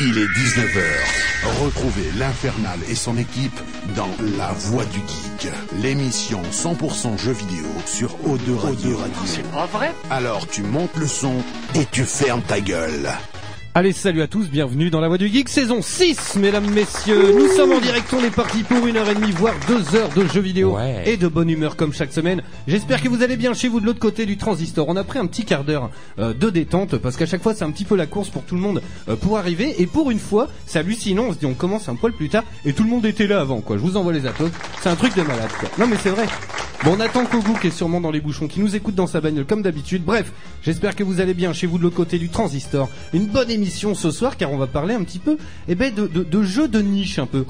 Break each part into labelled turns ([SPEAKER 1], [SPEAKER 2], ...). [SPEAKER 1] Il est 19h. Retrouvez l'Infernal et son équipe dans La Voix du Geek, l'émission 100% jeux vidéo sur O2 Radio.
[SPEAKER 2] C'est pas vrai
[SPEAKER 1] Alors tu montes le son et tu fermes ta gueule.
[SPEAKER 3] Allez, salut à tous, bienvenue dans la Voix du Geek, saison 6, mesdames, messieurs. Nous sommes en direct, on est parti pour une heure et demie, voire deux heures de jeux vidéo
[SPEAKER 4] Ouais.
[SPEAKER 3] et de bonne humeur comme chaque semaine. J'espère que vous allez bien chez vous de l'autre côté du transistor. On a pris un petit quart d'heure euh, de détente parce qu'à chaque fois c'est un petit peu la course pour tout le monde euh, pour arriver. Et pour une fois, c'est hallucinant, on se dit on commence un poil plus tard et tout le monde était là avant quoi. Je vous envoie les applaudissements. C'est un truc de malade quoi. Non mais c'est vrai. Bon, on attend Kogou qui est sûrement dans les bouchons, qui nous écoute dans sa bagnole comme d'habitude. Bref, j'espère que vous allez bien chez vous de l'autre côté du transistor. Une bonne émission ce soir car on va parler un petit peu eh ben, de, de, de jeux de niche un peu.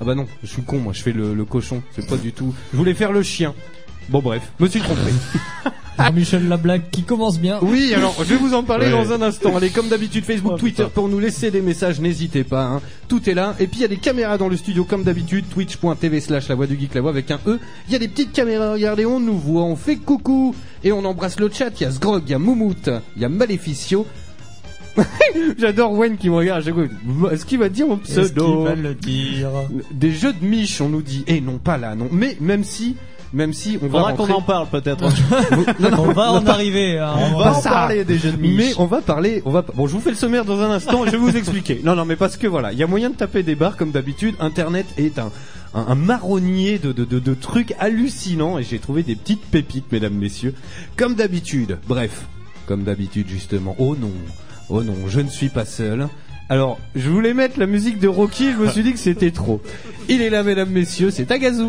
[SPEAKER 3] Ah bah non, je suis con moi, je fais le, le cochon, c'est pas du tout. Je voulais faire le chien. Bon bref, me suis trompé.
[SPEAKER 5] Jean-Michel Lablague qui commence bien.
[SPEAKER 3] Oui, alors je vais vous en parler
[SPEAKER 5] Ouais.
[SPEAKER 3] dans un instant. Allez, comme d'habitude, Facebook,
[SPEAKER 5] Oh,
[SPEAKER 3] Twitter
[SPEAKER 5] putain.
[SPEAKER 3] pour nous laisser des messages, n'hésitez pas. hein. Tout est là. Et puis il y a des caméras dans le studio comme d'habitude, twitch.tv slash la voix du geek, la voix avec un E. Il y a des petites caméras, regardez, on nous voit, on fait coucou. Et on embrasse le chat, il y a Sgrog, il y a Moumout, il y a Maléficio. J'adore Wayne qui me regarde. à chaque fois. Est-ce qu'il va dire mon pseudo
[SPEAKER 5] le dire
[SPEAKER 3] Des jeux de miche, on nous dit. Et non, pas là, non. Mais même si, même si, on va
[SPEAKER 6] Faudra
[SPEAKER 3] rentrer...
[SPEAKER 6] qu'on en parle peut-être.
[SPEAKER 5] On va en arriver. hein.
[SPEAKER 6] On
[SPEAKER 3] Pas
[SPEAKER 6] va en
[SPEAKER 3] ça.
[SPEAKER 6] parler des jeux de miche.
[SPEAKER 3] Mais on va parler, on va. Bon, je vous fais le sommaire dans un instant. et je vais vous expliquer. Non, non, mais parce que voilà, il y a moyen de taper des barres comme d'habitude. Internet est un un, un marronnier de, de, de, de trucs hallucinants et j'ai trouvé des petites pépites, mesdames, messieurs, comme d'habitude. Bref, comme d'habitude justement. Oh non, oh non, je ne suis pas seul. Alors, je voulais mettre la musique de Rocky, je me suis dit que c'était trop. Il est là, mesdames, messieurs, c'est Tagazu.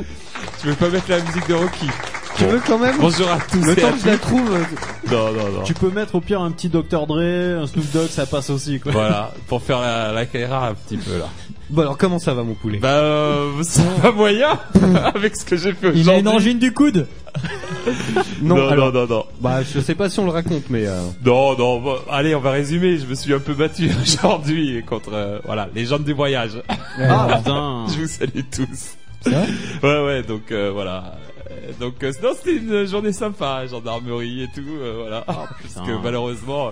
[SPEAKER 4] Tu veux pas mettre la musique de Rocky
[SPEAKER 3] Tu veux quand même
[SPEAKER 4] Bonjour à tous.
[SPEAKER 3] Le
[SPEAKER 4] et
[SPEAKER 3] temps
[SPEAKER 4] à
[SPEAKER 3] que je la trouve. euh,
[SPEAKER 4] toutes. Non, non, non.
[SPEAKER 6] Tu peux mettre au pire un petit Dr Dre, un Snoop Dogg, ça passe aussi quoi.
[SPEAKER 4] Voilà, pour faire la, la KRA un petit peu là.
[SPEAKER 3] Bon, alors comment ça va, mon poulet
[SPEAKER 4] Bah, euh, ça va moyen avec ce que j'ai fait
[SPEAKER 5] Il a
[SPEAKER 4] aujourd'hui.
[SPEAKER 5] une angine du coude.
[SPEAKER 4] Non, non,
[SPEAKER 3] alors-
[SPEAKER 4] non, non.
[SPEAKER 3] Bah, je sais pas si on le raconte, mais. euh,
[SPEAKER 4] Non, non, bon, allez, on va résumer. Je me suis un peu battu aujourd'hui contre, euh, voilà, les gens du voyage.
[SPEAKER 6] Ah putain.
[SPEAKER 4] Je vous salue tous.
[SPEAKER 5] vrai
[SPEAKER 4] ouais, ouais, donc euh, voilà. Euh, Donc euh, non, c'était une journée sympa, gendarmerie et tout, euh, voilà.
[SPEAKER 6] Oh,
[SPEAKER 4] Parce que malheureusement, euh,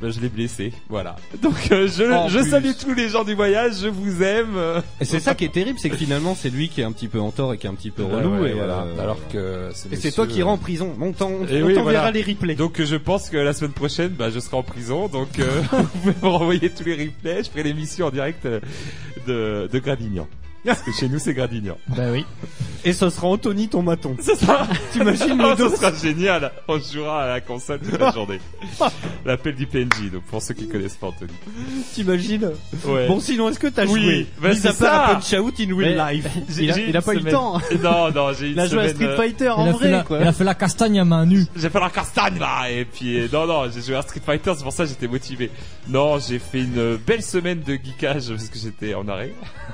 [SPEAKER 4] ben, je l'ai blessé, voilà. Donc euh,
[SPEAKER 6] En
[SPEAKER 4] je, je
[SPEAKER 6] plus.
[SPEAKER 4] salue tous les gens du voyage, je vous aime. euh.
[SPEAKER 3] Et c'est ça qui est terrible, c'est que finalement c'est lui qui est un petit peu en tort et qui est un petit peu relou. et voilà.
[SPEAKER 4] Alors que euh,
[SPEAKER 3] Et c'est toi qui iras en prison. Bon, on t'en- on t'enverra
[SPEAKER 4] Et Eh oui, voilà.
[SPEAKER 3] les replays.
[SPEAKER 4] Donc euh, je pense que la semaine prochaine, bah, je serai en prison. Donc euh, vous pouvez me renvoyer tous les replays. Je ferai l'émission en direct euh, de, de Gradignan. Parce que chez nous c'est Gradignan.
[SPEAKER 5] Bah oui.
[SPEAKER 3] Et ce sera Anthony ton maton.
[SPEAKER 4] Ça sera,
[SPEAKER 3] T'imagines le dos
[SPEAKER 4] ça Oh, sera génial. On jouera à la console toute la journée. L'appel du PNJ, donc pour ceux qui connaissent pas Anthony.
[SPEAKER 3] T'imagines
[SPEAKER 4] Ouais.
[SPEAKER 3] Bon, sinon, est-ce que t'as
[SPEAKER 4] Oui,
[SPEAKER 3] joué
[SPEAKER 4] bah,
[SPEAKER 3] Mis
[SPEAKER 4] c'est
[SPEAKER 3] à part
[SPEAKER 4] ça.
[SPEAKER 3] à Punch Out in Real
[SPEAKER 6] Mais-
[SPEAKER 3] Life.
[SPEAKER 4] J'ai-
[SPEAKER 6] il a-
[SPEAKER 4] j'ai
[SPEAKER 6] il
[SPEAKER 4] une
[SPEAKER 6] a pas eu le
[SPEAKER 4] semaine-
[SPEAKER 6] temps.
[SPEAKER 4] Non, non, j'ai une
[SPEAKER 6] Il a joué à
[SPEAKER 4] semaine,
[SPEAKER 6] Street
[SPEAKER 4] euh,
[SPEAKER 6] Fighter
[SPEAKER 5] Il a,
[SPEAKER 6] en
[SPEAKER 5] fait
[SPEAKER 6] vrai
[SPEAKER 5] la,
[SPEAKER 6] quoi.
[SPEAKER 5] il a fait la castagne à main nue.
[SPEAKER 4] J'ai fait la castagne là et puis euh, non non j'ai joué à Street Fighter c'est pour ça que j'étais motivé. Non j'ai fait une belle semaine de geekage parce que j'étais en arrêt.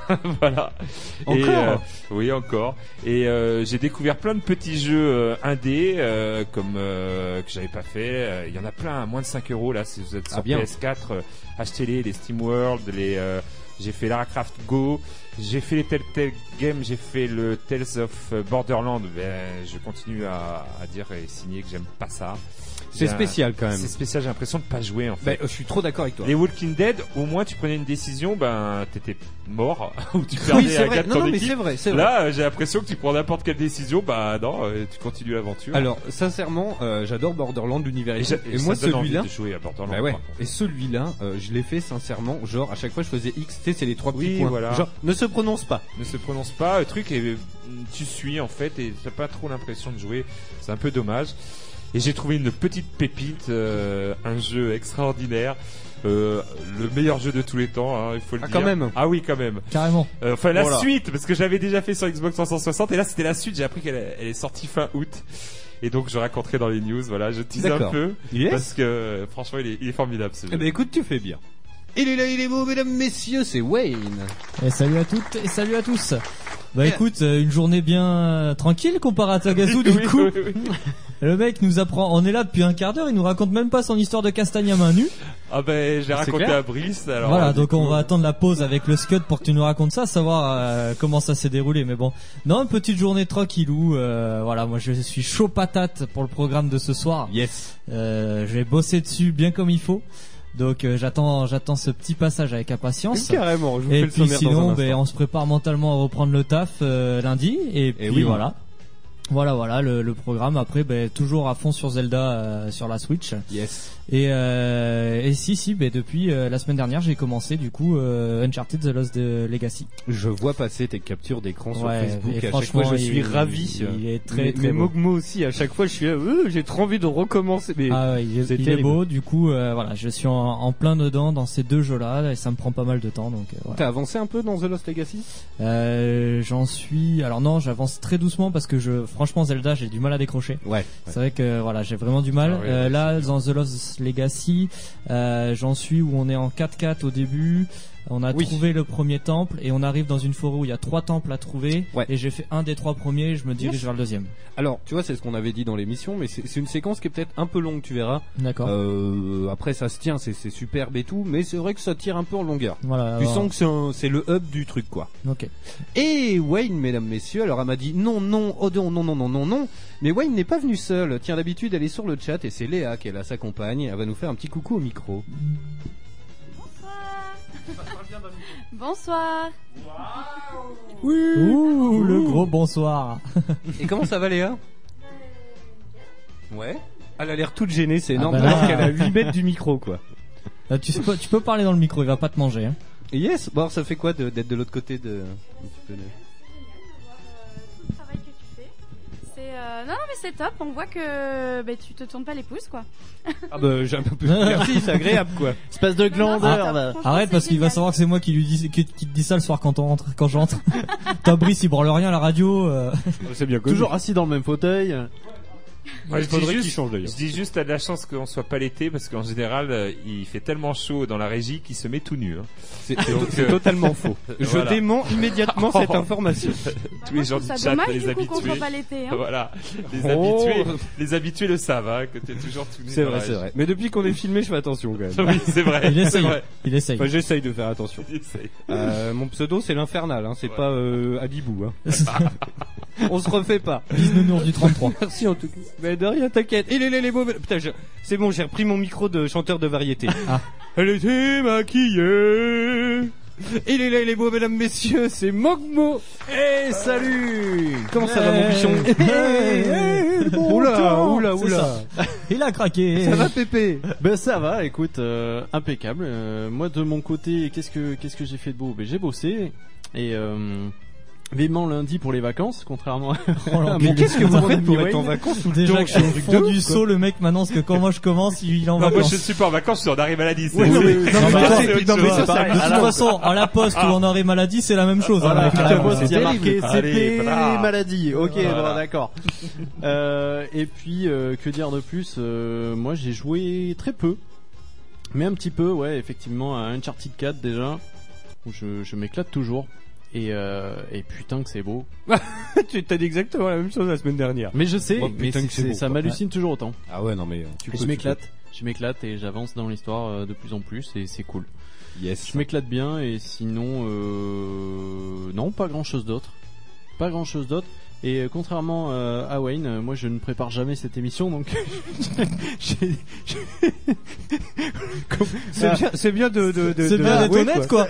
[SPEAKER 4] voilà. et,
[SPEAKER 3] Encore
[SPEAKER 4] euh, Oui encore. Et euh, j'ai découvert plein de petits jeux euh, indés euh, comme euh, que j'avais pas fait. Euh, Il y en a plein à moins de 5 euros là si vous êtes sur
[SPEAKER 3] Ah, bien.
[SPEAKER 4] PS4 euh, achetez-les les Steam World les euh, j'ai fait Lara Croft Go, j'ai fait les Telltale Games, j'ai fait le Tales of Borderland. Ben, je continue à, à dire et signer que j'aime pas ça.
[SPEAKER 3] C'est
[SPEAKER 4] J'ai un-
[SPEAKER 3] spécial quand même.
[SPEAKER 4] C'est spécial, j'ai l'impression de pas jouer en
[SPEAKER 3] Bah,
[SPEAKER 4] fait.
[SPEAKER 3] je suis trop d'accord avec toi.
[SPEAKER 4] les Walking Dead, au moins tu prenais une décision, ben t'étais mort ou tu
[SPEAKER 3] Oui,
[SPEAKER 4] perdais
[SPEAKER 3] c'est
[SPEAKER 4] à
[SPEAKER 3] vrai.
[SPEAKER 4] quatre
[SPEAKER 3] Non,
[SPEAKER 4] ton
[SPEAKER 3] non, mais
[SPEAKER 4] équipe.
[SPEAKER 3] c'est vrai, c'est vrai.
[SPEAKER 4] Là, euh, j'ai l'impression que tu prends n'importe quelle décision, bah non, euh, tu continues l'aventure.
[SPEAKER 3] Alors, sincèrement, euh, j'adore Borderland, l'univers
[SPEAKER 4] et,
[SPEAKER 3] est
[SPEAKER 4] j'a-
[SPEAKER 3] cool.
[SPEAKER 4] et
[SPEAKER 3] Et
[SPEAKER 4] ça
[SPEAKER 3] moi,
[SPEAKER 4] donne envie
[SPEAKER 3] celui-là.
[SPEAKER 4] de jouer à Borderlands.
[SPEAKER 3] Bah ouais.
[SPEAKER 4] par contre.
[SPEAKER 3] Et celui-là, euh, je l'ai fait sincèrement. Genre, à chaque fois, je faisais XT, c'est les trois petits
[SPEAKER 4] Oui,
[SPEAKER 3] points.
[SPEAKER 4] voilà.
[SPEAKER 3] Genre, ne se prononce pas.
[SPEAKER 4] ne se prononce pas, euh, truc, et euh, tu suis en fait, et t'as pas trop l'impression de jouer. C'est un peu dommage. Et j'ai trouvé une petite pépite, euh, un jeu extraordinaire, euh, le meilleur jeu de tous les temps, hein, il faut le
[SPEAKER 3] Ah,
[SPEAKER 4] dire.
[SPEAKER 3] quand même.
[SPEAKER 4] Ah oui, quand même.
[SPEAKER 5] Carrément.
[SPEAKER 4] Euh, Enfin, la
[SPEAKER 6] Voilà.
[SPEAKER 4] suite, parce que j'avais déjà fait sur Xbox 360, et là c'était la suite, j'ai appris qu'elle elle est sortie fin août. Et donc je raconterai dans les news, voilà, je tease un
[SPEAKER 3] D'accord.
[SPEAKER 4] peu,
[SPEAKER 3] Yes.
[SPEAKER 4] parce que euh, franchement il est, il est formidable ce jeu.
[SPEAKER 3] Eh ben, écoute, tu fais bien. Il est là, il est beau, mesdames, messieurs, c'est Wayne.
[SPEAKER 5] Et salut à toutes et salut à tous. Bah
[SPEAKER 3] Et-
[SPEAKER 5] écoute, euh, une journée bien euh, tranquille comparée à Tagazu
[SPEAKER 4] Oui,
[SPEAKER 5] du coup.
[SPEAKER 4] oui, oui, oui.
[SPEAKER 5] Le mec nous apprend, on est là depuis un quart d'heure, il nous raconte même pas son histoire de castagne à main nue.
[SPEAKER 4] Ah ben, je l'ai raconté
[SPEAKER 3] clair.
[SPEAKER 4] à Brice, alors.
[SPEAKER 5] voilà,
[SPEAKER 4] euh, du
[SPEAKER 5] donc on
[SPEAKER 4] coup,
[SPEAKER 5] va attendre la pause avec le Scud pour que tu nous racontes ça, savoir euh, comment ça s'est déroulé. Mais bon, non, une petite journée tranquillou. Euh, voilà, moi je suis chaud patate pour le programme de ce soir.
[SPEAKER 3] Yes.
[SPEAKER 5] Euh, je vais bosser dessus bien comme il faut. Donc euh, j'attends, j'attends ce petit passage avec impatience.
[SPEAKER 3] Carrément, je vous fais
[SPEAKER 5] Et
[SPEAKER 3] le
[SPEAKER 5] puis
[SPEAKER 3] sommaire dans
[SPEAKER 5] sinon,
[SPEAKER 3] un
[SPEAKER 5] ben,
[SPEAKER 3] instant.
[SPEAKER 5] on se prépare mentalement à reprendre le taf euh, lundi. Et puis
[SPEAKER 3] Eh oui.
[SPEAKER 5] voilà. Voilà, voilà le, le programme. Après, ben, toujours à fond sur Zelda euh, sur la Switch.
[SPEAKER 3] Yes.
[SPEAKER 5] Et, euh, et si, si, ben, depuis euh, la semaine dernière, j'ai commencé du coup euh, Uncharted The Lost euh, Legacy.
[SPEAKER 3] Je vois passer tes captures d'écran sur
[SPEAKER 5] Ouais,
[SPEAKER 3] Facebook.
[SPEAKER 5] et
[SPEAKER 3] À chaque
[SPEAKER 5] franchement,
[SPEAKER 3] fois, je
[SPEAKER 5] il-
[SPEAKER 3] suis ravi. euh,
[SPEAKER 5] Il est très,
[SPEAKER 3] Mais,
[SPEAKER 5] très
[SPEAKER 3] mais
[SPEAKER 5] beau.
[SPEAKER 3] Mogmo aussi, à chaque fois, je suis là, euh, j'ai trop envie de recommencer. Mais
[SPEAKER 5] Ah ouais, il, est-
[SPEAKER 3] c'est
[SPEAKER 5] il est
[SPEAKER 3] terrible.
[SPEAKER 5] beau, du coup, euh, voilà, je suis en, en plein dedans dans ces deux jeux-là, et ça me prend pas mal de temps, donc euh, voilà.
[SPEAKER 3] t'as avancé un peu dans The Lost Legacy
[SPEAKER 5] Euh, J'en suis, alors non, j'avance très doucement parce que je, franchement, Zelda, j'ai du mal à décrocher.
[SPEAKER 3] Ouais.
[SPEAKER 5] C'est vrai que voilà, j'ai vraiment du mal.
[SPEAKER 4] Ah ouais,
[SPEAKER 5] Euh,
[SPEAKER 4] ouais,
[SPEAKER 5] là, dans The Lost Legacy, euh, j'en suis où on est en 4-4 au début. On a
[SPEAKER 3] Oui.
[SPEAKER 5] trouvé le premier temple et on arrive dans une forêt où il y a trois temples à trouver.
[SPEAKER 3] Ouais.
[SPEAKER 5] Et j'ai fait un des trois premiers. Je me dirige vers le deuxième.
[SPEAKER 3] Alors, tu vois, c'est ce qu'on avait dit dans l'émission, mais c'est c'est une séquence qui est peut-être un peu longue, tu verras.
[SPEAKER 5] D'accord.
[SPEAKER 3] Euh, après, ça se tient, c'est c'est superbe et tout, mais c'est vrai que ça tire un peu en longueur.
[SPEAKER 5] voilà.
[SPEAKER 3] Tu
[SPEAKER 5] alors,
[SPEAKER 3] sens que c'est un- c'est le hub du truc, quoi.
[SPEAKER 5] Ok.
[SPEAKER 3] Et Wayne, mesdames, messieurs, alors elle m'a dit non, non, oh non, non, non, non, non, non. Mais Wayne n'est pas venu seul. Tiens, d'habitude, elle est sur le chat et c'est Léa qui est là, sa compagne. Elle va nous faire un petit coucou au micro.
[SPEAKER 7] Bonsoir. Bonsoir.
[SPEAKER 5] Ouh, le gros bonsoir.
[SPEAKER 3] Et comment ça va, Léa Ouais. Elle a l'air toute gênée, c'est
[SPEAKER 5] Ah
[SPEAKER 3] énorme.
[SPEAKER 5] bah là.
[SPEAKER 3] parce qu'elle a 8 mètres du micro, quoi.
[SPEAKER 5] Là, tu, sais pas- tu peux parler dans le micro, il va pas te manger. hein.
[SPEAKER 3] Et yes, bon, alors, ça fait quoi de- d'être de, l'autre côté de. un petit peu de-
[SPEAKER 7] Tout le travail que tu fais. C'est euh, non, non, mais c'est top. On voit que bah, tu te tournes pas les pouces, quoi.
[SPEAKER 3] Ah bah, j'ai un peu plus. Merci, c'est agréable, quoi.
[SPEAKER 8] Espèce de
[SPEAKER 7] Non, non, c'est top.
[SPEAKER 8] glandeur, va.
[SPEAKER 7] Franchement,
[SPEAKER 5] Ah, Arrête
[SPEAKER 7] c'est
[SPEAKER 5] parce qu'il va
[SPEAKER 7] génial.
[SPEAKER 5] savoir que c'est moi qui lui dis, qui, qui te dis ça le soir quand on rentre, quand j'entre. Toi, Brice, il branle rien à la radio. euh.
[SPEAKER 4] C'est bien
[SPEAKER 8] Toujours assis dans le même fauteuil.
[SPEAKER 4] Moi, je, dis
[SPEAKER 8] faudrait qu'il
[SPEAKER 4] juste,
[SPEAKER 8] change d'ailleurs.
[SPEAKER 4] je dis juste, t'as de la chance qu'on soit pas l'été parce qu'en général, euh, il fait tellement chaud dans la régie qu'il se met tout nu. hein.
[SPEAKER 3] C'est
[SPEAKER 4] Donc,
[SPEAKER 3] c'est
[SPEAKER 4] euh,
[SPEAKER 3] totalement faux. Je
[SPEAKER 4] voilà. Oh.
[SPEAKER 3] dément immédiatement cette information.
[SPEAKER 7] Bah,
[SPEAKER 4] Tous
[SPEAKER 7] moi,
[SPEAKER 4] les
[SPEAKER 7] je
[SPEAKER 4] gens
[SPEAKER 7] trouve
[SPEAKER 4] du
[SPEAKER 7] ça
[SPEAKER 4] chat,
[SPEAKER 7] dommage,
[SPEAKER 4] les
[SPEAKER 7] du coup, qu'on
[SPEAKER 4] habitués.
[SPEAKER 7] soit pas l'été. hein.
[SPEAKER 4] Voilà, les
[SPEAKER 3] Oh.
[SPEAKER 4] habitués, les habitués le savent, hein, que t'es toujours tout nu.
[SPEAKER 3] C'est
[SPEAKER 4] dans la
[SPEAKER 3] vrai, c'est vrai. Mais depuis qu'on est filmé, je fais attention quand même.
[SPEAKER 4] régie. Oui, c'est vrai.
[SPEAKER 5] Il
[SPEAKER 4] c'est
[SPEAKER 5] essaye,
[SPEAKER 4] vrai.
[SPEAKER 5] il essaye.
[SPEAKER 3] Enfin, j'essaye de faire attention.
[SPEAKER 4] Il essaye.
[SPEAKER 3] Euh, mon pseudo, c'est l'infernal, hein, c'est
[SPEAKER 4] Ouais.
[SPEAKER 3] pas euh, Abibou. Hein. On se refait pas.
[SPEAKER 5] Bise nounours du 33.
[SPEAKER 3] Merci en tout cas. Mais de rien, t'inquiète. Il est là, les beaux. Putain, je- c'est bon, j'ai repris mon micro de chanteur de variété.
[SPEAKER 5] Ah.
[SPEAKER 3] Elle était maquillée. Il est là, les beaux, mesdames, messieurs, c'est Mogmo. Eh, salut Comment ça va, mon
[SPEAKER 5] Hey.
[SPEAKER 3] bichon
[SPEAKER 5] Hey.
[SPEAKER 3] Eh, le bon
[SPEAKER 5] Oula,
[SPEAKER 3] temps.
[SPEAKER 5] oula,
[SPEAKER 3] C'est
[SPEAKER 5] oula.
[SPEAKER 3] ça.
[SPEAKER 5] Il a craqué.
[SPEAKER 3] Ça va, Pépé
[SPEAKER 8] Ben ça va, écoute, euh, impeccable. Euh, moi de mon côté, qu'est-ce que qu'est-ce que j'ai fait de beau Ben j'ai bossé et euh, vainement lundi pour les vacances, contrairement. à...
[SPEAKER 5] Oh, l'enculé.
[SPEAKER 3] Mais qu'est-ce que vous
[SPEAKER 8] Mon
[SPEAKER 3] faites
[SPEAKER 8] ami
[SPEAKER 3] pour être en
[SPEAKER 8] Wayne.
[SPEAKER 3] vacances ou
[SPEAKER 5] Déjà
[SPEAKER 3] donc,
[SPEAKER 5] que je suis
[SPEAKER 3] un
[SPEAKER 5] au
[SPEAKER 3] truc
[SPEAKER 5] fond
[SPEAKER 3] de
[SPEAKER 5] du
[SPEAKER 3] ouf, quoi.
[SPEAKER 5] saut, le mec, maintenant, parce que quand moi je commence, il est
[SPEAKER 4] Non,
[SPEAKER 5] en
[SPEAKER 4] moi,
[SPEAKER 5] vacances.
[SPEAKER 4] je suis pas en vacances, je suis en arrêt maladie. c'est-
[SPEAKER 3] Ouais, non, mais- non,
[SPEAKER 4] c'est- c'est-
[SPEAKER 5] mais
[SPEAKER 4] c'est-
[SPEAKER 5] attends,
[SPEAKER 4] c'est-
[SPEAKER 3] mais non,
[SPEAKER 4] c'est-
[SPEAKER 3] mais
[SPEAKER 4] c'est-
[SPEAKER 3] ça, c'est-
[SPEAKER 5] De toute façon, à la poste
[SPEAKER 4] Ah.
[SPEAKER 5] ou en arrêt maladie, c'est la même chose. hein,
[SPEAKER 8] Voilà,
[SPEAKER 5] mec,
[SPEAKER 8] à la
[SPEAKER 5] euh,
[SPEAKER 8] poste, il y a
[SPEAKER 3] c'est
[SPEAKER 8] marqué
[SPEAKER 4] terrible. Allez,
[SPEAKER 8] c'était les
[SPEAKER 4] voilà.
[SPEAKER 8] maladies. Ok,
[SPEAKER 4] Voilà.
[SPEAKER 8] bon, d'accord. Euh, et puis euh, que dire de plus Euh, Moi j'ai joué très peu, mais un petit peu, ouais, effectivement à Uncharted 4 déjà où je, je m'éclate toujours. Et, euh, et putain que c'est beau.
[SPEAKER 3] Tu t'as dit exactement la même chose la semaine dernière.
[SPEAKER 8] Mais je sais,
[SPEAKER 3] Oh,
[SPEAKER 8] mais
[SPEAKER 3] putain
[SPEAKER 8] c'est-
[SPEAKER 3] que c'est
[SPEAKER 8] c'est-
[SPEAKER 3] beau,
[SPEAKER 8] ça
[SPEAKER 3] quoi.
[SPEAKER 8] m'hallucine toujours autant.
[SPEAKER 3] Ah ouais, non mais tu
[SPEAKER 8] Et je m'éclate, je m'éclate et j'avance dans l'histoire euh, de plus en plus et c'est cool.
[SPEAKER 3] Yes.
[SPEAKER 8] Je m'éclate bien et sinon, euh, non, pas grand chose d'autre. Pas grand chose d'autre. Et euh, contrairement euh, à Wayne, euh, moi je ne prépare jamais cette émission donc. j'ai- Ah.
[SPEAKER 3] C'est bien, c'est bien de, de, de
[SPEAKER 5] C'est
[SPEAKER 3] de-
[SPEAKER 5] bien d'être
[SPEAKER 3] Ouais,
[SPEAKER 5] honnête, quoi.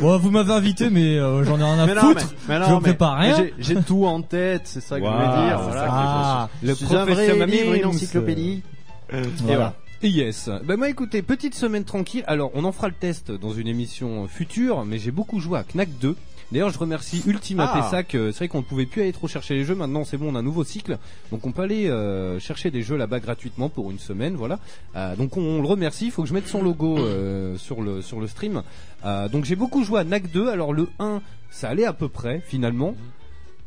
[SPEAKER 5] Bon, vous m'avez invité, mais euh, j'en ai rien à
[SPEAKER 8] Mais non,
[SPEAKER 5] foutre.
[SPEAKER 8] mais- mais
[SPEAKER 5] je
[SPEAKER 8] non, mais-
[SPEAKER 5] prépare rien.
[SPEAKER 8] mais j'ai j'ai tout en tête, c'est ça que je
[SPEAKER 3] Waouh,
[SPEAKER 8] voulais dire.
[SPEAKER 3] c'est
[SPEAKER 8] voilà.
[SPEAKER 3] ça
[SPEAKER 5] Ah,
[SPEAKER 8] Je
[SPEAKER 3] Le
[SPEAKER 8] suis un vrai
[SPEAKER 3] professeur
[SPEAKER 8] livre, une
[SPEAKER 3] Mims.
[SPEAKER 8] encyclopédie.
[SPEAKER 3] Euh,
[SPEAKER 5] voilà.
[SPEAKER 8] voilà.
[SPEAKER 3] Yes. Ben moi écoutez, petite semaine tranquille. Alors on en fera le test dans une émission future, mais j'ai beaucoup joué à Knack 2. D'ailleurs, je remercie Ultima
[SPEAKER 8] Ah.
[SPEAKER 3] Tessac. euh, C'est vrai qu'on ne pouvait plus aller trop chercher les jeux. Maintenant, c'est bon, on a un nouveau cycle, donc on peut aller euh, chercher des jeux là-bas gratuitement pour une semaine, voilà. Euh, donc on, on le remercie. Il faut que je mette son logo euh, sur le sur le stream. Euh, donc j'ai beaucoup joué à Knack 2. Alors le 1, ça allait à peu près finalement.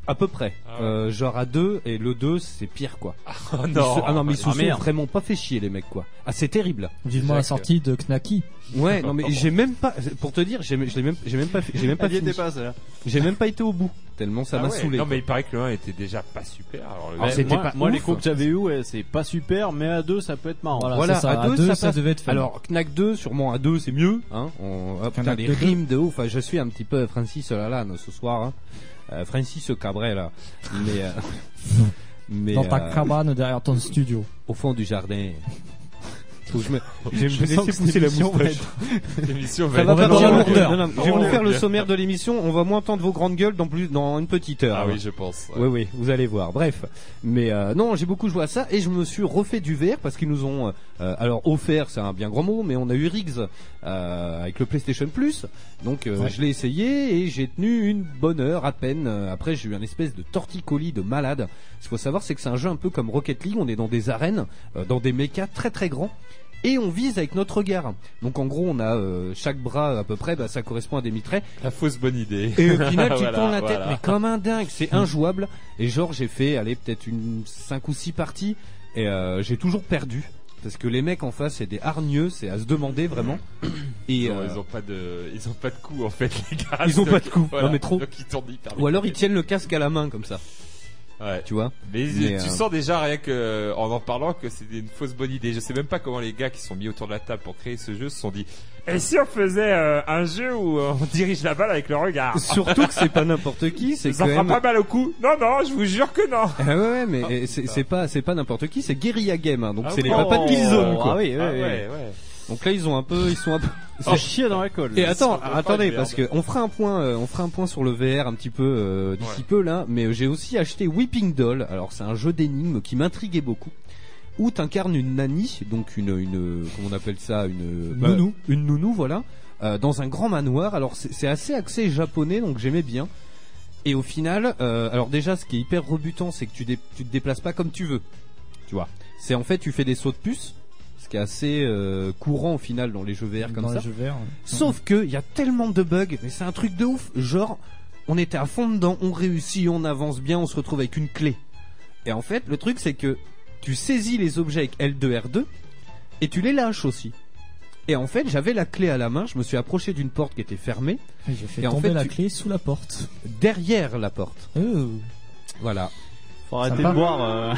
[SPEAKER 3] À peu près,
[SPEAKER 4] Ah ouais.
[SPEAKER 3] Euh, genre à 2 et le 2 c'est pire quoi.
[SPEAKER 4] Oh
[SPEAKER 3] Ils se- ah non mais ils se
[SPEAKER 8] ah,
[SPEAKER 3] sont
[SPEAKER 8] merde.
[SPEAKER 3] vraiment pas fait chier les mecs quoi. Ah c'est terrible.
[SPEAKER 5] Vivement la sortie de Knacky.
[SPEAKER 3] Ouais non mais j'ai même pas pour te dire j'ai je l'ai même j'ai même pas fait- j'ai même pas
[SPEAKER 8] Elle y
[SPEAKER 3] fini.
[SPEAKER 8] était pas, celle-là.
[SPEAKER 3] J'ai même pas été au bout tellement ça
[SPEAKER 4] Ah
[SPEAKER 3] m'a
[SPEAKER 4] ouais,
[SPEAKER 3] saoulé.
[SPEAKER 4] Non, mais il paraît que le 1 était déjà pas super. Alors, le
[SPEAKER 3] Ah,
[SPEAKER 4] mec-
[SPEAKER 3] c'était
[SPEAKER 8] moi,
[SPEAKER 3] pas
[SPEAKER 8] moi,
[SPEAKER 3] ouf.
[SPEAKER 8] les coups que j'avais eu, ouais, c'est pas super, mais à deux, ça peut être marrant.
[SPEAKER 5] Voilà,
[SPEAKER 3] Voilà,
[SPEAKER 5] c'est ça.
[SPEAKER 3] à
[SPEAKER 5] À
[SPEAKER 3] deux,
[SPEAKER 5] deux,
[SPEAKER 3] ça
[SPEAKER 5] ça,
[SPEAKER 3] passe.
[SPEAKER 5] devait être fun.
[SPEAKER 3] Alors Knack 2 sûrement à 2 c'est mieux hein. On... Ah, putain
[SPEAKER 5] Knack
[SPEAKER 3] les
[SPEAKER 5] 2.
[SPEAKER 3] rimes de ouf. Enfin, je suis un petit peu Francis Lalanne ce soir. Hein. Euh, Francis Cabret là. Mais euh, mais
[SPEAKER 5] dans ta
[SPEAKER 3] euh,
[SPEAKER 5] cabane derrière ton studio.
[SPEAKER 3] au fond du jardin. Faut que je me-
[SPEAKER 4] Je vais me laisser pousser la moustache. L'émission va
[SPEAKER 3] Ça va
[SPEAKER 4] être
[SPEAKER 3] pas
[SPEAKER 5] dans
[SPEAKER 4] vraiment-
[SPEAKER 5] la lourdeur.
[SPEAKER 4] Non, non,
[SPEAKER 3] Je vais vous
[SPEAKER 4] vraiment
[SPEAKER 3] faire le
[SPEAKER 4] bien.
[SPEAKER 3] sommaire de l'émission. On va moins entendre vos grandes gueules dans plus dans une petite heure.
[SPEAKER 4] Ah oui, je pense.
[SPEAKER 3] Oui, oui, vous allez voir. Bref, mais euh, non, j'ai beaucoup joué à ça et je me suis refait du verre parce qu'ils nous ont, euh, alors offert, c'est un bien grand mot, mais on a eu Riggs euh, avec le PlayStation Plus, donc euh, je l'ai essayé et j'ai tenu une bonne heure à peine. Euh, Après, j'ai eu un espèce de torticolis de malade. Ce qu'il faut savoir, c'est que c'est un jeu un peu comme Rocket League. On est dans des arènes, euh, dans des mechas très très grands. Et on vise avec notre regard. Donc en gros, on a euh, chaque bras à peu près, bah, ça correspond à des mitrailles.
[SPEAKER 4] La fausse bonne idée.
[SPEAKER 3] Et au final, tu
[SPEAKER 4] Voilà,
[SPEAKER 3] tournes la tête,
[SPEAKER 4] voilà.
[SPEAKER 3] mais comme un dingue, c'est injouable. Et genre, j'ai fait, allez, peut-être une 5 ou 6 parties, et euh, j'ai toujours perdu. Parce que les mecs en face, c'est des hargneux, c'est à se demander vraiment. Et
[SPEAKER 4] Ils ont-
[SPEAKER 3] euh,
[SPEAKER 4] ils ont pas de, ils ont pas de coup en fait les gars.
[SPEAKER 3] Ils ont pas
[SPEAKER 4] Donc,
[SPEAKER 3] de coup.
[SPEAKER 4] voilà.
[SPEAKER 3] Non, mais trop.
[SPEAKER 4] Donc, ils tournent hyper
[SPEAKER 3] ou alors ils
[SPEAKER 4] vite.
[SPEAKER 3] tiennent le casque à la main comme ça,
[SPEAKER 4] Ouais.
[SPEAKER 3] tu vois.
[SPEAKER 4] Mais,
[SPEAKER 3] Mais,
[SPEAKER 4] tu
[SPEAKER 3] euh,
[SPEAKER 4] sens déjà rien que en en parlant que c'était une fausse bonne idée. Je sais même pas comment les gars qui sont mis autour de la table pour créer ce jeu se sont dit. Et si on faisait euh, un jeu où euh, on dirige la balle avec le regard
[SPEAKER 3] Surtout que c'est pas n'importe qui, c'est
[SPEAKER 4] Ça
[SPEAKER 3] quand
[SPEAKER 4] fera
[SPEAKER 3] même.
[SPEAKER 4] pas mal au coup Non, non, je vous jure que non.
[SPEAKER 3] Ah ouais, ouais, mais
[SPEAKER 4] Ah,
[SPEAKER 3] et c'est
[SPEAKER 4] putain.
[SPEAKER 3] c'est pas c'est pas n'importe qui, c'est Guerilla Game, hein, donc
[SPEAKER 4] Ah
[SPEAKER 3] c'est les
[SPEAKER 4] oui.
[SPEAKER 3] papas de Killzone
[SPEAKER 8] Oh,
[SPEAKER 3] quoi.
[SPEAKER 8] Ah oui, oui,
[SPEAKER 4] Ah
[SPEAKER 8] oui.
[SPEAKER 4] ouais, ouais.
[SPEAKER 3] Donc là ils ont un peu, ils sont un peu.
[SPEAKER 8] Ça chie dans la colle.
[SPEAKER 3] Et attends,
[SPEAKER 4] Oh, ça va pas
[SPEAKER 3] attendez,
[SPEAKER 4] être
[SPEAKER 3] parce que
[SPEAKER 4] merde.
[SPEAKER 3] on fera un point, euh, on fera un point sur le VR un petit peu euh, d'ici peu là, mais j'ai aussi acheté Whipping Doll. Alors c'est un jeu d'énigmes qui m'intriguait beaucoup. Où t'incarnes une nanny, donc une, une comment on appelle ça, une bah,
[SPEAKER 5] Une nounou.
[SPEAKER 3] une nounou, voilà, euh, dans un grand manoir. Alors c'est c'est assez axé japonais, donc j'aimais bien. Et au final, euh, alors déjà, ce qui est hyper rebutant, c'est que tu, dé- tu te déplaces pas comme tu veux. Tu vois, c'est en fait tu fais des sauts de puce, ce qui est assez euh, courant au final dans les jeux VR comme
[SPEAKER 5] dans
[SPEAKER 3] ça.
[SPEAKER 5] les jeux verts.
[SPEAKER 3] Sauf que il y a tellement de bugs, mais c'est un truc de ouf. Genre, on était à fond dedans, on réussit, on avance bien, on se retrouve avec une clé. Et en fait, le truc c'est que tu saisis les objets avec L2R2 et tu les lâches aussi. Et en fait, j'avais la clé à la main, je me suis approché d'une porte qui était fermée,
[SPEAKER 5] J'ai fait
[SPEAKER 3] Et en
[SPEAKER 5] tomber
[SPEAKER 3] fait,
[SPEAKER 5] la
[SPEAKER 3] tu-
[SPEAKER 5] clé sous la porte.
[SPEAKER 3] derrière la porte.
[SPEAKER 5] Oh.
[SPEAKER 3] Voilà.
[SPEAKER 8] Faut arrêter
[SPEAKER 9] Sympa.
[SPEAKER 8] de boire. euh.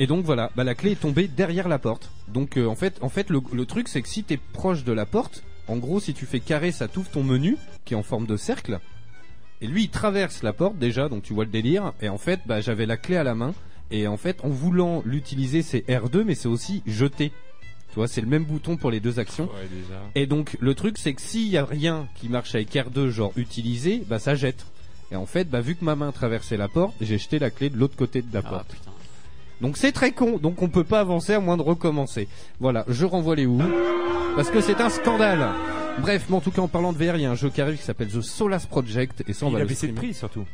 [SPEAKER 3] Et donc voilà, bah, la clé est tombée derrière la porte. Donc euh, en fait, en fait, le, le truc c'est que si t'es proche de la porte, en gros, si tu fais carré, ça t'ouvre ton menu qui est en forme de cercle. Et lui, il traverse la porte déjà, donc tu vois le délire. Et en fait, bah, j'avais la clé à la main. Et en fait, en voulant l'utiliser, c'est R2, mais c'est aussi jeter. Tu vois, c'est le même bouton pour les deux actions.
[SPEAKER 4] Ouais, déjà.
[SPEAKER 3] Et donc le truc c'est que s'il y a rien qui marche avec R2 genre utilisé, bah ça jette. Et en fait, bah vu que ma main traversait la porte, j'ai jeté la clé de l'autre côté de la
[SPEAKER 4] Ah,
[SPEAKER 3] porte. Donc c'est très con, donc on peut pas avancer à moins de recommencer. Voilà, je renvoie les ou parce que c'est un scandale. Bref, mais en tout cas en parlant de VR, il y a un jeu qui arrive qui s'appelle The Solas Project et ça on
[SPEAKER 4] il
[SPEAKER 3] va
[SPEAKER 4] a
[SPEAKER 3] le
[SPEAKER 4] baissé de
[SPEAKER 3] streamer.
[SPEAKER 4] prix surtout.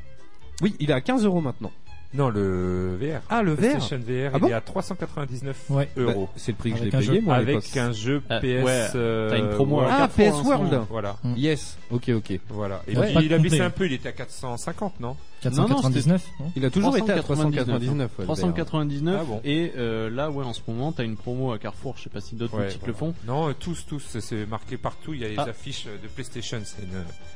[SPEAKER 3] Oui, il est à 15 euros maintenant.
[SPEAKER 4] Non, le VR.
[SPEAKER 3] Ah le VR
[SPEAKER 4] PlayStation VR,
[SPEAKER 3] Ah bon
[SPEAKER 4] il est à 399
[SPEAKER 5] Ouais.
[SPEAKER 3] Bah,
[SPEAKER 4] euros.
[SPEAKER 3] C'est le prix que je l'ai
[SPEAKER 5] Avec un
[SPEAKER 3] payé
[SPEAKER 5] jeu-
[SPEAKER 3] moi à l'époque.
[SPEAKER 4] avec un jeu
[SPEAKER 8] Ah,
[SPEAKER 4] PS.
[SPEAKER 8] ouais,
[SPEAKER 4] euh,
[SPEAKER 8] t'as une promo
[SPEAKER 4] World.
[SPEAKER 3] Ah,
[SPEAKER 8] Carrefour,
[SPEAKER 3] PS
[SPEAKER 8] en ce
[SPEAKER 3] World.
[SPEAKER 8] moment.
[SPEAKER 4] Voilà,
[SPEAKER 5] Mm.
[SPEAKER 3] Yes, OK OK.
[SPEAKER 4] voilà. Et
[SPEAKER 5] Ouais.
[SPEAKER 4] puis,
[SPEAKER 5] Pas de
[SPEAKER 4] il a baissé
[SPEAKER 5] complet.
[SPEAKER 4] un peu, il était à 450, non
[SPEAKER 5] 499 non
[SPEAKER 3] Il a toujours été à 399. ouais, le VR.
[SPEAKER 8] 399
[SPEAKER 4] Ah bon.
[SPEAKER 8] et euh, là ouais en ce moment t'as une promo à Carrefour je sais pas si d'autres
[SPEAKER 4] Ouais,
[SPEAKER 8] boutiques
[SPEAKER 4] voilà.
[SPEAKER 8] le font
[SPEAKER 4] Non, euh, tous, tous, c'est- c'est marqué partout, il y a les
[SPEAKER 8] Ah.
[SPEAKER 4] affiches euh, de PlayStation. c'est Une...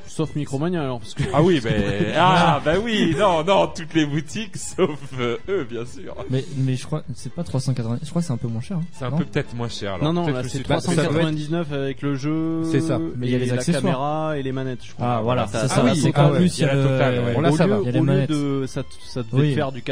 [SPEAKER 8] sauf Micromania alors parce que
[SPEAKER 4] Ah oui, ben, ah, bah oui, non, non, toutes les boutiques, sauf euh, eux, bien sûr.
[SPEAKER 5] Mais mais je crois c'est pas 390, je crois que c'est un peu moins cher. hein,
[SPEAKER 4] C'est un
[SPEAKER 5] non
[SPEAKER 4] peu peut-être moins cher. alors.
[SPEAKER 8] non non
[SPEAKER 4] Peut-être
[SPEAKER 8] là
[SPEAKER 4] que
[SPEAKER 8] c'est
[SPEAKER 4] pas- ça doit être-
[SPEAKER 8] 399 avec le jeu
[SPEAKER 3] C'est ça.
[SPEAKER 5] Mais il y a
[SPEAKER 8] et
[SPEAKER 5] les
[SPEAKER 8] la
[SPEAKER 5] accessoires.
[SPEAKER 8] caméra et les manettes je crois
[SPEAKER 5] Ah voilà,
[SPEAKER 8] T'as-
[SPEAKER 5] ça
[SPEAKER 8] t'as
[SPEAKER 5] ça
[SPEAKER 3] ah
[SPEAKER 5] va,
[SPEAKER 3] oui,
[SPEAKER 5] c'est
[SPEAKER 3] ah
[SPEAKER 5] quand
[SPEAKER 3] ouais,
[SPEAKER 5] même
[SPEAKER 4] il y a la totale,
[SPEAKER 5] euh,
[SPEAKER 4] ouais.
[SPEAKER 3] Bon, là,
[SPEAKER 8] au
[SPEAKER 3] ça
[SPEAKER 8] lieu,
[SPEAKER 3] va.
[SPEAKER 5] Il y a les
[SPEAKER 8] au lieu
[SPEAKER 5] manettes.
[SPEAKER 8] de ça, ça devait
[SPEAKER 5] Oui.
[SPEAKER 8] faire du
[SPEAKER 4] Voilà,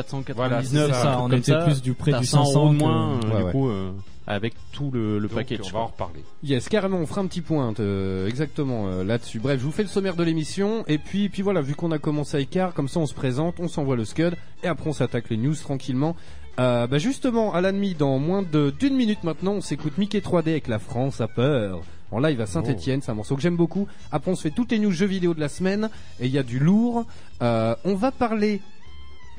[SPEAKER 8] 499
[SPEAKER 4] c'est
[SPEAKER 5] C'est
[SPEAKER 4] ça,
[SPEAKER 5] ça,
[SPEAKER 8] un
[SPEAKER 5] on
[SPEAKER 8] truc
[SPEAKER 5] était
[SPEAKER 8] comme ça.
[SPEAKER 5] plus du près
[SPEAKER 8] T'as
[SPEAKER 5] du
[SPEAKER 8] 100 euros
[SPEAKER 5] 500
[SPEAKER 8] de moins
[SPEAKER 5] que-
[SPEAKER 8] euh, du
[SPEAKER 3] Ouais,
[SPEAKER 8] coup euh, avec tout le, le
[SPEAKER 4] Donc,
[SPEAKER 8] package
[SPEAKER 4] on
[SPEAKER 8] je
[SPEAKER 4] va en
[SPEAKER 8] crois.
[SPEAKER 4] reparler.
[SPEAKER 3] Yes, carrément, on fera un petit point euh, exactement euh, là-dessus. Bref, je vous fais le sommaire de l'émission et puis puis voilà, vu qu'on a commencé à écart, comme ça on se présente, on s'envoie le scud et après on s'attaque les news tranquillement. Euh, bah justement, à la demi, dans moins de d'une minute maintenant, on s'écoute Mickey 3D avec la France à peur. En live à Saint-Etienne, c'est un morceau que j'aime beaucoup. Après, on se fait toutes les news jeux vidéo de la semaine et il y a du lourd. Euh, on va parler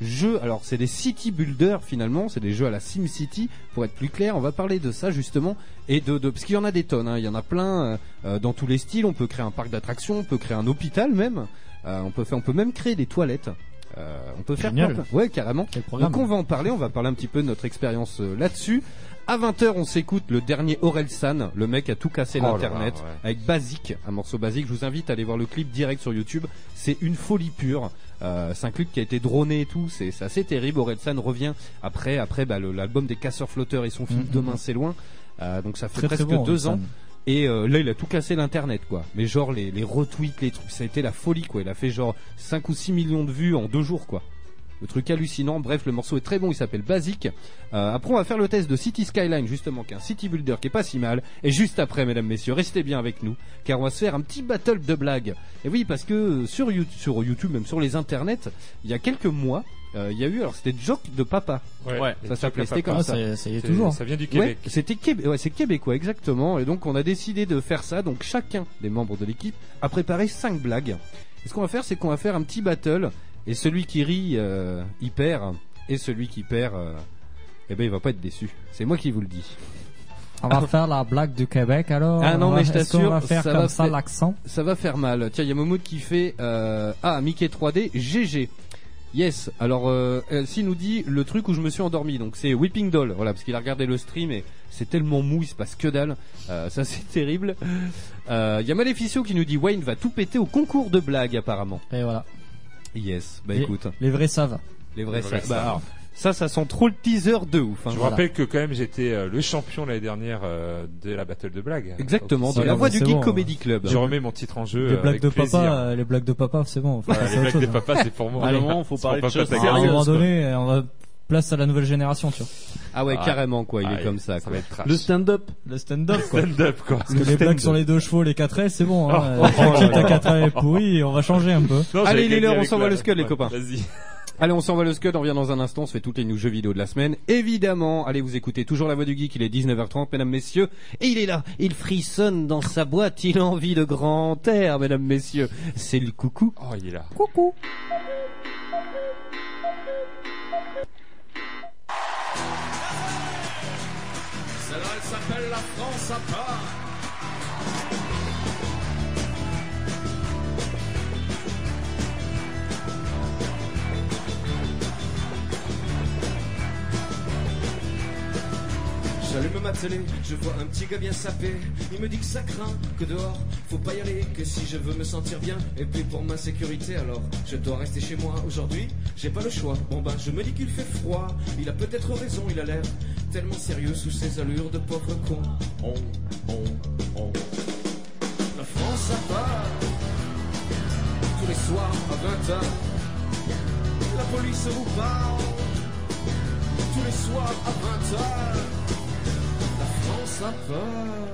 [SPEAKER 3] jeux. Alors, c'est des city builders finalement, c'est des jeux à la Sim City. Pour être plus clair, on va parler de ça justement et de, de parce qu'il y en a des tonnes. hein. Il y en a plein euh, euh, dans tous les styles. On peut créer un parc d'attractions, on peut créer un hôpital même. Euh, on peut faire, on peut même créer des toilettes. Euh, on peut faire
[SPEAKER 5] Génial.
[SPEAKER 3] plein- plein- ouais carrément.
[SPEAKER 5] Quel programme
[SPEAKER 3] Donc on va en parler, on va parler un petit peu de notre expérience euh, là-dessus. À 20h, on s'écoute le dernier Orelsan, le mec a tout cassé
[SPEAKER 4] Oh là
[SPEAKER 3] l'internet
[SPEAKER 4] là, ouais.
[SPEAKER 3] avec Basique, un morceau basique. Je vous invite à aller voir le clip direct sur YouTube. C'est une folie pure. Euh, c'est un clip qui a été droné et tout. C'est c'est assez terrible. Orelsan revient après après bah, le- l'album des Casseurs Flotteurs et son film
[SPEAKER 5] Mhm.
[SPEAKER 3] Demain c'est loin. Euh, donc ça fait
[SPEAKER 5] Très, très
[SPEAKER 3] presque
[SPEAKER 5] bon,
[SPEAKER 3] deux ans.
[SPEAKER 5] Orelsan.
[SPEAKER 3] Et euh, là, il a tout cassé l'internet, quoi. Mais genre les, les retweets, les trucs, ça a été la folie, quoi. Il a fait genre 5 ou 6 millions de vues en deux jours, quoi. Le truc hallucinant. Bref, le morceau est très bon. Il s'appelle Basic. Euh, après, on va faire le test de City Skyline, justement, qui est un city builder qui est pas si mal. Et juste après, mesdames, messieurs, restez bien avec nous, car on va se faire un petit battle de blagues. Et oui, parce que euh, sur YouTube, sur YouTube, même sur les internets, il y a quelques mois, euh, il y a eu, alors c'était Joke de Papa.
[SPEAKER 4] Ouais,
[SPEAKER 3] Ça s'appelait, c'était comme
[SPEAKER 5] Ah,
[SPEAKER 3] ça.
[SPEAKER 5] ça, ça y est
[SPEAKER 4] C'est-
[SPEAKER 5] toujours.
[SPEAKER 4] Ça vient du
[SPEAKER 3] Ouais,
[SPEAKER 4] Québec.
[SPEAKER 3] c'était Québé- ouais, c'est québécois exactement. Et donc on a décidé de faire ça. Donc chacun des membres de l'équipe a préparé cinq blagues. Et ce qu'on va faire, c'est qu'on va faire un petit battle. Et celui qui rit, euh, il perd. Et celui qui perd, euh, eh ben il va pas être déçu. C'est moi qui vous le dis.
[SPEAKER 10] On va faire la blague du Québec alors.
[SPEAKER 3] Ah non,
[SPEAKER 10] On va-
[SPEAKER 3] mais je
[SPEAKER 10] est-ce qu'on
[SPEAKER 3] t'assure,
[SPEAKER 10] va faire
[SPEAKER 3] ça
[SPEAKER 10] comme
[SPEAKER 3] va
[SPEAKER 10] ça
[SPEAKER 3] faire-
[SPEAKER 10] l'accent.
[SPEAKER 3] Ça va faire mal. Tiens, il y a Momoud qui fait euh, ah Mickey 3D GG. Yes. Alors euh, euh, s'il nous dit le truc où je me suis endormi, donc c'est Whipping Doll. Voilà, parce qu'il a regardé le stream et c'est tellement mou, il se passe que dalle. Euh, ça c'est terrible. Euh, Il y a Maleficio qui nous dit Wayne va tout péter au concours de blagues apparemment.
[SPEAKER 10] Et voilà.
[SPEAKER 3] Yes. Bah
[SPEAKER 5] Et-
[SPEAKER 3] écoute,
[SPEAKER 5] Les vrais savent.
[SPEAKER 3] les vrais,
[SPEAKER 4] les vrais
[SPEAKER 3] ça.
[SPEAKER 4] ça.
[SPEAKER 3] Bah, alors, ça, ça sent trop le teaser de ouf. hein.
[SPEAKER 4] Je vous
[SPEAKER 10] Voilà.
[SPEAKER 4] rappelle que quand même j'étais euh, le champion l'année dernière euh, de la battle de blagues.
[SPEAKER 3] Exactement.
[SPEAKER 5] C'est
[SPEAKER 3] De la
[SPEAKER 5] bon,
[SPEAKER 3] voix du
[SPEAKER 5] c'est
[SPEAKER 3] Geek
[SPEAKER 5] bon,
[SPEAKER 3] Comedy Club.
[SPEAKER 4] euh, Je remets mon titre en jeu.
[SPEAKER 5] les
[SPEAKER 4] euh,
[SPEAKER 5] blagues
[SPEAKER 4] avec
[SPEAKER 5] de
[SPEAKER 4] plaisir.
[SPEAKER 5] papa, euh, les blagues de papa, c'est bon. on va
[SPEAKER 4] Voilà,
[SPEAKER 5] passer à
[SPEAKER 4] les
[SPEAKER 5] autre
[SPEAKER 4] blagues des
[SPEAKER 5] chose, hein.
[SPEAKER 4] papas, c'est pour moi.
[SPEAKER 11] À un moment, faut
[SPEAKER 4] C'est
[SPEAKER 11] parler
[SPEAKER 4] pas
[SPEAKER 11] de choses
[SPEAKER 4] pas
[SPEAKER 5] À un
[SPEAKER 4] sérieuses,
[SPEAKER 5] moment
[SPEAKER 4] quoi.
[SPEAKER 5] donné, on va place à la nouvelle génération, tu vois.
[SPEAKER 3] Ah ouais,
[SPEAKER 4] Ah.
[SPEAKER 3] carrément quoi. Il
[SPEAKER 4] Ah,
[SPEAKER 3] est comme ça.
[SPEAKER 4] Ça
[SPEAKER 3] quoi.
[SPEAKER 4] va être trash.
[SPEAKER 11] Le stand-up.
[SPEAKER 5] Le stand-up, quoi.
[SPEAKER 4] stand-up quoi.
[SPEAKER 5] Parce que les blagues sur les deux chevaux, les 4 c'est bon. Hein.
[SPEAKER 4] Oh.
[SPEAKER 5] Euh, T'inquiète, ta 4 est pourrie, on va changer un peu.
[SPEAKER 3] Allez,
[SPEAKER 4] Non, j'avais
[SPEAKER 3] les
[SPEAKER 4] gagné
[SPEAKER 3] leurs, on
[SPEAKER 4] avec
[SPEAKER 3] s'envoie
[SPEAKER 4] la-
[SPEAKER 3] le scud, les copains.
[SPEAKER 4] Vas-y.
[SPEAKER 3] Allez, on s'en va le scud, on revient dans un instant, on se fait toutes les news jeux vidéo de la semaine. Évidemment, allez vous écoutez toujours la voix du geek, il est 19h30, mesdames, messieurs. Et il est là, il frissonne dans sa boîte, il a envie de grand air, mesdames, messieurs. C'est le coucou.
[SPEAKER 4] Oh, il est là.
[SPEAKER 6] J'allume ma télé, je vois un petit gars bien sapé. Il me dit que ça craint, que dehors, faut pas y aller, que si je veux me sentir bien, et puis pour ma sécurité, alors je dois rester chez moi. Aujourd'hui, j'ai pas le choix. Bon ben, je me dis qu'il fait froid. Il a peut-être raison, il a l'air tellement sérieux sous ses allures de pauvre con. On, on, on. La France à part, tous les soirs à 20h. La police vous parle, tous les soirs à 20h. La France à part.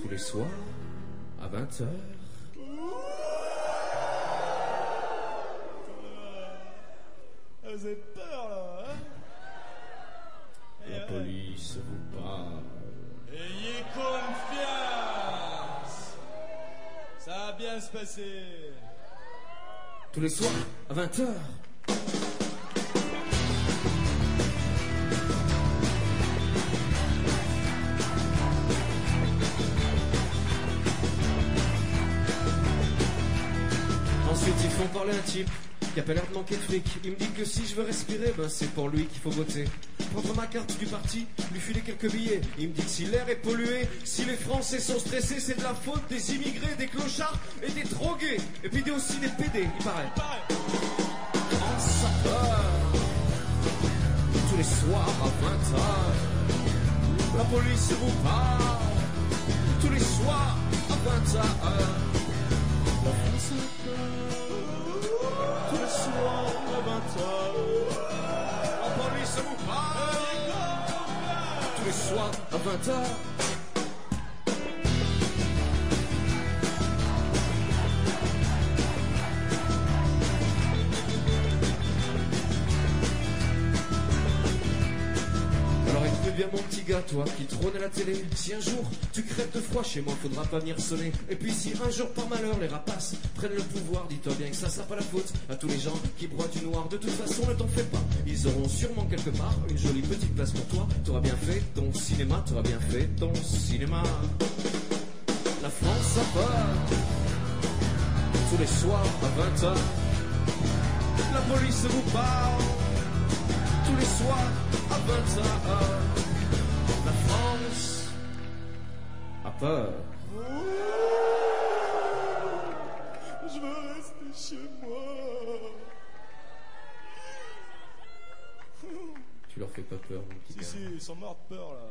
[SPEAKER 6] Tous les soirs, à 20h.
[SPEAKER 9] Ah, hein
[SPEAKER 6] Vous avez peur là, hein La police vous parle.
[SPEAKER 9] Ayez confiance Ça va bien se passer
[SPEAKER 6] Tous les soirs, à 20h. Ensuite, ils font parler un type qui a pas l'air de manquer de fric. Il me dit que si je veux respirer, ben c'est pour lui qu'il faut voter. Prendre ma carte du parti, lui filer quelques billets. Il me dit que si l'air est pollué, si les Français sont stressés, c'est de la faute des immigrés, des clochards et des drogués. Et puis des- aussi des PD, il paraît. En sapeur, tous les soirs à 20h, la police vous parle. Tous les soirs à 20h, la France a peur. Tous les soirs à 20h, la police vous parle. Tous les soirs à 20h. Alors écoute bien mon petit gars, toi qui trône à la télé. Si un jour tu crèves de froid chez moi, faudra pas venir sonner. Et puis si un jour par malheur les rapaces prennent le pouvoir, dis-toi bien que ça sera pas la faute à tous les gens qui broient du noir. De toute façon, ne t'en fais pas. Ils auront sûrement quelque part une jolie petite place pour toi. T'auras bien fait ton cinéma, t'auras bien fait ton cinéma. La France à part tous les soirs à 20h. La police vous parle tous les soirs à 20h. La France
[SPEAKER 4] Ah,
[SPEAKER 6] a
[SPEAKER 4] euh,
[SPEAKER 6] peur.
[SPEAKER 9] Je veux rester chez moi
[SPEAKER 6] Tu leur fais pas peur, mon
[SPEAKER 9] Si,
[SPEAKER 6] petit
[SPEAKER 9] si,
[SPEAKER 6] gars.
[SPEAKER 9] ils sont morts de peur là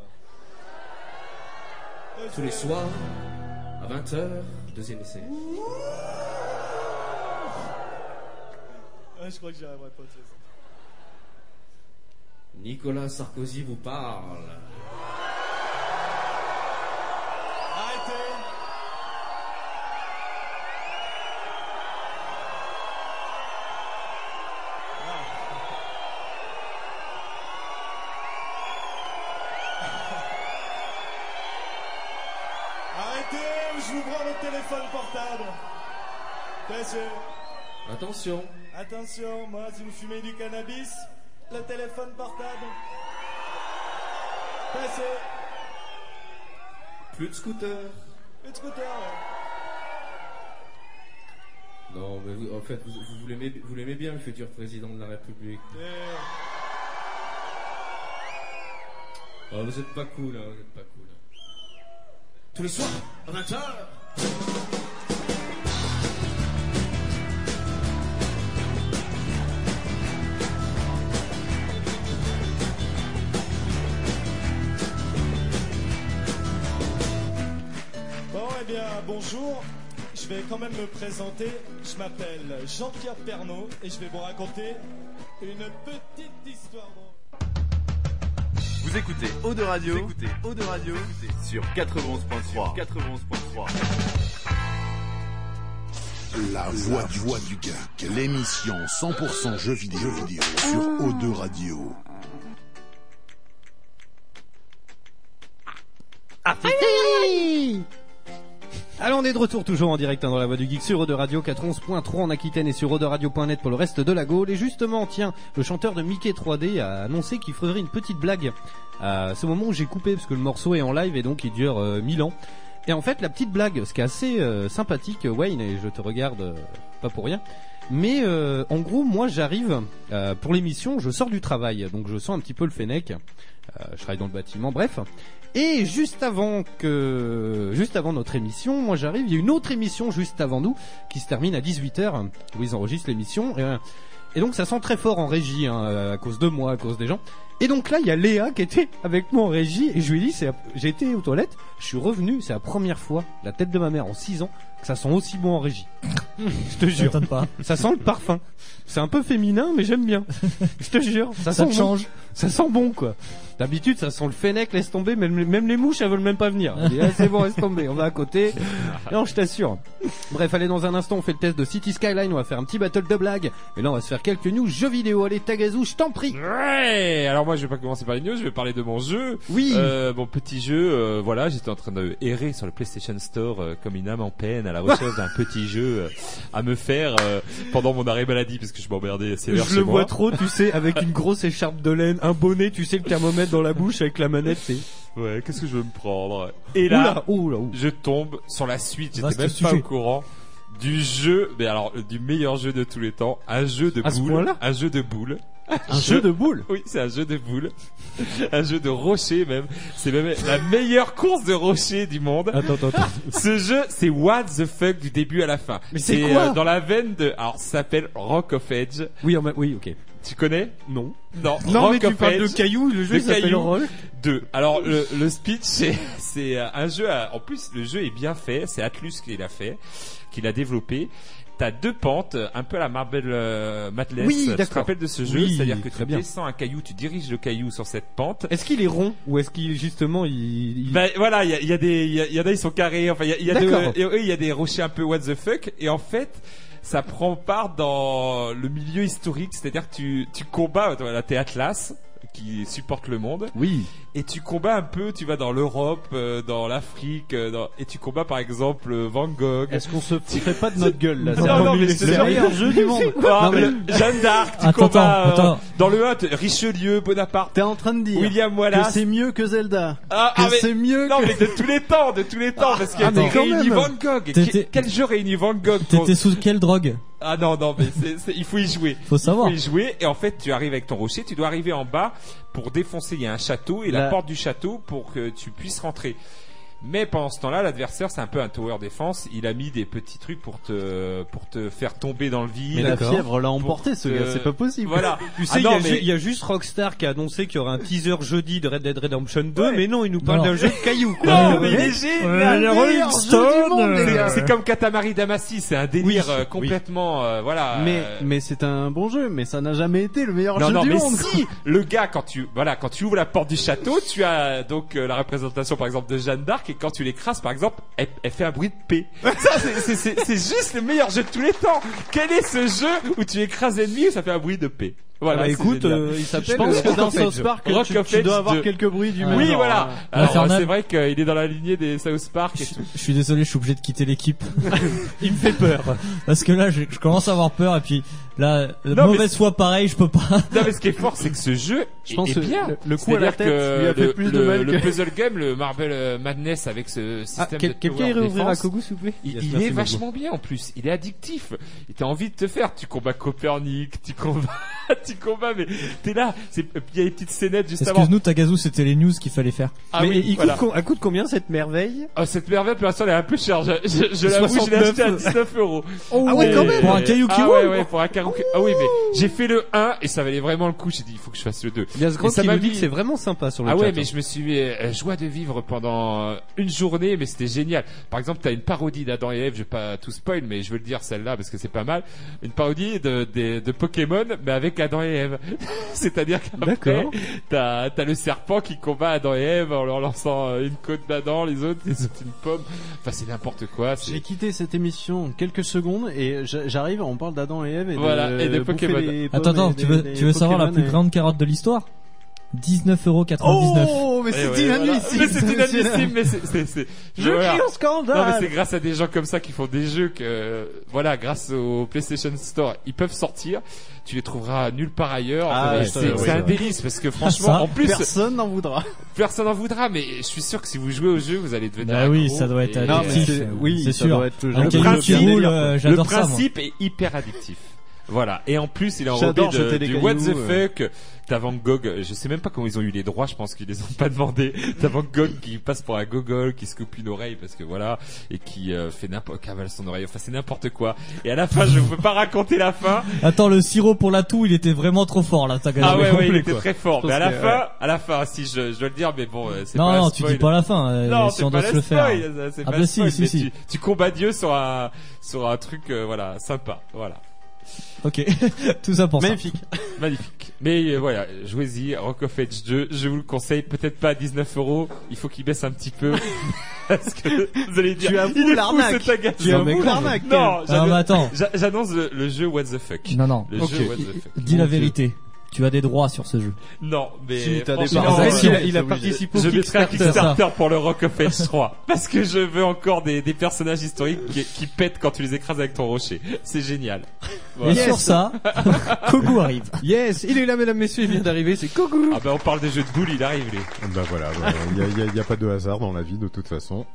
[SPEAKER 6] Tous les soirs à 20h, deuxième essai.
[SPEAKER 9] Ah, je crois que j'y arriverai pas. tu sais.
[SPEAKER 6] Nicolas Sarkozy vous parle.
[SPEAKER 9] Arrêtez Arrêtez ou je vous prends votre téléphone portable. Monsieur,
[SPEAKER 6] Attention,
[SPEAKER 9] attention, moi si vous fumez du cannabis, le téléphone portable. Monsieur,
[SPEAKER 6] plus de scooter.
[SPEAKER 9] le scooter. ouais.
[SPEAKER 6] Non, mais vous- en fait, vous, vous- vous l'aimez vous l'aimez bien, le futur président de la République.
[SPEAKER 9] Euh,
[SPEAKER 6] Oh, vous êtes pas cool, hein, vous êtes pas cool. hein. Tous les soirs, à 20h.
[SPEAKER 9] Bon, eh bien, bonjour. Je vais quand même me présenter. Je m'appelle Jean-Pierre Pernaud et je vais vous raconter une petite histoire drôle.
[SPEAKER 8] Vous écoutez Eau de Radio, vous écoutez Eau de Radio sur 91.3. 91.3.
[SPEAKER 1] La voix du, voix du geek, l'émission 100% jeux vidéo, jeux vidéo sur O2 Radio.
[SPEAKER 3] Allez, on est de retour toujours en direct hein, dans la voie du geek sur de Radio 411.3 en Aquitaine et sur Radio.net pour le reste de la Gaule. Et justement, tiens, le chanteur de Mickey 3D a annoncé qu'il ferait une petite blague à ce moment où j'ai coupé parce que le morceau est en live et donc il dure euh, 1000 ans. Et en fait, la petite blague, ce qui est assez euh, sympathique, Wayne, et je te regarde euh, pas pour rien. Mais euh, en gros, moi j'arrive euh, pour l'émission, je sors du travail, donc je sens un petit peu le fennec. Euh, je travaille dans le bâtiment, bref. Et juste avant que, juste avant notre émission, moi j'arrive, il y a une autre émission juste avant nous qui se termine à 18h où ils enregistrent l'émission. Et, euh, et donc ça sent très fort en régie hein, euh, à cause de moi, à cause des gens. Et donc là, il y a Léa qui était avec moi en régie et je lui ai dit, c'est la- j'étais aux toilettes, je suis revenu, c'est la première fois, la tête de ma mère en 6 ans, que ça sent aussi bon en régie. je te jure.
[SPEAKER 5] J'étonne pas.
[SPEAKER 3] Ça sent le parfum. C'est un peu féminin, mais j'aime bien. Je te jure, ça,
[SPEAKER 5] Ça
[SPEAKER 3] sent
[SPEAKER 5] te
[SPEAKER 3] bon.
[SPEAKER 5] change.
[SPEAKER 3] Ça sent bon, quoi. D'habitude, ça sent le fennec, laisse tomber. Même, même les mouches, elles veulent même pas venir. Elle dit, Ah, c'est bon, laisse tomber. On va à côté. Non, je t'assure. Bref, allez, dans un instant, on fait le test de City Skyline. On va faire un petit battle de blagues. Et là, on va se faire quelques news jeux vidéo. Allez, Tagazou, je t'en prie.
[SPEAKER 4] Ouais Alors moi je vais pas commencer par les news, je vais parler de mon jeu.
[SPEAKER 3] Oui.
[SPEAKER 4] Euh, mon petit jeu, euh, voilà, j'étais en train de errer sur le PlayStation Store euh, comme une âme en peine à la recherche d'un petit jeu euh, à me faire euh, pendant mon arrêt maladie parce que je m'emmerdais assez vers
[SPEAKER 3] je
[SPEAKER 4] chez
[SPEAKER 3] le
[SPEAKER 4] moi.
[SPEAKER 3] vois trop, tu sais, avec une grosse écharpe de laine, un bonnet, tu sais, le thermomètre dans la bouche avec la manette, c'est.
[SPEAKER 4] Ouais, qu'est-ce que je veux me prendre Et là,
[SPEAKER 3] Oula, oula, oula.
[SPEAKER 4] je tombe sur la suite, j'étais
[SPEAKER 5] Vaste
[SPEAKER 4] même pas
[SPEAKER 5] sujet.
[SPEAKER 4] au courant du jeu, mais alors euh, du meilleur jeu de tous les temps, un jeu de
[SPEAKER 3] À ce
[SPEAKER 4] boules,
[SPEAKER 3] point-là
[SPEAKER 4] un jeu de boules.
[SPEAKER 12] Un jeu de boules
[SPEAKER 4] Oui, c'est un jeu de boules, un jeu de rocher même. C'est même la meilleure course de rocher du monde.
[SPEAKER 5] Attends, attends, attends.
[SPEAKER 4] Ce jeu, c'est what the fuck du début à la fin. euh,
[SPEAKER 3] Mais c'est quoi
[SPEAKER 4] Dans la veine de, alors ça s'appelle Rock of Edge.
[SPEAKER 3] Oui, en ma- oui, ok.
[SPEAKER 4] Tu connais
[SPEAKER 3] Non.
[SPEAKER 4] Non.
[SPEAKER 3] Non,
[SPEAKER 4] Rock
[SPEAKER 3] mais tu
[SPEAKER 4] of
[SPEAKER 3] parles de
[SPEAKER 4] Edge
[SPEAKER 3] cailloux, le jeu
[SPEAKER 4] De
[SPEAKER 3] il s'appelle
[SPEAKER 4] cailloux.
[SPEAKER 3] Roll.
[SPEAKER 4] 2. Alors le, le speech, c'est, c'est euh, un jeu. à- en plus, le jeu est bien fait. C'est Atlus qui l'a fait, qui l'a développé. T'as deux pentes, un peu à la Marble euh, Madness.
[SPEAKER 3] Oui,
[SPEAKER 4] tu te
[SPEAKER 3] d'accord.
[SPEAKER 4] rappelles de ce jeu,
[SPEAKER 3] Oui,
[SPEAKER 4] c'est-à-dire que
[SPEAKER 3] très
[SPEAKER 4] tu
[SPEAKER 3] bien.
[SPEAKER 4] descends un caillou, tu diriges le caillou sur cette pente.
[SPEAKER 3] Est-ce qu'il est rond ou est-ce qu'il justement il, il-
[SPEAKER 4] Ben voilà, il y a, il y a des, il y, a- il y en a ils sont carrés, enfin il y a, il y a
[SPEAKER 3] D'accord.
[SPEAKER 4] de- et eux, il y a des rochers un peu what the fuck, et en fait ça prend part dans le milieu historique, c'est-à-dire que tu, tu combats, voilà, t'es Atlas qui supporte le monde,
[SPEAKER 3] Oui.
[SPEAKER 4] et tu combats un peu, tu vas dans l'Europe, euh, dans l'afrique, euh, dans- et tu combats par exemple euh, Van Gogh.
[SPEAKER 12] Est-ce qu'on se ferait pas de notre gueule là
[SPEAKER 4] Non,
[SPEAKER 12] C'est
[SPEAKER 4] non,
[SPEAKER 12] parmi
[SPEAKER 4] mais
[SPEAKER 12] les
[SPEAKER 4] c'est
[SPEAKER 12] meilleurs
[SPEAKER 4] sérieux.
[SPEAKER 12] jeux du monde
[SPEAKER 4] Ah,
[SPEAKER 5] Non, mais-
[SPEAKER 4] le- Jeanne d'Arc, tu
[SPEAKER 5] Attends,
[SPEAKER 4] combats euh,
[SPEAKER 5] attends.
[SPEAKER 4] dans le 1, Richelieu, Bonaparte,
[SPEAKER 12] T'es en train de dire
[SPEAKER 4] William
[SPEAKER 12] que
[SPEAKER 4] Wallace.
[SPEAKER 12] c'est mieux que Zelda
[SPEAKER 4] Ah,
[SPEAKER 12] Que
[SPEAKER 4] ah, mais-
[SPEAKER 12] c'est mieux
[SPEAKER 4] Non
[SPEAKER 12] que...
[SPEAKER 4] mais de tous les temps, de tous les temps, parce que
[SPEAKER 12] ah, mais quand
[SPEAKER 4] réunit
[SPEAKER 12] même.
[SPEAKER 4] Van Gogh.
[SPEAKER 5] T'étais-
[SPEAKER 4] Quel jeu réunit Van Gogh pour-
[SPEAKER 5] T'étais sous quelle drogue
[SPEAKER 4] Ah non non mais c'est- c'est- il faut y jouer.
[SPEAKER 5] Faut
[SPEAKER 4] Il faut
[SPEAKER 5] savoir.
[SPEAKER 4] y jouer et en fait tu arrives avec ton rocher, tu dois arriver en bas pour défoncer. Il y a un château et la
[SPEAKER 12] La-
[SPEAKER 4] porte du château pour que tu puisses rentrer. Mais pendant ce temps-là, l'adversaire, c'est un peu un tower défense. Il a mis des petits trucs pour te, pour te faire tomber dans le vide.
[SPEAKER 8] Mais la
[SPEAKER 4] Pour
[SPEAKER 8] fièvre l'a emporté,
[SPEAKER 4] te-
[SPEAKER 8] ce gars, c'est pas possible.
[SPEAKER 4] Voilà.
[SPEAKER 13] Tu sais,
[SPEAKER 4] Ah
[SPEAKER 13] il
[SPEAKER 4] non,
[SPEAKER 13] y, a
[SPEAKER 4] mais-
[SPEAKER 13] ju- il y a juste Rockstar qui a annoncé qu'il y aura un teaser jeudi de Red Dead Redemption 2, mais non, il nous parle
[SPEAKER 4] Non.
[SPEAKER 13] d'un jeu de cailloux. Quoi.
[SPEAKER 4] Non, mais il est génial,
[SPEAKER 13] les
[SPEAKER 4] le
[SPEAKER 13] Rolling
[SPEAKER 4] meilleur jeu
[SPEAKER 13] Stones,
[SPEAKER 4] du monde, les gars.
[SPEAKER 13] euh,
[SPEAKER 4] C'est comme Katamari Damacy, c'est un délire
[SPEAKER 8] Oui,
[SPEAKER 4] euh,
[SPEAKER 8] oui.
[SPEAKER 4] complètement, euh, voilà.
[SPEAKER 8] Mais,
[SPEAKER 4] euh,
[SPEAKER 8] mais c'est un bon jeu, mais ça n'a jamais été le meilleur
[SPEAKER 4] non,
[SPEAKER 8] jeu
[SPEAKER 4] non,
[SPEAKER 8] du
[SPEAKER 4] mais
[SPEAKER 8] monde.
[SPEAKER 4] si le gars quand tu voilà quand tu ouvres la porte du château, tu as donc euh, la représentation par exemple de Jeanne d'Arc et quand tu l'écrases par exemple, elle, elle fait un bruit de paix. Ça c'est- c'est c'est- c'est juste le meilleur jeu de tous les temps. Quel est ce jeu où tu écrases l'ennemi et ça fait un bruit de paix Voilà.
[SPEAKER 8] Ah bah
[SPEAKER 4] c'est
[SPEAKER 8] écoute,
[SPEAKER 4] génial.
[SPEAKER 8] euh, il s'appelle Je pense que dans South Park, tu-
[SPEAKER 4] Rock
[SPEAKER 8] tu
[SPEAKER 4] of Ages
[SPEAKER 8] dois avoir
[SPEAKER 4] 2.
[SPEAKER 8] quelques bruits du même
[SPEAKER 4] Oui,
[SPEAKER 8] genre,
[SPEAKER 4] voilà.
[SPEAKER 8] hein.
[SPEAKER 4] Alors,
[SPEAKER 5] Infernal.
[SPEAKER 4] c'est vrai qu'il est dans la lignée des South Park et tout.
[SPEAKER 5] Je suis désolé, je suis obligé de quitter l'équipe.
[SPEAKER 13] Il me fait peur.
[SPEAKER 5] Parce que là, je, je commence à avoir peur et puis là, euh,
[SPEAKER 4] Non, mais
[SPEAKER 5] mauvaise foi pareil, je peux pas.
[SPEAKER 4] Non mais ce qui est fort c'est que ce jeu
[SPEAKER 5] Je pense
[SPEAKER 4] est
[SPEAKER 5] que
[SPEAKER 4] bien.
[SPEAKER 5] le- le coup à la
[SPEAKER 4] C'est-à-dire
[SPEAKER 5] tête
[SPEAKER 4] que
[SPEAKER 5] lui a fait
[SPEAKER 4] le,
[SPEAKER 5] plus de
[SPEAKER 4] le-
[SPEAKER 5] mal
[SPEAKER 4] le
[SPEAKER 5] que- Ah,
[SPEAKER 4] puzzle game, le Marvel euh, Madness avec ce système
[SPEAKER 8] quel-
[SPEAKER 4] de
[SPEAKER 8] quelqu'un
[SPEAKER 4] tower
[SPEAKER 8] irait ouvrir
[SPEAKER 4] défense,
[SPEAKER 8] à Kogu, s'il vous plaît
[SPEAKER 4] Il,
[SPEAKER 8] Yes,
[SPEAKER 4] il
[SPEAKER 8] merci
[SPEAKER 4] est
[SPEAKER 8] beaucoup.
[SPEAKER 4] vachement bien en plus. Il est addictif. Et T'as envie de te faire. Tu combats Copernic, tu combats, tu combats. Mais t'es là. C'est- Il y a des petites scénettes juste avant.
[SPEAKER 5] Excuse-nous, Tagazu, c'était les news qu'il fallait faire.
[SPEAKER 4] Ah oui, voilà.
[SPEAKER 13] à coûte combien cette merveille
[SPEAKER 4] Ah, cette merveille pour l'instant elle est un peu chère. Je, je, je l'avoue, je l'ai acheté à
[SPEAKER 13] 69.
[SPEAKER 4] 19 euros.
[SPEAKER 13] Oh, Ah ouais, quand même. Pour un caillou qui
[SPEAKER 4] ah,
[SPEAKER 13] roule,
[SPEAKER 4] ouais,
[SPEAKER 13] quoi.
[SPEAKER 4] ouais, pour un caillou qui- Ah oui, mais j'ai fait le 1 et ça valait vraiment le coup. J'ai dit, il faut que je fasse le 2.
[SPEAKER 13] Il y a ce grand
[SPEAKER 4] Et ça
[SPEAKER 13] qui
[SPEAKER 4] m'a
[SPEAKER 13] nous dit
[SPEAKER 4] mis-
[SPEAKER 13] que c'est vraiment sympa sur le
[SPEAKER 4] ah
[SPEAKER 13] chat,
[SPEAKER 4] ouais,
[SPEAKER 13] hein.
[SPEAKER 4] mais je me suis mis euh, joie de vivre pendant euh, une journée, mais c'était génial. Par exemple, t'as une parodie d'Adam et Ève, je vais pas tout spoil, mais je veux le dire celle-là parce que c'est pas mal. Une parodie de, de, de Pokémon, mais avec Adam et Ève. C'est-à-dire qu'après,
[SPEAKER 13] D'accord.
[SPEAKER 4] t'as as le serpent qui combat Adam et Ève en leur lançant euh, une côte d'Adam, les autres, les autres une pomme. Enfin, c'est n'importe quoi. c'est-
[SPEAKER 8] J'ai quitté cette émission en quelques secondes et j'a- j'arrive, on parle d'Adam et Ève et
[SPEAKER 4] Voilà,
[SPEAKER 8] de,
[SPEAKER 4] et des
[SPEAKER 8] bouffer
[SPEAKER 4] Pokémon.
[SPEAKER 8] des pommes
[SPEAKER 5] Attends, attends,
[SPEAKER 8] et
[SPEAKER 5] tu
[SPEAKER 8] des-
[SPEAKER 5] veux,
[SPEAKER 8] des
[SPEAKER 5] tu veux savoir la
[SPEAKER 8] Pokémon
[SPEAKER 5] plus
[SPEAKER 8] et-
[SPEAKER 5] grande carotte de l'histoire 19,99€.
[SPEAKER 8] Oh, mais c'est
[SPEAKER 4] Ouais, ouais,
[SPEAKER 8] inadmissible.
[SPEAKER 4] voilà. Mais c'est inadmissible, mais c'est, c'est, c'est-
[SPEAKER 8] Je crie au scandale.
[SPEAKER 4] Non, mais c'est grâce à des gens comme ça qui font des jeux que, euh, voilà, grâce au PlayStation Store, ils peuvent sortir. Tu les trouveras nulle part ailleurs.
[SPEAKER 8] Ah,
[SPEAKER 4] Mais
[SPEAKER 8] ouais,
[SPEAKER 4] c'est,
[SPEAKER 8] ça, ouais,
[SPEAKER 4] c'est
[SPEAKER 8] ouais,
[SPEAKER 4] un
[SPEAKER 8] ouais.
[SPEAKER 4] délice parce que franchement, en plus,
[SPEAKER 8] personne n'en voudra.
[SPEAKER 4] personne n'en voudra. Mais je suis sûr que si vous jouez au jeu, vous allez devenir.
[SPEAKER 5] Bah oui,
[SPEAKER 4] accro
[SPEAKER 5] ça doit être
[SPEAKER 4] et-
[SPEAKER 5] addictif.
[SPEAKER 4] Non, mais
[SPEAKER 5] c'est- oui, c'est
[SPEAKER 4] ça
[SPEAKER 5] sûr.
[SPEAKER 4] doit être le
[SPEAKER 5] Un
[SPEAKER 4] genre de
[SPEAKER 5] caillou qui
[SPEAKER 4] principe.
[SPEAKER 5] roule, euh, j'adore
[SPEAKER 4] Le
[SPEAKER 5] ça, moi.
[SPEAKER 4] principe est hyper addictif. Voilà. Et en plus, il est enrobé
[SPEAKER 8] J'adore
[SPEAKER 4] de,
[SPEAKER 8] jeter des
[SPEAKER 4] du
[SPEAKER 8] cailloux,
[SPEAKER 4] What the
[SPEAKER 8] euh.
[SPEAKER 4] fuck. T'as Van Gogh. Je sais même pas comment ils ont eu les droits. Je pense qu'ils les ont pas demandé. T'as Van Gogh qui passe pour un gogol, qui se coupe une oreille parce que voilà, et qui euh, fait n'importe, cavale son oreille. Enfin, c'est n'importe quoi. Et à la fin, je peux pas raconter la fin.
[SPEAKER 5] Attends, le sirop pour la toux, il était vraiment trop fort là, Tagazu.
[SPEAKER 4] Ah ouais, ouais, il
[SPEAKER 5] Complet,
[SPEAKER 4] était
[SPEAKER 5] quoi.
[SPEAKER 4] très fort.
[SPEAKER 5] Je
[SPEAKER 4] Mais à la
[SPEAKER 5] pense que, ouais.
[SPEAKER 4] fin, à la fin, si je, je dois le dire, mais bon, euh, c'est
[SPEAKER 5] Non,
[SPEAKER 4] pas
[SPEAKER 5] non,
[SPEAKER 4] un
[SPEAKER 5] tu
[SPEAKER 4] spoil.
[SPEAKER 5] dis pas la fin, euh,
[SPEAKER 4] non,
[SPEAKER 5] si
[SPEAKER 4] c'est
[SPEAKER 5] on
[SPEAKER 4] pas
[SPEAKER 5] doit
[SPEAKER 4] la
[SPEAKER 5] se le faire.
[SPEAKER 4] spoil, ça, c'est
[SPEAKER 5] Ah
[SPEAKER 4] pas
[SPEAKER 5] bah
[SPEAKER 4] le
[SPEAKER 5] si,
[SPEAKER 4] spoil,
[SPEAKER 5] si,
[SPEAKER 4] mais
[SPEAKER 5] si.
[SPEAKER 4] Tu, tu combats Dieu sur un, sur un truc, euh, voilà, sympa, voilà.
[SPEAKER 5] Ok, tout ça pour
[SPEAKER 8] Magnifique.
[SPEAKER 4] Magnifique. Mais euh, voilà, jouez-y, Rock of Edge 2, je vous le conseille, peut-être pas à 19 euros, il faut qu'il baisse un petit peu. Parce que vous allez dire,
[SPEAKER 8] Tu avoues
[SPEAKER 4] il est fou
[SPEAKER 8] l'arnaque.
[SPEAKER 4] ce tagage.
[SPEAKER 8] Tu avoues l'arnaque,
[SPEAKER 4] Non,
[SPEAKER 5] quand même. Ah, mais attends.
[SPEAKER 4] j'a- j'annonce le, le jeu What the Fuck.
[SPEAKER 5] ça. Non, non.
[SPEAKER 4] Le jeu What the Fuck.
[SPEAKER 5] Dis la vérité. Tu as des droits sur ce jeu.
[SPEAKER 4] Non, mais
[SPEAKER 8] Si, t'as des
[SPEAKER 4] franchement,
[SPEAKER 8] parts.
[SPEAKER 4] en
[SPEAKER 8] En
[SPEAKER 4] fait,
[SPEAKER 8] fait,
[SPEAKER 4] il a-
[SPEAKER 8] c'est
[SPEAKER 4] il a
[SPEAKER 8] obligé.
[SPEAKER 4] participé
[SPEAKER 5] Je
[SPEAKER 4] au
[SPEAKER 5] mettrai un
[SPEAKER 4] Kickstarter,
[SPEAKER 5] Kickstarter
[SPEAKER 4] pour le Rock of Age 3 parce que je veux encore des, des personnages historiques qui, qui pètent quand tu les écrases avec ton rocher. C'est génial.
[SPEAKER 5] Et
[SPEAKER 4] Voilà.
[SPEAKER 5] sur ça, Kogu arrive.
[SPEAKER 13] Yes, il est là, mesdames, messieurs, il vient d'arriver, c'est Kogu.
[SPEAKER 4] Ah ben on parle des jeux de boules, il arrive lui.
[SPEAKER 14] Bah voilà, voilà. il n'y a, il y a- il y a pas de hasard dans la vie de toute façon.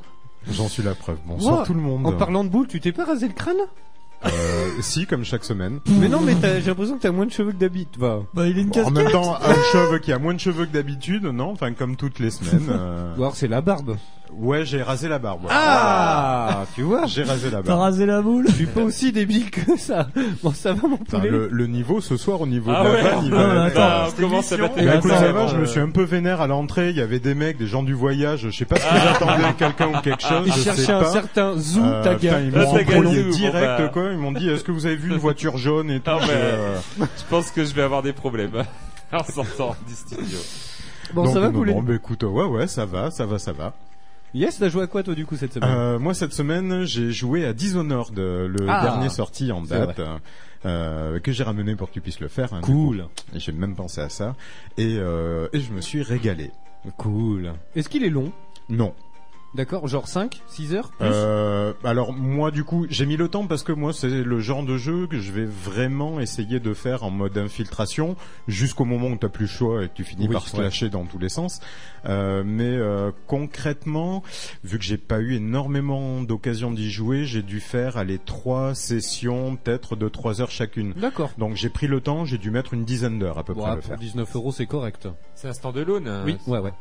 [SPEAKER 14] J'en suis la preuve. Bonsoir
[SPEAKER 13] Wow.
[SPEAKER 14] tout le monde.
[SPEAKER 13] En parlant de boules, tu t'es pas rasé le crâne
[SPEAKER 14] Euh, si, comme chaque semaine.
[SPEAKER 13] Mais non, mais t'as- j'ai l'impression que t'as moins de cheveux que d'habitude. Va.
[SPEAKER 5] Bah, il a une
[SPEAKER 14] En
[SPEAKER 5] casquette.
[SPEAKER 14] même temps, un cheveu qui a moins de cheveux que d'habitude, non Enfin, comme toutes les semaines. euh,
[SPEAKER 13] Ou alors c'est la barbe.
[SPEAKER 14] Ouais, j'ai rasé la barbe.
[SPEAKER 13] Ah, tu vois,
[SPEAKER 14] J'ai rasé la
[SPEAKER 5] T'as
[SPEAKER 14] barbe.
[SPEAKER 5] rasé la boule.
[SPEAKER 13] je suis pas aussi débile que ça. Bon, ça va mon
[SPEAKER 14] Enfin,
[SPEAKER 13] poulet.
[SPEAKER 14] le, le niveau ce soir au niveau
[SPEAKER 4] Ah
[SPEAKER 14] de la
[SPEAKER 4] ouais.
[SPEAKER 14] vanne, il va-
[SPEAKER 5] Ah, attends.
[SPEAKER 14] Bah,
[SPEAKER 4] Bah, on commence à battre
[SPEAKER 14] Eh ben,
[SPEAKER 5] Mais
[SPEAKER 14] écoute,
[SPEAKER 5] attends,
[SPEAKER 14] ça va,
[SPEAKER 5] euh,
[SPEAKER 14] je me suis un peu vénère à l'entrée. Il y avait des mecs, des gens du voyage. Je sais pas si j'attendais quelqu'un ou quelque chose.
[SPEAKER 13] Il
[SPEAKER 14] je sais
[SPEAKER 13] cherchait un
[SPEAKER 14] pas.
[SPEAKER 13] certain Zou
[SPEAKER 14] Euh, putain,
[SPEAKER 13] Taga.
[SPEAKER 14] ils
[SPEAKER 4] Ah,
[SPEAKER 14] m'ont
[SPEAKER 4] Taga
[SPEAKER 14] embrouillé
[SPEAKER 4] Zou, bon,
[SPEAKER 14] direct
[SPEAKER 4] bah.
[SPEAKER 14] quoi. Ils m'ont dit est-ce que vous avez vu une voiture jaune et tout.
[SPEAKER 4] Ah,
[SPEAKER 14] Je-
[SPEAKER 4] bah.
[SPEAKER 14] euh,
[SPEAKER 4] Je pense que je vais avoir des problèmes en sortant du studio.
[SPEAKER 13] Bon,
[SPEAKER 14] donc,
[SPEAKER 13] ça va
[SPEAKER 14] non,
[SPEAKER 13] poulet.
[SPEAKER 14] bon, bah, écoute, ouais ouais, ça va, ça va, ça va.
[SPEAKER 13] Yes, t'as joué à quoi toi du coup cette semaine
[SPEAKER 14] Euh, moi cette semaine, j'ai joué à Dishonored, euh, le
[SPEAKER 13] Ah.
[SPEAKER 14] dernier sorti en
[SPEAKER 13] C'est
[SPEAKER 14] date. euh, que j'ai ramené pour que tu puisses le faire. hein, du
[SPEAKER 13] Cool.
[SPEAKER 14] coup. Et J'ai même pensé à ça. Et, euh, et je me suis régalé.
[SPEAKER 13] Cool. Est-ce qu'il est long
[SPEAKER 14] Non.
[SPEAKER 13] D'accord, genre 5, 6 heures plus
[SPEAKER 14] Euh, alors moi du coup j'ai mis le temps parce que moi c'est le genre de jeu que je vais vraiment essayer de faire en mode infiltration jusqu'au moment où t'as plus le choix et que tu finis
[SPEAKER 13] Oui,
[SPEAKER 14] par se
[SPEAKER 13] ouais.
[SPEAKER 14] lâcher dans tous les sens. Euh, mais euh, concrètement, vu que j'ai pas eu énormément d'occasion d'y jouer, j'ai dû faire les trois sessions peut-être de trois heures chacune.
[SPEAKER 13] D'accord.
[SPEAKER 14] Donc j'ai pris le temps, j'ai dû mettre une dizaine d'heures à peu près à
[SPEAKER 13] Ouais,
[SPEAKER 14] le
[SPEAKER 13] pour
[SPEAKER 14] faire.
[SPEAKER 13] 19 euros, c'est correct.
[SPEAKER 4] C'est un stand alone.
[SPEAKER 13] Oui, Euh, ouais, ouais.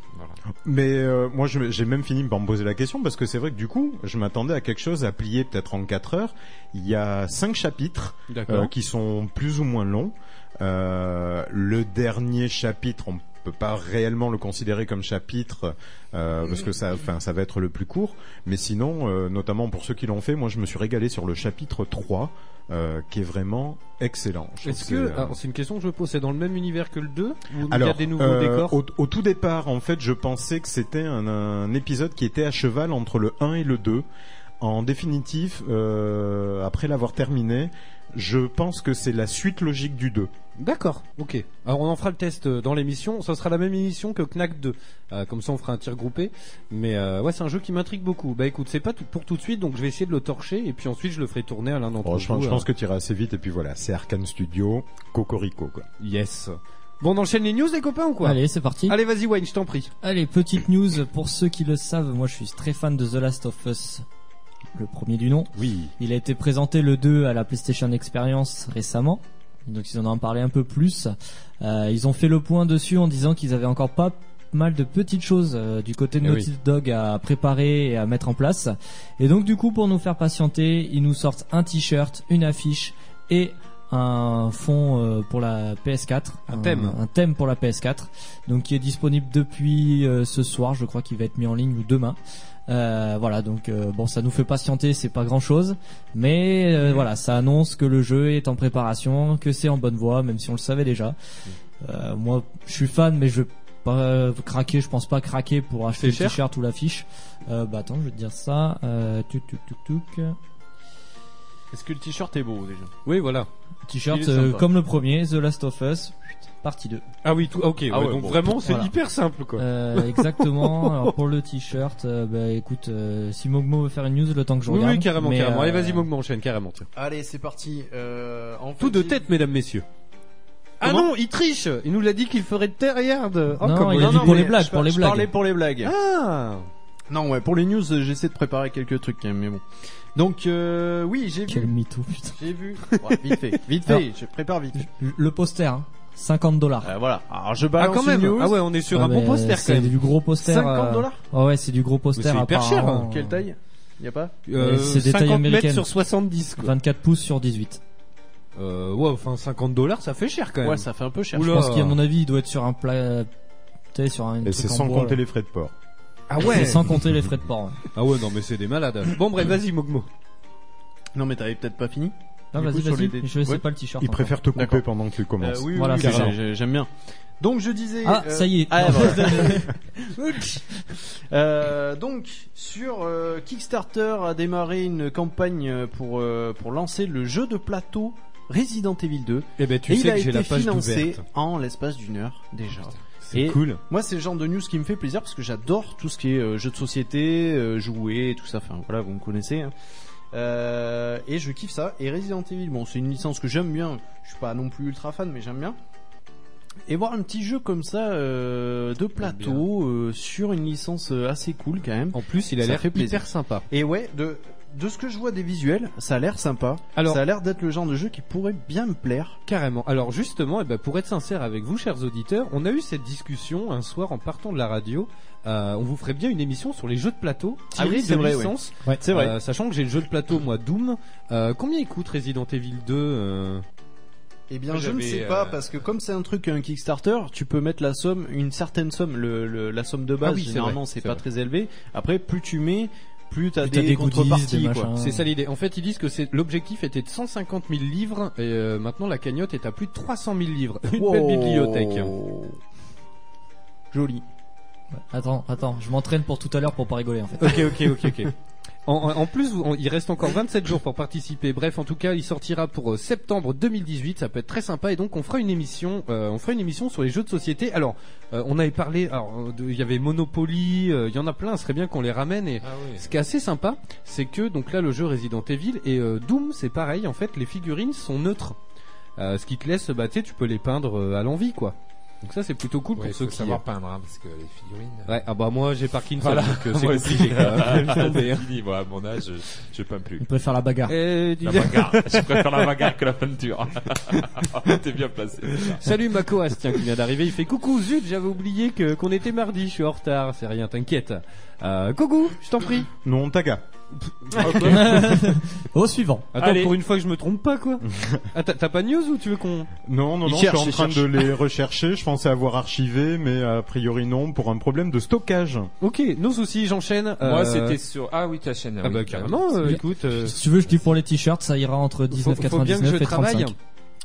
[SPEAKER 14] Mais euh, moi je- j'ai même fini par me poser posé la question parce que c'est vrai que du coup, je m'attendais à quelque chose à plier peut-être en 4 heures. Il y a 5 chapitres
[SPEAKER 8] D'accord.
[SPEAKER 14] euh, qui sont plus ou moins longs. Euh, le dernier chapitre, on peut pas réellement le considérer comme chapitre euh, parce que ça, enfin, ça va être le plus court. Mais sinon, euh, notamment pour ceux qui l'ont fait, moi je me suis régalé sur le chapitre 3 euh, qui est vraiment excellent. Je
[SPEAKER 3] Est-ce
[SPEAKER 14] trouve
[SPEAKER 3] que
[SPEAKER 14] c'est, euh,
[SPEAKER 3] alors, c'est une question que je pose C'est dans le même univers que le 2 ou il y a
[SPEAKER 14] alors,
[SPEAKER 3] des nouveaux
[SPEAKER 14] euh,
[SPEAKER 3] décors
[SPEAKER 14] au, au tout départ, en fait, je pensais que c'était un, un épisode qui était à cheval entre le 1 et le 2. En définitive, euh, après l'avoir terminé, je pense que c'est la suite logique du 2.
[SPEAKER 3] D'accord, ok. Alors on en fera le test euh, dans l'émission. Ça sera la même émission que Knack 2. Euh, comme ça on fera un tir groupé. Mais euh, ouais, c'est un jeu qui m'intrigue beaucoup. Bah écoute, c'est pas tout- pour tout de suite, donc je vais essayer de le torcher et puis ensuite je le ferai tourner à l'un d'entre
[SPEAKER 14] Bon,
[SPEAKER 3] vous.
[SPEAKER 14] je, pense, je pense
[SPEAKER 3] euh.
[SPEAKER 14] que tu iras assez vite et puis voilà, c'est Arkane Studio, Cocorico quoi.
[SPEAKER 3] Yes. Bon, on enchaîne les news les copains ou quoi
[SPEAKER 5] Allez, c'est parti.
[SPEAKER 3] Allez, vas-y Wayne, je t'en prie.
[SPEAKER 5] Allez, petite news pour ceux qui le savent, moi je suis très fan de The Last of Us. Le premier du nom.
[SPEAKER 14] Oui.
[SPEAKER 5] Il a été présenté le 2 à la PlayStation Experience récemment. Donc ils en ont parlé un peu plus. Euh, ils ont fait le point dessus en disant qu'ils avaient encore pas mal de petites choses euh, du côté de
[SPEAKER 15] Eh
[SPEAKER 5] Naughty
[SPEAKER 15] oui.
[SPEAKER 5] Dog à préparer et à mettre en place. Et donc du coup pour nous faire patienter, ils nous sortent un t-shirt, une affiche et un fond euh, pour la PS4, un
[SPEAKER 3] thème.
[SPEAKER 5] un thème pour la PS4, donc qui est disponible depuis euh, ce soir, je crois qu'il va être mis en ligne ou demain. Euh, voilà, donc euh, bon, ça nous fait patienter, c'est pas grand chose, mais euh, voilà, ça annonce que le jeu est en préparation, que c'est en bonne voie, même si on le savait déjà.
[SPEAKER 3] Mm.
[SPEAKER 5] Euh, moi, je suis fan, mais je vais pas euh, craquer, je pense pas craquer pour acheter le
[SPEAKER 3] cher
[SPEAKER 5] t-shirt ou l'affiche. Euh, bah attends, je vais te dire ça. Euh, tuc, tuc, tuc, tuc.
[SPEAKER 8] Est-ce que le t-shirt est beau déjà
[SPEAKER 3] Oui, voilà.
[SPEAKER 5] T-shirt
[SPEAKER 8] Il est
[SPEAKER 5] euh,
[SPEAKER 8] sympa.
[SPEAKER 5] comme le premier, The Last of Us, partie 2.
[SPEAKER 3] Ah oui, tout, ah, ok.
[SPEAKER 5] Ah
[SPEAKER 3] ouais,
[SPEAKER 5] ouais,
[SPEAKER 3] donc
[SPEAKER 5] bon.
[SPEAKER 3] vraiment, c'est
[SPEAKER 5] Voilà.
[SPEAKER 3] hyper simple quoi.
[SPEAKER 5] Euh, exactement. Alors pour le t-shirt, euh, bah écoute, euh, si Mogmo veut faire une news, le temps que je
[SPEAKER 3] Oui,
[SPEAKER 5] regarde.
[SPEAKER 3] oui, carrément,
[SPEAKER 5] Mais,
[SPEAKER 3] carrément. Allez,
[SPEAKER 5] euh,
[SPEAKER 3] vas-y, Mogmo, enchaîne carrément. tiens.
[SPEAKER 16] Allez, c'est parti. Euh, en
[SPEAKER 3] Tout de tête, mesdames, messieurs. ah non, il triche Il nous l'a dit qu'il ferait de terre, regarde Oh, comme-
[SPEAKER 16] mais je par- je parlais pour les blagues.
[SPEAKER 3] Ah
[SPEAKER 8] Non, ouais, pour les news, euh, j'essaie de préparer quelques trucs quand même, mais bon. Donc, euh, oui, j'ai vu.
[SPEAKER 5] Quel mytho, putain.
[SPEAKER 8] J'ai vu. Ouais, vite fait, vite fait,
[SPEAKER 5] Alors,
[SPEAKER 8] je prépare vite.
[SPEAKER 5] Le poster, hein, 50 dollars.
[SPEAKER 8] Euh, voilà. Alors, je balance
[SPEAKER 5] Ah, quand même.
[SPEAKER 8] une news.
[SPEAKER 5] Ah ouais, on est sur un bon poster, quand même. euh,
[SPEAKER 8] 50 dollars
[SPEAKER 5] ouais, ouais, c'est du gros poster,
[SPEAKER 8] Mais C'est hyper cher. hein.
[SPEAKER 5] apparemment.
[SPEAKER 8] Quelle taille Y a pas
[SPEAKER 5] Euh, c'est des tailles
[SPEAKER 3] 50 mètres
[SPEAKER 5] américaines.
[SPEAKER 3] sur 70, quoi.
[SPEAKER 5] 24 pouces sur 18.
[SPEAKER 3] Euh, ouais, enfin 50 dollars, ça fait cher quand même.
[SPEAKER 8] Ouais, ça fait un peu cher.
[SPEAKER 5] Je
[SPEAKER 3] Oula.
[SPEAKER 5] pense qu'à mon avis, il doit être sur un plat. Tu sais, sur un.
[SPEAKER 14] Et c'est sans compter les frais de port.
[SPEAKER 3] Ah ouais.
[SPEAKER 5] C'est sans compter les frais de port. ouais.
[SPEAKER 3] Ah ouais, non, mais c'est des malades. Bon, bref, vas-y, Mogmo.
[SPEAKER 8] Non, mais t'avais peut-être pas fini.
[SPEAKER 5] Non,
[SPEAKER 8] Du
[SPEAKER 5] vas-y,
[SPEAKER 8] coup, sur
[SPEAKER 5] vas-y,
[SPEAKER 8] les-
[SPEAKER 5] je sais
[SPEAKER 8] Ouais.
[SPEAKER 5] pas le t-shirt.
[SPEAKER 14] Il préfère te couper
[SPEAKER 8] D'accord.
[SPEAKER 14] pendant que tu commences.
[SPEAKER 8] Euh, oui, oui,
[SPEAKER 5] Voilà,
[SPEAKER 8] oui,
[SPEAKER 5] c'est ça.
[SPEAKER 8] j'ai- j'ai- j'aime bien. Donc je disais.
[SPEAKER 5] Ah,
[SPEAKER 8] euh,
[SPEAKER 5] ça y est.
[SPEAKER 8] ah,
[SPEAKER 5] Non.
[SPEAKER 8] voilà. Oups. Euh, donc sur euh, Kickstarter a démarré une campagne pour euh, pour lancer le jeu de plateau Resident Evil 2.
[SPEAKER 3] Eh ben, tu
[SPEAKER 8] Et
[SPEAKER 3] sais
[SPEAKER 8] il a
[SPEAKER 3] que j'ai
[SPEAKER 8] été
[SPEAKER 3] la page
[SPEAKER 8] financé
[SPEAKER 3] ouverte.
[SPEAKER 8] en l'espace d'une heure déjà.
[SPEAKER 3] c'est
[SPEAKER 8] Et
[SPEAKER 3] cool.
[SPEAKER 8] Moi, c'est le genre de news qui me fait plaisir parce que j'adore tout ce qui est euh, jeux de société, euh, jouets, tout ça. Enfin, voilà, vous me connaissez. hein. Euh, et je kiffe ça. Et Resident Evil, bon, c'est une licence que j'aime bien. Je suis pas non plus ultra fan, mais j'aime bien. Et voir un petit jeu comme ça euh, de plateau euh, sur une licence euh, assez cool quand même.
[SPEAKER 3] En plus, il a l'air hyper sympa.
[SPEAKER 8] Et ouais, de de ce que je vois des visuels, ça a l'air sympa.
[SPEAKER 3] Alors-
[SPEAKER 8] ça a l'air d'être le genre de jeu qui pourrait bien me plaire.
[SPEAKER 3] Carrément. Alors justement, eh ben, pour être sincère avec vous, chers auditeurs, on a eu cette discussion un soir en partant de la radio. Euh, on vous ferait bien une émission sur les jeux de plateau
[SPEAKER 8] Ah
[SPEAKER 3] tirés
[SPEAKER 8] oui, c'est
[SPEAKER 3] de
[SPEAKER 8] vrai,
[SPEAKER 3] licence.
[SPEAKER 8] oui. Ouais, c'est vrai.
[SPEAKER 3] Euh, sachant que j'ai le jeu de plateau moi Doom. Euh, combien il coûte Resident Evil 2 euh
[SPEAKER 8] Eh bien,
[SPEAKER 3] Moi,
[SPEAKER 8] je ne
[SPEAKER 3] j'avais,
[SPEAKER 8] sais
[SPEAKER 3] euh,
[SPEAKER 8] pas parce que comme c'est un truc un Kickstarter, tu peux mettre la somme, une certaine somme, le, le- la somme de base.
[SPEAKER 3] Ah oui, c'est
[SPEAKER 8] généralement,
[SPEAKER 3] vrai,
[SPEAKER 8] c'est
[SPEAKER 3] c'est
[SPEAKER 8] pas
[SPEAKER 3] vrai.
[SPEAKER 8] très élevé. Après, plus tu mets, plus t'as
[SPEAKER 3] Plus
[SPEAKER 8] des,
[SPEAKER 3] t'as des goodies,
[SPEAKER 8] contreparties.
[SPEAKER 3] des
[SPEAKER 8] quoi.
[SPEAKER 3] machins. C'est ça l'idée. En fait, ils disent que c'est l'objectif était de 150 000 livres et euh, maintenant la cagnotte est à plus de 300 000 livres. Une belle
[SPEAKER 8] Wow.
[SPEAKER 3] bibliothèque.
[SPEAKER 8] Joli.
[SPEAKER 5] Attends, attends, je m'entraîne pour tout à l'heure pour pas rigoler en fait.
[SPEAKER 3] Ok, ok, ok, ok. En, en- en plus, vous- en- il reste encore 27 jours pour participer. Bref, en tout cas, il sortira pour euh, septembre 2018. Ça peut être très sympa. Et donc, on fera une émission. euh, on fera une émission sur les jeux de société. Alors, euh, on avait parlé. Alors, euh, de- il y avait Monopoly. euh, il y en a plein. Ce serait bien qu'on les ramène.
[SPEAKER 4] Ah
[SPEAKER 3] Et ce qui est assez sympa, c'est que donc là, le jeu Resident Evil et euh, Doom, c'est pareil. En fait, les figurines sont neutres. Euh, ce qui te laisse, bah, tu sais, tu peux les peindre euh, à l'envie, quoi. Donc ça c'est plutôt cool
[SPEAKER 4] Ouais,
[SPEAKER 3] pour ceux
[SPEAKER 4] faut
[SPEAKER 3] qui euh,
[SPEAKER 4] savoir peindre, hein, parce que les figurines.
[SPEAKER 3] Ouais, ah bah moi j'ai Parkinson
[SPEAKER 4] Voilà.
[SPEAKER 3] donc euh, c'est
[SPEAKER 4] Moi aussi.
[SPEAKER 3] compliqué quand même. Je vais tomber, hein.
[SPEAKER 4] Ah, Fini, moi, à mon âge, je- je peins plus.
[SPEAKER 5] Il préfère la bagarre.
[SPEAKER 3] Euh, dis-
[SPEAKER 4] La bagarre. Je préfère la bagarre que la peinture. T'es bien placé.
[SPEAKER 3] Salut Mako Astien qui vient d'arriver, il fait coucou zut, j'avais oublié que qu'on était mardi, je suis en retard, c'est rien, t'inquiète. Euh, Kogu, je t'en prie.
[SPEAKER 14] Non, taga.
[SPEAKER 5] Au suivant.
[SPEAKER 3] Attends,
[SPEAKER 5] Allez.
[SPEAKER 3] pour une fois que je me trompe pas quoi. Ah, t'as- t'as pas de news ou tu veux qu'on
[SPEAKER 14] Non, non,
[SPEAKER 3] Il
[SPEAKER 14] non,
[SPEAKER 3] cherche,
[SPEAKER 14] je suis en
[SPEAKER 3] il
[SPEAKER 14] train de
[SPEAKER 3] cherche.
[SPEAKER 14] les rechercher. Je pensais avoir archivé, mais a priori non, pour un problème de stockage.
[SPEAKER 3] Ok, nos soucis, j'enchaîne.
[SPEAKER 4] Moi,
[SPEAKER 14] Euh,
[SPEAKER 4] c'était sur. Ah oui, ta chaîne.
[SPEAKER 14] Ah bah,
[SPEAKER 3] carrément, euh, écoute. euh,
[SPEAKER 5] Si tu veux, je dis pour les t-shirts, ça ira entre
[SPEAKER 3] faut, faut bien que
[SPEAKER 5] 19,99
[SPEAKER 3] je
[SPEAKER 5] et
[SPEAKER 3] travaille.
[SPEAKER 5] 35.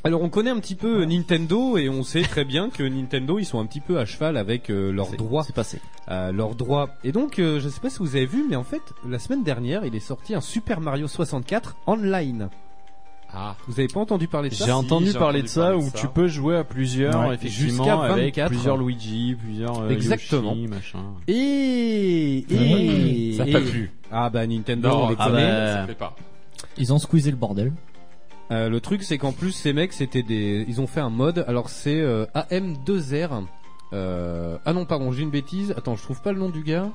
[SPEAKER 3] Alors on connaît un petit peu Nintendo et on sait très bien que Nintendo ils sont un petit peu à cheval avec euh, leurs droits. C'est
[SPEAKER 5] passé.
[SPEAKER 3] leurs droits. Et donc euh, je sais pas si vous avez vu mais en fait la semaine dernière il est sorti un Super Mario 64 online.
[SPEAKER 4] Ah.
[SPEAKER 3] Vous avez pas entendu parler de ça
[SPEAKER 8] J'ai entendu parler de ça hein. où tu peux jouer à plusieurs,
[SPEAKER 3] Ouais,
[SPEAKER 8] effectivement,
[SPEAKER 3] jusqu'à
[SPEAKER 8] avec
[SPEAKER 3] 24.
[SPEAKER 8] plusieurs Luigi, plusieurs euh,
[SPEAKER 3] Exactement.
[SPEAKER 8] Yoshi, machin.
[SPEAKER 3] Et, et
[SPEAKER 8] Ça t'a
[SPEAKER 3] et-
[SPEAKER 8] plu.
[SPEAKER 3] Ah bah Nintendo,
[SPEAKER 8] Non,
[SPEAKER 3] on les
[SPEAKER 8] ah
[SPEAKER 3] connaît.
[SPEAKER 8] bah, ça fait pas.
[SPEAKER 5] Ils ont squeezé le bordel.
[SPEAKER 3] Euh, le truc c'est qu'en plus ces mecs c'était des ils ont fait un mode alors c'est euh, AM2R euh... ah non pardon j'ai une bêtise attends je trouve pas le nom du gars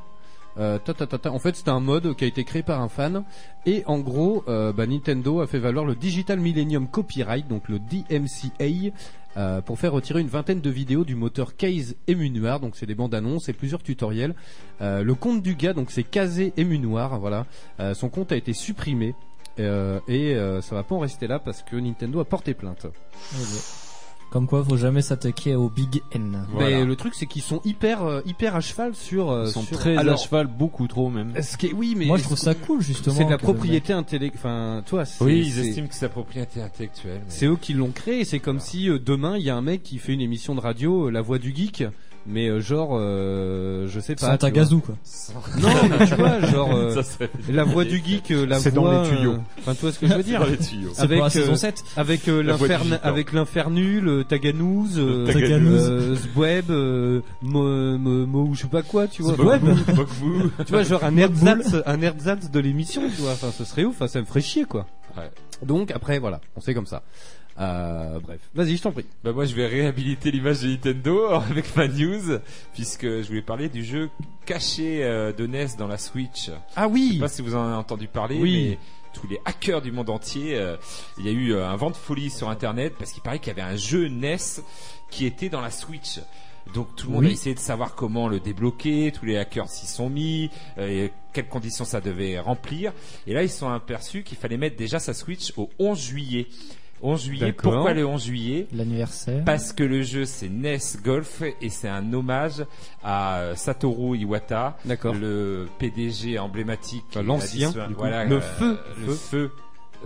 [SPEAKER 3] euh, ta, ta, ta, ta. En fait, c'était un mode qui a été créé par un fan et en gros, euh, bah, Nintendo a fait valoir le Digital Millennium Copyright, donc le DMCA, euh, pour faire retirer une vingtaine de vidéos du moteur Case Emunoir. Donc c'est des bandes annonces et plusieurs tutoriels. Euh, le compte du gars, donc c'est Kazé Emunoir, voilà. Euh, son compte a été supprimé euh, et euh, ça va pas en rester là parce que Nintendo a porté plainte.
[SPEAKER 5] Comme quoi, faut jamais s'attaquer au Big N.
[SPEAKER 3] Mais le truc c'est qu'ils sont hyper euh, hyper à cheval sur euh,
[SPEAKER 8] Ils sont
[SPEAKER 3] sur-
[SPEAKER 8] très à
[SPEAKER 3] Alors,
[SPEAKER 8] cheval, beaucoup trop même.
[SPEAKER 3] ce qui est- oui mais
[SPEAKER 5] Moi, je trouve ça cool, justement,
[SPEAKER 3] C'est de la
[SPEAKER 5] que le mec-
[SPEAKER 3] propriété intellectuelle enfin toi c'est
[SPEAKER 4] Oui, ils
[SPEAKER 3] c'est-
[SPEAKER 4] estiment que c'est la propriété intellectuelle. mais-
[SPEAKER 3] c'est eux qui l'ont créé, c'est comme si euh, demain il y a un mec qui fait une émission de radio euh, La Voix du Geek mais euh, genre euh, je sais pas
[SPEAKER 5] Sans
[SPEAKER 3] tu vois.
[SPEAKER 5] Tagazu, quoi.
[SPEAKER 3] Non, mais tu vois genre euh,
[SPEAKER 4] Ça serait-
[SPEAKER 3] La Voix du Geek euh, la
[SPEAKER 14] C'est dans
[SPEAKER 3] voix,
[SPEAKER 14] les tuyaux.
[SPEAKER 3] euh, Enfin tu vois ce que je veux
[SPEAKER 4] C'est
[SPEAKER 3] dire
[SPEAKER 4] dans les tuyaux. C'est
[SPEAKER 3] Avec
[SPEAKER 4] pour la
[SPEAKER 3] euh,
[SPEAKER 4] saison sept.
[SPEAKER 3] avec euh,
[SPEAKER 4] La Voix du
[SPEAKER 3] l'infern-
[SPEAKER 4] Geek, non.
[SPEAKER 3] avec l'infernul, euh, Taganouz, euh,
[SPEAKER 4] Taganouz.
[SPEAKER 3] euh, Zweb, euh, Mo, Mo- Mo- je sais pas quoi, tu vois.
[SPEAKER 4] Zweb.
[SPEAKER 3] Zweb.
[SPEAKER 4] Bokbou.
[SPEAKER 3] tu vois genre un ersatz un ersatz de l'émission, tu vois. Enfin ce serait ouf, Enfin, ça me ferait chier quoi. Donc après voilà, on sait comme ça. Euh, bref, vas-y, je t'en prie.
[SPEAKER 4] Bah moi je vais réhabiliter l'image de Nintendo hein, avec ma news puisque je voulais parler du jeu caché euh, de NES dans la Switch.
[SPEAKER 3] Ah oui.
[SPEAKER 4] Je sais pas si vous en avez entendu parler
[SPEAKER 3] Oui.
[SPEAKER 4] mais tous les hackers du monde entier, euh, il y a eu euh, un vent de folie sur internet parce qu'il paraît qu'il y avait un jeu NES qui était dans la Switch. Donc tout le monde
[SPEAKER 3] Oui.
[SPEAKER 4] a essayé de savoir comment le débloquer, tous les hackers s'y sont mis, euh, et quelles conditions ça devait remplir. Et là ils se sont aperçus qu'il fallait mettre déjà sa Switch au 11 juillet. 11 juillet,
[SPEAKER 5] D'accord.
[SPEAKER 4] pourquoi le 11 juillet
[SPEAKER 5] L'anniversaire.
[SPEAKER 3] Ah
[SPEAKER 4] parce que le jeu c'est NES Golf et c'est un hommage à euh, Satoru Iwata, le PDG emblématique,
[SPEAKER 3] Enfin, l'ancien,
[SPEAKER 4] la-
[SPEAKER 3] du coup.
[SPEAKER 4] voilà,
[SPEAKER 3] Le
[SPEAKER 4] euh,
[SPEAKER 3] feu,
[SPEAKER 4] le
[SPEAKER 3] feu.
[SPEAKER 4] feu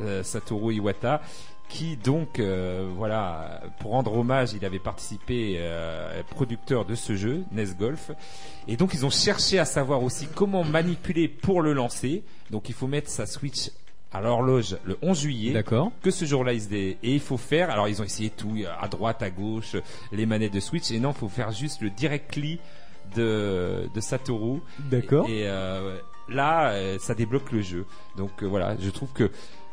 [SPEAKER 4] euh, Satoru Iwata, qui donc euh, voilà pour rendre hommage, il avait participé euh, producteur de ce jeu NES Golf, et donc ils ont cherché à savoir aussi comment manipuler pour le lancer. Donc il faut mettre sa Switch à l'horloge le 11 juillet.
[SPEAKER 3] D'accord.
[SPEAKER 4] Que ce jour-là, ils se dé- et il faut faire. Alors ils ont essayé tout à droite, à gauche, les manettes de Switch. Et non, faut faire juste le directly de de Satoru.
[SPEAKER 3] D'accord.
[SPEAKER 4] Et, et, euh, là, euh, ça débloque le jeu. Donc euh, voilà, je trouve que.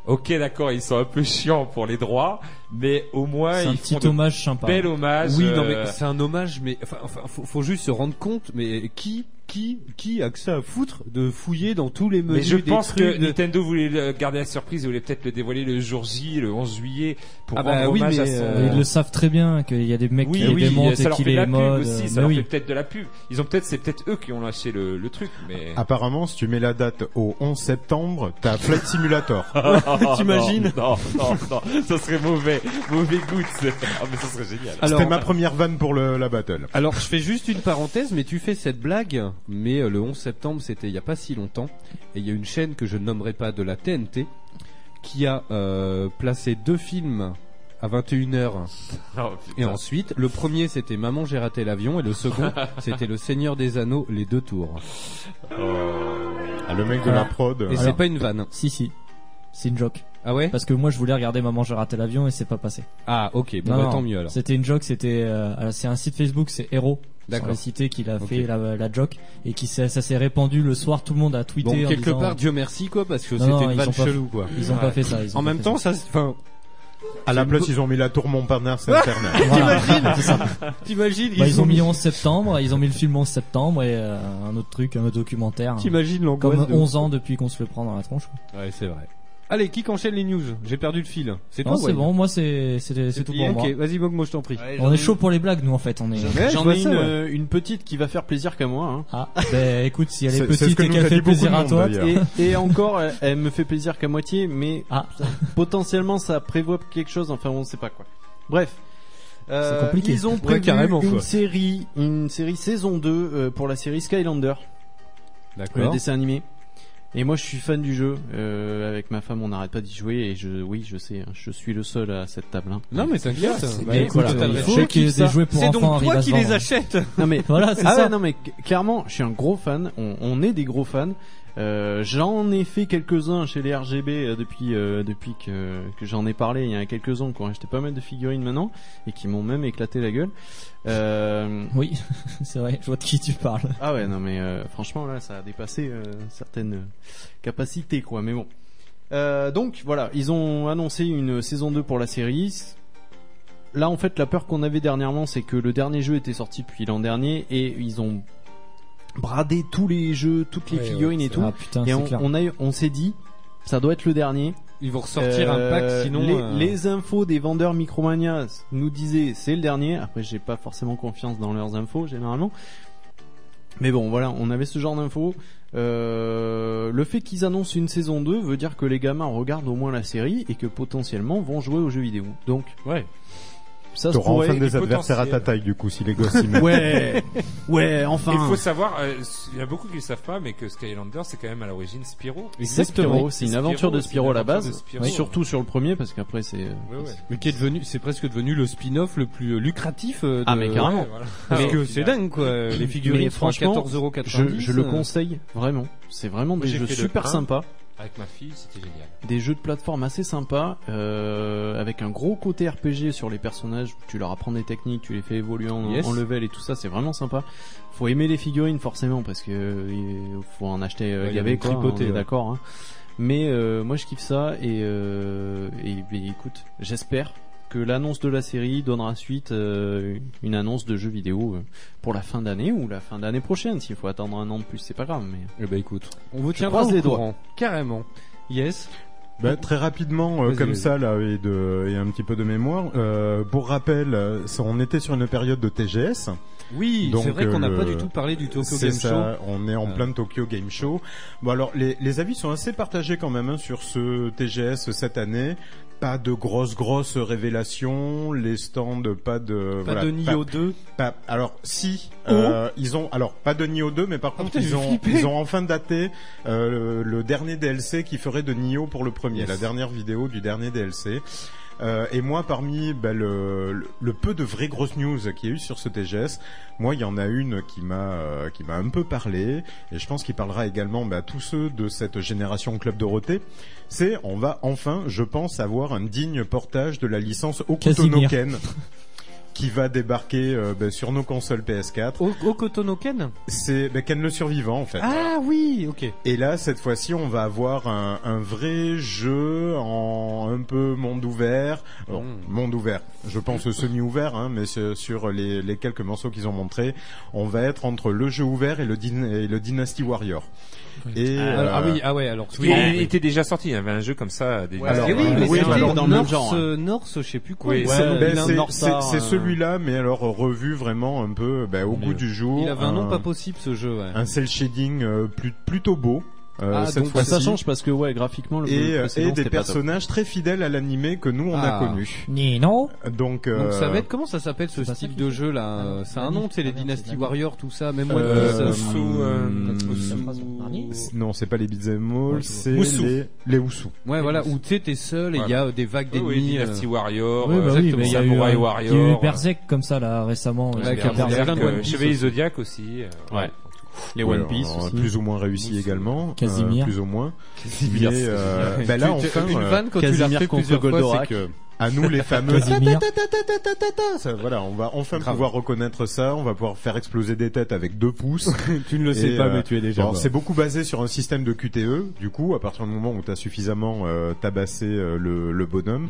[SPEAKER 4] Ok, d'accord, ils sont un peu chiants pour les droits, mais au moins
[SPEAKER 5] C'est un
[SPEAKER 4] Ah, ils
[SPEAKER 5] petit
[SPEAKER 4] font de
[SPEAKER 5] hommage sympa.
[SPEAKER 4] Bel hommage.
[SPEAKER 3] Oui, non
[SPEAKER 4] euh,
[SPEAKER 3] mais c'est un hommage, mais enfin, enfin, faut, faut juste se rendre compte, mais qui, qui, qui a que ça à foutre de fouiller dans tous les menus
[SPEAKER 4] Mais je
[SPEAKER 3] des
[SPEAKER 4] pense
[SPEAKER 3] trucs
[SPEAKER 4] que
[SPEAKER 3] de-
[SPEAKER 4] Nintendo voulait le garder la surprise et voulait peut-être le dévoiler le jour J, le 11 juillet, pour
[SPEAKER 3] Ah bah
[SPEAKER 4] rendre
[SPEAKER 3] oui,
[SPEAKER 4] hommage
[SPEAKER 3] mais,
[SPEAKER 4] à son.
[SPEAKER 5] Ils le savent très bien qu'il y a des mecs qui
[SPEAKER 4] Oui,
[SPEAKER 5] les
[SPEAKER 4] oui,
[SPEAKER 5] démontent
[SPEAKER 4] ça
[SPEAKER 5] et
[SPEAKER 4] leur
[SPEAKER 5] qui
[SPEAKER 4] fait de la
[SPEAKER 5] les
[SPEAKER 4] pub
[SPEAKER 5] modent.
[SPEAKER 4] aussi, ça
[SPEAKER 5] euh, Mais
[SPEAKER 4] leur
[SPEAKER 5] oui.
[SPEAKER 4] fait peut-être de la pub. Ils ont peut-être, c'est peut-être eux qui ont lâché le, le truc, mais.
[SPEAKER 3] Ah,
[SPEAKER 14] Apparemment, si tu mets la date au 11 septembre, t'as Flight Simulator.
[SPEAKER 4] T'imagines Non, non, non, ça serait mauvais, mauvais goût. de se faire. Ah, mais ça serait génial.
[SPEAKER 14] C'était ma première vanne pour le- la battle.
[SPEAKER 3] Alors je fais juste une parenthèse, mais tu fais cette blague. Mais euh, le 11 septembre, c'était il y a pas si longtemps, et il y a une chaîne que je ne nommerai pas de la TNT qui a euh, placé deux films à 21h.
[SPEAKER 5] Oh,
[SPEAKER 3] et ensuite, le premier c'était Maman j'ai raté l'avion et le second c'était Le Seigneur des Anneaux les deux tours.
[SPEAKER 14] Ah, le mec de la prod.
[SPEAKER 3] Et c'est
[SPEAKER 5] Oh. Alors.
[SPEAKER 3] pas une vanne.
[SPEAKER 5] Si, si. C'est une joke.
[SPEAKER 3] Ah ouais
[SPEAKER 5] Parce que moi, je voulais regarder Maman, j'ai raté l'avion et c'est pas passé.
[SPEAKER 3] Ah ok, bon
[SPEAKER 5] Non,
[SPEAKER 3] bah,
[SPEAKER 5] non,
[SPEAKER 3] tant mieux alors.
[SPEAKER 5] C'était une joke, c'était euh, alors, c'est un site Facebook, c'est Hero.
[SPEAKER 3] D'accord.
[SPEAKER 5] D'accord. cité qui l'a
[SPEAKER 3] Ok.
[SPEAKER 5] fait la, la joke et qui s'est- ça s'est répandu le soir, tout le monde a tweeté.
[SPEAKER 3] Bon,
[SPEAKER 5] en
[SPEAKER 3] quelque
[SPEAKER 5] disant-
[SPEAKER 3] part, Dieu merci quoi, parce que
[SPEAKER 5] Non,
[SPEAKER 3] c'était
[SPEAKER 5] non,
[SPEAKER 3] une
[SPEAKER 5] ils
[SPEAKER 3] vanne
[SPEAKER 5] ont pas-
[SPEAKER 3] chelou quoi.
[SPEAKER 5] Ils ont pas fait ça. ils ont
[SPEAKER 3] En
[SPEAKER 5] pas
[SPEAKER 3] même
[SPEAKER 5] fait
[SPEAKER 3] temps, ça, c'est- enfin,
[SPEAKER 14] À la place, ils ont mis la tour Montparnasse Internet.
[SPEAKER 5] T'imagines C'est ça.
[SPEAKER 13] T'imagines
[SPEAKER 5] Bah, ils ont mis 11 septembre, ils ont mis le film 11 septembre et euh, un autre truc, un autre documentaire.
[SPEAKER 13] T'imagines l'angoisse
[SPEAKER 5] Comme
[SPEAKER 13] de-
[SPEAKER 5] 11 ans depuis qu'on se le prend dans la tronche. quoi.
[SPEAKER 13] Ouais, c'est vrai. Allez, qui enchaîne les news J'ai perdu le fil. C'est
[SPEAKER 5] Non,
[SPEAKER 13] toi,
[SPEAKER 5] c'est
[SPEAKER 13] Wayne
[SPEAKER 5] bon, moi c'est c'est- c'est tout
[SPEAKER 13] plié
[SPEAKER 5] pour moi.
[SPEAKER 13] Ok,
[SPEAKER 14] bah,
[SPEAKER 13] vas-y, Mogmo, je t'en prie.
[SPEAKER 5] On est chaud pour les blagues, nous en fait. On est. bah
[SPEAKER 8] J'en ai une, euh, une petite qui va faire plaisir qu'à moi. hein.
[SPEAKER 5] Ah, ben écoute, si elle est, petite et qu'elle fait plaisir à toi,
[SPEAKER 8] Et, et encore, elle, elle me fait plaisir qu'à moitié, mais
[SPEAKER 5] Ah.
[SPEAKER 8] potentiellement ça prévoit quelque chose. Enfin, on ne sait pas quoi. Bref. Euh,
[SPEAKER 5] compliqué.
[SPEAKER 8] Ils ont
[SPEAKER 5] Ouais,
[SPEAKER 8] prévu
[SPEAKER 5] carrément,
[SPEAKER 8] une
[SPEAKER 5] quoi.
[SPEAKER 8] série, une série saison 2 euh, pour la série Skylander.
[SPEAKER 13] D'accord.
[SPEAKER 8] Le dessin animé. Et moi, je suis fan du jeu. Euh, avec ma femme, on n'arrête pas d'y jouer. Et je, oui, je sais, hein, je suis le seul à cette table. hein.
[SPEAKER 13] Non, mais t'inquiète.
[SPEAKER 8] C'est
[SPEAKER 13] Bah,
[SPEAKER 8] bien,
[SPEAKER 13] écoute,
[SPEAKER 8] voilà.
[SPEAKER 13] t'as
[SPEAKER 8] Il
[SPEAKER 13] raison.
[SPEAKER 8] faut
[SPEAKER 13] Je kiffe
[SPEAKER 8] qu'il y ait
[SPEAKER 13] ça.
[SPEAKER 8] des jouets pour
[SPEAKER 13] C'est donc
[SPEAKER 8] enfants,
[SPEAKER 13] toi
[SPEAKER 8] arrive à
[SPEAKER 13] qui
[SPEAKER 8] se
[SPEAKER 13] les
[SPEAKER 8] vendre.
[SPEAKER 13] achètes.
[SPEAKER 8] Non mais
[SPEAKER 13] Voilà, c'est
[SPEAKER 8] ah
[SPEAKER 13] ça.
[SPEAKER 8] ouais, non mais c- clairement, je suis un gros fan. On, on est des gros fans. Euh, j'en ai fait quelques-uns chez les RGB euh, depuis euh, depuis que, que j'en ai parlé. Il y a quelques ans, qui ont acheté pas mal de figurines maintenant et qui m'ont même éclaté la gueule. Euh,
[SPEAKER 5] Oui, c'est vrai. Je vois de qui tu parles.
[SPEAKER 8] ah ouais, non mais euh, franchement là, ça a dépassé euh, certaines euh, capacités quoi. Mais bon. Euh, donc voilà, ils ont annoncé une saison 2 pour la série. Là en fait, la peur qu'on avait dernièrement, c'est que le dernier jeu était sorti depuis l'an dernier et ils ont bradé tous les jeux, toutes les
[SPEAKER 5] Ouais,
[SPEAKER 8] figurines
[SPEAKER 5] ouais,
[SPEAKER 8] et
[SPEAKER 5] c'est
[SPEAKER 8] tout.
[SPEAKER 5] vrai. Ah, putain,
[SPEAKER 8] et
[SPEAKER 5] c'est
[SPEAKER 8] on,
[SPEAKER 5] clair.
[SPEAKER 8] on a, eu- on s'est dit, ça doit être le dernier.
[SPEAKER 13] Ils vont ressortir un pack, sinon,
[SPEAKER 8] Les,
[SPEAKER 13] euh,
[SPEAKER 8] les infos des vendeurs Micromania nous disaient c'est le dernier. Après, j'ai pas forcément confiance dans leurs infos généralement. Mais bon, voilà, on avait ce genre d'infos. Euh, le fait qu'ils annoncent une saison 2 veut dire que les gamins regardent au moins la série et que potentiellement vont jouer aux jeux vidéo. Donc,
[SPEAKER 4] ouais.
[SPEAKER 8] Ça se
[SPEAKER 14] T'auras
[SPEAKER 8] pourrait.
[SPEAKER 14] enfin des adversaires à ta taille, du coup, si les gosses s'y mettent.
[SPEAKER 8] Ouais. Ouais, enfin.
[SPEAKER 4] Il faut savoir, euh, il y a beaucoup qui ne savent pas, mais que Skylander, c'est quand même à l'origine Spyro.
[SPEAKER 8] Exactement, c'est une
[SPEAKER 4] Spyro,
[SPEAKER 8] aventure de
[SPEAKER 4] c'est une
[SPEAKER 8] Spyro à la
[SPEAKER 4] aventure
[SPEAKER 8] base,
[SPEAKER 4] de Spyro.
[SPEAKER 8] surtout sur le premier parce qu'après c'est euh,
[SPEAKER 4] Ouais, ouais.
[SPEAKER 13] Mais qui est devenu, c'est presque devenu le spin-off le plus euh, lucratif. euh, de-
[SPEAKER 8] Ah mais carrément.
[SPEAKER 13] Ouais, voilà. Parce que c'est dingue quoi. Les figurines
[SPEAKER 8] Mais
[SPEAKER 13] sont à
[SPEAKER 8] franchement,
[SPEAKER 13] 14,90€,
[SPEAKER 8] Je, je le
[SPEAKER 13] euh.
[SPEAKER 8] conseille vraiment. C'est vraiment
[SPEAKER 4] Moi,
[SPEAKER 8] des
[SPEAKER 4] j'ai
[SPEAKER 8] jeux
[SPEAKER 4] fait le
[SPEAKER 8] super
[SPEAKER 4] un
[SPEAKER 8] sympas,
[SPEAKER 4] Avec ma fille, c'était génial.
[SPEAKER 8] des jeux de plateforme assez sympas, euh, avec un gros côté RPG sur les personnages. Tu leur apprends des techniques, tu les fais évoluer en,
[SPEAKER 13] Yes.
[SPEAKER 8] en level et tout ça. C'est vraiment sympa. Faut aimer les figurines forcément parce que euh, faut en acheter euh,
[SPEAKER 13] Ouais, il y avait
[SPEAKER 8] gavé quoi. hein,
[SPEAKER 13] tripoté,
[SPEAKER 8] on est
[SPEAKER 13] ouais.
[SPEAKER 8] d'accord. hein. Mais euh, moi je kiffe ça et, euh, et, et écoute, j'espère que l'annonce de la série donnera suite euh, une annonce de jeux vidéo euh, pour la fin d'année ou la fin d'année prochaine. S'il faut attendre un an de plus, c'est pas grave. Mais
[SPEAKER 13] Eh ben écoute, on vous
[SPEAKER 8] Je
[SPEAKER 13] tiendra
[SPEAKER 8] croise
[SPEAKER 13] au
[SPEAKER 8] les doigts.
[SPEAKER 13] courant. Carrément. Yes.
[SPEAKER 14] Bah, très rapidement, euh,
[SPEAKER 13] Vas-y,
[SPEAKER 14] comme
[SPEAKER 13] vas-y.
[SPEAKER 14] ça, là, et, de, et un petit peu de mémoire. Euh, pour rappel, euh, ça- on était sur une période de TGS.
[SPEAKER 13] Oui,
[SPEAKER 14] Donc,
[SPEAKER 13] c'est vrai qu'on n'a
[SPEAKER 14] euh,
[SPEAKER 13] pas
[SPEAKER 14] le-
[SPEAKER 13] du tout parlé du Tokyo
[SPEAKER 14] c'est
[SPEAKER 13] Game
[SPEAKER 14] ça,
[SPEAKER 13] Show.
[SPEAKER 14] On est en
[SPEAKER 13] Euh.
[SPEAKER 14] plein Tokyo Game Show. Bon, alors, les, les avis sont assez partagés quand même hein, sur ce TGS cette année. Pas de grosses grosses révélations, les stands, pas de
[SPEAKER 13] Pas de Nioh 2.
[SPEAKER 14] pas- alors si, euh, ils ont alors pas de Nioh 2, mais par contre
[SPEAKER 13] Ah, putain, j'ai
[SPEAKER 14] ils ont
[SPEAKER 13] flippé.
[SPEAKER 14] ils ont enfin daté euh, le, le dernier DLC qui ferait de Nioh pour le premier,
[SPEAKER 13] Yes.
[SPEAKER 14] la dernière vidéo du dernier DLC. Euh, et moi, parmi bah, le, le- le peu de vraies grosses news qu'il y a eu sur ce TGS, moi, il y en a une qui m'a euh, qui m'a un peu parlé, et je pense qu'il parlera également bah, à tous ceux de cette génération Club Dorothée. C'est, on va enfin, je pense, avoir un digne portage de la licence
[SPEAKER 5] Casimir.
[SPEAKER 14] Okutonoken qui va débarquer euh, bah, sur nos consoles PS4.
[SPEAKER 13] Okotonoken
[SPEAKER 14] C'est bah, Ken le survivant en fait.
[SPEAKER 13] Ah oui, ok.
[SPEAKER 14] Et là, cette fois-ci, on va avoir un, un vrai jeu en un peu monde ouvert. Bon, Monde ouvert, je pense semi-ouvert, hein, mais sur- sur les, les quelques morceaux qu'ils ont montrés, on va être entre le jeu ouvert et le, dyn- et le Dynasty Warrior. Et,
[SPEAKER 4] Ah,
[SPEAKER 13] ah
[SPEAKER 14] euh,
[SPEAKER 13] oui, ah ouais, alors tu
[SPEAKER 4] Oui, il était déjà sorti, il y avait un jeu comme ça. Des
[SPEAKER 14] Ouais, alors, oui, mais
[SPEAKER 13] c'était
[SPEAKER 14] alors, dans
[SPEAKER 13] dans le
[SPEAKER 14] le
[SPEAKER 13] Norse,
[SPEAKER 14] même genre, hein.
[SPEAKER 13] euh, Norse, je sais plus quoi.
[SPEAKER 14] Oui,
[SPEAKER 13] il
[SPEAKER 14] c'est-
[SPEAKER 13] s'appelle.
[SPEAKER 14] ben,
[SPEAKER 13] Il a un
[SPEAKER 14] c'est-
[SPEAKER 13] Norse,
[SPEAKER 14] c'est-
[SPEAKER 13] euh,
[SPEAKER 14] c'est celui-là, mais alors revu vraiment un peu ben, au goût du jour.
[SPEAKER 13] Il avait un nom pas possible ce jeu. ouais.
[SPEAKER 14] un cel shading euh, plus- plutôt beau. euh,
[SPEAKER 8] Ah,
[SPEAKER 14] cette
[SPEAKER 8] donc,
[SPEAKER 14] fois
[SPEAKER 8] ça change parce que ouais, graphiquement le
[SPEAKER 14] et,
[SPEAKER 8] le
[SPEAKER 14] euh,
[SPEAKER 8] précédent,
[SPEAKER 14] et des
[SPEAKER 8] c'était pas top.
[SPEAKER 14] personnages très fidèles à l'animé que nous on a
[SPEAKER 13] Ah.
[SPEAKER 14] connu.
[SPEAKER 5] Nino.
[SPEAKER 14] Donc, euh,
[SPEAKER 13] Donc ça va être comment ça s'appelle ce style de jeu là
[SPEAKER 5] Ah
[SPEAKER 13] euh, C'est un nom, c'est les Dynasty Warriors, tout ça, même One Piece.
[SPEAKER 14] euh,
[SPEAKER 13] euh,
[SPEAKER 14] non, c'est pas les beat'em all, c'est
[SPEAKER 13] Oussou.
[SPEAKER 14] les les Oussou.
[SPEAKER 13] Ouais, voilà, où tu sais, t'es seul et il y a euh, des vagues
[SPEAKER 4] Oui, oui,
[SPEAKER 13] d'ennemis. euh,
[SPEAKER 4] Dynasty Warrior,
[SPEAKER 5] Oui, bah oui,
[SPEAKER 4] exactement,
[SPEAKER 5] mais il y a eu,
[SPEAKER 4] Samurai
[SPEAKER 5] euh, il y a eu
[SPEAKER 4] Warrior.
[SPEAKER 5] Berserk comme ça là récemment.
[SPEAKER 4] Ouais,
[SPEAKER 5] euh,
[SPEAKER 4] avec un
[SPEAKER 5] Berserk,
[SPEAKER 4] Berserk,
[SPEAKER 5] euh,
[SPEAKER 4] euh, Chevalier Zodiac aussi. euh,
[SPEAKER 8] Ouais. Les
[SPEAKER 14] Ouais,
[SPEAKER 8] One Piece
[SPEAKER 14] alors,
[SPEAKER 8] aussi.
[SPEAKER 14] plus ou moins réussi également, euh,
[SPEAKER 5] Casimir.
[SPEAKER 14] plus ou moins.
[SPEAKER 4] Casimir,
[SPEAKER 14] Mais,
[SPEAKER 4] c'est
[SPEAKER 14] euh,
[SPEAKER 4] génial.
[SPEAKER 14] ben là
[SPEAKER 13] Tu- tu-
[SPEAKER 14] enfin,
[SPEAKER 13] une
[SPEAKER 14] euh,
[SPEAKER 13] vanne quand tu l'as
[SPEAKER 8] Casimir
[SPEAKER 13] refait
[SPEAKER 8] contre
[SPEAKER 13] plusieurs fois,
[SPEAKER 8] Goldorak.
[SPEAKER 13] c'est que
[SPEAKER 14] à nous les fameux.
[SPEAKER 5] Casimir.
[SPEAKER 14] Ça, Voilà, on va enfin pouvoir reconnaître ça. On va pouvoir faire exploser des têtes avec deux pouces. euh,
[SPEAKER 8] Tu ne le sais pas, mais tu es déjà
[SPEAKER 14] bon,
[SPEAKER 8] mort.
[SPEAKER 14] C'est beaucoup basé sur un système de QTE. Du coup, à partir du moment où tu as suffisamment euh, tabassé euh, le, le bonhomme,
[SPEAKER 4] Mm.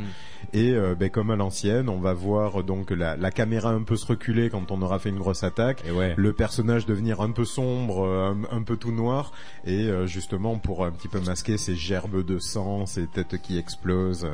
[SPEAKER 14] et euh, ben, comme à l'ancienne, on va voir euh, donc la, la caméra un peu se reculer quand on aura fait une grosse attaque. Le personnage devenir un peu sombre, euh, un, un peu tout noir, et euh, justement pour un petit peu masquer ces gerbes de sang, ces têtes qui explosent.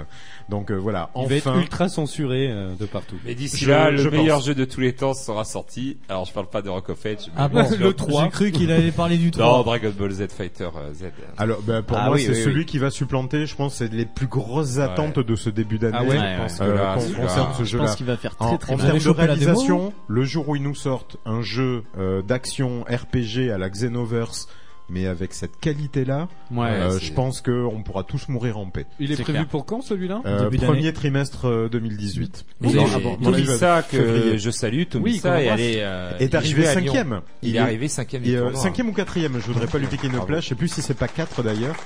[SPEAKER 14] Donc euh, voilà,
[SPEAKER 4] Il
[SPEAKER 14] enfin.
[SPEAKER 4] va être
[SPEAKER 13] ultra censuré de partout.
[SPEAKER 4] Mais d'ici
[SPEAKER 14] Je-
[SPEAKER 4] là, le
[SPEAKER 14] je
[SPEAKER 4] meilleur
[SPEAKER 14] pense.
[SPEAKER 4] jeu de tous les temps sera sorti. Alors, je parle pas de Rock of Edge. mais
[SPEAKER 5] Ah bon,
[SPEAKER 4] je-
[SPEAKER 5] le 3. J'ai cru qu'il allait parler du
[SPEAKER 4] Non,
[SPEAKER 5] 3.
[SPEAKER 4] Dragon Ball Z Fighter euh, Z.
[SPEAKER 14] Alors bah,
[SPEAKER 4] Ah
[SPEAKER 14] pour moi c'est celui qui va supplanter, je pense, c'est les plus grosses attentes de ce début d'année.
[SPEAKER 4] Ah ouais,
[SPEAKER 14] euh,
[SPEAKER 4] je pense que là,
[SPEAKER 14] qu'on
[SPEAKER 4] celui-là-
[SPEAKER 14] concerne ce
[SPEAKER 4] je
[SPEAKER 14] jeu-là.
[SPEAKER 4] pense qu'il va faire très,
[SPEAKER 14] En-
[SPEAKER 4] très
[SPEAKER 14] en
[SPEAKER 4] mal.
[SPEAKER 14] termes
[SPEAKER 4] Vous
[SPEAKER 14] de
[SPEAKER 4] avez chopé la démo
[SPEAKER 14] réalisation, le jour où ils nous sortent un jeu euh, d'action RPG à la Xenoverse, mais avec cette qualité-là,
[SPEAKER 8] Ouais,
[SPEAKER 14] euh,
[SPEAKER 8] c'est-
[SPEAKER 14] je pense que on pourra tous mourir en paix.
[SPEAKER 8] Il est prévu pour quand celui-là
[SPEAKER 14] Euh,
[SPEAKER 8] Début d'année
[SPEAKER 14] Premier trimestre euh, 2018.
[SPEAKER 4] Vous
[SPEAKER 14] Non,
[SPEAKER 4] avez-
[SPEAKER 14] ah bon,
[SPEAKER 4] Tomisa, que
[SPEAKER 14] février.
[SPEAKER 4] euh, je salue, Tomisa,
[SPEAKER 14] qu'on
[SPEAKER 4] et elle
[SPEAKER 14] embrasse.
[SPEAKER 4] est, euh,
[SPEAKER 14] est
[SPEAKER 4] il
[SPEAKER 14] arrivé
[SPEAKER 4] jouait à
[SPEAKER 14] cinquième.
[SPEAKER 4] Lyon. Il est arrivé cinquième du
[SPEAKER 14] Et, euh,
[SPEAKER 4] tournoi.
[SPEAKER 14] Cinquième ou quatrième, je voudrais pas lui piquer une plage. Je sais plus si c'est pas quatre d'ailleurs.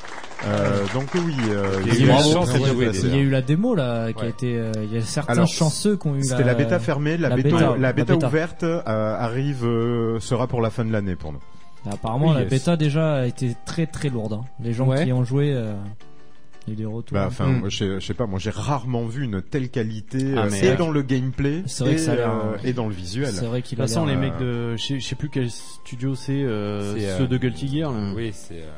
[SPEAKER 14] Euh, donc oui, euh,
[SPEAKER 5] Il y a eu
[SPEAKER 14] vraiment
[SPEAKER 5] la chance
[SPEAKER 14] très
[SPEAKER 5] de
[SPEAKER 14] bien
[SPEAKER 5] jouer,
[SPEAKER 14] placé.
[SPEAKER 5] Il y a eu la démo là, qui a été. euh, Il y a certains
[SPEAKER 14] Alors,
[SPEAKER 5] chanceux qui ont eu.
[SPEAKER 14] C'était la, bêta fermée, la, bêta, la bêta ouverte euh, arrive euh, sera pour la fin de l'année pour nous.
[SPEAKER 5] Apparemment, la bêta déjà a été très très lourde. hein. Les gens
[SPEAKER 14] Ouais.
[SPEAKER 5] qui y ont joué, euh, il y a eu des retours.
[SPEAKER 14] Bah, enfin,
[SPEAKER 5] Hmm.
[SPEAKER 14] moi, je, je sais pas, moi j'ai rarement vu une telle qualité
[SPEAKER 5] Ah,
[SPEAKER 14] euh,
[SPEAKER 5] mais
[SPEAKER 14] et
[SPEAKER 5] ouais.
[SPEAKER 14] dans le gameplay
[SPEAKER 5] C'est vrai
[SPEAKER 14] et,
[SPEAKER 5] que ça a l'air-
[SPEAKER 14] euh, et dans le visuel.
[SPEAKER 8] De toute façon, les mecs de, je sais- je sais plus quel studio euh, c'est, euh,
[SPEAKER 4] euh, C'est,
[SPEAKER 8] ceux
[SPEAKER 4] euh,
[SPEAKER 8] de Guilty Gear. Là.
[SPEAKER 4] Oui, c'est, euh,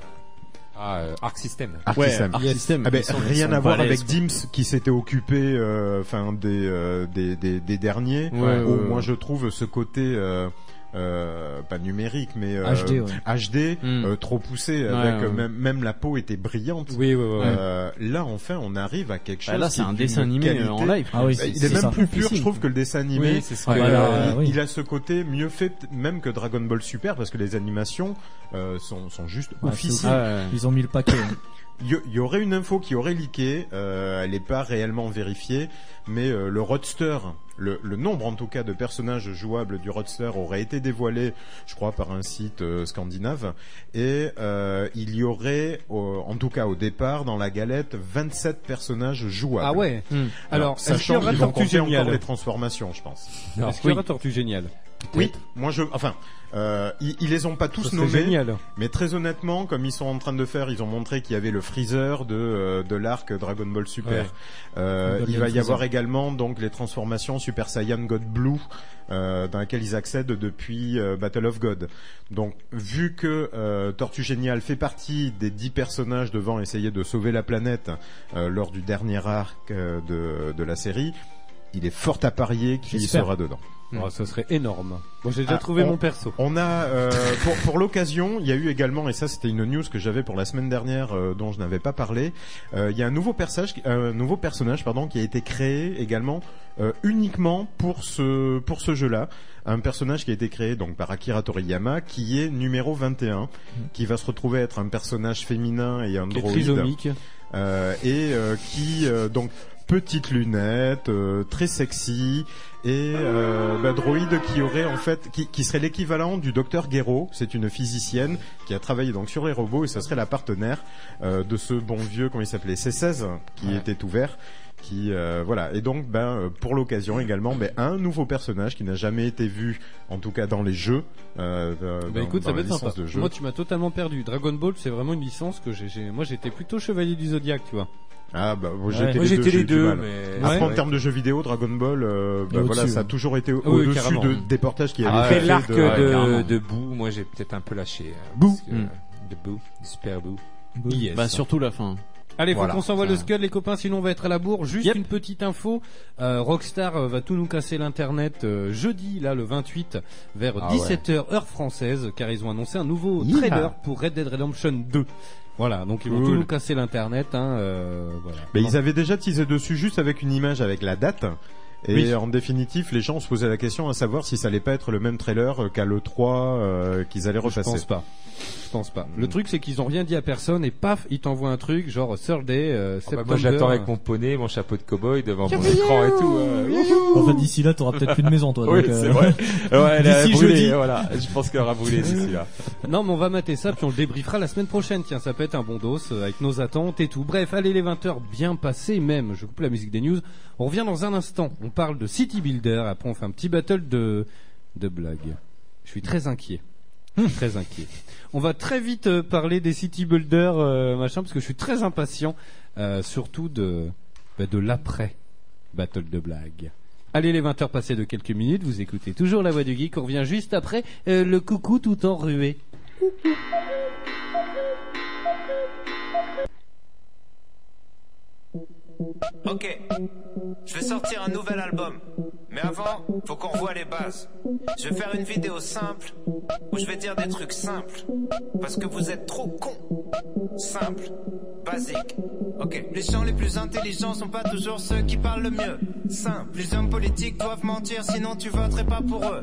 [SPEAKER 4] ah, euh, Arc System.
[SPEAKER 14] Arc
[SPEAKER 8] Ouais,
[SPEAKER 14] System.
[SPEAKER 8] Arc System.
[SPEAKER 14] Ah ben,
[SPEAKER 8] Ils sont- ils
[SPEAKER 14] rien
[SPEAKER 8] sont
[SPEAKER 14] à voir
[SPEAKER 8] balèzes,
[SPEAKER 14] avec
[SPEAKER 8] quoi.
[SPEAKER 14] Dims qui s'était occupé euh, enfin des, euh, des des des derniers
[SPEAKER 8] Ouais,
[SPEAKER 14] où
[SPEAKER 8] ouais, ouais.
[SPEAKER 14] moi je trouve ce côté euh, euh, pas numérique mais euh,
[SPEAKER 8] HD, ouais.
[SPEAKER 14] HD,
[SPEAKER 4] Hmm.
[SPEAKER 8] Mm.
[SPEAKER 14] euh, trop poussé
[SPEAKER 8] Ouais,
[SPEAKER 14] avec euh,
[SPEAKER 8] ouais.
[SPEAKER 14] même même la peau était brillante
[SPEAKER 8] Oui, ouais, ouais, ouais.
[SPEAKER 14] Euh, là enfin on arrive à quelque
[SPEAKER 8] Bah,
[SPEAKER 14] chose
[SPEAKER 8] là,
[SPEAKER 14] qui
[SPEAKER 8] c'est
[SPEAKER 14] est
[SPEAKER 8] un
[SPEAKER 14] d'une
[SPEAKER 8] dessin animé,
[SPEAKER 14] qualité.
[SPEAKER 8] euh, en live.
[SPEAKER 14] Ah oui, c'est- il est,
[SPEAKER 8] c'est
[SPEAKER 14] même
[SPEAKER 8] ça.
[SPEAKER 14] plus pur je
[SPEAKER 8] Difficile.
[SPEAKER 14] trouve que le dessin animé
[SPEAKER 8] Oui, c'est ce que-
[SPEAKER 14] Euh,
[SPEAKER 8] Voilà,
[SPEAKER 14] il-
[SPEAKER 8] oui.
[SPEAKER 14] il a ce côté mieux fait même que Dragon Ball Super parce que les animations euh, sont sont juste
[SPEAKER 5] Ouais, c'est
[SPEAKER 14] officielles
[SPEAKER 5] ouf. Ils ont mis le paquet. hein.
[SPEAKER 14] il y- il y, aurait une info qui aurait leaké, euh, elle n'est pas réellement vérifiée, mais euh, le Roadster, le, le nombre en tout cas de personnages jouables du Roadster aurait été dévoilé, je crois, par un site euh, scandinave, et euh, il y aurait, au- en tout cas au départ, dans la galette, 27 personnages jouables.
[SPEAKER 3] Ah ouais. Hmm. Alors, est-ce qu'il y
[SPEAKER 14] sachant
[SPEAKER 3] aura
[SPEAKER 14] qu'ils vont
[SPEAKER 3] Tortue
[SPEAKER 14] compter
[SPEAKER 3] Géniale
[SPEAKER 14] encore les transformations, je pense.
[SPEAKER 3] Non. Est-ce qu'il y aura Tortue Géniale
[SPEAKER 14] Oui, moi je, enfin, euh, ils, ils les ont pas tous
[SPEAKER 3] serait
[SPEAKER 14] nommés.
[SPEAKER 3] génial.
[SPEAKER 14] Mais très honnêtement, comme ils sont en train de faire, ils ont montré qu'il y avait le freezer de euh, de l'arc Dragon Ball Super.
[SPEAKER 3] Ouais.
[SPEAKER 14] Euh,
[SPEAKER 3] Golden
[SPEAKER 14] il va y
[SPEAKER 3] Freezer.
[SPEAKER 14] avoir également donc les transformations Super Saiyan God Blue euh, dans lesquelles ils accèdent depuis euh, Battle of God. Donc vu que euh, Tortue Géniale fait partie des dix personnages devant essayer de sauver la planète euh, lors du dernier arc euh, de de la série, il est fort à parier qu'il
[SPEAKER 3] J'espère.
[SPEAKER 14] sera dedans.
[SPEAKER 3] Oh, ce serait énorme. Moi, j'ai
[SPEAKER 14] Ah,
[SPEAKER 3] déjà trouvé
[SPEAKER 14] on-
[SPEAKER 3] mon perso.
[SPEAKER 14] On a euh, pour pour l'occasion, il y a eu également et ça c'était une news que j'avais pour la semaine dernière euh, dont je n'avais pas parlé. euh, il y a un nouveau personnage, qui- euh, un nouveau personnage pardon qui a été créé également euh, uniquement pour ce pour ce jeu-là. Un personnage qui a été créé donc par Akira Toriyama qui est numéro 21,
[SPEAKER 3] Mm.
[SPEAKER 14] qui va se retrouver à être un personnage féminin et un
[SPEAKER 8] Qui est
[SPEAKER 14] droïde
[SPEAKER 8] trisomique.
[SPEAKER 14] euh, et euh, qui euh, donc petite lunette euh, très sexy et euh, bah, droïde qui aurait en fait qui, qui serait l'équivalent du docteur Guéraud c'est une physicienne qui a travaillé donc sur les robots et ça serait la partenaire euh, de ce bon vieux comment il s'appelait C16 qui était ouvert qui euh, voilà et donc ben euh, pour l'occasion également ben un nouveau personnage qui n'a jamais été vu en tout cas dans les jeux euh, euh,
[SPEAKER 3] Bah
[SPEAKER 14] dans-
[SPEAKER 3] écoute,
[SPEAKER 14] dans
[SPEAKER 3] ça va
[SPEAKER 14] la
[SPEAKER 3] être
[SPEAKER 14] licence
[SPEAKER 3] sympa.
[SPEAKER 14] de jeu
[SPEAKER 3] Moi, tu m'as totalement perdu. Dragon Ball, c'est vraiment une licence que j'ai. j'ai- Moi, j'étais plutôt chevalier du zodiaque, tu vois.
[SPEAKER 14] Ah bah moi
[SPEAKER 3] Ouais.
[SPEAKER 14] j'étais
[SPEAKER 3] Moi,
[SPEAKER 14] les
[SPEAKER 3] j'étais
[SPEAKER 14] deux, j'ai
[SPEAKER 3] les
[SPEAKER 14] eu du
[SPEAKER 3] deux,
[SPEAKER 14] mal.
[SPEAKER 3] mais-
[SPEAKER 14] Après,
[SPEAKER 3] Ouais.
[SPEAKER 14] en termes de jeux vidéo, Dragon Ball, euh, bah,
[SPEAKER 4] Et au-dessus,
[SPEAKER 14] voilà, ça a
[SPEAKER 4] hein.
[SPEAKER 14] toujours été au-
[SPEAKER 4] Ah oui,
[SPEAKER 14] au-dessus
[SPEAKER 4] carrément. Ah
[SPEAKER 14] de- des portages qui avaient
[SPEAKER 4] Après
[SPEAKER 14] fait
[SPEAKER 4] l'arc
[SPEAKER 14] de-
[SPEAKER 4] de,
[SPEAKER 14] Ouais, carrément.
[SPEAKER 4] de, Boo, moi j'ai peut-être un peu lâché. hein, parce que,
[SPEAKER 8] Mm.
[SPEAKER 4] De Boo, du super Boo.
[SPEAKER 8] Boo. Bah, surtout la fin.
[SPEAKER 3] Allez, faut
[SPEAKER 8] Voilà.
[SPEAKER 3] qu'on s'envoie
[SPEAKER 8] Ça-
[SPEAKER 14] Ah.
[SPEAKER 3] le scud, les copains, sinon on va être à la bourre. Juste une petite info, euh, Rockstar euh, va tout nous casser l'internet euh, jeudi, là, le 28, vers
[SPEAKER 4] Ah
[SPEAKER 3] 17h, heure française, car ils ont annoncé un nouveau
[SPEAKER 4] Yeeha.
[SPEAKER 3] trailer pour Red Dead Redemption 2. Voilà, donc ils vont
[SPEAKER 14] Cool.
[SPEAKER 3] tout nous casser l'internet, hein, euh, voilà.
[SPEAKER 14] Mais ils avaient déjà teasé dessus juste avec une image avec la date. Et
[SPEAKER 3] Oui.
[SPEAKER 14] en définitive, les gens se posaient la question à savoir si ça allait pas être le même trailer euh, qu'à l'E3 euh, qu'ils allaient repasser.
[SPEAKER 3] pense pas. Je pense pas. Le truc, c'est qu'ils ont rien dit à personne et paf, ils t'envoient un truc genre Thursday, euh,
[SPEAKER 4] bah,
[SPEAKER 3] septembre.
[SPEAKER 4] moi j'attends avec mon poney, mon chapeau de cowboy devant mon écran et tout. euh,
[SPEAKER 5] En fait, d'ici là, t'auras peut-être plus de maison, toi.
[SPEAKER 4] oui,
[SPEAKER 5] donc, euh,
[SPEAKER 4] c'est vrai. Ouais, elle a
[SPEAKER 5] d'ici
[SPEAKER 4] brûlé,
[SPEAKER 5] jeudi.
[SPEAKER 4] voilà. Je pense qu'elle aura brûlé d'ici là.
[SPEAKER 3] Non, mais on va mater ça, puis on le débriefera la semaine prochaine. Tiens, ça peut être un bon dos euh, avec nos attentes et tout. Bref, allez les 20h bien passées même. Je coupe la musique des news. On revient dans un instant. On parle de City Builder. Après, on fait un petit battle de, de blagues. Je suis très inquiet. Je suis Très inquiet. On va très vite euh, parler des City Builder, euh, machin, parce que je suis très impatient, euh, surtout de, bah, de l'après battle de blagues. Allez, les 20h passées de quelques minutes, vous écoutez toujours la voix du geek. On revient juste après euh, le coucou tout en ruée.
[SPEAKER 17] Ok, je vais sortir un nouvel album. Mais avant, faut qu'on revoie les bases. Je vais faire une vidéo simple où je vais dire des trucs simples. Parce que vous êtes trop cons. Simple, basique. Ok, les gens les plus intelligents sont pas toujours ceux qui parlent le mieux. Simple, les hommes politiques doivent mentir sinon tu voterais pas pour eux.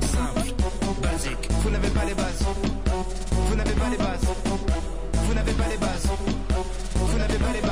[SPEAKER 17] simple, basique. Vous n'avez pas les bases. Vous n'avez pas les bases. Vous n'avez pas les bases. Vous n'avez pas les bases.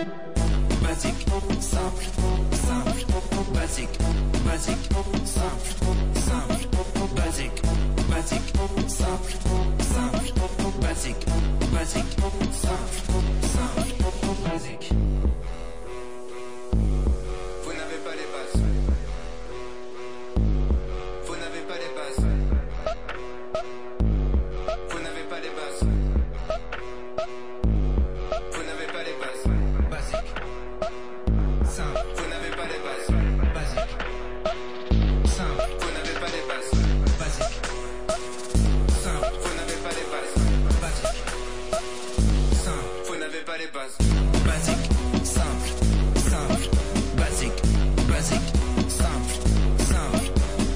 [SPEAKER 17] Basique. Simple. Simple. Basique. Basique. Simple. Simple. Basique. Basique. Simple. Simple. Basique. Basique. Simple. Simple. Basique. Vous n'avez pas les bases. Vous n'avez pas les bases. Vous n'avez pas les bases. Vous n'avez pas les bases. Basique. Simple. Vous n'avez pas les bases. Basique. Simple. Vous n'avez pas les bases. Basique. Simple. Vous n'avez pas les bases. Basique. Simple. Vous n'avez pas les bases. Basique. Simple. Simple. Basique. Basique. Simple. Simple.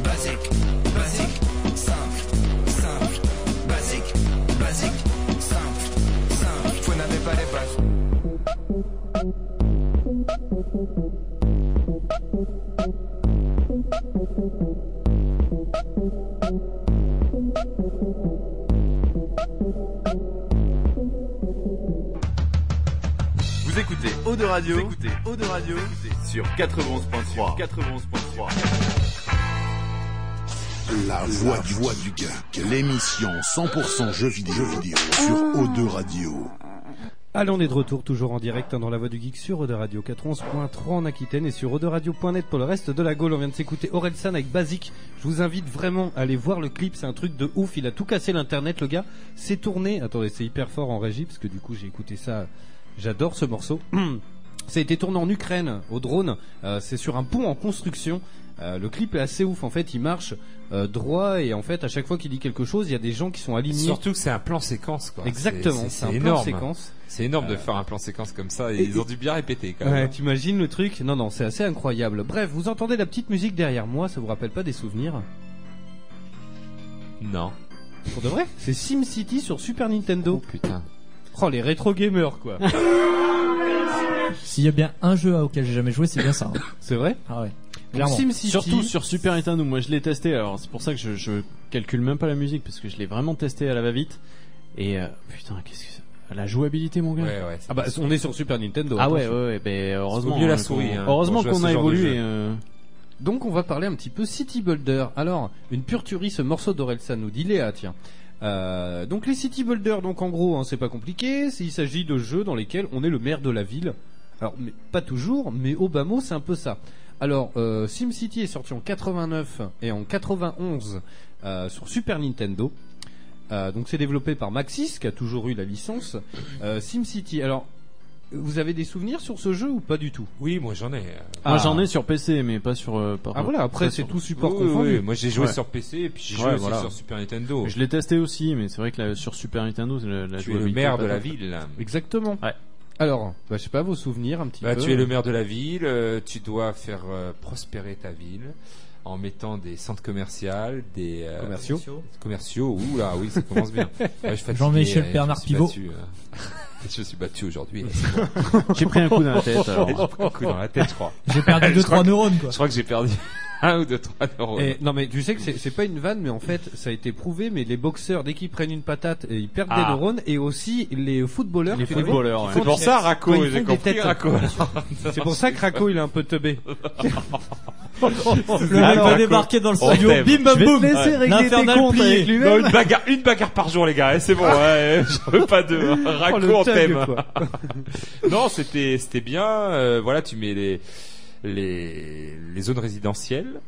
[SPEAKER 17] Basique. Basique. Simple. Simple. Basique. Basique. Simple. Simple. Vous n'avez pas les bases.
[SPEAKER 18] Vous écoutez Eau de Radio, vous écoutez Eau de Radio sur 91.3. 91.3.
[SPEAKER 1] La voix du, voix du geek. L'émission 100% jeux vidéo, jeux vidéo sur O2 Radio.
[SPEAKER 3] Allez, on est de retour toujours en direct hein, dans la voix du geek sur Ode Radio 411.3 en Aquitaine et sur Radio.net pour le reste de la Gaule. On vient de s'écouter Orelsan avec Basic. Je vous invite vraiment à aller voir le clip, c'est un truc de ouf. Il a tout cassé l'internet, le gars. C'est tourné. Attendez, c'est hyper fort en régie parce que du coup j'ai écouté ça. J'adore ce morceau. Ça a été tourné en Ukraine, au drone. Euh, c'est sur un pont en construction. Euh, le clip est assez ouf. En fait, il marche euh, droit et en fait, à chaque fois qu'il dit quelque chose, il y a des gens qui sont alignés.
[SPEAKER 4] Surtout que c'est un plan séquence, quoi.
[SPEAKER 3] Exactement,
[SPEAKER 4] C'est-
[SPEAKER 3] Bah, c'est
[SPEAKER 4] c'est
[SPEAKER 3] un plan
[SPEAKER 4] énorme.
[SPEAKER 3] séquence.
[SPEAKER 4] C'est énorme de
[SPEAKER 3] Euh,
[SPEAKER 4] faire un plan séquence comme ça. Et
[SPEAKER 3] et-
[SPEAKER 4] ils ont dû bien répéter, quand
[SPEAKER 3] Ouais,
[SPEAKER 4] même.
[SPEAKER 3] t'imagines le truc Non, non, c'est assez incroyable. Bref, vous entendez la petite musique derrière moi, ça vous rappelle pas des souvenirs
[SPEAKER 4] Non.
[SPEAKER 3] Pour de vrai C'est SimCity sur Super Nintendo. Oh
[SPEAKER 4] putain.
[SPEAKER 3] Oh les rétro gamers quoi.
[SPEAKER 5] S'il y a bien un jeu auquel j'ai jamais joué, c'est bien ça. hein.
[SPEAKER 3] C'est vrai
[SPEAKER 5] Ah ouais. Clairement.
[SPEAKER 8] Clairement. Surtout sur Super Nintendo. Moi, je l'ai testé. Alors, c'est pour ça que je, je calcule même pas la musique parce que je l'ai vraiment testé à la va-vite. Et euh, putain, qu'est-ce que c'est La jouabilité, mon gars.
[SPEAKER 3] ah bah on est sur Super Nintendo.
[SPEAKER 8] Ah ouais,
[SPEAKER 3] attention.
[SPEAKER 8] ouais, ouais, ben, heureusement.
[SPEAKER 3] mieux la
[SPEAKER 8] hein,
[SPEAKER 3] souris,
[SPEAKER 8] qu'on-
[SPEAKER 3] hein, pour
[SPEAKER 8] heureusement
[SPEAKER 3] jouer à
[SPEAKER 8] qu'on
[SPEAKER 3] ce
[SPEAKER 8] a
[SPEAKER 3] genre de
[SPEAKER 8] évolué.
[SPEAKER 3] jeu.
[SPEAKER 8] euh,
[SPEAKER 3] Donc on va parler un petit peu City Builder. Alors, une pure tuerie ce morceau d'Orelsan nous dit Léa, tiens. Euh, donc les City Builder, donc en gros, hein, c'est pas compliqué, c'est- il s'agit de jeux dans lesquels on est le maire de la ville. Alors, mais, pas toujours, mais au bas mot, c'est un peu ça. Alors, euh, SimCity est sorti en 89 et en 91 euh, sur Super Nintendo. Euh, donc c'est développé par Maxis qui a toujours eu la licence. Euh, SimCity. Alors vous avez des souvenirs sur ce jeu ou pas du tout
[SPEAKER 4] Oui, moi j'en ai.
[SPEAKER 8] Moi j'en ai sur PC, mais pas sur. euh, par-
[SPEAKER 3] Ah voilà, après,
[SPEAKER 8] pas
[SPEAKER 3] c'est
[SPEAKER 8] sur-
[SPEAKER 3] tout support
[SPEAKER 4] Oui, oui,
[SPEAKER 3] confondu.
[SPEAKER 4] oui, moi, j'ai joué
[SPEAKER 8] Ouais.
[SPEAKER 4] sur PC et puis j'ai
[SPEAKER 8] Ouais,
[SPEAKER 4] joué aussi
[SPEAKER 8] voilà.
[SPEAKER 4] sur Super Nintendo.
[SPEAKER 8] Je l'ai testé aussi, mais c'est vrai que la- sur Super Nintendo, c'est la, la
[SPEAKER 4] Tu es le
[SPEAKER 8] jouabilité
[SPEAKER 4] maire
[SPEAKER 8] est pas
[SPEAKER 4] de la
[SPEAKER 8] top.
[SPEAKER 4] ville, là.
[SPEAKER 3] Exactement. Alors, bah, je sais pas vos souvenirs un petit
[SPEAKER 4] Bah,
[SPEAKER 3] peu.
[SPEAKER 4] tu es le maire de la ville, euh, tu dois faire euh, prospérer ta ville en mettant des centres commerciaux, des euh,
[SPEAKER 3] Commerciaux.
[SPEAKER 4] commerciaux. Ouh là, oui, ça commence bien. Ouais, je suis fatigué,
[SPEAKER 5] Jean-Michel
[SPEAKER 4] ouais, je
[SPEAKER 5] Bernard
[SPEAKER 4] me suis
[SPEAKER 5] Pivot.
[SPEAKER 4] battu, euh, je suis battu aujourd'hui. c'est bon.
[SPEAKER 8] J'ai pris un coup dans la tête, hein. alors.
[SPEAKER 4] J'ai pris un coup dans la tête, je crois.
[SPEAKER 5] J'ai perdu
[SPEAKER 4] Je
[SPEAKER 5] deux,
[SPEAKER 4] crois
[SPEAKER 5] trois
[SPEAKER 4] que-
[SPEAKER 5] neurones, quoi.
[SPEAKER 4] Je crois que j'ai perdu un ou deux trois neurones.
[SPEAKER 3] Eh, non mais tu sais que c'est c'est pas une vanne mais en fait ça a été prouvé mais les boxeurs dès qu'ils prennent une patate et ils perdent des
[SPEAKER 4] Ah.
[SPEAKER 3] neurones et aussi les footballeurs
[SPEAKER 4] Les
[SPEAKER 3] tu les vois,
[SPEAKER 4] footballeurs,
[SPEAKER 3] qui
[SPEAKER 4] ouais.
[SPEAKER 3] font
[SPEAKER 4] C'est pour
[SPEAKER 3] des-
[SPEAKER 4] ça, Racco,
[SPEAKER 3] quand ils
[SPEAKER 4] j'ai
[SPEAKER 3] font des
[SPEAKER 4] compris,
[SPEAKER 3] têtes.
[SPEAKER 4] Racco.
[SPEAKER 3] c'est pour ça que Racco il est un peu teubé
[SPEAKER 5] Le mec va débarquer dans le studio, bim bam boum, l'infernal plié.
[SPEAKER 4] Non, une bagarre, une bagarre par jour, les gars. eh, C'est bon, ouais, j'en veux pas deux. hein. Racco
[SPEAKER 3] Ah. Oh, le
[SPEAKER 4] en
[SPEAKER 3] thug,
[SPEAKER 4] thème.
[SPEAKER 3] quoi.
[SPEAKER 4] non, c'était, c'était bien. euh, voilà, tu mets les, les, les zones résidentielles.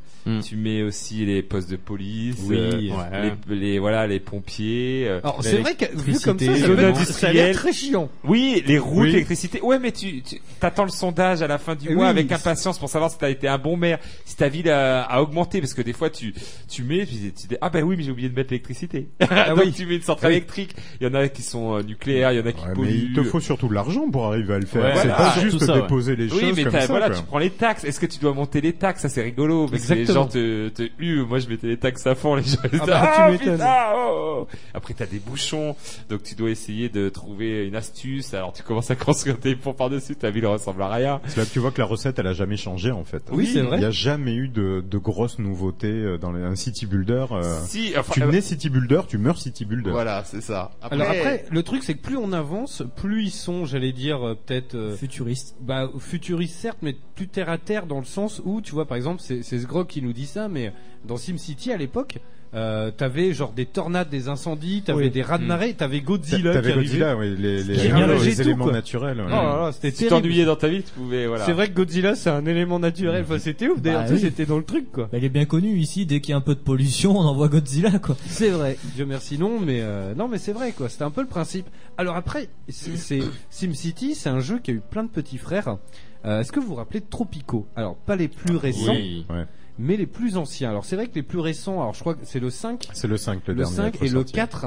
[SPEAKER 4] Tu mets aussi les postes de police,
[SPEAKER 3] Hmm. Oui,
[SPEAKER 4] euh,
[SPEAKER 3] ouais.
[SPEAKER 4] les, les- voilà les pompiers. euh,
[SPEAKER 3] Alors, c'est vrai que, vu comme ça,
[SPEAKER 4] l'électricité,
[SPEAKER 3] ça
[SPEAKER 4] zones
[SPEAKER 3] peut être-
[SPEAKER 4] industrielles.
[SPEAKER 3] ça a l'air très chiant.
[SPEAKER 4] Oui, les routes,
[SPEAKER 3] Oui.
[SPEAKER 4] l'électricité. Ouais, mais tu, tu t'attends le sondage à la fin du
[SPEAKER 3] Eh
[SPEAKER 4] mois
[SPEAKER 3] oui.
[SPEAKER 4] avec impatience pour savoir si t'as été un bon maire, si ta ville a, a augmenté, parce que des fois tu tu mets, puis tu dis ah ben oui, mais j'ai oublié de mettre l'électricité.
[SPEAKER 14] Ah
[SPEAKER 4] Donc
[SPEAKER 14] oui.
[SPEAKER 4] tu mets une centrale
[SPEAKER 14] Ah oui.
[SPEAKER 4] électrique. Il y en a qui sont euh, nucléaires, il y en a qui
[SPEAKER 14] Ouais, mais
[SPEAKER 4] polluent.
[SPEAKER 14] il te faut surtout de l'argent pour arriver à le faire.
[SPEAKER 4] Ouais,
[SPEAKER 14] c'est
[SPEAKER 4] voilà. Ah,
[SPEAKER 14] pas
[SPEAKER 4] Surtout
[SPEAKER 14] juste
[SPEAKER 4] ça, ouais.
[SPEAKER 14] déposer les
[SPEAKER 4] Oui,
[SPEAKER 14] choses
[SPEAKER 4] mais
[SPEAKER 14] comme
[SPEAKER 4] t'as-
[SPEAKER 14] ça.
[SPEAKER 4] voilà,
[SPEAKER 14] quoi.
[SPEAKER 4] tu prends les taxes. Est-ce que tu dois monter les taxes Ça, c'est rigolo parce que les
[SPEAKER 3] Exactement.
[SPEAKER 4] gens te, te huent. Moi, je mettais les taxes à fond. Les gens
[SPEAKER 3] Ah
[SPEAKER 4] ils disaient,
[SPEAKER 3] bah, tu
[SPEAKER 4] ah,
[SPEAKER 3] m'étonnes.
[SPEAKER 4] putain, oh, oh. Après, t'as des bouchons, donc tu dois essayer de trouver une astuce. Alors, tu commences à construire des ponts par dessus. Ta ville ressemble à rien.
[SPEAKER 14] C'est là que tu vois que la recette, elle a jamais changé en fait.
[SPEAKER 4] Oui, c'est vrai.
[SPEAKER 14] Il n'y a jamais eu de, de grosses nouveautés euh, dans les, un city builder. euh,
[SPEAKER 4] Si, enfin,
[SPEAKER 14] tu
[SPEAKER 4] euh,
[SPEAKER 14] nais city builder, tu meurs city builder.
[SPEAKER 18] Voilà, c'est ça. Après-
[SPEAKER 3] Alors après, le truc c'est que plus on avance, plus ils sont, j'allais dire euh, peut-être
[SPEAKER 5] futuristes.
[SPEAKER 3] Bah futuristes certes, mais plus terre à terre dans le sens où tu vois par exemple c'est c'est Sgrog qui nous dit ça, mais dans SimCity à l'époque. Euh, t'avais genre des tornades, des incendies, t'avais
[SPEAKER 14] Oui.
[SPEAKER 3] des rats de
[SPEAKER 14] Mm.
[SPEAKER 3] marée, t'avais Godzilla.
[SPEAKER 14] T'avais
[SPEAKER 3] qui arrivait.
[SPEAKER 14] Godzilla, oui, les- les-
[SPEAKER 3] Qui
[SPEAKER 14] les
[SPEAKER 3] ravageait
[SPEAKER 14] éléments
[SPEAKER 3] quoi.
[SPEAKER 14] naturels, ouais.
[SPEAKER 3] Oh là là, c'était
[SPEAKER 14] Si
[SPEAKER 3] terrible.
[SPEAKER 4] t'ennuyais dans ta vie, tu pouvais, voilà. Mm.
[SPEAKER 3] C'est vrai que Godzilla, c'est un élément naturel. Enfin, c'était ouf. D'ailleurs,
[SPEAKER 5] Bah
[SPEAKER 3] tu sais,
[SPEAKER 5] oui.
[SPEAKER 3] c'était dans le truc, quoi.
[SPEAKER 5] Bah, il est bien connu ici, dès qu'il y a un peu de pollution, on envoie Godzilla, quoi.
[SPEAKER 3] C'est vrai. Dieu merci non, mais euh, non, mais c'est vrai quoi. C'était un peu le principe. Alors après, c'est c'est- SimCity, c'est un jeu qui a eu plein de petits frères. Euh, Est-ce que vous vous rappelez de Tropico Alors pas les plus récents,
[SPEAKER 14] Oui. Ouais.
[SPEAKER 3] mais les plus anciens. Alors c'est vrai que les plus récents, alors je crois que c'est le 5
[SPEAKER 14] C'est le 5, le,
[SPEAKER 3] le
[SPEAKER 14] dernier. à
[SPEAKER 3] 5
[SPEAKER 14] être
[SPEAKER 3] et le
[SPEAKER 14] sorti.
[SPEAKER 3] 4.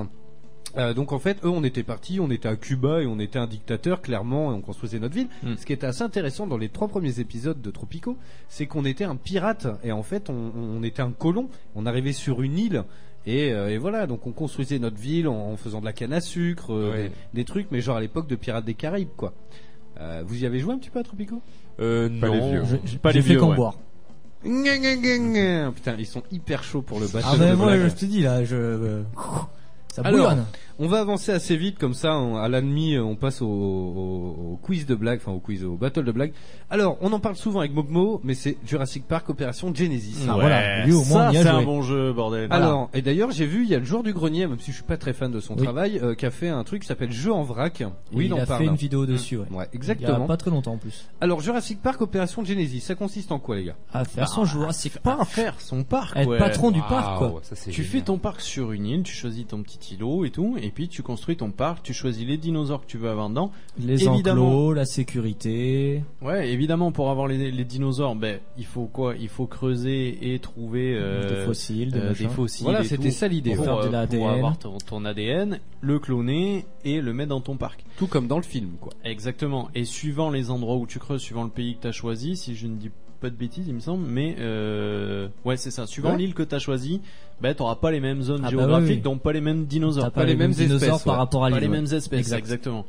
[SPEAKER 3] Euh, donc en fait, eux, on était partis, on était à Cuba et on était un dictateur clairement, et on construisait notre ville. Ce qui était assez intéressant dans les trois premiers épisodes de Tropico, c'est qu'on était un pirate et en fait, on, on était un colon. On arrivait sur une île et, euh, et voilà, donc on construisait notre ville en, en faisant de la canne à sucre, euh,
[SPEAKER 4] Ouais.
[SPEAKER 3] des, des trucs, mais genre à l'époque de Pirates des Caraïbes, quoi. Euh, vous y avez joué un petit peu à Tropico
[SPEAKER 4] Euh,
[SPEAKER 3] Pas les
[SPEAKER 4] non.
[SPEAKER 3] vieux.
[SPEAKER 4] Je-
[SPEAKER 3] je-
[SPEAKER 5] J'ai fait qu'en boire.
[SPEAKER 3] Putain, ils sont hyper chauds pour le battle.
[SPEAKER 5] Ah bah
[SPEAKER 3] de
[SPEAKER 5] moi,
[SPEAKER 3] blagues.
[SPEAKER 5] je te dis là, je... euh, Ça
[SPEAKER 3] Alors,
[SPEAKER 5] bouillonne.
[SPEAKER 3] on va avancer assez vite comme ça. on- à la demi, euh, on passe au, au- au quiz de blagues, enfin au quiz, au battle de blagues. Alors, on en parle souvent avec Mogmo, mais c'est Jurassic Park Opération Genesis.
[SPEAKER 8] Ah, Ouais, voilà, lui, au moins, ça, il y a c'est joué. un bon jeu, bordel.
[SPEAKER 3] Alors, et d'ailleurs, j'ai vu, il y a le joueur du grenier, même si je suis pas très fan de son
[SPEAKER 5] Oui.
[SPEAKER 3] travail, euh, qui a fait un truc qui s'appelle Jeu en vrac.
[SPEAKER 5] Et
[SPEAKER 3] Oui,
[SPEAKER 5] il
[SPEAKER 3] en
[SPEAKER 5] a
[SPEAKER 3] parle. Mmh.
[SPEAKER 5] fait une vidéo dessus, ouais.
[SPEAKER 3] exactement.
[SPEAKER 5] Il y a pas très longtemps en plus.
[SPEAKER 3] Alors, Jurassic Park Opération Genesis, ça consiste en quoi, les gars
[SPEAKER 5] À faire son Jurassic Park.
[SPEAKER 8] Bah, À faire son parc.
[SPEAKER 5] Être
[SPEAKER 8] ouais.
[SPEAKER 5] patron du parc, quoi.
[SPEAKER 8] tu fais ton parc sur une île, tu choisis ton petit îlot et tout, et puis tu construis ton parc, tu choisis les dinosaures que tu veux avoir dedans.
[SPEAKER 5] Les
[SPEAKER 8] évidemment,
[SPEAKER 5] enclos, la sécurité.
[SPEAKER 8] Ouais, évidemment, pour avoir les, les dinosaures, ben, il faut quoi Il faut creuser et trouver euh,
[SPEAKER 5] Des fossiles, des machins.
[SPEAKER 8] des fossiles.
[SPEAKER 5] Voilà,
[SPEAKER 8] et
[SPEAKER 5] c'était
[SPEAKER 8] tout
[SPEAKER 5] ça l'idée.
[SPEAKER 8] Pour,
[SPEAKER 5] Faire de
[SPEAKER 8] euh,
[SPEAKER 5] l'ADN.
[SPEAKER 8] pour avoir ton, ton ADN, le cloner et le mettre dans ton parc.
[SPEAKER 3] Tout comme dans le film, quoi.
[SPEAKER 8] Exactement. Et suivant les endroits où tu creuses, suivant le pays que tu as choisi, si je ne dis pas de bêtises, il me semble, mais euh, ouais, c'est ça. Suivant
[SPEAKER 3] Ouais.
[SPEAKER 8] l'île que tu as choisi, ben, tu pas les mêmes zones
[SPEAKER 5] Ah bah
[SPEAKER 8] géographiques,
[SPEAKER 5] oui, oui.
[SPEAKER 8] donc pas les mêmes dinosaures,
[SPEAKER 5] T'as pas les mêmes dinosaures par rapport à
[SPEAKER 8] Pas
[SPEAKER 5] l'île,
[SPEAKER 8] les
[SPEAKER 5] ouais.
[SPEAKER 8] mêmes espèces,
[SPEAKER 5] Exact.
[SPEAKER 8] exactement.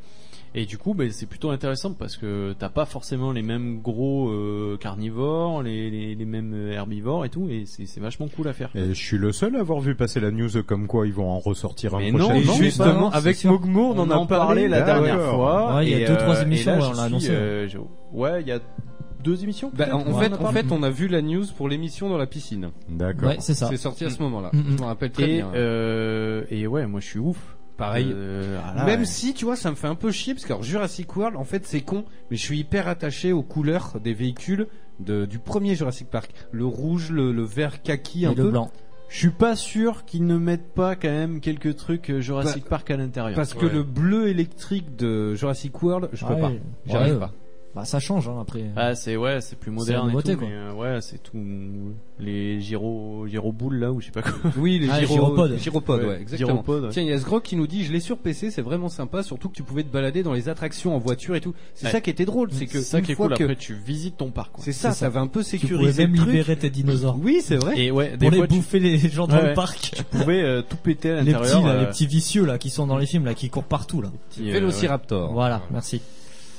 [SPEAKER 8] Et du coup, ben, c'est plutôt intéressant parce que t'as pas forcément les mêmes gros euh, carnivores, les, les, les mêmes herbivores et tout, et c'est c'est vachement cool à faire.
[SPEAKER 14] Et je suis le seul à avoir vu passer la news comme quoi ils vont en ressortir un
[SPEAKER 8] Mais
[SPEAKER 14] prochain.
[SPEAKER 8] non, Et non, justement, non, c'est avec sûr.
[SPEAKER 3] Mogmo,
[SPEAKER 8] on en a parlé la dernière fois.
[SPEAKER 5] Ouais, il y a
[SPEAKER 8] et,
[SPEAKER 5] deux,
[SPEAKER 8] euh,
[SPEAKER 5] trois
[SPEAKER 8] et là,
[SPEAKER 5] émissions,
[SPEAKER 8] je
[SPEAKER 5] on l'a
[SPEAKER 8] suis,
[SPEAKER 5] annoncé.
[SPEAKER 8] euh, je- ouais, il y a deux émissions
[SPEAKER 3] Bah, en,
[SPEAKER 8] peut-être,
[SPEAKER 3] en
[SPEAKER 8] on
[SPEAKER 3] fait,
[SPEAKER 8] a
[SPEAKER 3] en
[SPEAKER 8] parlé.
[SPEAKER 3] fait, on a vu la news pour l'émission dans la piscine.
[SPEAKER 14] D'accord.
[SPEAKER 5] Ouais, c'est ça.
[SPEAKER 3] C'est sorti à ce
[SPEAKER 5] Mm.
[SPEAKER 3] moment-là.
[SPEAKER 5] Mm, mm.
[SPEAKER 3] Je me rappelle très
[SPEAKER 5] Et,
[SPEAKER 3] bien.
[SPEAKER 8] euh, et ouais, moi je suis ouf.
[SPEAKER 3] Pareil.
[SPEAKER 8] Euh, ah là,
[SPEAKER 3] Même
[SPEAKER 8] ouais.
[SPEAKER 3] si, tu vois, ça me fait un peu chier parce que alors, Jurassic World, en fait, c'est con, mais je suis hyper attaché aux couleurs des véhicules de- du premier Jurassic Park. Le rouge, le, le vert kaki, un peu.
[SPEAKER 8] Je suis pas sûr qu'ils ne mettent pas quand même quelques trucs euh, Jurassic Park à l'intérieur.
[SPEAKER 3] Parce que le bleu électrique de Jurassic World, je peux
[SPEAKER 8] Ouais.
[SPEAKER 3] pas. J'arrive
[SPEAKER 8] Ouais.
[SPEAKER 3] pas.
[SPEAKER 5] Bah, ça change, hein, après.
[SPEAKER 8] Ah c'est ouais, c'est plus
[SPEAKER 5] C'est
[SPEAKER 8] moderne
[SPEAKER 5] la nouveauté,
[SPEAKER 8] et tout,
[SPEAKER 5] quoi.
[SPEAKER 8] mais euh, ouais, c'est tout les gyro gyroboules là ou je sais pas quoi.
[SPEAKER 3] Oui,
[SPEAKER 5] Ah,
[SPEAKER 8] Ah,
[SPEAKER 3] les, gyro- les gyropodes, ouais, exactement.
[SPEAKER 8] Gyropodes, ouais.
[SPEAKER 3] Tiens, il y a ce gros qui nous dit, je l'ai sur PC, c'est vraiment sympa, surtout que tu pouvais te balader dans les attractions en voiture et tout. C'est
[SPEAKER 8] Ouais.
[SPEAKER 3] ça qui était drôle, c'est que
[SPEAKER 8] C'est ça
[SPEAKER 3] une
[SPEAKER 8] qui est
[SPEAKER 3] fois
[SPEAKER 8] cool,
[SPEAKER 3] que-
[SPEAKER 8] après, tu visites ton parc, quoi.
[SPEAKER 3] C'est ça,
[SPEAKER 8] C'est ça.
[SPEAKER 3] ça va un peu
[SPEAKER 8] Tu
[SPEAKER 3] sécuriser
[SPEAKER 8] pouvais même
[SPEAKER 3] le truc.
[SPEAKER 8] libérer
[SPEAKER 5] tes dinosaures.
[SPEAKER 3] Oui, c'est vrai.
[SPEAKER 8] Et ouais,
[SPEAKER 5] Pour
[SPEAKER 8] des
[SPEAKER 5] les
[SPEAKER 8] fois, tu-
[SPEAKER 5] bouffer les les gens dans
[SPEAKER 8] Ouais,
[SPEAKER 5] le
[SPEAKER 8] ouais.
[SPEAKER 5] parc.
[SPEAKER 8] Tu pouvais euh, tout péter à
[SPEAKER 5] Les
[SPEAKER 8] l'intérieur.
[SPEAKER 5] petits, là,
[SPEAKER 8] euh,
[SPEAKER 5] les petits vicieux là qui sont dans les films là qui courent partout là.
[SPEAKER 8] petits, euh,
[SPEAKER 3] Vélociraptor.
[SPEAKER 5] Voilà, merci.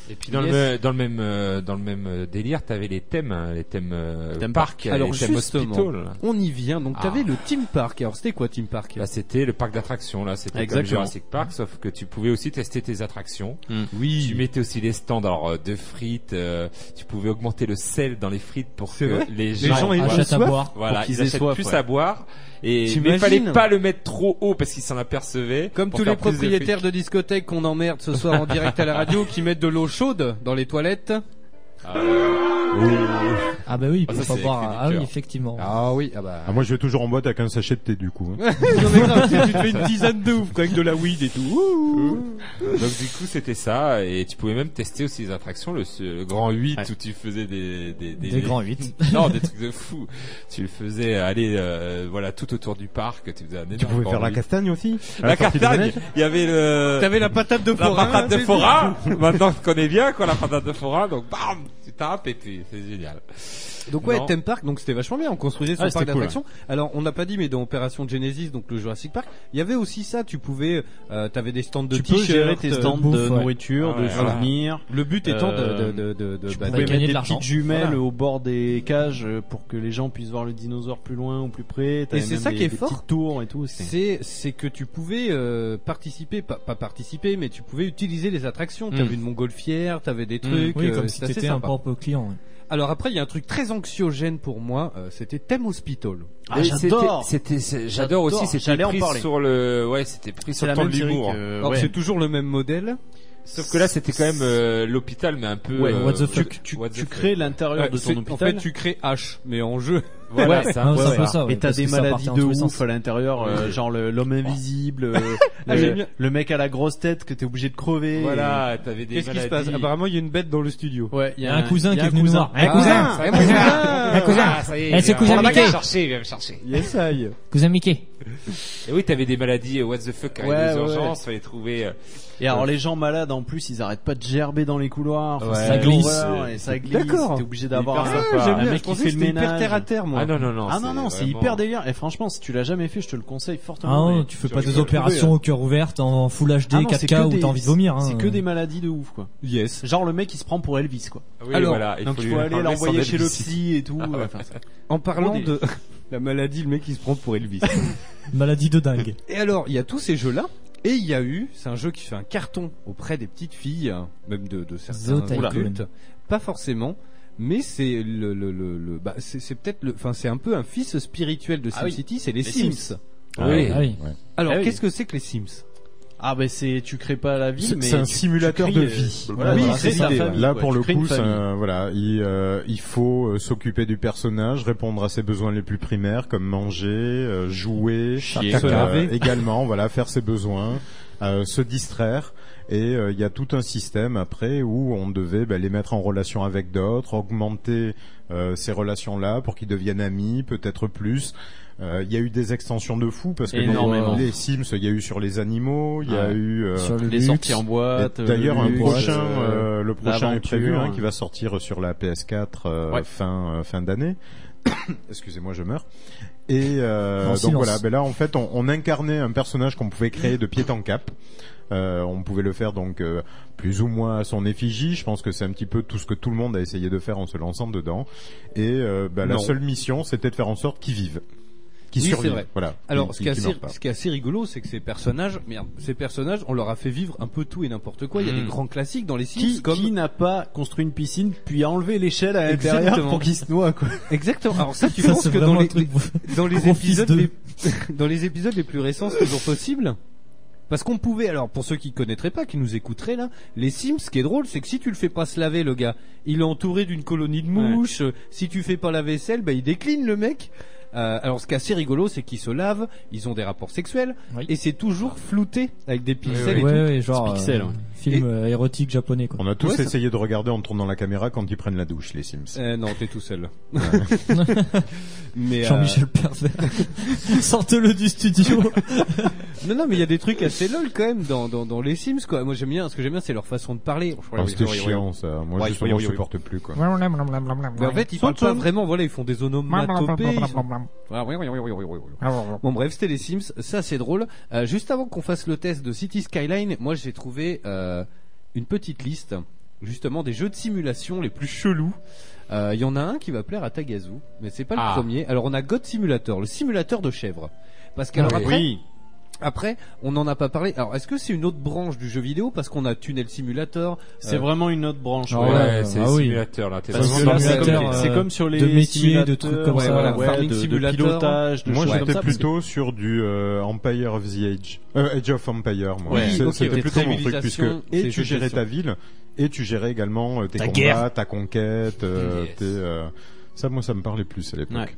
[SPEAKER 4] Et puis dans,
[SPEAKER 5] Yes.
[SPEAKER 4] le, me- dans le même euh, dans le même euh, délire, t'avais les thèmes, hein, les thèmes euh, parc,
[SPEAKER 3] Alors
[SPEAKER 4] les thèmes
[SPEAKER 3] justement,
[SPEAKER 4] hospital.
[SPEAKER 3] on y vient. Donc
[SPEAKER 4] Ah.
[SPEAKER 3] t'avais le Team Park. Alors c'était quoi Team Park
[SPEAKER 4] Bah, c'était le parc d'attractions là, c'était comme
[SPEAKER 3] Exactement. Mm.
[SPEAKER 4] Jurassic Park, sauf que tu pouvais aussi tester tes attractions.
[SPEAKER 3] Oui.
[SPEAKER 4] Tu mettais aussi les stands alors, euh, de frites, euh, tu pouvais augmenter le sel dans les frites pour que
[SPEAKER 3] C'est vrai
[SPEAKER 4] les
[SPEAKER 3] Les
[SPEAKER 4] gens,
[SPEAKER 3] gens, ils
[SPEAKER 4] voilà,
[SPEAKER 3] achètent à boire.
[SPEAKER 4] Voilà,
[SPEAKER 3] Pour qu'ils
[SPEAKER 4] ils
[SPEAKER 3] aient
[SPEAKER 4] achètent
[SPEAKER 3] soif,
[SPEAKER 4] plus
[SPEAKER 3] ouais.
[SPEAKER 4] à boire. Et mais
[SPEAKER 3] T'imagines
[SPEAKER 4] il fallait pas le mettre trop haut parce qu'ils s'en apercevaient.
[SPEAKER 3] Comme
[SPEAKER 4] pour
[SPEAKER 3] tous
[SPEAKER 4] faire
[SPEAKER 3] les
[SPEAKER 4] plus de frites.
[SPEAKER 3] propriétaires de discothèques qu'on emmerde ce soir en direct à la radio, qui mettent de l'eau chaude dans les toilettes.
[SPEAKER 5] Ah bah oui,
[SPEAKER 3] Ah,
[SPEAKER 5] pour
[SPEAKER 3] ça,
[SPEAKER 5] pas
[SPEAKER 3] c'est
[SPEAKER 5] boire.
[SPEAKER 3] écrit du
[SPEAKER 5] Ah oui,
[SPEAKER 3] cœur.
[SPEAKER 5] effectivement.
[SPEAKER 3] Ah oui, ah bah.
[SPEAKER 14] Ah, moi je vais toujours en boîte avec un sachet de thé du coup. hein.
[SPEAKER 3] Non, mais grave, tu te fais une tisane de ouf quoi, avec de la weed et tout. Ouh.
[SPEAKER 4] Donc du coup c'était ça et tu pouvais même tester aussi les attractions le, ce- le grand 8 où tu faisais des des,
[SPEAKER 5] Des grands 8.
[SPEAKER 4] non des trucs de fou tu le faisais aller euh, voilà tout autour du parc tu faisais un énorme
[SPEAKER 14] Tu pouvais
[SPEAKER 4] grand
[SPEAKER 14] faire la
[SPEAKER 4] huit.
[SPEAKER 14] castagne aussi à
[SPEAKER 4] la
[SPEAKER 14] sortie de la
[SPEAKER 4] castagne
[SPEAKER 14] neige
[SPEAKER 4] il y avait le
[SPEAKER 3] T'avais la patate de
[SPEAKER 4] la
[SPEAKER 3] forain,
[SPEAKER 4] patate de
[SPEAKER 3] c'est
[SPEAKER 4] forain
[SPEAKER 3] tout.
[SPEAKER 4] maintenant je connais bien quoi la patate de forain donc bam tu tapes et puis c'est génial
[SPEAKER 3] Donc ouais,
[SPEAKER 4] Non.
[SPEAKER 3] Theme Park, donc c'était vachement bien. On construisait son
[SPEAKER 4] Ah,
[SPEAKER 3] parc
[SPEAKER 4] c'était cool,
[SPEAKER 3] d'attractions. Alors on n'a pas dit, mais dans Opération Genesis, donc le Jurassic Park, il y avait aussi ça. Tu pouvais, euh, t'avais des stands de
[SPEAKER 8] Tu peux
[SPEAKER 3] t-shirts,
[SPEAKER 8] gérer tes
[SPEAKER 3] euh,
[SPEAKER 8] stands de
[SPEAKER 3] bouffe, ouais.
[SPEAKER 8] nourriture, de
[SPEAKER 3] voilà.
[SPEAKER 8] souvenirs.
[SPEAKER 3] Le but étant de-
[SPEAKER 8] Euh,
[SPEAKER 3] de, de, de, de,
[SPEAKER 8] tu
[SPEAKER 3] bah, de
[SPEAKER 8] pouvais mettre
[SPEAKER 3] gagner
[SPEAKER 8] des
[SPEAKER 3] de l'argent.
[SPEAKER 8] petites jumelles
[SPEAKER 3] Voilà.
[SPEAKER 8] au bord des cages euh, pour que les gens puissent voir le dinosaure plus loin ou plus près. T'avais
[SPEAKER 3] Et c'est
[SPEAKER 8] même
[SPEAKER 3] ça
[SPEAKER 8] des-
[SPEAKER 3] qui est
[SPEAKER 8] des
[SPEAKER 3] fort.
[SPEAKER 8] petites tours et tout.
[SPEAKER 3] C'est c'est que tu pouvais euh, participer, pas, pas participer, mais tu pouvais utiliser les attractions.
[SPEAKER 5] Mm.
[SPEAKER 3] T'avais une montgolfière, t'avais des
[SPEAKER 8] Mmh.
[SPEAKER 5] Mm.
[SPEAKER 3] trucs.
[SPEAKER 5] Oui,
[SPEAKER 3] euh,
[SPEAKER 5] comme si
[SPEAKER 3] c'est assez
[SPEAKER 5] t'étais un
[SPEAKER 3] sympa.
[SPEAKER 5] propre client. ouais.
[SPEAKER 3] Alors après, il y a un truc très anxiogène pour moi. euh, c'était Thème Hospital.
[SPEAKER 4] Ah, Et j'adore. c'était- c'était- c'est- j'adore aussi, c'était
[SPEAKER 3] J'allais en
[SPEAKER 4] pris
[SPEAKER 3] parler.
[SPEAKER 4] sur le- ouais, c'était pris sur le ton de l'humour.
[SPEAKER 3] Alors,
[SPEAKER 4] Ouais.
[SPEAKER 3] C'est toujours le même modèle.
[SPEAKER 4] sauf que là c'était quand même euh, l'hôpital mais un peu
[SPEAKER 3] Ouais,
[SPEAKER 4] euh,
[SPEAKER 3] what the
[SPEAKER 4] tu-
[SPEAKER 3] fuck.
[SPEAKER 4] tu- what the fuck.
[SPEAKER 3] Ouais, c'est- En fait, tu crées H, mais en jeu.
[SPEAKER 4] Voilà, c'est un peu ça.
[SPEAKER 8] Et t'as des maladies de ouf à l'intérieur, euh,
[SPEAKER 3] Ouais.
[SPEAKER 8] genre le- l'homme invisible, euh,
[SPEAKER 3] Ah, j'aime
[SPEAKER 8] le,
[SPEAKER 3] bien.
[SPEAKER 8] le mec à la grosse tête que t'es obligé de crever.
[SPEAKER 4] Voilà,
[SPEAKER 8] Et-
[SPEAKER 4] t'avais des
[SPEAKER 3] Qu'est-ce qui se passe Apparemment, il y a une bête dans le studio.
[SPEAKER 8] Ouais, il y a
[SPEAKER 3] un cousin
[SPEAKER 8] il y a
[SPEAKER 3] qui est venu nous voir.
[SPEAKER 8] Un
[SPEAKER 3] Ah,
[SPEAKER 8] cousin,
[SPEAKER 3] un cousin, un cousin.
[SPEAKER 4] Eh,
[SPEAKER 8] c'est
[SPEAKER 4] ce cousin Mickey.
[SPEAKER 8] chercher, viens me chercher. Yes, aïe.
[SPEAKER 5] Cousin Mickey.
[SPEAKER 4] Et oui, t'avais des maladies euh, what the fuck avec
[SPEAKER 8] Ouais,
[SPEAKER 4] des
[SPEAKER 8] ouais,
[SPEAKER 4] urgences,
[SPEAKER 8] ouais.
[SPEAKER 4] fallait trouver. euh,
[SPEAKER 8] Et alors les gens malades en plus ils arrêtent pas de gerber dans les couloirs, Enfin,
[SPEAKER 4] Ouais.
[SPEAKER 8] c'est
[SPEAKER 4] Ça
[SPEAKER 8] une
[SPEAKER 4] glisse.
[SPEAKER 8] horreur, et ça glisse.
[SPEAKER 3] D'accord.
[SPEAKER 8] T'es obligé d'avoir
[SPEAKER 3] Hyper
[SPEAKER 8] un,
[SPEAKER 3] sympa. Ah, j'aime
[SPEAKER 8] un
[SPEAKER 3] bien,
[SPEAKER 8] mec
[SPEAKER 3] je
[SPEAKER 8] qui
[SPEAKER 3] pensais
[SPEAKER 8] fait
[SPEAKER 3] que
[SPEAKER 8] le
[SPEAKER 3] c'était
[SPEAKER 8] ménage.
[SPEAKER 3] hyper terre à terre, moi.
[SPEAKER 8] Ah non non non. Ah
[SPEAKER 3] c'est
[SPEAKER 8] non non c'est
[SPEAKER 3] vraiment-
[SPEAKER 8] hyper délire. Et franchement si tu l'as jamais fait je te le conseille
[SPEAKER 5] Ah
[SPEAKER 8] fortement.
[SPEAKER 5] non,
[SPEAKER 8] Mais
[SPEAKER 5] tu fais
[SPEAKER 8] tu
[SPEAKER 5] pas
[SPEAKER 8] vas
[SPEAKER 5] des
[SPEAKER 8] le
[SPEAKER 5] opérations
[SPEAKER 8] trouver, hein.
[SPEAKER 5] au cœur ouvert en full HD
[SPEAKER 8] Ah non, c'est
[SPEAKER 5] 4K
[SPEAKER 8] que
[SPEAKER 5] où
[SPEAKER 8] des-
[SPEAKER 5] t'as envie de vomir. hein.
[SPEAKER 8] C'est que des maladies de ouf quoi.
[SPEAKER 3] Yes.
[SPEAKER 8] Genre le mec il se prend pour Elvis quoi.
[SPEAKER 4] Ah Oui, voilà, il
[SPEAKER 8] donc
[SPEAKER 4] faut
[SPEAKER 8] il
[SPEAKER 4] lui
[SPEAKER 8] faut aller
[SPEAKER 4] enlever son
[SPEAKER 8] l'envoyer chez le
[SPEAKER 4] Elvis.
[SPEAKER 8] psy et tout.
[SPEAKER 4] Ah ouais.
[SPEAKER 8] Enfin, c'est-
[SPEAKER 3] En parlant
[SPEAKER 8] Gros
[SPEAKER 3] de
[SPEAKER 8] délire.
[SPEAKER 3] la maladie, le mec il se prend pour Elvis.
[SPEAKER 5] Maladie de dingue.
[SPEAKER 3] Et alors, il y a tous ces jeux-là. Et il y a eu, c'est un jeu qui fait un carton auprès des petites filles, hein, même de, de certains
[SPEAKER 5] The Tycoon.
[SPEAKER 3] adultes. Pas forcément, mais c'est le, le, le, le- bah, c'est, c'est peut-être le, enfin, c'est un peu un fils spirituel de
[SPEAKER 8] Ah
[SPEAKER 3] SimCity,
[SPEAKER 8] oui.
[SPEAKER 3] c'est les,
[SPEAKER 8] Les
[SPEAKER 3] Sims.
[SPEAKER 8] Sims.
[SPEAKER 3] Ah
[SPEAKER 8] oui.
[SPEAKER 3] oui.
[SPEAKER 8] Ah oui.
[SPEAKER 3] Alors,
[SPEAKER 8] Ah oui.
[SPEAKER 3] qu'est-ce que c'est que les Sims
[SPEAKER 8] Ah ben c'est tu crées pas la vie
[SPEAKER 14] C'est-
[SPEAKER 8] mais
[SPEAKER 14] c'est un
[SPEAKER 8] tu- tu
[SPEAKER 14] simulateur
[SPEAKER 8] crées,
[SPEAKER 14] de
[SPEAKER 8] euh,
[SPEAKER 14] vie.
[SPEAKER 8] voilà, voilà,
[SPEAKER 14] c'est
[SPEAKER 8] ta
[SPEAKER 14] l'idée.
[SPEAKER 8] famille,
[SPEAKER 14] Là,
[SPEAKER 8] quoi.
[SPEAKER 14] pour
[SPEAKER 8] Tu
[SPEAKER 14] le
[SPEAKER 8] crées une
[SPEAKER 14] coup, c'est
[SPEAKER 8] famille.
[SPEAKER 14] un- voilà, il, euh, il faut euh, s'occuper du personnage, répondre à ses besoins les plus primaires, comme manger, euh, jouer,
[SPEAKER 3] Chier.
[SPEAKER 14] euh,
[SPEAKER 3] Se laver.
[SPEAKER 14] également, voilà, faire ses besoins, euh, se distraire. Et euh, il y a tout un système après où on devait bah, les mettre en relation avec d'autres, augmenter euh, ces relations-là pour qu'ils deviennent amis, peut-être plus. Euh, Il y a eu des extensions de fou parce que bon,
[SPEAKER 8] Énormément.
[SPEAKER 14] les Sims, il y a eu sur les animaux, il y a
[SPEAKER 8] Ouais.
[SPEAKER 14] eu euh,
[SPEAKER 8] Sur le
[SPEAKER 14] les
[SPEAKER 8] luxe. sorties en boîte,
[SPEAKER 14] Et D'ailleurs,
[SPEAKER 8] euh,
[SPEAKER 14] un
[SPEAKER 8] le luxe,
[SPEAKER 14] prochain,
[SPEAKER 8] euh,
[SPEAKER 14] euh, le prochain est
[SPEAKER 8] l'aventure,
[SPEAKER 14] prévu, hein,
[SPEAKER 8] euh.
[SPEAKER 14] qui va sortir sur la PS4 euh,
[SPEAKER 8] Ouais.
[SPEAKER 14] fin euh, fin d'année. Excusez-moi, je meurs. Et euh,
[SPEAKER 8] En
[SPEAKER 14] donc
[SPEAKER 8] silence.
[SPEAKER 14] voilà, ben là en fait, on, on incarnait un personnage qu'on pouvait créer de pied en cap. Euh, on pouvait le faire donc euh, plus ou moins à son effigie. Je pense que c'est un petit peu tout ce que tout le monde a essayé de faire en se lançant dedans. Et euh, ben, la
[SPEAKER 3] Non.
[SPEAKER 14] seule mission, c'était de faire en sorte qu'il vive. qui
[SPEAKER 3] Oui,
[SPEAKER 14] survivent.
[SPEAKER 3] c'est vrai.
[SPEAKER 14] Voilà.
[SPEAKER 3] Alors,
[SPEAKER 14] Qui-
[SPEAKER 3] ce, qui est
[SPEAKER 14] qui
[SPEAKER 3] assez,
[SPEAKER 14] meurent pas.
[SPEAKER 3] ce qui est assez rigolo, c'est que ces personnages, merde, ces personnages, on leur a fait vivre un peu tout et n'importe quoi. Il y a
[SPEAKER 8] Mm.
[SPEAKER 3] des grands classiques dans les Sims.
[SPEAKER 8] Qui, qui n'a pas construit une piscine puis a enlevé l'échelle à l'intérieur
[SPEAKER 3] Exactement.
[SPEAKER 8] pour qu'il se noie quoi
[SPEAKER 3] Exactement. Alors ça, tu
[SPEAKER 8] Ça,
[SPEAKER 3] penses
[SPEAKER 8] c'est
[SPEAKER 3] que
[SPEAKER 8] vraiment
[SPEAKER 3] dans
[SPEAKER 8] un
[SPEAKER 3] les,
[SPEAKER 8] truc
[SPEAKER 3] dans les
[SPEAKER 8] gros fils
[SPEAKER 3] épisodes,
[SPEAKER 8] de-
[SPEAKER 3] les- dans les épisodes les plus récents, c'est toujours possible. Parce qu'on pouvait, alors pour ceux qui connaîtraient pas, qui nous écouteraient là, les Sims, ce qui est drôle, c'est que si tu le fais pas se laver, le gars, il est entouré d'une colonie de mouches. euh, Si tu fais pas la vaisselle, bah il décline le mec. Euh, alors ce qui est assez rigolo, c'est qu'ils se lavent, ils ont des rapports sexuels, et c'est toujours flouté avec des pixels et
[SPEAKER 5] ouais,
[SPEAKER 3] tout.
[SPEAKER 5] ouais, genre euh, film euh, érotique japonais quoi.
[SPEAKER 14] On a tous
[SPEAKER 3] Ouais, ça-
[SPEAKER 14] essayé de regarder en tournant la caméra quand ils prennent la douche, les Sims.
[SPEAKER 3] Euh, non, t'es tout seul. Mais,
[SPEAKER 5] Jean-Michel
[SPEAKER 3] euh,
[SPEAKER 5] Pervers. Sortez-le du studio.
[SPEAKER 3] Non, non, mais il y a des trucs assez lol quand même dans, dans, dans les Sims, quoi. Moi j'aime bien, ce que j'aime bien, c'est leur façon de parler. Je crois
[SPEAKER 14] Ah,
[SPEAKER 3] que-
[SPEAKER 14] c'était
[SPEAKER 3] oui, oui, oui.
[SPEAKER 14] chiant, ça. Moi,
[SPEAKER 3] Ouais,
[SPEAKER 14] justement,
[SPEAKER 3] oui, oui,
[SPEAKER 14] je
[SPEAKER 3] oui.
[SPEAKER 14] supporte plus, quoi.
[SPEAKER 3] Mais en fait, ils parlent pas vraiment, voilà, ils font des onomatopées. ils sont- Ah, oui, oui, oui, oui, oui, oui, oui. Bon, bref, c'était les Sims, ça c'est drôle. Euh, juste avant qu'on fasse le test de City Skyline, moi j'ai trouvé euh, une petite liste, justement, des jeux de simulation les plus chelous. Euh, Il y en a un qui va plaire à Tagazu, mais c'est pas le
[SPEAKER 4] Ah.
[SPEAKER 3] premier. Alors on a God Simulator, le simulateur de chèvres. Parce qu'alors
[SPEAKER 4] Ah oui.
[SPEAKER 3] après,
[SPEAKER 4] Oui.
[SPEAKER 3] après, on n'en a pas parlé. Alors est-ce que c'est une autre branche du jeu vidéo Parce qu'on a Tunnel Simulator. euh,
[SPEAKER 8] C'est vraiment une autre branche,
[SPEAKER 3] Ah
[SPEAKER 8] ouais.
[SPEAKER 3] ouais,
[SPEAKER 8] Ah oui. Parce que là, c'est comme-
[SPEAKER 14] euh,
[SPEAKER 8] c'est comme sur les
[SPEAKER 3] de
[SPEAKER 8] simulateurs, ouais, voilà,
[SPEAKER 3] Ouais,
[SPEAKER 8] farming
[SPEAKER 3] de- de
[SPEAKER 8] simulator.
[SPEAKER 3] pilotage, de
[SPEAKER 14] moi,
[SPEAKER 3] choses comme
[SPEAKER 14] j'étais
[SPEAKER 3] ça, parce
[SPEAKER 14] plutôt sur du euh, Empire of the Age, euh, Age of Empire. Moi,
[SPEAKER 3] Oui,
[SPEAKER 14] C'est-
[SPEAKER 3] ok,
[SPEAKER 14] c'était
[SPEAKER 3] ok,
[SPEAKER 14] plutôt mon truc puisque
[SPEAKER 3] civilisation,
[SPEAKER 14] et
[SPEAKER 3] c'est
[SPEAKER 14] tu
[SPEAKER 3] juste
[SPEAKER 14] gérais
[SPEAKER 3] gestion.
[SPEAKER 14] ta ville et tu gérais également euh, tes
[SPEAKER 3] Ta
[SPEAKER 14] combats,
[SPEAKER 3] guerre.
[SPEAKER 14] ta conquête. euh,
[SPEAKER 3] Yes.
[SPEAKER 14] tes, euh, ça, moi, ça me parlait plus à l'époque.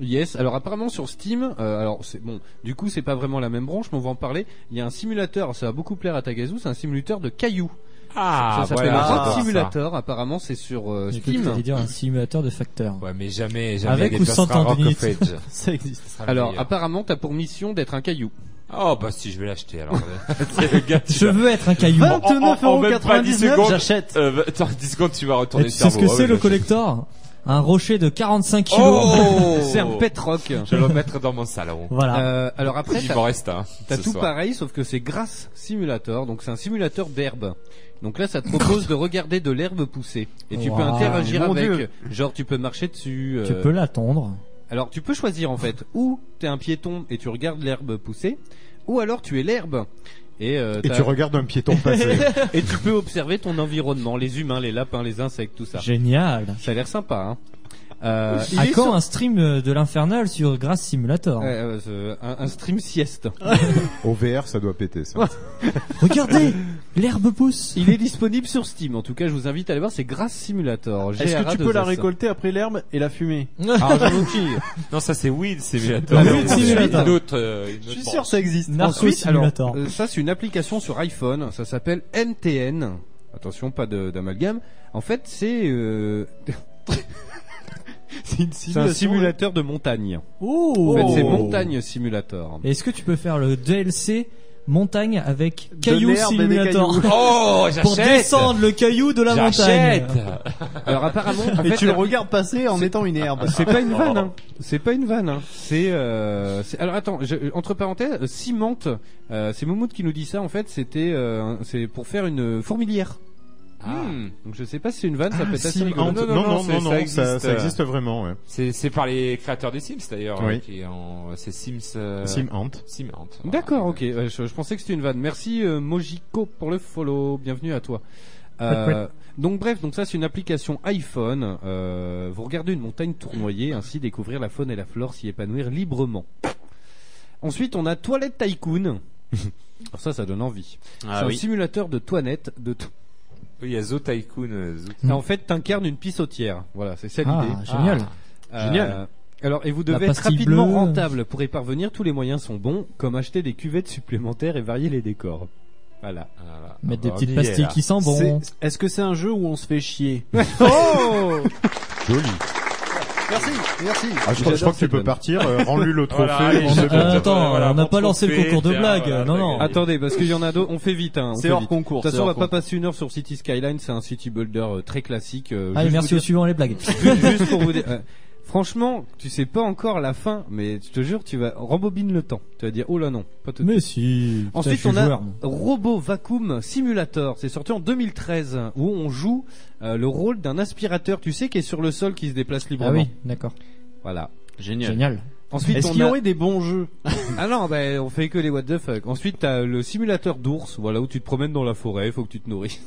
[SPEAKER 3] Yes, alors apparemment sur Steam, euh, alors c'est bon, du coup c'est pas vraiment la même branche, mais on va en parler. Il y a un simulateur, ça va beaucoup plaire à Tagazu, c'est un simulateur de cailloux.
[SPEAKER 4] Ah,
[SPEAKER 3] ça, ça s'appelle
[SPEAKER 4] voilà,
[SPEAKER 3] Road
[SPEAKER 4] j'adore ça.
[SPEAKER 3] Simulator, apparemment c'est sur euh,
[SPEAKER 5] J'ai cru que
[SPEAKER 3] Steam.
[SPEAKER 5] t'allais dire un simulateur de facteurs.
[SPEAKER 3] Ouais, mais jamais,
[SPEAKER 4] jamais
[SPEAKER 5] hein. Avec
[SPEAKER 4] les
[SPEAKER 5] ou
[SPEAKER 4] deux
[SPEAKER 5] sans
[SPEAKER 4] sera Rock
[SPEAKER 5] tendinite.
[SPEAKER 4] of Ages.
[SPEAKER 8] Ça existe.
[SPEAKER 3] Alors apparemment t'as pour mission d'être un caillou.
[SPEAKER 4] Oh bah si je vais l'acheter alors. euh, C'est le gars, tu
[SPEAKER 5] Je
[SPEAKER 4] vas-
[SPEAKER 5] veux être un caillou.
[SPEAKER 4] En- en- en
[SPEAKER 5] 29,99,
[SPEAKER 4] même pas 10 secondes,
[SPEAKER 5] j'achète.
[SPEAKER 4] Euh, v- attends, 10 secondes tu vas
[SPEAKER 5] Et
[SPEAKER 4] retourner
[SPEAKER 5] tu sais ce que
[SPEAKER 4] cerveau.
[SPEAKER 5] c'est
[SPEAKER 4] Ah
[SPEAKER 5] le
[SPEAKER 4] ouais, je-
[SPEAKER 5] collector Un rocher de 45 kilos.
[SPEAKER 4] Oh
[SPEAKER 3] pétroc.
[SPEAKER 4] Je vais le mettre dans mon salon.
[SPEAKER 5] Voilà.
[SPEAKER 3] Euh, alors après,
[SPEAKER 4] il
[SPEAKER 3] t'as-
[SPEAKER 4] m'en reste un.
[SPEAKER 3] T'as
[SPEAKER 4] ce
[SPEAKER 3] tout
[SPEAKER 4] soir.
[SPEAKER 3] pareil, sauf que c'est Grass Simulator, donc c'est un simulateur d'herbe. Donc là, ça te propose de regarder de l'herbe pousser et tu peux
[SPEAKER 5] Waouh,
[SPEAKER 3] interagir
[SPEAKER 5] mon
[SPEAKER 3] avec.
[SPEAKER 5] Dieu.
[SPEAKER 3] Genre, tu peux marcher dessus.
[SPEAKER 5] Tu
[SPEAKER 3] euh,
[SPEAKER 5] peux l'attendre.
[SPEAKER 3] Alors, tu peux choisir en fait, ou t'es un piéton et tu regardes l'herbe pousser, ou alors tu es l'herbe. Et, euh,
[SPEAKER 14] Et
[SPEAKER 3] t'as-
[SPEAKER 14] tu regardes un piéton passer.
[SPEAKER 3] et tu peux observer ton environnement, les humains, les lapins, les insectes, tout ça.
[SPEAKER 5] Génial.
[SPEAKER 3] Ça a l'air sympa. Hein. Euh, il
[SPEAKER 5] à
[SPEAKER 3] est
[SPEAKER 5] quand
[SPEAKER 3] sur-
[SPEAKER 5] un stream euh, de l'Infernal sur Grass Simulator
[SPEAKER 3] Euh, euh, un, un stream sieste.
[SPEAKER 14] Au VR, ça doit péter, ça.
[SPEAKER 5] Regardez L'herbe pousse.
[SPEAKER 3] Il est disponible sur Steam. En tout cas, je vous invite à aller voir. C'est Grass Simulator.
[SPEAKER 8] Est-ce que tu peux la
[SPEAKER 3] GRA2S.
[SPEAKER 8] récolter après l'herbe et la fumer
[SPEAKER 3] Ah, j'en ai aucune idée.
[SPEAKER 4] Non, ça c'est Weed Simulator.
[SPEAKER 8] Ah, Weed Simulator.
[SPEAKER 4] Une autre, euh, une autre
[SPEAKER 8] suis
[SPEAKER 4] branche.
[SPEAKER 8] sûr que ça existe.
[SPEAKER 3] Ensuite, alors,
[SPEAKER 8] Simulator.
[SPEAKER 3] euh, ça c'est une application sur iPhone, ça s'appelle MTN. Attention, pas de- d'amalgame. En fait, c'est euh,
[SPEAKER 8] C'est une
[SPEAKER 3] c'est un simulateur de montagne.
[SPEAKER 5] Oh.
[SPEAKER 3] En fait, c'est Montagne Simulator.
[SPEAKER 5] Est-ce que tu peux faire le DLC montagne avec caillou
[SPEAKER 3] l'herbe et des
[SPEAKER 5] simulator
[SPEAKER 3] cailloux. Oh,
[SPEAKER 5] Pour
[SPEAKER 3] j'achète.
[SPEAKER 5] descendre le caillou de la montagne.
[SPEAKER 3] J'achète. Alors apparemment, en
[SPEAKER 8] Et
[SPEAKER 3] fait,
[SPEAKER 8] tu le
[SPEAKER 3] la-
[SPEAKER 8] regardes passer en étant une herbe. Oh.
[SPEAKER 3] C'est pas une vanne. hein. C'est pas une vanne. hein. C'est. euh, c'est- Alors attends. je- Entre parenthèses, euh, cimente. euh, c'est Moumoud qui nous dit ça. En fait, c'était. euh, c'est pour faire une fourmilière. Hmm. Donc je sais pas si c'est une vanne. Ça peut être assez rigolo.
[SPEAKER 14] Cimente. Ah. Non, non,
[SPEAKER 4] c'est-
[SPEAKER 14] non, non, ça- ça
[SPEAKER 4] euh,
[SPEAKER 14] existe vraiment, ouais.
[SPEAKER 4] C'est c'est par les créateurs des Sims d'ailleurs.
[SPEAKER 14] Oui.
[SPEAKER 4] euh, qui ont- C'est Sims. euh,
[SPEAKER 14] Sim Hunt.
[SPEAKER 4] Sim Hunt.
[SPEAKER 3] D'accord, ok. Euh, Je, je pensais que c'était une vanne. Merci euh, Mojico pour le follow. Bienvenue à toi.
[SPEAKER 4] Ouais,
[SPEAKER 3] Euh,
[SPEAKER 4] ouais.
[SPEAKER 3] donc bref, donc ça c'est une application iPhone. Euh, vous regardez une montagne tournoyer, ainsi découvrir la faune et la flore, s'y épanouir librement. Ensuite, on a Toilette Tycoon. Alors ça, ça donne envie.
[SPEAKER 4] Ah
[SPEAKER 3] c'est
[SPEAKER 4] oui.
[SPEAKER 3] un simulateur de toilette. De to-
[SPEAKER 4] Oui, il y a Zo Tycoon. euh, Zo-
[SPEAKER 3] En fait, t'incarnes une pissotière. Voilà, c'est ça
[SPEAKER 4] Ah,
[SPEAKER 3] l'idée.
[SPEAKER 4] génial.
[SPEAKER 3] Euh,
[SPEAKER 4] Génial.
[SPEAKER 3] Alors, et vous
[SPEAKER 4] La
[SPEAKER 3] devez être
[SPEAKER 4] pastille
[SPEAKER 3] rapidement
[SPEAKER 4] bleue.
[SPEAKER 3] rentable. Pour y parvenir, tous les moyens sont bons, comme acheter des cuvettes supplémentaires et varier les décors. Voilà.
[SPEAKER 8] Ah,
[SPEAKER 5] Mettre des petites pastilles qui sentent bon.
[SPEAKER 8] C'est- Est-ce que c'est un jeu où on se fait chier
[SPEAKER 3] Oh
[SPEAKER 14] Joli.
[SPEAKER 8] Merci, merci.
[SPEAKER 14] Ah, je, crois, je crois que tu peux partir, euh, rends-lui le trophée.
[SPEAKER 5] allez,
[SPEAKER 14] il se
[SPEAKER 5] on a-
[SPEAKER 14] bat.
[SPEAKER 5] attends, Voilà, on n'a pas lancé le concours de blagues, non, non.
[SPEAKER 3] Attendez, parce qu'il y en a d'autres. On fait vite. Hein, on
[SPEAKER 8] euh, C'est
[SPEAKER 3] fait
[SPEAKER 8] hors
[SPEAKER 3] vite.
[SPEAKER 8] concours,
[SPEAKER 3] De toute
[SPEAKER 8] c'est
[SPEAKER 3] façon, on va
[SPEAKER 8] hors
[SPEAKER 3] pas passer une heure sur City Skyline. C'est un city builder euh, très classique. euh,
[SPEAKER 5] Allez,
[SPEAKER 3] juste
[SPEAKER 5] merci
[SPEAKER 3] vous
[SPEAKER 5] au
[SPEAKER 3] dire-
[SPEAKER 5] suivant les blagues.
[SPEAKER 3] Juste juste pour vous dire. euh, Franchement, tu sais pas encore la fin, mais je te jure, tu vas rembobine le temps. Tu vas dire, oh là non, pas tout de
[SPEAKER 5] Mais
[SPEAKER 3] suite.
[SPEAKER 5] si. putain, je
[SPEAKER 3] Ensuite,
[SPEAKER 5] suis
[SPEAKER 3] on a
[SPEAKER 5] joueur, moi.
[SPEAKER 3] Robo Vacuum Simulator. C'est sorti en 2013 où on joue euh, le rôle d'un aspirateur, tu sais, qui est sur le sol, qui se déplace
[SPEAKER 5] Ah
[SPEAKER 3] librement.
[SPEAKER 5] oui, d'accord.
[SPEAKER 3] Voilà.
[SPEAKER 8] Génial.
[SPEAKER 5] Génial.
[SPEAKER 3] Ensuite,
[SPEAKER 8] Est-ce
[SPEAKER 3] on
[SPEAKER 8] qu'il y
[SPEAKER 3] a-
[SPEAKER 8] aurait des bons jeux
[SPEAKER 3] ah non, ben on fait que les what the fuck. Ensuite, t'as le simulateur d'ours, voilà où tu te promènes dans la forêt, faut que tu te nourrisses.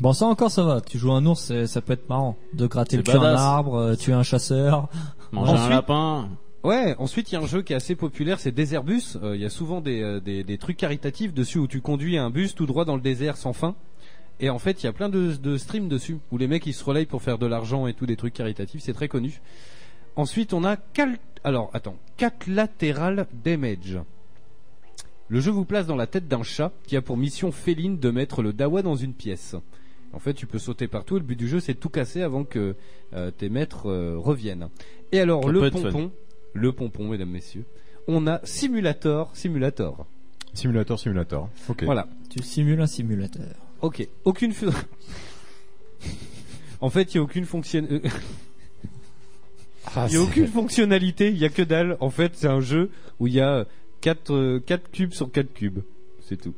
[SPEAKER 5] Bon, ça encore, ça va. Tu joues un ours, c'est- ça peut être marrant. De gratter le
[SPEAKER 3] C'est
[SPEAKER 5] cul d'un
[SPEAKER 3] badass.
[SPEAKER 5] arbre, euh, tuer un chasseur.
[SPEAKER 3] Ensuite- Ouais, ensuite il y a un jeu qui est assez populaire, c'est Desert Bus. Euh, Il y a souvent des, euh, des, des trucs caritatifs dessus où tu conduis un bus tout droit dans le désert sans fin. Et en fait, il y a plein de, de streams dessus où les mecs ils se relayent pour faire de l'argent et tout, des trucs caritatifs, c'est très connu. Ensuite, on a Cal... Alors, attends, Catlateral Damage. Le jeu vous place dans la tête d'un chat qui a pour mission féline de mettre le dawa dans une pièce. En fait, tu peux sauter partout. Le but du jeu, c'est de tout casser avant que euh, tes maîtres euh, reviennent. Et alors,
[SPEAKER 14] Ça peut
[SPEAKER 3] le
[SPEAKER 14] être fun.
[SPEAKER 3] pompon, le pompon, mesdames, messieurs, on a Simulator, Simulator.
[SPEAKER 14] Simulator, simulator. Ok.
[SPEAKER 3] Voilà.
[SPEAKER 5] Tu simules un simulateur.
[SPEAKER 3] Ok. Aucune. fu- en fait, il n'y a aucune fonction. euh,
[SPEAKER 14] Ah,
[SPEAKER 3] Il n'y a aucune fonctionnalité, il n'y a que dalle. En fait, c'est un jeu où il y a 4, cubes sur 4 cubes. C'est tout.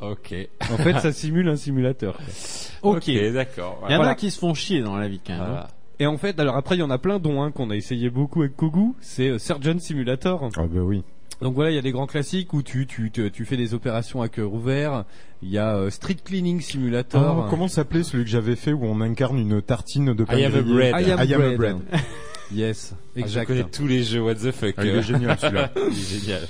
[SPEAKER 4] Ok.
[SPEAKER 3] En fait, ça simule un simulateur.
[SPEAKER 4] Ok, d'accord.
[SPEAKER 8] Il y en
[SPEAKER 3] Voilà.
[SPEAKER 8] a qui se font chier dans la vie quand même. hein.
[SPEAKER 3] Et en fait, alors après, il y en a plein dont un qu'on a essayé beaucoup avec Kogu, c'est euh, Surgeon Simulator.
[SPEAKER 14] Ah bah oui.
[SPEAKER 3] Donc voilà, il y a des grands classiques où tu, tu, tu, tu fais des opérations à cœur ouvert. Il y a euh, Street Cleaning Simulator.
[SPEAKER 14] Ah, comment s'appelait celui que j'avais fait où on incarne une tartine de pain
[SPEAKER 3] I am a
[SPEAKER 14] grillé
[SPEAKER 3] bread. I am
[SPEAKER 14] I am a
[SPEAKER 3] bread.
[SPEAKER 14] bread.
[SPEAKER 3] Yes, exact.
[SPEAKER 4] je connais tous les jeux What the fuck.
[SPEAKER 14] Ah, il est génial, celui-là.
[SPEAKER 4] il est génial.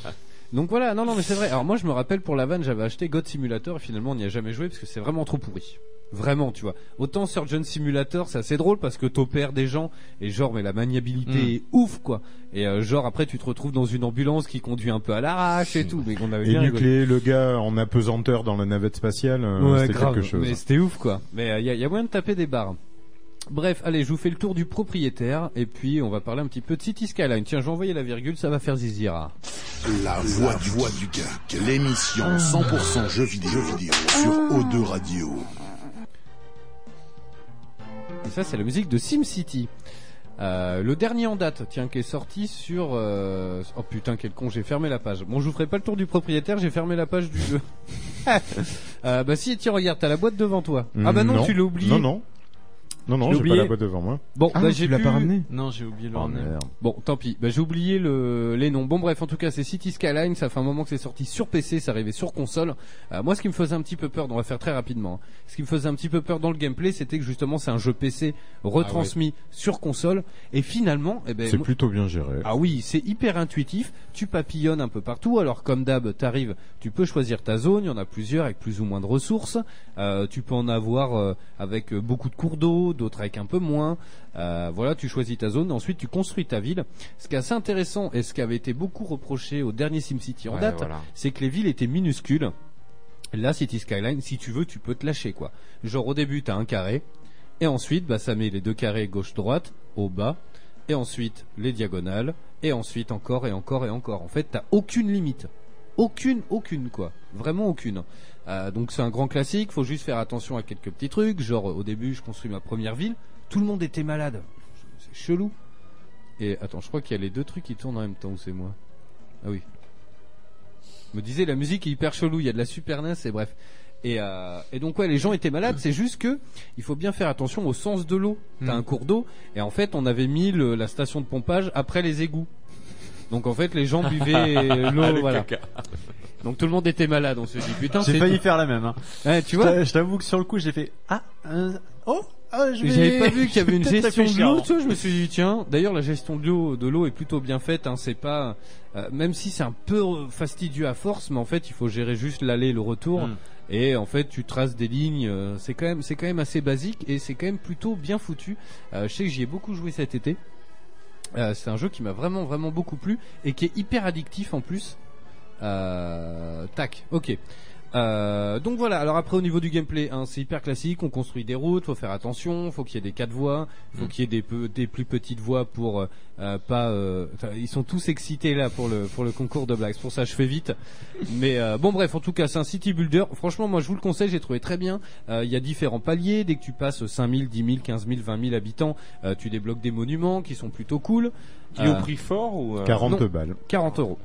[SPEAKER 3] Donc voilà, non, non, mais c'est vrai. Alors moi, je me rappelle pour la vanne, j'avais acheté God Simulator et finalement, on n'y a jamais joué parce que c'est vraiment trop pourri. Vraiment, tu vois. Autant Surgeon Simulator, c'est assez drôle parce que t'opères des gens et genre, mais la maniabilité
[SPEAKER 14] Mm.
[SPEAKER 4] Hmm.
[SPEAKER 3] est ouf, quoi. Et euh, genre, après, tu te retrouves dans une ambulance qui conduit un peu à l'arrache et tout. Mais on avait
[SPEAKER 14] Et
[SPEAKER 3] bien rigolé.
[SPEAKER 14] nucléé le gars en apesanteur dans la navette spatiale, euh,
[SPEAKER 3] Ouais,
[SPEAKER 14] c'était
[SPEAKER 3] grave.
[SPEAKER 14] quelque chose.
[SPEAKER 3] Mais c'était ouf quoi. Mais il y, a- y a moyen de taper des barres. Bref, allez, je vous fais le tour du propriétaire et puis on va parler un petit peu de City Skyline. Tiens, je vais envoyer la virgule, ça va faire zizira.
[SPEAKER 1] La voix du, voix du geek, l'émission 100% jeux vidéo, jeux vidéo sur O2 Radio.
[SPEAKER 3] Et ça, c'est la musique de SimCity. Euh, le dernier en date, tiens, qui est sorti sur... euh, Oh putain, quel con, j'ai fermé la page. Bon, je vous ferai pas le tour du propriétaire, j'ai fermé la page du jeu. Euh, bah si, tiens, regarde, t'as la boîte devant toi. ah bah non,
[SPEAKER 14] Non.
[SPEAKER 3] tu l'as oublié.
[SPEAKER 14] Non, non. Non, non,
[SPEAKER 3] Je l'ai
[SPEAKER 14] j'ai pas
[SPEAKER 3] oublié.
[SPEAKER 14] la boîte devant moi.
[SPEAKER 3] Bon,
[SPEAKER 14] Ah,
[SPEAKER 3] bah,
[SPEAKER 14] tu
[SPEAKER 3] j'ai
[SPEAKER 14] l'as
[SPEAKER 3] pu-
[SPEAKER 14] pas ramené
[SPEAKER 8] Non, j'ai oublié le
[SPEAKER 14] Oh,
[SPEAKER 8] ramener.
[SPEAKER 14] merde.
[SPEAKER 3] Bon, tant pis. Bah, j'ai oublié le, les noms. Bon, bref, en tout cas, c'est City Skyline. Ça fait un moment que c'est sorti sur PC, c'est arrivé sur console. Euh, moi, ce qui me faisait un petit peu peur, on va faire très rapidement. hein. Ce qui me faisait un petit peu peur dans le gameplay, c'était que justement, c'est un jeu PC retransmis sur console. Et finalement, eh ben,
[SPEAKER 14] C'est
[SPEAKER 3] moi-
[SPEAKER 14] plutôt bien géré.
[SPEAKER 3] ah oui, c'est hyper intuitif. Tu papillonnes un peu partout. Alors comme d'hab, t'arrives, tu peux choisir ta zone. Il y en a plusieurs avec plus ou moins de ressources. Euh, tu peux en avoir euh, avec euh, beaucoup de cours d'eau, d'autres avec un peu moins. Euh, voilà, tu choisis ta zone. Ensuite, tu construis ta ville. Ce qui est assez intéressant et ce qui avait été beaucoup reproché au dernier SimCity en
[SPEAKER 4] Ouais,
[SPEAKER 3] date,
[SPEAKER 4] voilà.
[SPEAKER 3] c'est que les villes étaient minuscules. Là, City Skyline, si tu veux, tu peux te lâcher, quoi. Genre, au début, t'as un carré. Et ensuite, bah, ça met les deux carrés gauche-droite, au bas. Et ensuite, les diagonales. Et ensuite, encore et encore et encore. En fait, t'as aucune limite. Aucune, aucune, quoi. Vraiment aucune. Euh, donc, c'est un grand classique. Faut juste faire attention à quelques petits trucs. Genre, au début, je construis ma première ville. Tout le monde était malade. C'est chelou. Et attends, je crois qu'il y a les deux trucs qui tournent en même temps, ou c'est moi Ah oui. Je me disais, la musique est hyper chelou, il y a de la super NES et bref. Et, euh, et donc ouais, les gens étaient malades, c'est juste que il faut bien faire attention au sens de l'eau. T'as un cours d'eau, et en fait, on avait mis le- la station de pompage après les égouts. Donc en fait, les gens buvaient l'eau,
[SPEAKER 8] Le
[SPEAKER 3] voilà.
[SPEAKER 8] caca.
[SPEAKER 3] Donc tout le monde était malade, on se dit putain.
[SPEAKER 8] J'ai
[SPEAKER 3] c'est
[SPEAKER 8] failli
[SPEAKER 3] tout.
[SPEAKER 8] faire la même. hein.
[SPEAKER 3] Ouais, tu
[SPEAKER 8] Je
[SPEAKER 3] vois.
[SPEAKER 8] t'a- Je t'avoue que sur le coup, j'ai fait ah un- oh ah, je vais-
[SPEAKER 3] J'avais pas vu qu'il y avait une
[SPEAKER 8] je vais peut-être
[SPEAKER 3] gestion de
[SPEAKER 8] réfléchir
[SPEAKER 3] l'eau,
[SPEAKER 8] avant.
[SPEAKER 3] tu vois, je me suis dit tiens, d'ailleurs la gestion de l'eau de l'eau est plutôt bien faite hein, c'est pas euh, même si c'est un peu euh, fastidieux à force, mais en fait, il faut gérer juste l'aller et le retour
[SPEAKER 8] Mm.
[SPEAKER 3] et en fait, tu traces des lignes, euh, c'est quand même c'est quand même assez basique et c'est quand même plutôt bien foutu. Euh, je sais que j'y ai beaucoup joué cet été. Euh, c'est un jeu qui m'a vraiment vraiment beaucoup plu et qui est hyper addictif en plus. Euh, tac, ok. Euh, donc voilà. Alors après au niveau du gameplay, hein, c'est hyper classique. On construit des routes, faut faire attention, faut qu'il y ait des quatre voies, faut qu'il y ait des, peu- des plus petites voies pour euh, euh, pas. euh, enfin, ils sont tous excités là pour le pour le concours de blagues. C'est Pour ça, je fais vite. Mais euh, bon bref, en tout cas, c'est un city builder. Franchement, moi je vous le conseille. J'ai trouvé très bien. Euh, Il y a différents paliers. Dès que tu passes 5000, 10 000, 15 000, 20 000 habitants, euh, tu débloques des monuments qui sont plutôt cool.
[SPEAKER 4] Qui est au prix fort ou, euh,
[SPEAKER 14] 40
[SPEAKER 3] non,
[SPEAKER 14] balles.
[SPEAKER 3] 40 euros.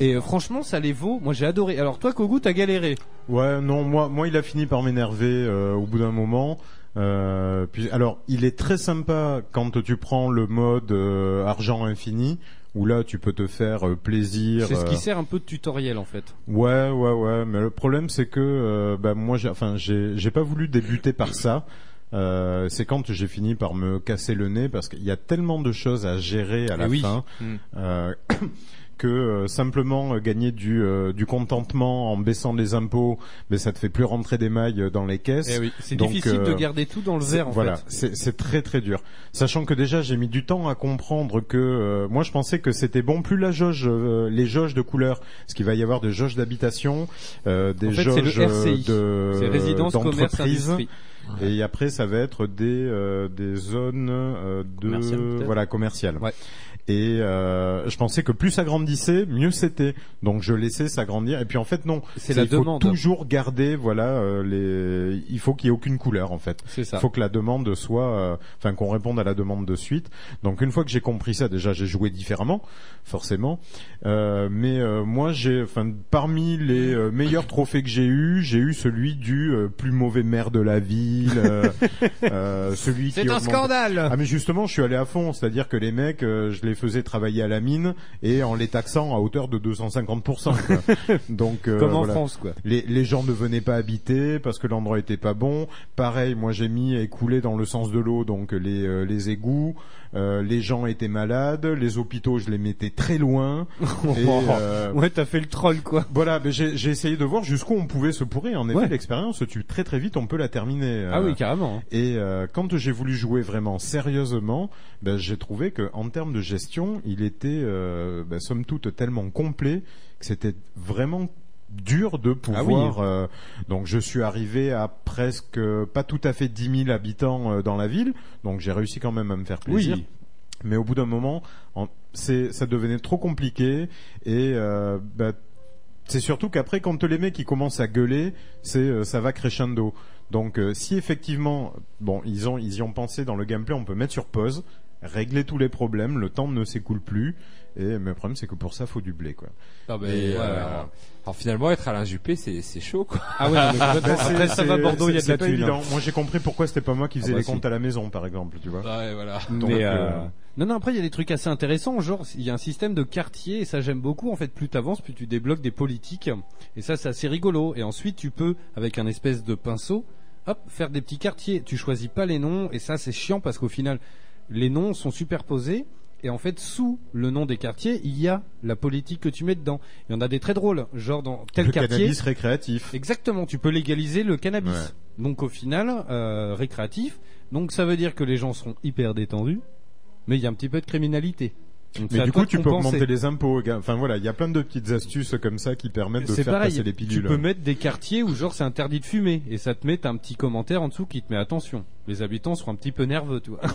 [SPEAKER 3] Et euh, franchement, ça les vaut. Moi, j'ai adoré. Alors toi, Kogu, t'as galéré.
[SPEAKER 14] Ouais, non, moi, moi, il a fini par m'énerver euh, au bout d'un moment. Euh, puis, alors, il est très sympa quand tu prends le mode euh, argent infini où là tu peux te faire euh, plaisir.
[SPEAKER 3] C'est ce
[SPEAKER 14] euh,
[SPEAKER 3] qui sert un peu de tutoriel en fait.
[SPEAKER 14] Ouais, ouais, ouais. Mais le problème, c'est que euh, bah, moi, j'ai, enfin, j'ai, j'ai pas voulu débuter par ça. Euh, c'est quand j'ai fini par me casser le nez parce qu'il y a tellement de choses à gérer à la
[SPEAKER 3] Eh oui.
[SPEAKER 14] fin
[SPEAKER 3] Mm.
[SPEAKER 14] euh, que euh, simplement euh, gagner du, euh, du contentement en baissant les impôts, mais ça te fait plus rentrer des mailles euh, dans les caisses.
[SPEAKER 3] Eh oui, c'est
[SPEAKER 14] Donc,
[SPEAKER 3] difficile de
[SPEAKER 14] euh,
[SPEAKER 3] garder tout dans le
[SPEAKER 14] c'est-
[SPEAKER 3] verre, en
[SPEAKER 14] voilà,
[SPEAKER 3] fait.
[SPEAKER 14] c'est- c'est très très dur. Sachant que déjà j'ai mis du temps à comprendre que euh, moi je pensais que c'était bon plus la jauge, euh, les jauges de couleur, parce qu'il va y avoir des jauges d'habitation, euh, des
[SPEAKER 3] En fait, c'est le
[SPEAKER 14] jauges euh,
[SPEAKER 3] RCI.
[SPEAKER 14] de
[SPEAKER 3] C'est résidence, commerce,
[SPEAKER 14] d'entreprise.
[SPEAKER 3] industrie.
[SPEAKER 14] Et après, ça va être des euh, des zones euh, de
[SPEAKER 3] Commerciales, peut-être.
[SPEAKER 14] voilà commerciales. Et euh, je pensais que plus ça grandissait, mieux c'était. Donc je laissais s'agrandir. Et puis en fait non,
[SPEAKER 3] C'est la
[SPEAKER 14] il faut
[SPEAKER 3] demande. hein.
[SPEAKER 14] Toujours garder voilà euh, les. Il faut qu'il y ait aucune couleur en fait.
[SPEAKER 3] C'est ça.
[SPEAKER 14] Il faut que la demande soit, euh, enfin qu'on réponde à la demande de suite. Donc une fois que j'ai compris ça, déjà j'ai joué différemment, forcément. Euh, mais euh, moi j'ai, enfin parmi les euh, meilleurs trophées que j'ai eu, j'ai eu celui du euh, plus mauvais maire de la ville, euh, euh, celui
[SPEAKER 3] C'est
[SPEAKER 14] qui
[SPEAKER 3] un
[SPEAKER 14] augmente-
[SPEAKER 3] scandale.
[SPEAKER 14] Ah mais justement, je suis allé à fond, c'est-à-dire que les mecs, euh, je les faisais travailler à la mine et en les taxant à hauteur de 250%. quoi. Donc euh,
[SPEAKER 3] Comme en
[SPEAKER 14] voilà.
[SPEAKER 3] France, quoi.
[SPEAKER 14] Les, les gens ne venaient pas habiter parce que l'endroit était pas bon. Pareil, moi j'ai mis et coulé dans le sens de l'eau, donc les, euh, les égouts. Euh, les gens étaient malades, les hôpitaux je les mettais très loin. euh,
[SPEAKER 3] Ouais,
[SPEAKER 14] t'as fait le troll quoi. Voilà, mais j'ai j'ai essayé de voir jusqu'où on pouvait se pourrir. En effet,
[SPEAKER 3] Ouais.
[SPEAKER 14] l'expérience se tue très très vite, on peut la terminer.
[SPEAKER 3] Ah oui, carrément.
[SPEAKER 14] Et euh, quand j'ai voulu jouer vraiment sérieusement, ben, j'ai trouvé que en termes de gestion, il était euh, ben, somme toute tellement complet que c'était vraiment dur de
[SPEAKER 3] Ah
[SPEAKER 14] pouvoir.
[SPEAKER 3] oui.
[SPEAKER 14] euh, donc je suis arrivé à presque euh, pas tout à fait 10 000 habitants euh, dans la ville, donc j'ai réussi quand même à me faire plaisir.
[SPEAKER 3] Oui.
[SPEAKER 14] Mais au bout d'un moment, en- c'est ça devenait trop compliqué et euh, bah, c'est surtout qu'après, quand les mecs qui commencent à gueuler, c'est euh, ça va crescendo. Donc, euh, si effectivement, bon, ils ont ils y ont pensé dans le gameplay, on peut mettre sur pause, régler tous les problèmes, le temps ne s'écoule plus. Et mais le problème, c'est que pour ça, faut du blé, quoi.
[SPEAKER 4] Non, Ah, mais,
[SPEAKER 14] Et,
[SPEAKER 4] ouais,
[SPEAKER 14] euh,
[SPEAKER 4] ouais. Alors finalement, être Alain Juppé, c'est c'est chaud, quoi.
[SPEAKER 14] Ah ouais, non, mais complètement.
[SPEAKER 4] Bah, c'est-
[SPEAKER 14] Après, ça va,
[SPEAKER 4] c'est-
[SPEAKER 14] Bordeaux, il y a de
[SPEAKER 4] c'est
[SPEAKER 14] la
[SPEAKER 4] pas
[SPEAKER 3] hein.
[SPEAKER 14] thune. hein.
[SPEAKER 4] évident.
[SPEAKER 14] Moi, j'ai compris pourquoi c'était pas moi qui faisais
[SPEAKER 4] Ah bah
[SPEAKER 14] les
[SPEAKER 4] si.
[SPEAKER 14] comptes à la maison, par exemple, tu vois.
[SPEAKER 4] Ouais, voilà.
[SPEAKER 14] Donc,
[SPEAKER 3] Mais,
[SPEAKER 14] euh,
[SPEAKER 3] euh, Non, non, après, il y a des trucs assez intéressants. Genre, il y a un système de quartier, et ça, j'aime beaucoup. En fait, plus t'avances, plus tu débloques des politiques. Et ça, c'est assez rigolo. Et ensuite, tu peux, avec un espèce de pinceau, hop, faire des petits quartiers. Tu choisis pas les noms. Et ça, c'est chiant parce qu'au final, les noms sont superposés. Et en fait, sous le nom des quartiers, il y a la politique que tu mets dedans. Il y en a des très drôles. Genre, dans tel
[SPEAKER 14] Le
[SPEAKER 3] quartier.
[SPEAKER 14] cannabis récréatif.
[SPEAKER 3] Exactement. Tu peux légaliser le cannabis. Donc, au final, euh, récréatif. Donc, ça veut dire que les gens seront hyper détendus mais il y a un petit peu de criminalité. Donc, c'est
[SPEAKER 14] Mais
[SPEAKER 3] à
[SPEAKER 14] du
[SPEAKER 3] toi
[SPEAKER 14] coup,
[SPEAKER 3] de
[SPEAKER 14] tu peux
[SPEAKER 3] compenser.
[SPEAKER 14] augmenter les impôts. éga- Enfin voilà, il y a plein de petites astuces comme ça qui permettent de
[SPEAKER 3] C'est
[SPEAKER 14] faire
[SPEAKER 3] pareil,
[SPEAKER 14] passer les pilules.
[SPEAKER 3] tu peux mettre des quartiers où genre c'est interdit de fumer et ça te met un petit commentaire en dessous qui te met attention. Les habitants seront un petit peu nerveux, tu vois.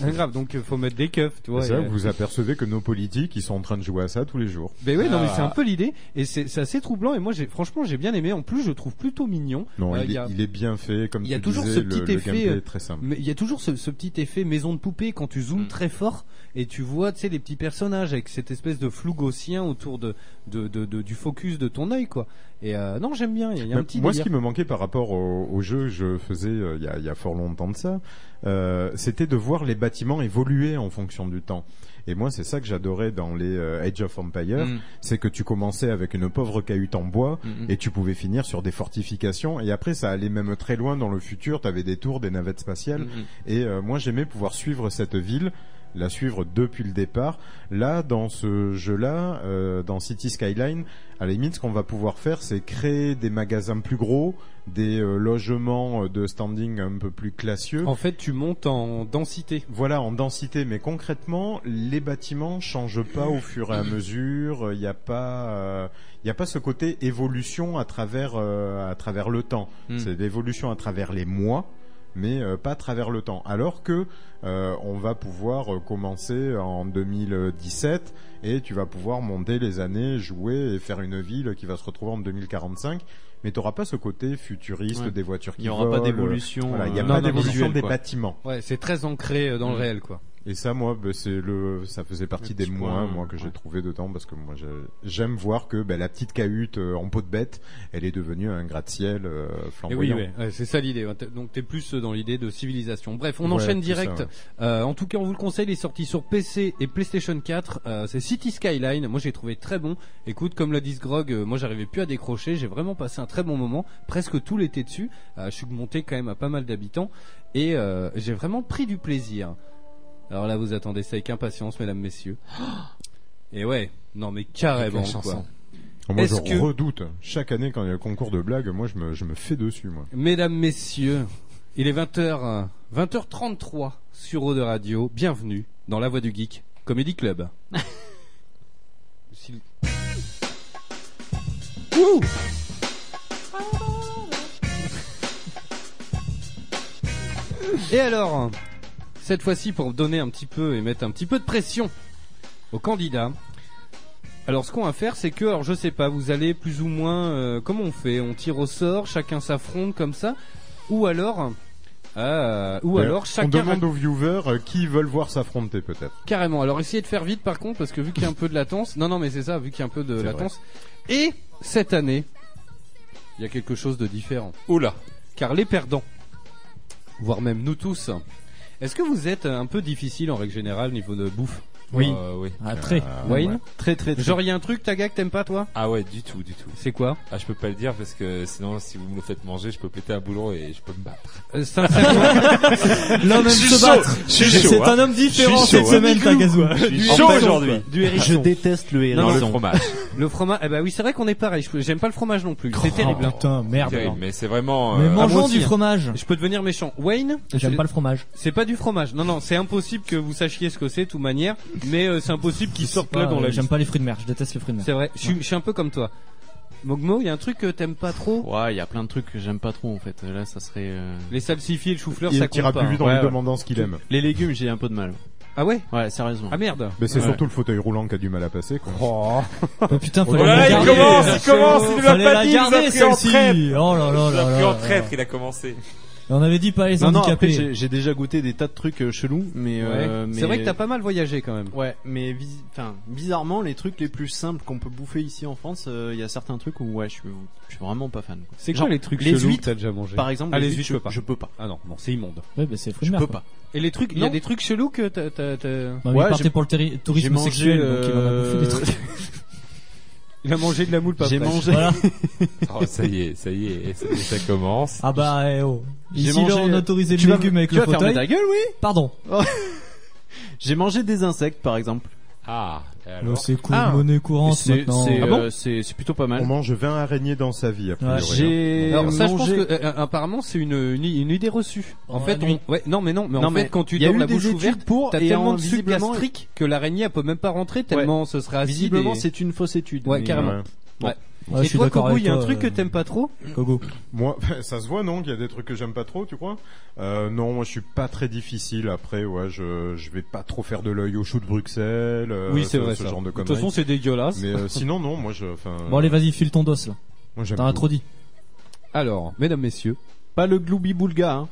[SPEAKER 3] Ouais. grave, donc euh, faut mettre des keufs, tu vois.
[SPEAKER 14] C'est là
[SPEAKER 3] et,
[SPEAKER 14] que vous
[SPEAKER 3] euh,
[SPEAKER 14] apercevez que nos politiques, ils sont en train de jouer à ça tous les jours.
[SPEAKER 3] Ben ouais, non mais
[SPEAKER 4] Ah.
[SPEAKER 14] Ah.
[SPEAKER 3] c'est un peu l'idée et c'est c'est assez troublant et moi j'ai franchement j'ai bien aimé. En plus, je le trouve plutôt mignon.
[SPEAKER 14] Non,
[SPEAKER 3] Euh,
[SPEAKER 14] il,
[SPEAKER 3] il y a-
[SPEAKER 14] est, il est bien fait, comme
[SPEAKER 3] il y a
[SPEAKER 14] tu
[SPEAKER 3] toujours ce
[SPEAKER 14] disais,
[SPEAKER 3] petit
[SPEAKER 14] le, le
[SPEAKER 3] effet
[SPEAKER 14] gameplay
[SPEAKER 3] euh,
[SPEAKER 14] est très simple.
[SPEAKER 3] mais il y a toujours ce, ce petit effet maison de poupée quand tu
[SPEAKER 8] Mm.
[SPEAKER 3] zoomes très fort et tu vois tu sais les petits personnages avec cette espèce de flou gaussien autour de, de, de- de- du focus de ton œil quoi et euh, non j'aime bien il y a- il y a un
[SPEAKER 14] Mais
[SPEAKER 3] petit
[SPEAKER 14] moi,
[SPEAKER 3] délire.
[SPEAKER 14] ce qui me manquait par rapport au, au jeu, je faisais euh, il y, a, il y a fort longtemps de ça, euh, c'était de voir les bâtiments évoluer en fonction du temps. Et moi, c'est ça que j'adorais dans les euh, Age of Empire,
[SPEAKER 3] Mm.
[SPEAKER 14] c'est que tu commençais avec une pauvre cahute en bois
[SPEAKER 3] Mm, mm.
[SPEAKER 14] et tu pouvais finir sur des fortifications. Et après, ça allait même très loin dans le futur. T'avais des tours, des navettes spatiales.
[SPEAKER 3] Mm-hmm.
[SPEAKER 14] Et euh, moi, j'aimais pouvoir suivre cette ville la suivre depuis le départ. Là, dans ce jeu-là, euh, dans City Skyline, à la limite, ce qu'on va pouvoir faire, c'est créer des magasins plus gros, des euh, logements euh, de standing un peu plus classieux.
[SPEAKER 3] En fait, tu montes en densité.
[SPEAKER 14] Voilà, en densité, mais concrètement, les bâtiments changent pas au fur et à mesure. Il n'y a pas, euh, il y a pas ce côté évolution à travers euh, à travers le temps.
[SPEAKER 8] Hmm.
[SPEAKER 3] Mm.
[SPEAKER 14] C'est l'évolution à travers les mois mais euh, pas à travers le temps. Alors que euh, on va pouvoir euh, commencer en 2017 et tu vas pouvoir monter les années, jouer et faire une ville qui va se retrouver en 2045. Mais t'auras pas ce côté futuriste
[SPEAKER 8] Ouais.
[SPEAKER 14] des voitures qui
[SPEAKER 8] Il y aura pas
[SPEAKER 14] volent, euh,
[SPEAKER 8] d'évolution,
[SPEAKER 14] voilà, Il n'y a
[SPEAKER 8] euh,
[SPEAKER 14] pas
[SPEAKER 8] non, non,
[SPEAKER 14] d'évolution
[SPEAKER 8] visuelle,
[SPEAKER 14] des
[SPEAKER 8] quoi.
[SPEAKER 14] bâtiments.
[SPEAKER 3] ouais c'est très ancré euh, dans le
[SPEAKER 14] Mm.
[SPEAKER 3] réel quoi
[SPEAKER 14] Et ça, moi, bah, c'est le, ça faisait partie des moins, moi, que j'ai trouvé dedans, parce que moi, j'ai- j'aime voir que bah, la petite cahute euh, en peau de bête, elle est devenue un gratte-ciel euh,
[SPEAKER 8] Eh
[SPEAKER 3] Et Eh oui,
[SPEAKER 14] flamboyant.
[SPEAKER 3] ouais, ouais, c'est ça l'idée. ouais. T'es- Donc t'es plus euh, dans l'idée de civilisation. Bref, on
[SPEAKER 14] Ouais,
[SPEAKER 3] enchaîne
[SPEAKER 14] plus
[SPEAKER 3] direct.
[SPEAKER 14] ça, ouais.
[SPEAKER 3] Euh, en tout cas, on vous le conseille. Il est sorti sur PC et PlayStation 4. Euh, c'est City Skyline. Moi, j'ai trouvé très bon. Écoute, comme l'a dit Grog, euh, moi, j'arrivais plus à décrocher. J'ai vraiment passé un très bon moment, presque tout l'été dessus. Euh, je suis monté quand même à pas mal d'habitants et euh, j'ai vraiment pris du plaisir. Alors là, vous attendez ça avec impatience, mesdames, messieurs. Et ouais, non mais carrément.
[SPEAKER 14] Quelle chanson.
[SPEAKER 3] Quoi.
[SPEAKER 14] Ah, Moi, je
[SPEAKER 3] Est-ce que-
[SPEAKER 14] redoute. Chaque année, quand il y a un concours de blagues, moi, je me, je me fais dessus, moi.
[SPEAKER 3] Mesdames, messieurs, il est euh, 20h, 20h33 sur Eau de Radio. Bienvenue dans La Voix du Geek, Comedy Club. S'il- Ouh et alors, cette fois-ci pour donner un petit peu et mettre un petit peu de pression aux candidats. Alors ce qu'on va faire, c'est que, alors je sais pas, vous allez plus ou moins, euh, comment on fait On tire au sort, chacun s'affronte comme ça, ou alors, euh, ou
[SPEAKER 14] Ouais,
[SPEAKER 3] alors chacun
[SPEAKER 14] On demande aux viewers euh, qui veulent voir s'affronter, peut-être.
[SPEAKER 3] Carrément. Alors essayez de faire vite par contre parce que vu qu'il y a un peu de latence. Non non mais c'est ça, vu qu'il y a un peu de
[SPEAKER 14] C'est
[SPEAKER 3] latence. Et cette année, il y a quelque chose de différent. Oula. Car les perdants, voire même nous tous, est-ce que vous êtes un peu difficile en règle générale niveau de bouffe
[SPEAKER 5] Oui.
[SPEAKER 3] Euh, oui.
[SPEAKER 5] Ah, très.
[SPEAKER 3] Wayne
[SPEAKER 5] Ouais. Très, très, très.
[SPEAKER 3] Genre il y a un truc Taga que t'aimes pas toi
[SPEAKER 4] Ah ouais, du tout, du tout.
[SPEAKER 3] C'est quoi
[SPEAKER 4] Ah, je peux pas le dire parce que sinon, si vous me le faites manger, je peux péter un boulon et je peux me battre.
[SPEAKER 3] Euh, sincèrement. L'homme aime
[SPEAKER 4] Je suis
[SPEAKER 3] se
[SPEAKER 4] chaud,
[SPEAKER 3] battre.
[SPEAKER 4] je suis
[SPEAKER 5] C'est
[SPEAKER 4] chaud,
[SPEAKER 5] un
[SPEAKER 4] hein.
[SPEAKER 5] homme différent
[SPEAKER 4] Je suis
[SPEAKER 5] cette
[SPEAKER 4] chaud,
[SPEAKER 5] semaine,
[SPEAKER 4] hein.
[SPEAKER 5] Tagazoa.
[SPEAKER 4] Je suis
[SPEAKER 5] Du
[SPEAKER 4] chaud
[SPEAKER 5] hérisson,
[SPEAKER 4] aujourd'hui.
[SPEAKER 5] quoi. Du hérisson. Je déteste le
[SPEAKER 3] Non,
[SPEAKER 5] hérisson.
[SPEAKER 3] le fromage. Eh bah oui, c'est vrai qu'on est pareil. Je- J'aime pas le fromage non plus. C'est
[SPEAKER 5] Oh,
[SPEAKER 3] terrible. hein.
[SPEAKER 5] putain, merde, Terrible, alors.
[SPEAKER 4] mais c'est vraiment,
[SPEAKER 5] Mais euh, mangeons
[SPEAKER 3] Ah, moi aussi,
[SPEAKER 5] du
[SPEAKER 3] hein.
[SPEAKER 5] fromage.
[SPEAKER 3] Je peux devenir méchant. Wayne,
[SPEAKER 5] J'aime
[SPEAKER 3] je-
[SPEAKER 5] pas le fromage.
[SPEAKER 3] C'est pas du fromage. Non, non, c'est impossible que vous sachiez ce que c'est, de toute manière. Mais euh, c'est impossible qu'il sorte là
[SPEAKER 5] Pas,
[SPEAKER 3] dans
[SPEAKER 5] euh,
[SPEAKER 3] la
[SPEAKER 5] J'aime
[SPEAKER 3] liste.
[SPEAKER 5] pas les fruits de mer, je déteste les fruits de mer.
[SPEAKER 3] C'est vrai. Je suis, je suis un peu comme toi. Mogmo, il y a un truc que t'aimes pas trop.
[SPEAKER 8] Ouais, il y a plein de trucs que j'aime pas trop en fait. Là, ça serait. euh,
[SPEAKER 3] Les salsifis, et le chou-fleur,
[SPEAKER 8] il
[SPEAKER 3] ça
[SPEAKER 8] tira
[SPEAKER 3] compte pas.
[SPEAKER 8] plus vite en
[SPEAKER 3] hein.
[SPEAKER 8] lui
[SPEAKER 3] Ouais, ouais.
[SPEAKER 8] demandant ce qu'il aime. Les légumes, j'ai un peu de mal.
[SPEAKER 3] Ah ouais
[SPEAKER 8] Ouais, sérieusement.
[SPEAKER 3] Ah merde.
[SPEAKER 14] Mais c'est
[SPEAKER 8] Ouais.
[SPEAKER 14] surtout le fauteuil roulant qui a du mal à passer, quoi.
[SPEAKER 5] Oh putain,
[SPEAKER 14] fallait la garder.
[SPEAKER 5] Fallait la garder, celle-ci. Oh là là là
[SPEAKER 4] Il a pris
[SPEAKER 5] là
[SPEAKER 4] en
[SPEAKER 5] là.
[SPEAKER 4] traître, il a commencé.
[SPEAKER 5] Et On avait dit pas les
[SPEAKER 8] Non, non, après,
[SPEAKER 5] handicapés.
[SPEAKER 8] j'ai j'ai déjà goûté des tas de trucs euh, chelous, mais. euh,
[SPEAKER 3] Ouais.
[SPEAKER 8] mais-
[SPEAKER 3] C'est vrai que t'as pas mal voyagé quand même.
[SPEAKER 8] Ouais, mais vis- enfin, bizarrement, les trucs les plus simples qu'on peut bouffer ici en France, euh, il y a certains trucs où ouais, je suis, je suis vraiment pas fan. quoi.
[SPEAKER 3] C'est quoi
[SPEAKER 8] Genre,
[SPEAKER 3] les trucs
[SPEAKER 8] les
[SPEAKER 3] chelous
[SPEAKER 8] huîtres,
[SPEAKER 3] que t'as déjà mangé
[SPEAKER 8] Par exemple,
[SPEAKER 3] ah,
[SPEAKER 8] les,
[SPEAKER 3] les huîtres,
[SPEAKER 8] huîtres,
[SPEAKER 3] je peux pas.
[SPEAKER 8] Je peux pas.
[SPEAKER 3] Ah non, non, c'est immonde.
[SPEAKER 5] Ouais, bah c'est fruits
[SPEAKER 8] Je
[SPEAKER 5] de mer.
[SPEAKER 8] peux
[SPEAKER 5] quoi.
[SPEAKER 8] pas.
[SPEAKER 3] Et les trucs, il y a
[SPEAKER 5] Non.
[SPEAKER 3] des trucs chelous que t'as. t'as- t'as-
[SPEAKER 5] Bah, il partait
[SPEAKER 8] j'ai-
[SPEAKER 5] pour le terri- tourisme
[SPEAKER 8] j'ai mangé,
[SPEAKER 5] sexuel,
[SPEAKER 8] euh,
[SPEAKER 5] donc il en a bouffé des trucs.
[SPEAKER 3] Il a mangé de la moule pas
[SPEAKER 8] J'ai
[SPEAKER 3] fraîche.
[SPEAKER 8] mangé.
[SPEAKER 5] Voilà.
[SPEAKER 4] Oh, ça y est, ça y est, ça, y est, ça commence.
[SPEAKER 5] Ah bah, eh oh.
[SPEAKER 8] J'ai
[SPEAKER 5] Ici,
[SPEAKER 8] mangé-
[SPEAKER 5] là, on autorisait
[SPEAKER 8] Tu
[SPEAKER 5] le
[SPEAKER 8] vas-
[SPEAKER 5] légume avec
[SPEAKER 8] tu
[SPEAKER 5] le
[SPEAKER 8] vas fermer
[SPEAKER 5] fauteuil.
[SPEAKER 8] ta gueule, oui
[SPEAKER 5] Pardon.
[SPEAKER 8] J'ai mangé des insectes, par exemple.
[SPEAKER 4] Ah, et alors
[SPEAKER 5] Oh, C'est cool,
[SPEAKER 8] Ah.
[SPEAKER 5] monnaie courante
[SPEAKER 8] C'est-
[SPEAKER 5] maintenant.
[SPEAKER 8] c'est,
[SPEAKER 5] Ah bon
[SPEAKER 8] euh, C'est c'est plutôt pas mal.
[SPEAKER 14] On mange 20 araignées dans sa vie, a priori. hein.
[SPEAKER 5] Ouais.
[SPEAKER 8] J'ai
[SPEAKER 3] Alors ça, je
[SPEAKER 8] mangé-
[SPEAKER 3] pense que euh, euh, apparemment c'est une, une une idée reçue. En
[SPEAKER 8] Oh,
[SPEAKER 3] fait,
[SPEAKER 8] la
[SPEAKER 3] on,
[SPEAKER 8] nuit.
[SPEAKER 3] ouais, non mais non, mais en
[SPEAKER 8] Non,
[SPEAKER 3] fait
[SPEAKER 8] mais
[SPEAKER 3] quand tu
[SPEAKER 8] il y a
[SPEAKER 3] dors
[SPEAKER 8] eu
[SPEAKER 3] la
[SPEAKER 8] des
[SPEAKER 3] bouche
[SPEAKER 8] étude
[SPEAKER 3] ouverte,
[SPEAKER 8] pour,
[SPEAKER 3] t'as
[SPEAKER 8] et
[SPEAKER 3] tellement
[SPEAKER 8] en-
[SPEAKER 3] de sucre
[SPEAKER 8] visiblement-
[SPEAKER 3] gastrique que l'araignée elle peut même pas rentrer tellement ce serait acide.
[SPEAKER 8] Visiblement,
[SPEAKER 3] et-
[SPEAKER 8] c'est une fausse étude.
[SPEAKER 3] ouais
[SPEAKER 8] mais-
[SPEAKER 3] carrément. Ouais.
[SPEAKER 5] Ouais,
[SPEAKER 3] et
[SPEAKER 5] je suis
[SPEAKER 3] toi,
[SPEAKER 5] d'accord
[SPEAKER 3] Kogo,
[SPEAKER 5] avec
[SPEAKER 3] il y a un
[SPEAKER 5] toi,
[SPEAKER 3] truc que
[SPEAKER 5] euh,
[SPEAKER 3] t'aimes pas trop
[SPEAKER 5] Gogo.
[SPEAKER 14] Moi, ça se voit, non Qu'il y a des trucs que j'aime pas trop, tu crois euh, Non, moi, je suis pas très difficile. Après, ouais, je, je vais pas trop faire de l'œil au chou de Bruxelles. euh,
[SPEAKER 3] Oui, c'est
[SPEAKER 14] ce-
[SPEAKER 3] vrai
[SPEAKER 14] Ce
[SPEAKER 3] ça.
[SPEAKER 14] genre de
[SPEAKER 3] De toute
[SPEAKER 14] conneries.
[SPEAKER 3] façon, c'est dégueulasse.
[SPEAKER 14] Mais euh, sinon, non, moi, je. enfin,
[SPEAKER 5] Bon, allez, vas-y, file ton dos là.
[SPEAKER 14] Moi, j'aime
[SPEAKER 5] T'en as
[SPEAKER 14] tout.
[SPEAKER 5] trop dit.
[SPEAKER 3] Alors, mesdames messieurs,
[SPEAKER 8] Pas le gloubi boulga. Hein.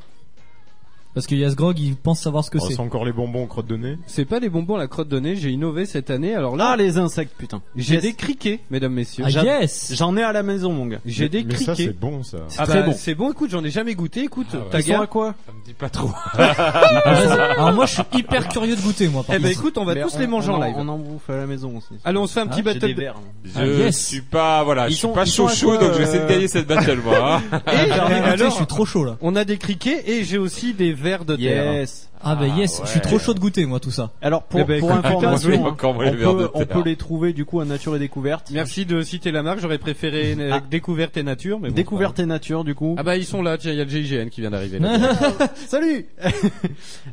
[SPEAKER 5] Parce que Yasgrog, il pense savoir ce que
[SPEAKER 14] Oh,
[SPEAKER 5] c'est.
[SPEAKER 14] c'est encore les bonbons en crotte de nez.
[SPEAKER 3] c'est pas les bonbons à la crotte de nez. J'ai innové cette année. Alors là,
[SPEAKER 8] Ah, les insectes, putain.
[SPEAKER 3] j'ai
[SPEAKER 8] Yes.
[SPEAKER 3] des criquets, mesdames messieurs.
[SPEAKER 5] Ah
[SPEAKER 8] J'a-
[SPEAKER 5] yes
[SPEAKER 8] J'en ai à la maison, mon gars.
[SPEAKER 3] J'ai des
[SPEAKER 14] Mais ça,
[SPEAKER 3] criquets.
[SPEAKER 14] c'est bon, Ah ça.
[SPEAKER 3] Ah
[SPEAKER 8] très
[SPEAKER 3] bah,
[SPEAKER 8] bon.
[SPEAKER 3] C'est bon. Écoute, j'en ai jamais goûté. Écoute,
[SPEAKER 4] ouais.
[SPEAKER 3] ta
[SPEAKER 8] Ils sont
[SPEAKER 3] gueule.
[SPEAKER 8] à quoi
[SPEAKER 4] Ça me dit pas trop.
[SPEAKER 5] Ah, vas-y. Alors moi, je suis hyper curieux de goûter, moi, par
[SPEAKER 3] Eh ben
[SPEAKER 5] contre.
[SPEAKER 3] écoute, on va
[SPEAKER 8] Mais
[SPEAKER 3] tous
[SPEAKER 8] on-
[SPEAKER 3] les manger
[SPEAKER 8] on
[SPEAKER 3] en live.
[SPEAKER 8] On en bouffe euh, à la maison aussi.
[SPEAKER 3] Allons, on se fait un petit
[SPEAKER 8] J'ai
[SPEAKER 3] battle.
[SPEAKER 8] des
[SPEAKER 3] de-
[SPEAKER 8] verres, hein. moi.
[SPEAKER 4] Je
[SPEAKER 5] Ah, yes.
[SPEAKER 4] suis pas, voilà,
[SPEAKER 8] Ils
[SPEAKER 4] je
[SPEAKER 8] sont-
[SPEAKER 4] suis pas
[SPEAKER 8] ils sont
[SPEAKER 4] chaud
[SPEAKER 8] à
[SPEAKER 4] chaud,
[SPEAKER 8] quoi,
[SPEAKER 4] donc je vais essayer de
[SPEAKER 8] euh,
[SPEAKER 4] gagner cette battle, moi. hein.
[SPEAKER 3] Et, et
[SPEAKER 5] Ah, écoutez, je
[SPEAKER 3] alors,
[SPEAKER 5] suis trop chaud là.
[SPEAKER 3] on a des criquets et j'ai aussi des vers de terre.
[SPEAKER 8] Yes.
[SPEAKER 5] Ah bah yes, je suis trop chaud de goûter, moi, tout ça.
[SPEAKER 8] Alors pour,
[SPEAKER 3] Eh ben,
[SPEAKER 8] pour
[SPEAKER 3] écoute,
[SPEAKER 4] putain,
[SPEAKER 8] information,
[SPEAKER 4] moi,
[SPEAKER 8] hein,
[SPEAKER 4] quand
[SPEAKER 8] on,
[SPEAKER 4] moi, le verre de
[SPEAKER 8] peut, on
[SPEAKER 4] terre.
[SPEAKER 8] peut les trouver du coup à Nature et Découverte.
[SPEAKER 3] Merci de citer la marque, j'aurais préféré euh,
[SPEAKER 8] Ah.
[SPEAKER 3] découverte et nature, mais bon,
[SPEAKER 8] Découverte et Nature du
[SPEAKER 3] c'est
[SPEAKER 8] coup.
[SPEAKER 3] pas grave. Ah bah ils sont là, tiens, il y a le GIGN qui vient d'arriver. là.
[SPEAKER 8] Salut.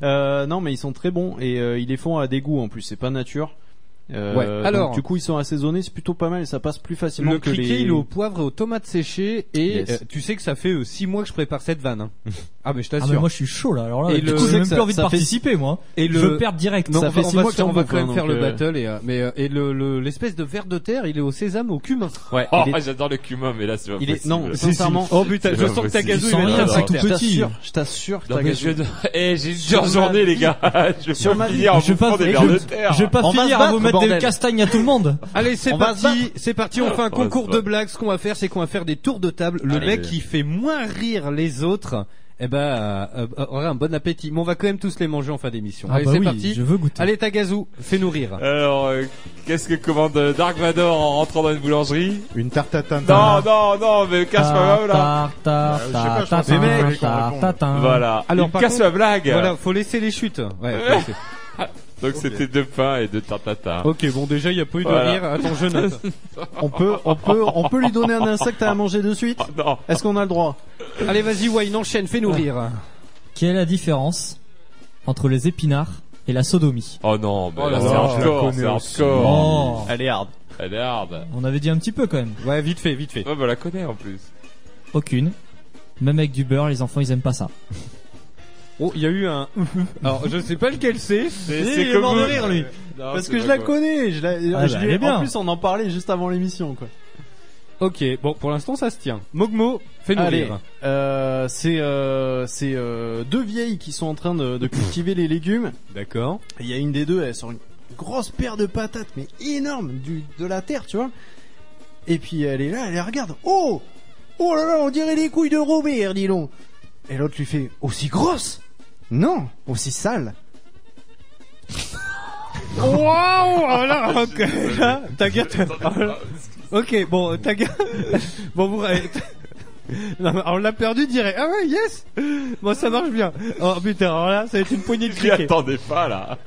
[SPEAKER 8] Euh, non mais ils sont très bons et euh, ils les font à dégoût en plus, c'est pas nature. Euh,
[SPEAKER 3] Ouais.
[SPEAKER 8] donc,
[SPEAKER 3] Alors.
[SPEAKER 8] du coup ils sont assaisonnés, c'est plutôt pas mal et ça passe plus facilement
[SPEAKER 3] le
[SPEAKER 8] que
[SPEAKER 3] criquet,
[SPEAKER 8] les
[SPEAKER 3] il est au poivre et aux tomates séchées et
[SPEAKER 8] Yes.
[SPEAKER 3] euh, tu sais que ça fait euh, six mois que je prépare cette vanne. hein. Ah mais je
[SPEAKER 5] Ah
[SPEAKER 3] t'assure.
[SPEAKER 5] mais moi je suis chaud là. Alors là,
[SPEAKER 3] Et
[SPEAKER 5] du
[SPEAKER 3] le-
[SPEAKER 5] coup j'ai même
[SPEAKER 3] ça-
[SPEAKER 5] plus envie de
[SPEAKER 3] ça fait-
[SPEAKER 5] participer moi.
[SPEAKER 3] Et le...
[SPEAKER 5] Je perds direct.
[SPEAKER 3] Non, on va- on va faire- on va quand même faire le battle et euh, mais euh, et le- le l'espèce de verre de terre, il est au sésame au cumin.
[SPEAKER 4] Ouais. Oh,
[SPEAKER 3] Il est-
[SPEAKER 4] j'adore le cumin, mais là, c'est pas
[SPEAKER 3] Il est-
[SPEAKER 4] possible.
[SPEAKER 3] non, sincèrement. Oh, putain,
[SPEAKER 4] C'est
[SPEAKER 3] je
[SPEAKER 4] pas
[SPEAKER 3] sens que ta
[SPEAKER 4] possible.
[SPEAKER 3] gazou,
[SPEAKER 4] Je
[SPEAKER 3] il
[SPEAKER 4] sens
[SPEAKER 3] va
[SPEAKER 4] rien,
[SPEAKER 3] être
[SPEAKER 4] c'est
[SPEAKER 3] tout
[SPEAKER 4] clair.
[SPEAKER 3] petit.
[SPEAKER 4] Je t'assure.
[SPEAKER 8] Je t'assure.
[SPEAKER 4] Non,
[SPEAKER 8] ta
[SPEAKER 4] mais
[SPEAKER 8] gazou-
[SPEAKER 4] je vais de- Eh, j'ai une
[SPEAKER 8] Sur
[SPEAKER 4] dure
[SPEAKER 8] ma
[SPEAKER 4] journée, les
[SPEAKER 8] vie.
[SPEAKER 4] gars. Je vais
[SPEAKER 8] Sur
[SPEAKER 4] pas
[SPEAKER 8] ma vie.
[SPEAKER 4] finir en
[SPEAKER 8] Je vais pas-
[SPEAKER 4] bouffant des
[SPEAKER 8] je-
[SPEAKER 4] vers de
[SPEAKER 8] je-
[SPEAKER 4] terre.
[SPEAKER 5] Je vais pas
[SPEAKER 8] On va
[SPEAKER 5] finir
[SPEAKER 8] se
[SPEAKER 5] à vous
[SPEAKER 8] battre,
[SPEAKER 5] mettre des
[SPEAKER 8] bordel.
[SPEAKER 5] castagnes à tout le monde.
[SPEAKER 3] Allez, c'est
[SPEAKER 5] On va se
[SPEAKER 3] parti,
[SPEAKER 5] battre.
[SPEAKER 3] c'est parti, on fait un
[SPEAKER 5] On va se
[SPEAKER 3] concours de
[SPEAKER 5] battre.
[SPEAKER 3] blagues. Ce qu'on va faire, c'est qu'on va faire des tours de table. Le
[SPEAKER 5] Allez.
[SPEAKER 3] mec qui fait moins rire les autres, eh ben, euh, euh, aura un bon appétit. Mais on va quand même tous les manger en fin d'émission.
[SPEAKER 5] Ah
[SPEAKER 3] Allez,
[SPEAKER 5] bah
[SPEAKER 3] c'est
[SPEAKER 5] oui,
[SPEAKER 3] parti.
[SPEAKER 5] je veux goûter.
[SPEAKER 3] Allez, Tagazu, fais-nous rire.
[SPEAKER 4] Alors, euh, qu'est-ce que commande euh, Dark Vador en rentrant dans une boulangerie
[SPEAKER 14] Une tarte à
[SPEAKER 4] Non, non, non, mais casse ma blague là.
[SPEAKER 5] ta,
[SPEAKER 4] Euh, je sais
[SPEAKER 5] ta,
[SPEAKER 4] pas, je
[SPEAKER 5] ta,
[SPEAKER 4] pense que c'est
[SPEAKER 5] ta,
[SPEAKER 4] les mecs
[SPEAKER 5] ta,
[SPEAKER 4] qui
[SPEAKER 5] ta,
[SPEAKER 4] répondent.
[SPEAKER 5] ta, ta.
[SPEAKER 4] Voilà.
[SPEAKER 3] Alors,
[SPEAKER 4] Il
[SPEAKER 3] par
[SPEAKER 4] casse
[SPEAKER 3] contre-
[SPEAKER 4] la blague.
[SPEAKER 3] Voilà, faut laisser les chutes. Ouais, faut laisser.
[SPEAKER 4] Donc c'était deux pains et deux tartatas.
[SPEAKER 3] Ok, bon, déjà, il n'y a pas eu de rire. Attends, je note.
[SPEAKER 8] On peut, on peut, on peut lui donner un insecte à manger de suite.
[SPEAKER 3] Ah,
[SPEAKER 8] Est-ce qu'on a le droit
[SPEAKER 3] Allez, vas-y, Wayne, enchaîne, fais-nous rire.
[SPEAKER 5] Quelle est la différence entre les épinards et la sodomie
[SPEAKER 4] Oh non, mais
[SPEAKER 5] Oh
[SPEAKER 4] là,
[SPEAKER 5] là
[SPEAKER 4] c'est
[SPEAKER 5] là,
[SPEAKER 4] hardcore,
[SPEAKER 5] je
[SPEAKER 4] c'est
[SPEAKER 5] la connais aussi.
[SPEAKER 4] hardcore.
[SPEAKER 5] Oh.
[SPEAKER 4] Elle est hard. Elle est hard.
[SPEAKER 5] On avait dit un petit peu quand même.
[SPEAKER 3] Ouais, vite fait, vite fait.
[SPEAKER 4] Ouais, bah, on la connaît en plus.
[SPEAKER 5] Aucune. Même avec du beurre, les enfants ils aiment pas ça.
[SPEAKER 3] Oh, il y a eu un. Alors, je sais pas lequel c'est.
[SPEAKER 8] Il
[SPEAKER 3] Il
[SPEAKER 8] est
[SPEAKER 3] comme
[SPEAKER 8] mort de
[SPEAKER 3] vous.
[SPEAKER 8] rire lui.
[SPEAKER 3] Non,
[SPEAKER 8] Parce
[SPEAKER 3] c'est
[SPEAKER 8] que je
[SPEAKER 3] pas
[SPEAKER 8] la
[SPEAKER 3] quoi.
[SPEAKER 8] connais. Je la,
[SPEAKER 3] Ah
[SPEAKER 8] je
[SPEAKER 3] bah,
[SPEAKER 8] l'ai-
[SPEAKER 3] elle est bien.
[SPEAKER 8] En plus, on en parlait juste avant l'émission, quoi.
[SPEAKER 3] Ok, bon, pour l'instant, ça se tient. Mogmo, fais-nous
[SPEAKER 8] Allez,
[SPEAKER 3] rire.
[SPEAKER 8] euh, c'est euh, c'est euh, deux vieilles qui sont en train de, de cultiver les légumes.
[SPEAKER 3] D'accord.
[SPEAKER 8] Il y a une des deux, elle sort une grosse paire de patates, mais énorme, du, de la terre, tu vois. Et puis elle est là, elle les regarde. Oh Oh là là, on dirait les couilles de Robert, dis donc. Et l'autre lui fait aussi grosse Non, aussi sale.
[SPEAKER 3] Waouh oh là, ok, là, ta gueule. Ok, bon, ta gueule. Bon, vous. euh, Non, mais on l'a perdu, dirait. Ah ouais, yes. Bon, ça marche bien. Oh putain, alors là, ça va être une poignée de
[SPEAKER 4] J'y
[SPEAKER 3] cliquets.
[SPEAKER 4] attendais pas là.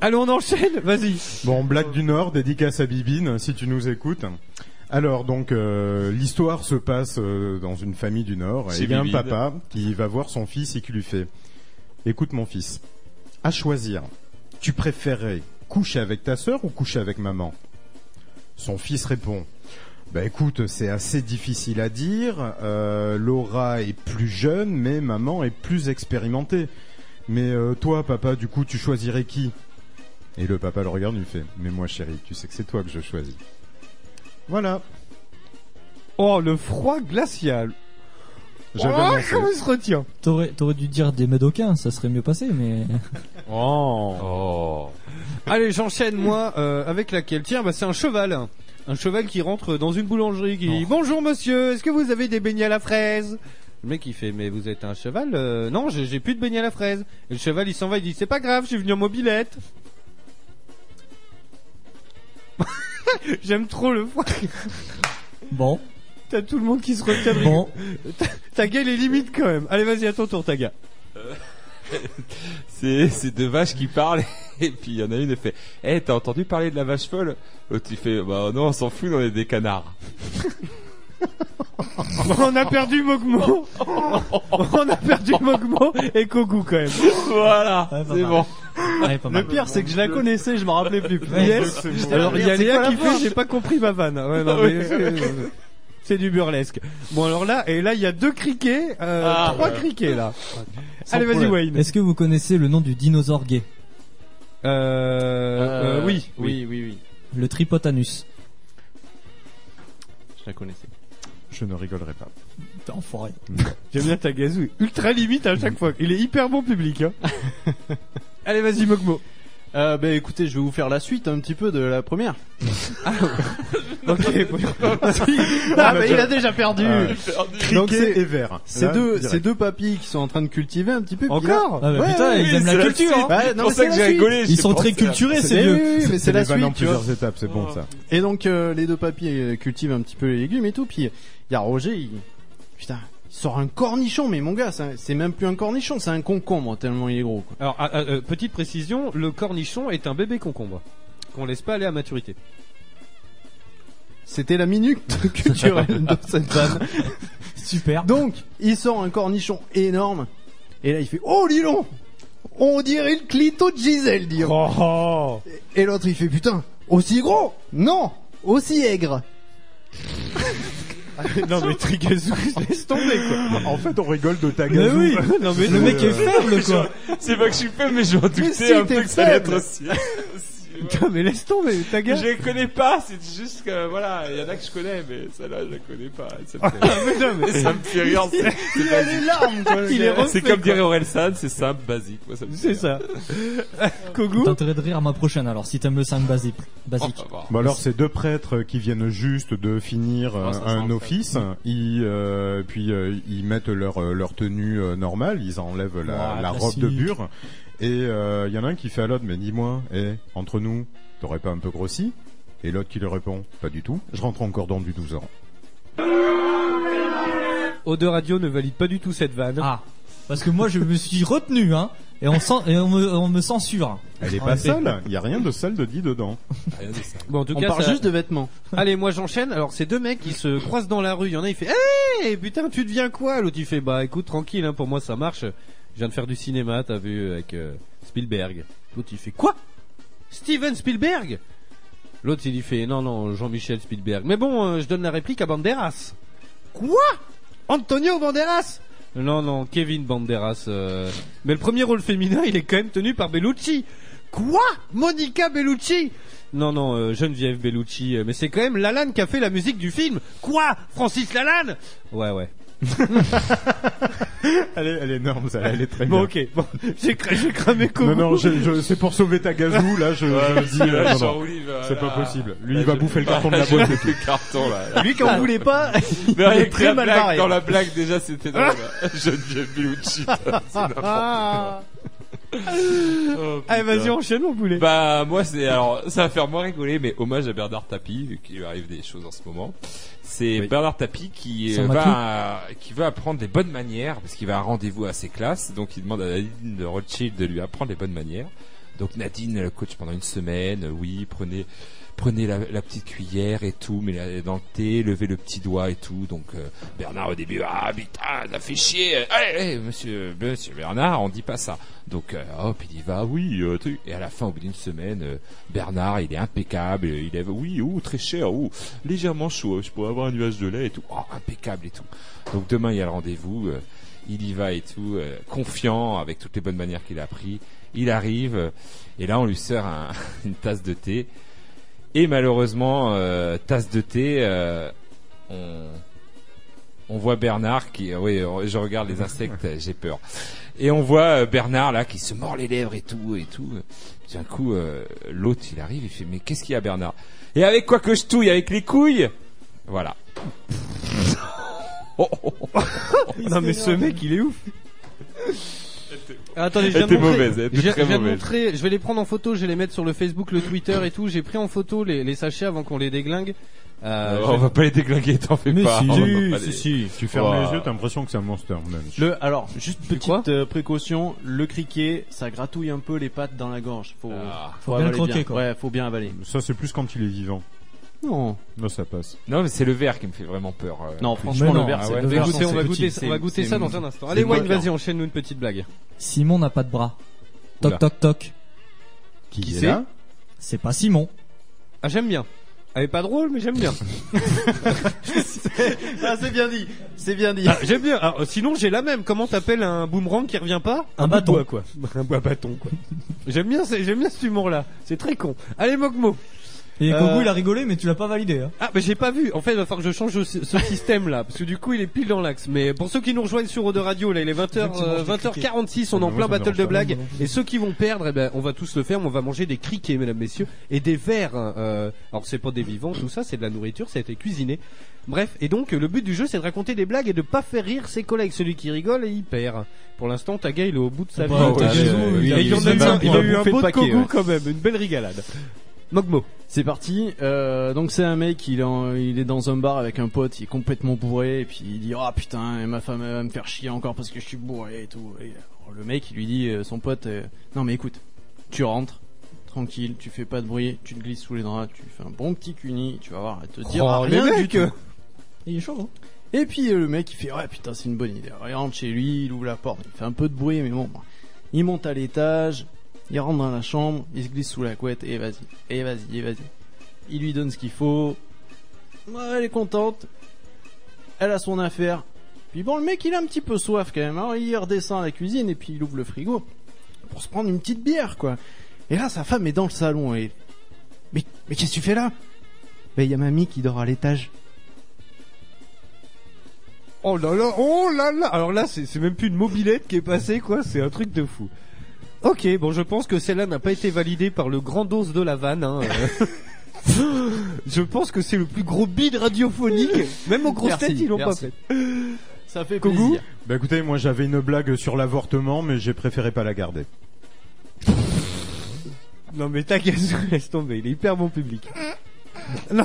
[SPEAKER 3] Allez, on enchaîne. Vas-y.
[SPEAKER 14] Bon, Blague du Nord, dédicace à Bibine, si tu nous écoutes. Alors donc euh, l'histoire se passe euh, dans une famille du Nord et
[SPEAKER 4] Chez
[SPEAKER 14] il y a un
[SPEAKER 4] Bibine.
[SPEAKER 14] papa qui va voir son fils et qui lui fait "Écoute mon fils, à choisir, tu préférerais coucher avec ta sœur ou coucher avec maman Son fils répond bah écoute, c'est assez difficile à dire. Euh, Laura est plus jeune, mais maman est plus expérimentée. Mais euh, toi, papa, du coup, tu choisirais qui Et le papa le regarde, il lui fait Mais moi, chérie, tu sais que c'est toi que je choisis. Voilà.
[SPEAKER 3] Oh, le froid glacial.
[SPEAKER 14] J'avais
[SPEAKER 3] oh,
[SPEAKER 14] annoncé.
[SPEAKER 3] comment il se retient.
[SPEAKER 5] T'aurais, t'aurais dû dire des médocains, ça serait mieux passé, mais.
[SPEAKER 3] Oh. Allez, j'enchaîne moi euh, avec laquelle. Tiens, bah c'est un cheval. Un cheval qui rentre dans une boulangerie qui dit Bonjour monsieur, est-ce que vous avez des beignets à la fraise Le mec il fait Mais vous êtes un cheval Euh, Non, j'ai j'ai plus de beignets à la fraise. Et le cheval il s'en va, il dit C'est pas grave, je suis venu en mobilette. J'aime trop le foie.
[SPEAKER 5] Bon.
[SPEAKER 3] T'as tout le monde qui se retient. de
[SPEAKER 5] Bon.
[SPEAKER 3] rigoler. Ta- Ta gueule est limite quand même. Allez, vas-y, à ton tour, ta gueule.
[SPEAKER 4] Euh, C'est c'est deux vaches qui parlent et puis il y en a une elle fait "Eh, t'as entendu parler de la vache folle L'autre il fait "Bah non, on s'en fout, on est des canards."
[SPEAKER 3] On a perdu Mogmo. On a perdu Mogmo et Kogu quand même.
[SPEAKER 4] Voilà,
[SPEAKER 3] c'est bon.
[SPEAKER 8] Le pire, c'est que je la connaissais, je m'en rappelais plus.
[SPEAKER 3] Yes. Alors il y a Léa qui fait j'ai pas compris ma vanne. Ouais, non, mais
[SPEAKER 8] Oui.
[SPEAKER 3] c'est- c'est du burlesque. Bon alors là et là il y a deux criquets, euh,
[SPEAKER 8] Ah,
[SPEAKER 3] trois
[SPEAKER 8] ouais.
[SPEAKER 3] criquets là.
[SPEAKER 8] Sans
[SPEAKER 3] Allez vas-y
[SPEAKER 5] problème.
[SPEAKER 3] Wayne.
[SPEAKER 5] Est-ce que vous connaissez le nom du dinosaure gay
[SPEAKER 3] Euh, euh, oui,
[SPEAKER 8] oui, oui, oui.
[SPEAKER 5] Le tripotanus.
[SPEAKER 8] Je la connaissais.
[SPEAKER 14] Je ne rigolerai pas.
[SPEAKER 5] T'es enfoiré.
[SPEAKER 3] J'aime bien ta gazou. Ultra limite à chaque fois. Il est hyper bon public. Hein. Allez, vas-y, Mokmo.
[SPEAKER 8] Euh, bah écoutez, je vais vous faire la suite un petit peu de la première.
[SPEAKER 3] Ah ok.
[SPEAKER 8] ah, bah, il a déjà perdu.
[SPEAKER 14] Ah,
[SPEAKER 8] Criquet
[SPEAKER 14] Donc, c'est- et vert.
[SPEAKER 8] Ces
[SPEAKER 3] hein,
[SPEAKER 14] Là,
[SPEAKER 8] deux,
[SPEAKER 14] direct.
[SPEAKER 8] ces deux papilles qui sont en train de cultiver un petit peu. puis
[SPEAKER 3] Encore
[SPEAKER 8] là-
[SPEAKER 3] Ah, mais putain, ils aiment la
[SPEAKER 8] c'est
[SPEAKER 3] culture,
[SPEAKER 8] suite.
[SPEAKER 3] hein. C'est
[SPEAKER 8] Ouais, non,
[SPEAKER 3] pour
[SPEAKER 8] mais
[SPEAKER 3] ça que
[SPEAKER 8] la
[SPEAKER 3] j'ai
[SPEAKER 8] suite.
[SPEAKER 3] rigolé, Ils j'y sont pensais. très culturés, ces
[SPEAKER 8] Eh
[SPEAKER 3] vieux.
[SPEAKER 8] oui, oui, mais
[SPEAKER 14] C'était
[SPEAKER 8] c'est la
[SPEAKER 14] des vannes en
[SPEAKER 8] suite, tu vois.
[SPEAKER 14] plusieurs étapes, c'est bon, ça.
[SPEAKER 8] Et donc euh, les deux papilles euh, cultivent un petit peu les légumes et tout. Puis il y a Roger, il... putain, il sort un cornichon, mais mon gars, c'est un- c'est même plus un cornichon, c'est un concombre tellement il est gros. Quoi.
[SPEAKER 3] Alors, ah, ah, euh, petite précision, le cornichon est un bébé concombre qu'on laisse pas aller à maturité.
[SPEAKER 8] C'était la minute culturelle de cette vanne.
[SPEAKER 5] Super.
[SPEAKER 8] Donc, il sort un cornichon énorme. Et là, il fait Oh, dis donc On dirait le clito de Gisèle, dis donc. Et et l'autre, il fait Putain, aussi gros Non Aussi aigre
[SPEAKER 14] non mais Trigazou, laisse tomber quoi. En fait, on rigole de ta Euh,
[SPEAKER 4] Mais
[SPEAKER 14] gazou.
[SPEAKER 4] oui. Non, mais le mec est faible,
[SPEAKER 14] quoi.
[SPEAKER 4] C'est pas que je suis faible, mais j'en doutais
[SPEAKER 14] si,
[SPEAKER 4] un
[SPEAKER 14] t'es
[SPEAKER 4] peu que ça allait être
[SPEAKER 14] faible.
[SPEAKER 4] aussi.
[SPEAKER 3] Putain, mais laisse tomber, ta gueule.
[SPEAKER 4] Je les connais pas, c'est juste que voilà, il y en a que je connais, mais celle-là je la connais pas. Ça me fait,
[SPEAKER 3] Ah, mais non, mais-
[SPEAKER 4] ça me fait rire. c'est-
[SPEAKER 3] Il-
[SPEAKER 4] c'est
[SPEAKER 3] il a les
[SPEAKER 4] basique.
[SPEAKER 3] larmes, quoi, le
[SPEAKER 4] Il est
[SPEAKER 3] gars.
[SPEAKER 4] refait, C'est
[SPEAKER 3] quoi.
[SPEAKER 4] comme dirait Aurel San, c'est simple, basique. Moi, ça me fait
[SPEAKER 3] C'est
[SPEAKER 4] rire.
[SPEAKER 3] ça.
[SPEAKER 5] Kogu
[SPEAKER 3] T'intéresses
[SPEAKER 5] de rire à ma prochaine alors si t'aimes le 5 basique. basique.
[SPEAKER 3] Oh, bah,
[SPEAKER 14] Bon alors c'est deux prêtres qui viennent juste de finir euh,
[SPEAKER 5] ça sent
[SPEAKER 14] un
[SPEAKER 5] le
[SPEAKER 14] office, ils euh, puis euh, ils mettent leur euh, leur tenue euh, normale, ils enlèvent la,
[SPEAKER 3] Ouais,
[SPEAKER 14] la robe
[SPEAKER 3] classique.
[SPEAKER 14] de bure et euh, il y en a un qui fait à l'autre mais dis-moi, eh, entre nous, t'aurais pas un peu grossi Et l'autre qui lui répond, pas du tout, je rentre en cordon du 12 ans.
[SPEAKER 3] Ode Radio ne valide pas du tout cette vanne.
[SPEAKER 5] Ah, parce que moi je me suis retenu hein et on sent et on me, on me censure.
[SPEAKER 14] Elle est
[SPEAKER 5] En
[SPEAKER 14] pas
[SPEAKER 5] effet.
[SPEAKER 14] sale, il y a rien de sale de dit dedans.
[SPEAKER 3] Bon, en tout
[SPEAKER 14] On
[SPEAKER 3] cas,
[SPEAKER 14] parle
[SPEAKER 3] ça-
[SPEAKER 14] juste de
[SPEAKER 8] vêtements.
[SPEAKER 3] Allez, moi j'enchaîne. Alors, ces deux mecs qui se croisent dans la rue, il y en a il fait "Hey, putain, tu deviens quoi L'autre il fait "Bah, écoute, tranquille hein, pour moi ça marche. Je viens de faire du cinéma, t'as vu avec euh, Spielberg." L'autre il fait "Quoi Steven Spielberg L'autre il lui fait "Non non, Jean-Michel Spielberg." Mais bon, euh, je donne la réplique à Banderas. Quoi Antonio Banderas Non, non, Kevin Banderas. euh. Mais le premier rôle féminin, il est quand même tenu par Bellucci. Quoi Monica Bellucci Non, non, euh, Geneviève Bellucci. euh, mais c'est quand même Lalanne qui a fait la musique du film. Quoi Francis Lalanne Ouais, ouais.
[SPEAKER 14] elle, est, elle est énorme, ça, elle est très
[SPEAKER 3] Bon,
[SPEAKER 14] bien.
[SPEAKER 3] ok, bon, j'ai cra- j'ai cramé
[SPEAKER 14] Non,
[SPEAKER 3] Kogu.
[SPEAKER 14] non, je- je- c'est pour sauver ta gazou, là, je, je
[SPEAKER 4] Ouais,
[SPEAKER 14] dis,
[SPEAKER 4] c'est
[SPEAKER 14] euh,
[SPEAKER 4] vrai,
[SPEAKER 14] non,
[SPEAKER 4] Jean
[SPEAKER 14] non,
[SPEAKER 4] Olive,
[SPEAKER 14] c'est
[SPEAKER 4] là.
[SPEAKER 14] pas possible. Lui,
[SPEAKER 4] Là,
[SPEAKER 14] il va
[SPEAKER 4] je-
[SPEAKER 14] bouffer le carton de la
[SPEAKER 4] je
[SPEAKER 14] boîte.
[SPEAKER 4] bouffe le carton, là.
[SPEAKER 3] Lui, quand vous voulez pas, il
[SPEAKER 4] Non,
[SPEAKER 3] est
[SPEAKER 4] avec
[SPEAKER 3] très
[SPEAKER 4] la
[SPEAKER 3] mal
[SPEAKER 4] blague,
[SPEAKER 3] barré.
[SPEAKER 4] Dans la blague, déjà, c'était drôle. Geneviève Bellucci, c'est n'importe
[SPEAKER 3] Ah,
[SPEAKER 4] quoi. Oh,
[SPEAKER 3] Allez,
[SPEAKER 4] putain.
[SPEAKER 3] Ah, vas-y, enchaîne, mon poulet.
[SPEAKER 4] Bah moi c'est alors ça va faire moins rigoler mais hommage à Bernard Tapie vu qu'il lui arrive des choses en ce moment. C'est Bernard Tapie qui
[SPEAKER 3] Ça
[SPEAKER 4] euh,
[SPEAKER 3] m'a plu.
[SPEAKER 4] va qui va apprendre les bonnes manières parce qu'il va à un rendez-vous à ses classes donc il demande à Nadine de Rothschild de lui apprendre les bonnes manières. Donc Nadine le coach pendant une semaine, oui, prenez prenez la, la petite cuillère et tout mais la- dans le thé, levez le petit doigt et tout. Donc euh, Bernard au début ah putain, ça fait chier. Allez, allez, monsieur monsieur Bernard, on dit pas ça. Donc euh, hop, il y va, oui, euh, tu- et à la fin, au bout d'une semaine, euh, Bernard, il est impeccable, euh, il est, oui, ouh, très cher, ouh, légèrement chaud, je pourrais avoir un nuage de lait et tout, oh, impeccable et tout. Donc demain, il y a le rendez-vous, euh, il y va et tout, euh, confiant, avec toutes les bonnes manières qu'il a appris, il arrive, euh, et là, on lui sert un- une tasse de thé, et malheureusement, euh, tasse de thé, euh, on, on voit Bernard qui, euh, oui, je regarde les insectes, Euh, j'ai peur. Et on voit euh, Bernard là qui se mord les lèvres et tout et tout. Puis D'un coup, euh, l'autre il arrive, il fait mais qu'est-ce qu'il y a Bernard Et avec quoi que je touille, avec les couilles, voilà. Oh, oh, oh.
[SPEAKER 3] non mais ce mec il est ouf. Ah, Attendez, je
[SPEAKER 4] Elle
[SPEAKER 3] viens de
[SPEAKER 4] était
[SPEAKER 3] montrer-
[SPEAKER 4] mauvaise, elle était
[SPEAKER 3] je viens-
[SPEAKER 4] très
[SPEAKER 3] je viens de
[SPEAKER 4] mauvaise.
[SPEAKER 3] montrer- je vais les prendre en photo, je vais les mettre sur le Facebook, le Twitter et tout. J'ai pris en photo les, les sachets avant qu'on les déglingue. Euh,
[SPEAKER 4] on va pas les déglinguer, t'en fais pas. on va pas les-
[SPEAKER 14] Tu fermes
[SPEAKER 4] Ouah.
[SPEAKER 14] les yeux, t'as l'impression que c'est un monster, même.
[SPEAKER 8] Le, alors, juste petite euh, précaution, le criquet, ça gratouille un peu les pattes dans la gorge. Faut,
[SPEAKER 14] Faut bien le
[SPEAKER 8] avaler
[SPEAKER 14] croquer, quoi.
[SPEAKER 8] Ouais, faut bien avaler.
[SPEAKER 14] Ça, c'est plus quand il est vivant.
[SPEAKER 8] Non.
[SPEAKER 14] Non, ça passe.
[SPEAKER 4] Non, mais c'est le verre qui me fait vraiment peur. euh.
[SPEAKER 8] Non, franchement, Mais le non, verre, ah c'est- ouais. le
[SPEAKER 3] on va
[SPEAKER 8] verre,
[SPEAKER 3] goûter, on
[SPEAKER 8] c'est
[SPEAKER 3] va
[SPEAKER 8] petit,
[SPEAKER 3] goûter,
[SPEAKER 8] c'est-
[SPEAKER 3] on va goûter
[SPEAKER 8] c'est-
[SPEAKER 3] ça dans un instant.
[SPEAKER 8] c'est
[SPEAKER 3] Allez, Wayne,
[SPEAKER 8] moqueur.
[SPEAKER 3] vas-y, enchaîne-nous une petite blague.
[SPEAKER 5] Simon n'a pas de bras. Toc
[SPEAKER 3] Oula.
[SPEAKER 5] toc toc.
[SPEAKER 14] Qui,
[SPEAKER 3] est c'est là
[SPEAKER 5] C'est pas Simon.
[SPEAKER 3] Ah, j'aime bien. Elle est pas drôle, mais j'aime bien.
[SPEAKER 8] ah, c'est bien dit. C'est bien dit.
[SPEAKER 3] Ah, j'aime bien. Alors, euh, sinon, j'ai la même. Comment t'appelles un boomerang qui revient pas
[SPEAKER 5] Un
[SPEAKER 3] bout de
[SPEAKER 5] bâton.
[SPEAKER 3] bois, quoi. Un bois bâton, quoi. j'aime bien, c'est- j'aime bien ce humour-là. C'est très con. Allez, Mokmo.
[SPEAKER 5] Et
[SPEAKER 3] Euh,
[SPEAKER 5] Kogu il a rigolé mais tu l'as pas validé. Hein.
[SPEAKER 3] Ah, mais j'ai pas vu. En fait, il va falloir que je change ce, ce système-là. Parce que du coup, il est pile dans l'axe. Mais pour ceux qui nous rejoignent sur Eau de Radio, là, il est 20h,
[SPEAKER 14] euh,
[SPEAKER 5] Effectivement, je l'ai
[SPEAKER 3] 20h46.
[SPEAKER 5] cliqué.
[SPEAKER 3] On est
[SPEAKER 5] Mais
[SPEAKER 3] en
[SPEAKER 5] moi,
[SPEAKER 3] plein
[SPEAKER 5] ça me
[SPEAKER 3] battle de
[SPEAKER 5] dérange pas.
[SPEAKER 3] blagues. Et ceux qui vont perdre, eh ben, on va tous le faire. mais On va manger des criquets, mesdames, messieurs. Et des vers. hein, euh, alors, c'est pas des vivants, tout ça. C'est de la nourriture. Ça a été cuisiné. Bref. Et donc, euh, le but du jeu, c'est de raconter des blagues et de pas faire rire ses collègues. Celui qui rigole, il perd. Pour l'instant, Taga, il est au bout de sa vie.
[SPEAKER 5] Bah, Taga,
[SPEAKER 3] Et
[SPEAKER 5] euh,
[SPEAKER 3] il y en a
[SPEAKER 5] il
[SPEAKER 3] eu
[SPEAKER 5] s'est
[SPEAKER 3] un-
[SPEAKER 5] tapé
[SPEAKER 3] il a
[SPEAKER 5] un
[SPEAKER 3] eu un
[SPEAKER 5] bouffé de
[SPEAKER 3] beau de
[SPEAKER 5] paquet,
[SPEAKER 3] Kogou,
[SPEAKER 5] ouais.
[SPEAKER 3] quand même. Une belle régalade. Mogmo.
[SPEAKER 8] C'est parti. Euh, donc c'est un mec, il est, en- il est dans un bar avec un pote, il est complètement bourré et puis il dit ah putain et ma femme elle va me faire chier encore parce que je suis bourré et tout. Et, alors, le mec il lui dit euh, son pote euh, non mais écoute, tu rentres tranquille, tu fais pas de bruit, tu te glisses sous les draps, tu fais un bon petit cuni, tu vas voir, elle te dira
[SPEAKER 3] Oh, le
[SPEAKER 8] rien du
[SPEAKER 3] mec
[SPEAKER 8] tout.
[SPEAKER 5] Il est chaud. Hein.
[SPEAKER 8] Et puis euh, le mec il fait ouais putain c'est une bonne idée. Alors, il rentre chez lui, il ouvre la porte, il fait un peu de bruit mais bon. bah. Il monte à l'étage, il rentre dans la chambre, il se glisse sous la couette et vas-y, et vas-y, et vas-y. Il lui donne ce qu'il faut. Ouais, elle est contente. elle a son affaire. Puis bon, le mec, il a un petit peu soif quand même. Alors, il redescend à la cuisine et puis il ouvre le frigo pour se prendre une petite bière, quoi. Et là, sa femme est dans le salon et. Mais, mais qu'est-ce que tu fais là Ben, il y a mamie qui dort à l'étage.
[SPEAKER 3] Oh là là, oh là là Alors là, c'est c'est même plus une mobilette qui est passée, quoi. C'est un truc de fou. Ok, bon, je pense que celle-là n'a pas été validée par le grand dose de la vanne. hein, euh. je pense que c'est le plus gros bide radiophonique. Même aux grosses
[SPEAKER 8] Merci,
[SPEAKER 3] têtes, ils l'ont pas
[SPEAKER 8] merci.
[SPEAKER 3] fait.
[SPEAKER 8] Ça fait
[SPEAKER 3] Kougou
[SPEAKER 8] plaisir.
[SPEAKER 14] Bah écoutez, moi j'avais une blague sur l'avortement, mais j'ai préféré pas la garder.
[SPEAKER 3] Non mais t'inquiète, laisse tomber, il est hyper bon public. Non,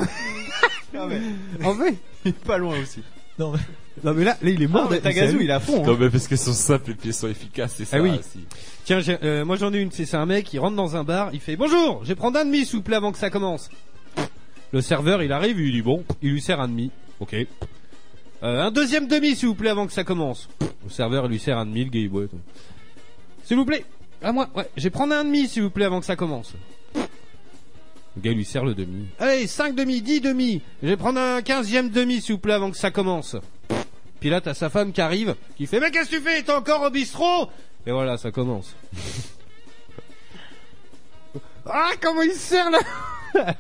[SPEAKER 3] en fait, il est pas loin aussi. Non mais, non, mais là, là, il est mort.
[SPEAKER 8] Ah, mais
[SPEAKER 3] de-
[SPEAKER 8] Tagazu,
[SPEAKER 3] vous savez-
[SPEAKER 8] il est à fond,
[SPEAKER 4] Non, mais parce qu'elles sont simples et puis elles sont efficaces, c'est ça.
[SPEAKER 3] Ah oui.
[SPEAKER 4] aussi.
[SPEAKER 3] Tiens, j'ai- euh, moi j'en ai une, c'est c'est un mec, il rentre dans un bar, il fait bonjour, je vais prendre un demi s'il vous plaît avant que ça commence. Le serveur, il arrive, il dit bon, il lui sert un demi. Ok. Euh, un deuxième demi s'il vous plaît avant que ça commence. Le serveur, il lui sert un demi, le gars, il boit. tout. S'il vous plaît, à moi, ouais, je vais prendre un demi s'il vous plaît avant que ça commence. Le gars il lui sert le demi. Allez, 5 demi, 10 demi. Je vais prendre un 15e demi, s'il vous plaît, avant que ça commence. Puis là, t'as sa femme qui arrive, qui fait Mais qu'est-ce que tu fais T'es encore au bistrot Et voilà, ça commence. ah, comment il se sert là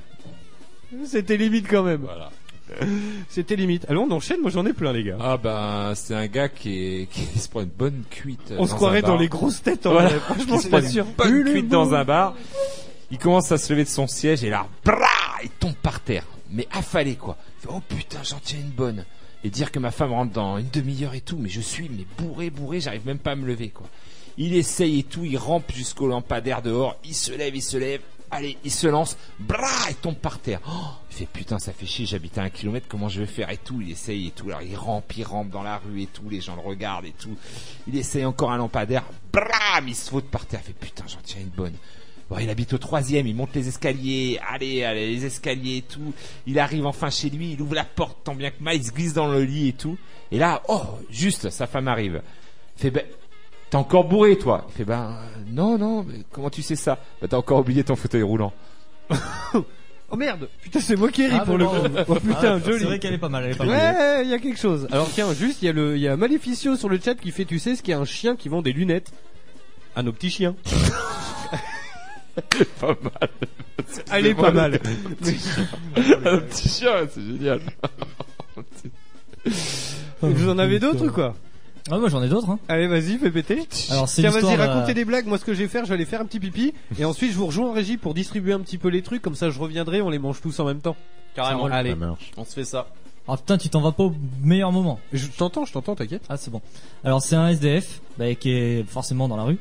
[SPEAKER 3] C'était limite quand même.
[SPEAKER 4] Voilà.
[SPEAKER 3] C'était limite. Alors on enchaîne, moi j'en ai plein, les gars.
[SPEAKER 4] Ah ben, c'est un gars qui, est- qui se prend une bonne cuite. euh,
[SPEAKER 3] On se croirait dans les grosses têtes, en vrai. Franchement,
[SPEAKER 4] Franchement,
[SPEAKER 3] c'est
[SPEAKER 4] se prend
[SPEAKER 3] la
[SPEAKER 4] une
[SPEAKER 3] sûre.
[SPEAKER 4] bonne
[SPEAKER 3] Plus
[SPEAKER 4] cuite
[SPEAKER 3] le
[SPEAKER 4] dans
[SPEAKER 3] bout.
[SPEAKER 4] un bar. Il commence à se lever de son siège et là, brah, il tombe par terre. Mais affalé, quoi. Il fait, oh putain, j'en tiens une bonne. Et dire que ma femme rentre dans une demi-heure et tout, mais je suis mais bourré, bourré, j'arrive même pas à me lever, quoi. Il essaye et tout, il rampe jusqu'au lampadaire dehors, il se lève, il se lève, allez, il se lance, brah, il tombe par terre. Oh, il fait putain, ça fait chier, j'habite à un kilomètre, comment je vais faire et tout, il essaye et tout, alors il rampe, il rampe dans la rue et tout, les gens le regardent et tout. Il essaye encore un lampadaire, brah, il se faute par terre, il fait putain, j'en tiens une bonne. Bon, il habite au troisième, il monte les escaliers, allez, allez, les escaliers et tout. Il arrive enfin chez lui, il ouvre la porte, tant bien que mal, il se glisse dans le lit et tout. Et là, oh, juste, sa femme arrive. Il Fait ben, t'es encore bourré, toi. Il fait ben, euh, non, non, mais comment tu sais ça Ben, t'as encore oublié ton fauteuil roulant.
[SPEAKER 3] Oh merde Putain, c'est moi qui ai ri
[SPEAKER 5] Ah,
[SPEAKER 3] pour
[SPEAKER 5] mais
[SPEAKER 3] le
[SPEAKER 5] bravo.
[SPEAKER 3] coup. Oh putain,
[SPEAKER 5] Ah, c'est
[SPEAKER 3] joli.
[SPEAKER 5] vrai qu'elle est pas mal, elle est pas
[SPEAKER 3] ouais,
[SPEAKER 5] mal.
[SPEAKER 3] ouais, il y a quelque chose. Alors tiens, juste, il y a le, il y a Maleficio sur le chat qui fait, tu sais, ce qu'il y a un chien qui vend des lunettes à nos petits chiens.
[SPEAKER 4] pas mal.
[SPEAKER 3] Elle Ah, est pas mal.
[SPEAKER 4] Un petit chien. Un petit chien, c'est génial.
[SPEAKER 3] Vous en avez d'autres ou quoi
[SPEAKER 5] Ah, moi j'en ai d'autres. Hein.
[SPEAKER 3] Allez, vas-y, fais péter.
[SPEAKER 5] Alors, c'est
[SPEAKER 3] Tiens, vas-y,
[SPEAKER 5] l'histoire, euh,
[SPEAKER 3] racontez des blagues. Moi, ce que je vais faire, je vais aller faire un petit pipi. et ensuite, je vous rejoins en régie pour distribuer un petit peu les trucs. Comme ça, je reviendrai, on les mange tous en même temps.
[SPEAKER 8] Carrément.
[SPEAKER 3] Ça marche. Allez.
[SPEAKER 8] On se fait ça.
[SPEAKER 5] Ah putain, tu t'en vas pas au meilleur moment.
[SPEAKER 3] Je t'entends, je t'entends, t'inquiète.
[SPEAKER 5] Ah c'est bon. Alors c'est un SDF bah, qui est forcément dans la rue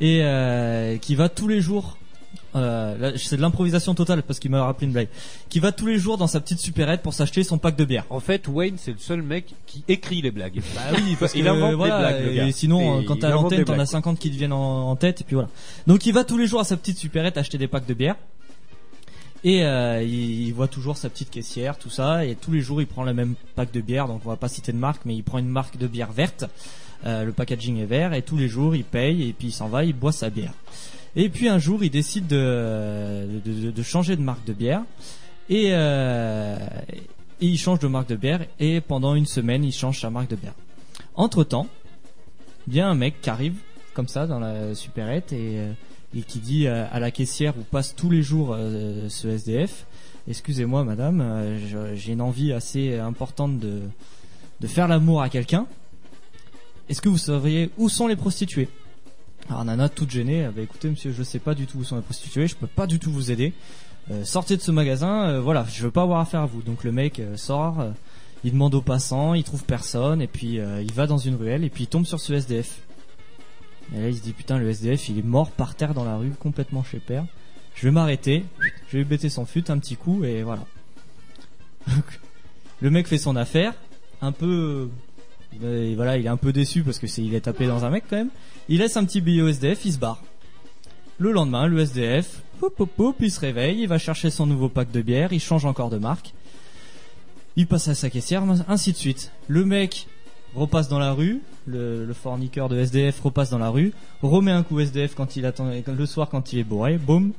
[SPEAKER 5] et euh, qui va tous les jours. Euh, là, c'est de l'improvisation totale parce qu'il m'a rappelé une blague. Qui va tous les jours dans sa petite supérette pour s'acheter son pack de bière.
[SPEAKER 3] En fait, Wayne, c'est le seul mec qui écrit les blagues.
[SPEAKER 5] Bah oui, parce
[SPEAKER 3] il
[SPEAKER 5] que,
[SPEAKER 3] invente des
[SPEAKER 5] voilà,
[SPEAKER 3] blagues. le gars.
[SPEAKER 5] Et sinon, euh,
[SPEAKER 3] Et
[SPEAKER 5] quand
[SPEAKER 3] il
[SPEAKER 5] t'as
[SPEAKER 3] invente
[SPEAKER 5] l'antenne,
[SPEAKER 3] des
[SPEAKER 5] t'en
[SPEAKER 3] blagues.
[SPEAKER 5] as 50 qui deviennent en, en tête, et puis voilà. Donc il va tous les jours à sa petite supérette acheter des packs de bière. Et euh, il, il voit toujours sa petite caissière, tout ça. Et tous les jours, il prend le même pack de bière. Donc on va pas citer de marque, mais il prend une marque de bière verte. Euh, le packaging est vert. Et tous les jours, il paye et puis il s'en va, il boit sa bière. Et puis un jour, il décide de, de, de- de changer de marque de bière. Et, euh, et il change de marque de bière. Et pendant une semaine, il change sa marque de bière. Entre temps, bien un mec qui arrive comme ça dans la supérette et, euh, et qui dit euh, à la caissière où passe tous les jours euh, ce SDF Excusez-moi, madame, euh, je- j'ai une envie assez importante de, de faire l'amour à quelqu'un. Est-ce que vous sauriez où sont les prostituées Alors, Nana, toute gênée, bah, écoutez, monsieur, je sais pas du tout où sont les prostituées, je peux pas du tout vous aider. Euh, sortez de ce magasin, euh, voilà, je veux pas avoir affaire à vous. Donc, le mec euh, sort, euh, il demande aux passants, il trouve personne, et puis euh, il va dans une ruelle, et puis il tombe sur ce SDF. Et là, il se dit putain, le SDF, il est mort par terre dans la rue, complètement chez père. Je vais m'arrêter, je vais lui bêter son fut un petit coup et voilà. Donc, le mec fait son affaire, un peu, euh, et voilà, il est un peu déçu parce que c'est, il est tapé dans un mec quand même. Il laisse un petit billet au SDF, il se barre. Le lendemain, le SDF, pop pop pop, il se réveille, il va chercher son nouveau pack de bière, il change encore de marque. Il passe à sa caissière, ainsi de suite. Le mec repasse dans la rue, le, le forniqueur de SDF repasse dans la rue, remet un coup SDF quand il attend, le soir quand il est bourré, boum,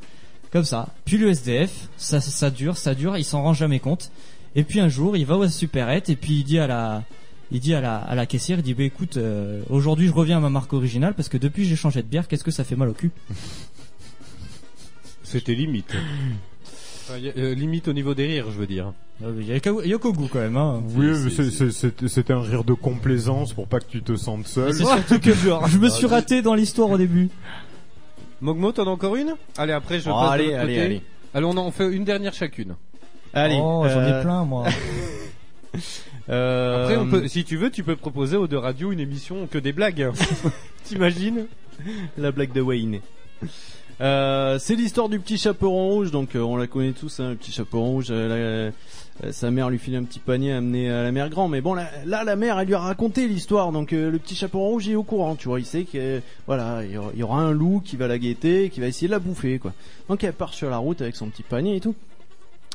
[SPEAKER 5] comme ça. Puis le SDF, ça, ça dure, ça dure, il s'en rend jamais compte. Et puis un jour, il va au supérette et puis il dit à la, il dit à la, à la caissière, il dit bah écoute, euh, aujourd'hui je reviens à ma marque originale parce que depuis j'ai changé de bière, qu'est-ce que ça fait mal au cul
[SPEAKER 3] C'était limite. Enfin, y a- euh, limite au niveau des rires, je veux dire.
[SPEAKER 5] Il y a qu'au goût quand même.
[SPEAKER 14] Oui, mais c'est- c'est- c'est- c'était un rire de complaisance pour pas que tu te sentes seul.
[SPEAKER 5] Mais C'est surtout que je me
[SPEAKER 3] Ah,
[SPEAKER 5] suis raté dans l'histoire au début.
[SPEAKER 3] Mogmo, t'en as encore une Allez, après, je
[SPEAKER 5] Oh,
[SPEAKER 3] passe de
[SPEAKER 5] allez,
[SPEAKER 3] l'autre
[SPEAKER 5] allez,
[SPEAKER 3] côté.
[SPEAKER 5] allez.
[SPEAKER 3] Allez, on en fait une dernière chacune.
[SPEAKER 8] Allez,
[SPEAKER 5] Oh, j'en ai plein, moi.
[SPEAKER 8] Euh,
[SPEAKER 3] Après, on peut, si tu veux, tu peux proposer aux deux radios une émission que des blagues. T'imagines
[SPEAKER 8] La blague de Wayne. Euh, c'est l'histoire du petit chaperon rouge, donc euh, on la connaît tous, hein, le petit chaperon rouge. euh, la- euh, sa mère lui file un petit panier amené à la mère grand, mais bon là, là, la mère elle lui a raconté l'histoire, donc euh, le petit chaperon rouge il est au courant, tu vois, il sait que euh, voilà il y aura- il y aura un loup qui va la guetter, qui va essayer de la bouffer quoi. Donc elle part sur la route avec son petit panier et tout.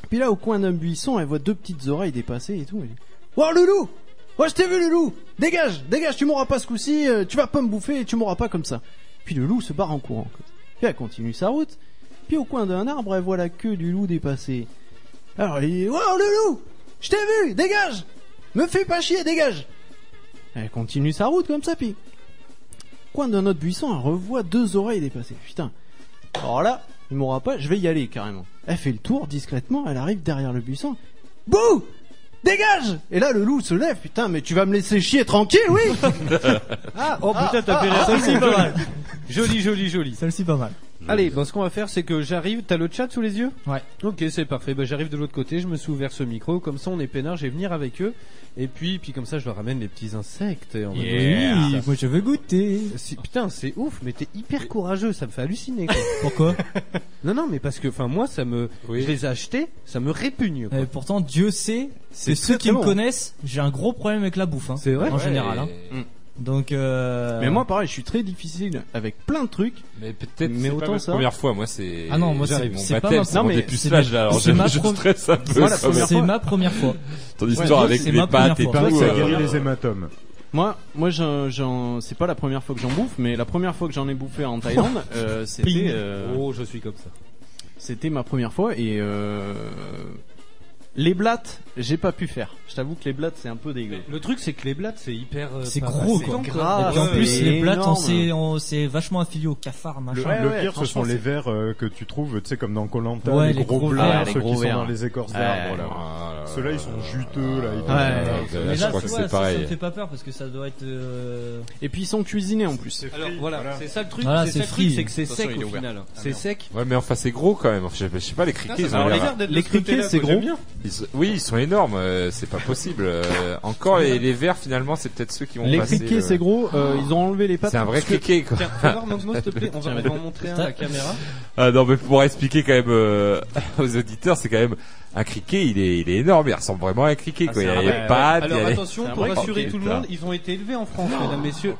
[SPEAKER 8] Puis là, au coin d'un buisson, elle voit deux petites oreilles dépasser et tout. Elle dit Oh, Loulou Oh, je t'ai vu, Loulou Dégage Dégage, tu m'auras pas ce coup-ci, euh, tu vas pas me bouffer et tu m'auras pas comme ça. Puis le loup se barre en courant. quoi. Puis elle continue sa route. Puis au coin d'un arbre, elle voit la queue du loup dépasser. Alors il dit Oh, Loulou Je t'ai vu Dégage Me fais pas chier, dégage Elle continue sa route comme ça, puis. Au coin d'un autre buisson, elle revoit deux oreilles dépasser. Putain alors là, il m'aura pas, je vais y aller carrément. Elle fait le tour discrètement, elle arrive derrière le buisson. Bouh Dégage Et là, le loup se lève. Putain, mais tu vas me laisser chier tranquille, oui
[SPEAKER 3] Ah, oh putain, t'as
[SPEAKER 8] ah,
[SPEAKER 3] fait la
[SPEAKER 8] ah,
[SPEAKER 3] celle-ci,
[SPEAKER 8] ah,
[SPEAKER 3] pas
[SPEAKER 8] ah,
[SPEAKER 3] mal. Joli, joli, joli.
[SPEAKER 5] Celle-ci, pas mal.
[SPEAKER 3] Allez, bon, ce qu'on va faire, c'est que j'arrive. T'as le chat sous les yeux
[SPEAKER 5] Ouais.
[SPEAKER 3] Ok, c'est parfait. Bah, j'arrive de l'autre côté. Je me suis ouvert ce micro. Comme ça, on est peinard. Je vais venir avec eux. Et puis, puis comme ça, je leur ramène les petits insectes. et on va
[SPEAKER 5] Yeah.
[SPEAKER 3] manger
[SPEAKER 5] Oui,
[SPEAKER 3] ça.
[SPEAKER 5] moi, je veux goûter.
[SPEAKER 3] Si- putain, c'est ouf. Mais t'es hyper courageux. Ça me fait halluciner. quoi.
[SPEAKER 5] Pourquoi
[SPEAKER 3] Non, non, mais parce que, enfin, moi, ça me. Je les ai achetés. Ça me répugne. quoi.
[SPEAKER 5] Euh, pourtant, Dieu sait,
[SPEAKER 3] C'est
[SPEAKER 5] c'est
[SPEAKER 3] très,
[SPEAKER 5] ceux
[SPEAKER 3] très
[SPEAKER 5] qui me
[SPEAKER 3] bon. hein.
[SPEAKER 5] connaissent, j'ai un gros problème avec la bouffe. Hein,
[SPEAKER 3] C'est vrai
[SPEAKER 5] En
[SPEAKER 3] Ouais.
[SPEAKER 5] général. Hein.
[SPEAKER 4] Mm.
[SPEAKER 5] Donc. Euh...
[SPEAKER 8] Mais moi, pareil, je suis très difficile avec plein de trucs.
[SPEAKER 4] Mais peut-être
[SPEAKER 8] Mais
[SPEAKER 4] c'est
[SPEAKER 8] autant
[SPEAKER 4] pas ma
[SPEAKER 8] ça.
[SPEAKER 4] première fois, moi c'est.
[SPEAKER 5] Ah non, moi, c'est-
[SPEAKER 4] J'arrive, mon
[SPEAKER 5] c'est pas
[SPEAKER 4] baptême,
[SPEAKER 5] ma
[SPEAKER 4] c'est
[SPEAKER 5] première-
[SPEAKER 4] mon
[SPEAKER 5] non, mais
[SPEAKER 4] dépucelage
[SPEAKER 5] c'est-
[SPEAKER 4] là, alors
[SPEAKER 5] c'est
[SPEAKER 4] je,
[SPEAKER 5] ma
[SPEAKER 4] je
[SPEAKER 5] pro-
[SPEAKER 4] stresse un peu.
[SPEAKER 5] Moi, la
[SPEAKER 4] quand
[SPEAKER 5] première
[SPEAKER 4] même.
[SPEAKER 5] fois. C'est ma première fois.
[SPEAKER 4] Ton histoire
[SPEAKER 8] Ouais,
[SPEAKER 4] avec
[SPEAKER 8] c'est
[SPEAKER 4] les
[SPEAKER 8] ma
[SPEAKER 4] pâtes et
[SPEAKER 8] première
[SPEAKER 4] tout.
[SPEAKER 8] fois.
[SPEAKER 14] Ça
[SPEAKER 4] euh,
[SPEAKER 14] guérit les hématomes.
[SPEAKER 8] Moi, moi, j'en, j'en- c'est pas la première fois que j'en bouffe, mais la première fois que j'en ai bouffé en Thaïlande, euh,
[SPEAKER 3] Ping.
[SPEAKER 8] c'était, euh,
[SPEAKER 3] Oh, je suis comme ça.
[SPEAKER 8] c'était ma première fois et euh, les blattes, j'ai pas pu faire. Je t'avoue que les blattes, c'est un peu dégueu.
[SPEAKER 3] Le truc, c'est que les blattes, c'est hyper. euh,
[SPEAKER 5] C'est
[SPEAKER 3] pas-
[SPEAKER 5] gros
[SPEAKER 3] c'est
[SPEAKER 5] quoi.
[SPEAKER 3] long,
[SPEAKER 5] Et puis, en
[SPEAKER 8] Ouais,
[SPEAKER 5] plus,
[SPEAKER 8] c'est
[SPEAKER 5] les blattes, on
[SPEAKER 8] énorme.
[SPEAKER 5] s'est- on s'est vachement affilié au cafard,
[SPEAKER 14] Le,
[SPEAKER 5] machin.
[SPEAKER 14] le pire, ce sont les vers euh, que tu trouves, tu sais, comme dans Colanta,
[SPEAKER 5] Ouais,
[SPEAKER 14] les,
[SPEAKER 5] les
[SPEAKER 14] gros
[SPEAKER 5] gros
[SPEAKER 14] blancs,
[SPEAKER 5] vers, les
[SPEAKER 14] ceux
[SPEAKER 5] gros
[SPEAKER 14] qui
[SPEAKER 5] vers.
[SPEAKER 14] sont dans les écorces
[SPEAKER 5] Ouais.
[SPEAKER 14] d'arbres. là. Ceux-là, ils sont juteux, là. ils- euh,
[SPEAKER 4] Ouais.
[SPEAKER 5] Mais
[SPEAKER 4] Je
[SPEAKER 5] là,
[SPEAKER 4] crois
[SPEAKER 5] tu
[SPEAKER 4] que
[SPEAKER 5] vois,
[SPEAKER 4] c'est
[SPEAKER 5] ça, Ça
[SPEAKER 4] pareil.
[SPEAKER 5] me fait pas peur parce que ça doit être. euh,
[SPEAKER 8] Et puis ils sont cuisinés en plus.
[SPEAKER 3] Alors voilà, c'est ça le truc,
[SPEAKER 5] Voilà,
[SPEAKER 3] c'est
[SPEAKER 5] c'est
[SPEAKER 3] ça le truc,
[SPEAKER 5] free.
[SPEAKER 3] c'est que c'est
[SPEAKER 5] De toute façon,
[SPEAKER 3] sec
[SPEAKER 5] il est
[SPEAKER 3] au
[SPEAKER 5] ouvert.
[SPEAKER 3] final.
[SPEAKER 5] Ah,
[SPEAKER 3] C'est
[SPEAKER 5] merde.
[SPEAKER 3] sec.
[SPEAKER 4] Ouais, mais enfin, c'est gros quand même. Je, je sais pas, les criquets, ils ont l'air-
[SPEAKER 8] Les criquets, c'est gros.
[SPEAKER 4] Ils sont- oui, ils sont énormes. euh, c'est pas possible. Euh, encore les, les verts, finalement, c'est peut-être ceux qui vont
[SPEAKER 8] Les
[SPEAKER 4] passer.
[SPEAKER 8] criquets,
[SPEAKER 4] le-
[SPEAKER 8] c'est gros. euh, ils ont enlevé les pattes.
[SPEAKER 4] C'est un vrai
[SPEAKER 8] parce que-
[SPEAKER 4] criquet, quoi.
[SPEAKER 3] Tiens, fais voir, Mogmo, s'il te plaît, on va on va en montrer un à la caméra.
[SPEAKER 4] Ah non, mais pour expliquer quand même euh, aux auditeurs, c'est quand même un criquet. Il est, il est énorme. Il ressemble vraiment à un criquet. quoi. Il y a les pattes. il y
[SPEAKER 3] Ah, Alors
[SPEAKER 4] a les-
[SPEAKER 3] attention, pour
[SPEAKER 4] Oh,
[SPEAKER 3] rassurer tout le
[SPEAKER 4] putain.
[SPEAKER 3] monde, ils ont été élevés en France, mesdames, messieurs.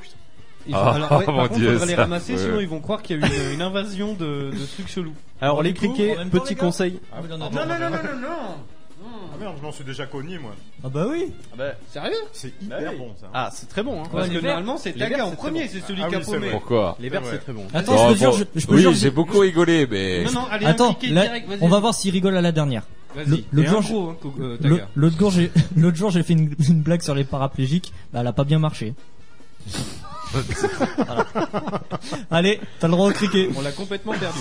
[SPEAKER 3] Ils
[SPEAKER 4] Oh,
[SPEAKER 5] Ah,
[SPEAKER 3] ont- alors, ouais, par
[SPEAKER 4] mon
[SPEAKER 3] contre,
[SPEAKER 4] Dieu,
[SPEAKER 3] faudra les
[SPEAKER 4] ça,
[SPEAKER 3] ramasser,
[SPEAKER 4] ouais.
[SPEAKER 3] sinon ils vont croire qu'il y a eu une, une invasion de, de trucs chelous.
[SPEAKER 8] Alors
[SPEAKER 3] Du
[SPEAKER 8] les
[SPEAKER 3] coup,
[SPEAKER 8] criquets,
[SPEAKER 3] en même temps,
[SPEAKER 8] petit
[SPEAKER 3] les gars,
[SPEAKER 8] conseil.
[SPEAKER 3] Ah, mais non,
[SPEAKER 14] non, non, non, non, non, Ah merde, je m'en suis déjà cogné, moi.
[SPEAKER 5] Ah bah oui.
[SPEAKER 3] Sérieux
[SPEAKER 14] C'est hyper bon, ça.
[SPEAKER 8] Ah, c'est très bon. Hein.
[SPEAKER 3] Parce
[SPEAKER 14] les
[SPEAKER 3] que
[SPEAKER 14] verts-
[SPEAKER 3] normalement, c'est
[SPEAKER 14] les
[SPEAKER 3] Taga
[SPEAKER 14] verts,
[SPEAKER 3] en
[SPEAKER 14] c'est
[SPEAKER 3] premier,
[SPEAKER 14] très
[SPEAKER 3] c'est
[SPEAKER 14] bon.
[SPEAKER 3] celui
[SPEAKER 14] Ah
[SPEAKER 3] qui a
[SPEAKER 14] oui, c'est
[SPEAKER 3] paumé.
[SPEAKER 14] vrai.
[SPEAKER 4] Pourquoi
[SPEAKER 8] Les verts, c'est très bon.
[SPEAKER 5] Attends, je peux dire, je- je peux
[SPEAKER 4] oui,
[SPEAKER 5] dire-
[SPEAKER 4] j'ai beaucoup rigolé, mais
[SPEAKER 3] Non, non, allez, un
[SPEAKER 5] Attends,
[SPEAKER 3] criquet
[SPEAKER 5] là,
[SPEAKER 3] direct, vas-y.
[SPEAKER 5] on va voir s'il rigole à la dernière.
[SPEAKER 3] Vas-y.
[SPEAKER 5] Le- l'autre
[SPEAKER 3] Et un
[SPEAKER 5] jour,
[SPEAKER 3] gros, hein, Coco- euh,
[SPEAKER 5] je- le-
[SPEAKER 3] Taga.
[SPEAKER 5] l'autre jour, j'ai- l'autre jour, j'ai fait une, une blague sur les paraplégiques. Bah, elle a pas bien marché. Voilà. Allez, t'as le droit au criquet.
[SPEAKER 3] On l'a complètement perdu.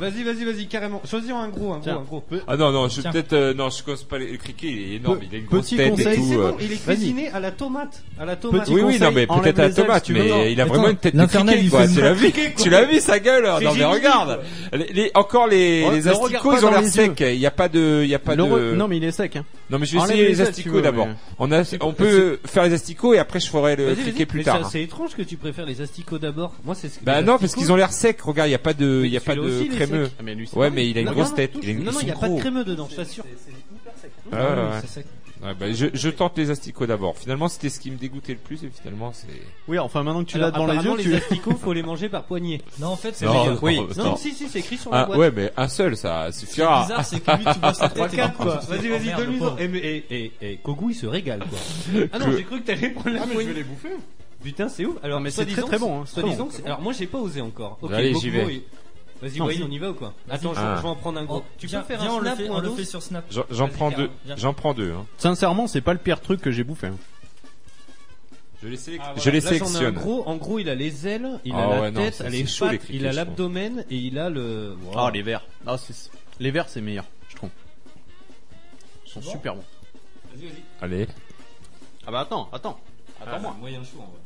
[SPEAKER 3] Vas-y, vas-y, vas-y, carrément. Choisis un gros, un gros,
[SPEAKER 8] Tiens.
[SPEAKER 3] un gros.
[SPEAKER 4] Ah non, non, je
[SPEAKER 3] Tiens.
[SPEAKER 4] peut-être. euh, non, je cause pas les- le criquet, il est énorme.
[SPEAKER 8] Pe-
[SPEAKER 4] il a une grosse
[SPEAKER 8] petit
[SPEAKER 4] tête
[SPEAKER 8] conseil,
[SPEAKER 4] et tout.
[SPEAKER 3] C'est
[SPEAKER 4] euh.
[SPEAKER 3] bon, il est cuisiné à la tomate. À la tomate.
[SPEAKER 4] oui, oui, non, mais peut-être à tomate, mais il a vraiment une tête de
[SPEAKER 5] l'infernal,
[SPEAKER 4] criquet,
[SPEAKER 5] il
[SPEAKER 4] quoi.
[SPEAKER 5] fait
[SPEAKER 4] Tu
[SPEAKER 5] une
[SPEAKER 4] l'as
[SPEAKER 5] tête
[SPEAKER 4] vu,
[SPEAKER 5] de criquet, quoi.
[SPEAKER 4] tu l'as vu, sa gueule. Non, mais
[SPEAKER 5] génial,
[SPEAKER 4] regarde. Les, les- encore les,
[SPEAKER 8] Ouais,
[SPEAKER 4] les
[SPEAKER 8] ne regarde
[SPEAKER 4] asticots,
[SPEAKER 8] pas
[SPEAKER 4] ils ont
[SPEAKER 8] dans
[SPEAKER 4] l'air
[SPEAKER 8] les
[SPEAKER 4] secs. Il n'y a pas de, il y a pas
[SPEAKER 8] Le re-
[SPEAKER 4] de.
[SPEAKER 8] Non mais il est sec. Hein.
[SPEAKER 4] Non, mais je vais
[SPEAKER 8] Enlève
[SPEAKER 4] essayer
[SPEAKER 8] les
[SPEAKER 4] les
[SPEAKER 8] ailes, tu
[SPEAKER 4] asticots
[SPEAKER 8] veux,
[SPEAKER 4] d'abord.
[SPEAKER 8] mais-
[SPEAKER 4] On a, on peut faire les asticots et après je ferai le criquet plus tard. hein.
[SPEAKER 3] C'est étrange que tu préfères les asticots d'abord. Moi, c'est ce que.
[SPEAKER 4] Bah
[SPEAKER 3] les
[SPEAKER 4] non, parce
[SPEAKER 3] asticots-
[SPEAKER 4] qu'ils ont l'air secs. Regarde, il n'y a pas de, il y a pas
[SPEAKER 3] Celui-là
[SPEAKER 4] de
[SPEAKER 3] aussi, il est
[SPEAKER 4] crémeux.
[SPEAKER 3] sec. Ah, mais lui, c'est
[SPEAKER 4] Ouais,
[SPEAKER 3] pareil.
[SPEAKER 4] mais il a une
[SPEAKER 3] Non,
[SPEAKER 4] grosse
[SPEAKER 3] non,
[SPEAKER 4] tête.
[SPEAKER 3] touche-
[SPEAKER 4] Il est-
[SPEAKER 3] Non, non,
[SPEAKER 4] ils
[SPEAKER 3] il n'y a
[SPEAKER 4] sont
[SPEAKER 3] pas de
[SPEAKER 4] gros.
[SPEAKER 3] crémeux dedans, je t'assure. C'est hyper sec. hein.
[SPEAKER 4] Ah, ouais, ouais. Ouais, bah, je, je tente les asticots d'abord. Finalement, c'était ce qui me dégoûtait le plus et finalement, c'est.
[SPEAKER 8] Oui, enfin maintenant que tu l'as
[SPEAKER 3] Alors,
[SPEAKER 8] devant les
[SPEAKER 3] apparemment,
[SPEAKER 8] yeux, tu.
[SPEAKER 3] les asticots, faut les manger par poignée.
[SPEAKER 5] Non, en fait, c'est
[SPEAKER 4] Non,
[SPEAKER 5] les
[SPEAKER 4] non,
[SPEAKER 5] gars.
[SPEAKER 4] oui.
[SPEAKER 3] Non, si, si, c'est écrit sur la
[SPEAKER 4] Ah,
[SPEAKER 3] boîte.
[SPEAKER 4] ouais, mais un seul, ça suffira.
[SPEAKER 5] bizarre, c'est que lui, tu vois sa
[SPEAKER 3] Trois,
[SPEAKER 5] tête. et
[SPEAKER 3] quatre,
[SPEAKER 5] par
[SPEAKER 3] quoi.
[SPEAKER 5] contre,
[SPEAKER 3] Vas-y,
[SPEAKER 5] tu te dis,
[SPEAKER 3] vas-y,
[SPEAKER 5] oh, merde, le
[SPEAKER 3] donne-lui-en.
[SPEAKER 5] pauvre.
[SPEAKER 3] Et, mais- et, et, et Kogou, il se régale, quoi. Ah non,
[SPEAKER 4] Que- Ah,
[SPEAKER 3] j'ai cru que t'allais prendre la
[SPEAKER 14] Ah, mais je
[SPEAKER 3] poignée.
[SPEAKER 14] vais les bouffer.
[SPEAKER 3] Putain, c'est ouf. Alors,
[SPEAKER 8] mais
[SPEAKER 3] soit
[SPEAKER 8] c'est très,
[SPEAKER 3] disant
[SPEAKER 8] très
[SPEAKER 3] que-
[SPEAKER 8] bon, hein, c'est
[SPEAKER 3] soit
[SPEAKER 8] très
[SPEAKER 3] disant
[SPEAKER 8] bon.
[SPEAKER 3] que c'est- Alors, moi, j'ai pas osé encore. Ok,
[SPEAKER 4] Allez,
[SPEAKER 3] Bokmo
[SPEAKER 4] j'y vais.
[SPEAKER 3] est- Vas-y,
[SPEAKER 5] Non,
[SPEAKER 3] oui,
[SPEAKER 5] si.
[SPEAKER 3] on y va ou quoi
[SPEAKER 5] Vas-y.
[SPEAKER 3] Attends, je-
[SPEAKER 4] Ah.
[SPEAKER 3] je vais en prendre un gros.
[SPEAKER 5] Oh,
[SPEAKER 3] tu
[SPEAKER 5] viens-
[SPEAKER 3] peux faire
[SPEAKER 5] viens,
[SPEAKER 3] un
[SPEAKER 5] on le
[SPEAKER 3] snap
[SPEAKER 5] fait-
[SPEAKER 3] ou
[SPEAKER 5] on
[SPEAKER 3] un
[SPEAKER 5] le
[SPEAKER 3] dos
[SPEAKER 5] fait sur Snap.
[SPEAKER 4] J'en- J'en prends deux. J'en prends deux. hein.
[SPEAKER 8] Sincèrement, c'est pas le pire truc que j'ai bouffé. hein.
[SPEAKER 4] Je les, sélec-
[SPEAKER 3] Ah, voilà.
[SPEAKER 4] je les
[SPEAKER 3] Là, j'en ai un
[SPEAKER 4] sélectionne.
[SPEAKER 3] gros, en gros, il a les ailes, il
[SPEAKER 4] Ah
[SPEAKER 3] a
[SPEAKER 4] ouais,
[SPEAKER 3] la
[SPEAKER 4] non,
[SPEAKER 3] tête,
[SPEAKER 4] c'est-
[SPEAKER 3] les
[SPEAKER 4] c'est chaud, les
[SPEAKER 3] pattes,
[SPEAKER 4] criquets,
[SPEAKER 3] il a
[SPEAKER 4] je trouve.
[SPEAKER 3] l'abdomen et il a le. Wow.
[SPEAKER 8] Ah, les verts. Ah, c'est- les verts, c'est meilleur, je trouve. Ils sont super bons.
[SPEAKER 3] Vas-y, vas-y.
[SPEAKER 4] Allez.
[SPEAKER 8] Ah bah attends, attends.
[SPEAKER 3] Attends-moi. Ah, moyen chaud en vrai.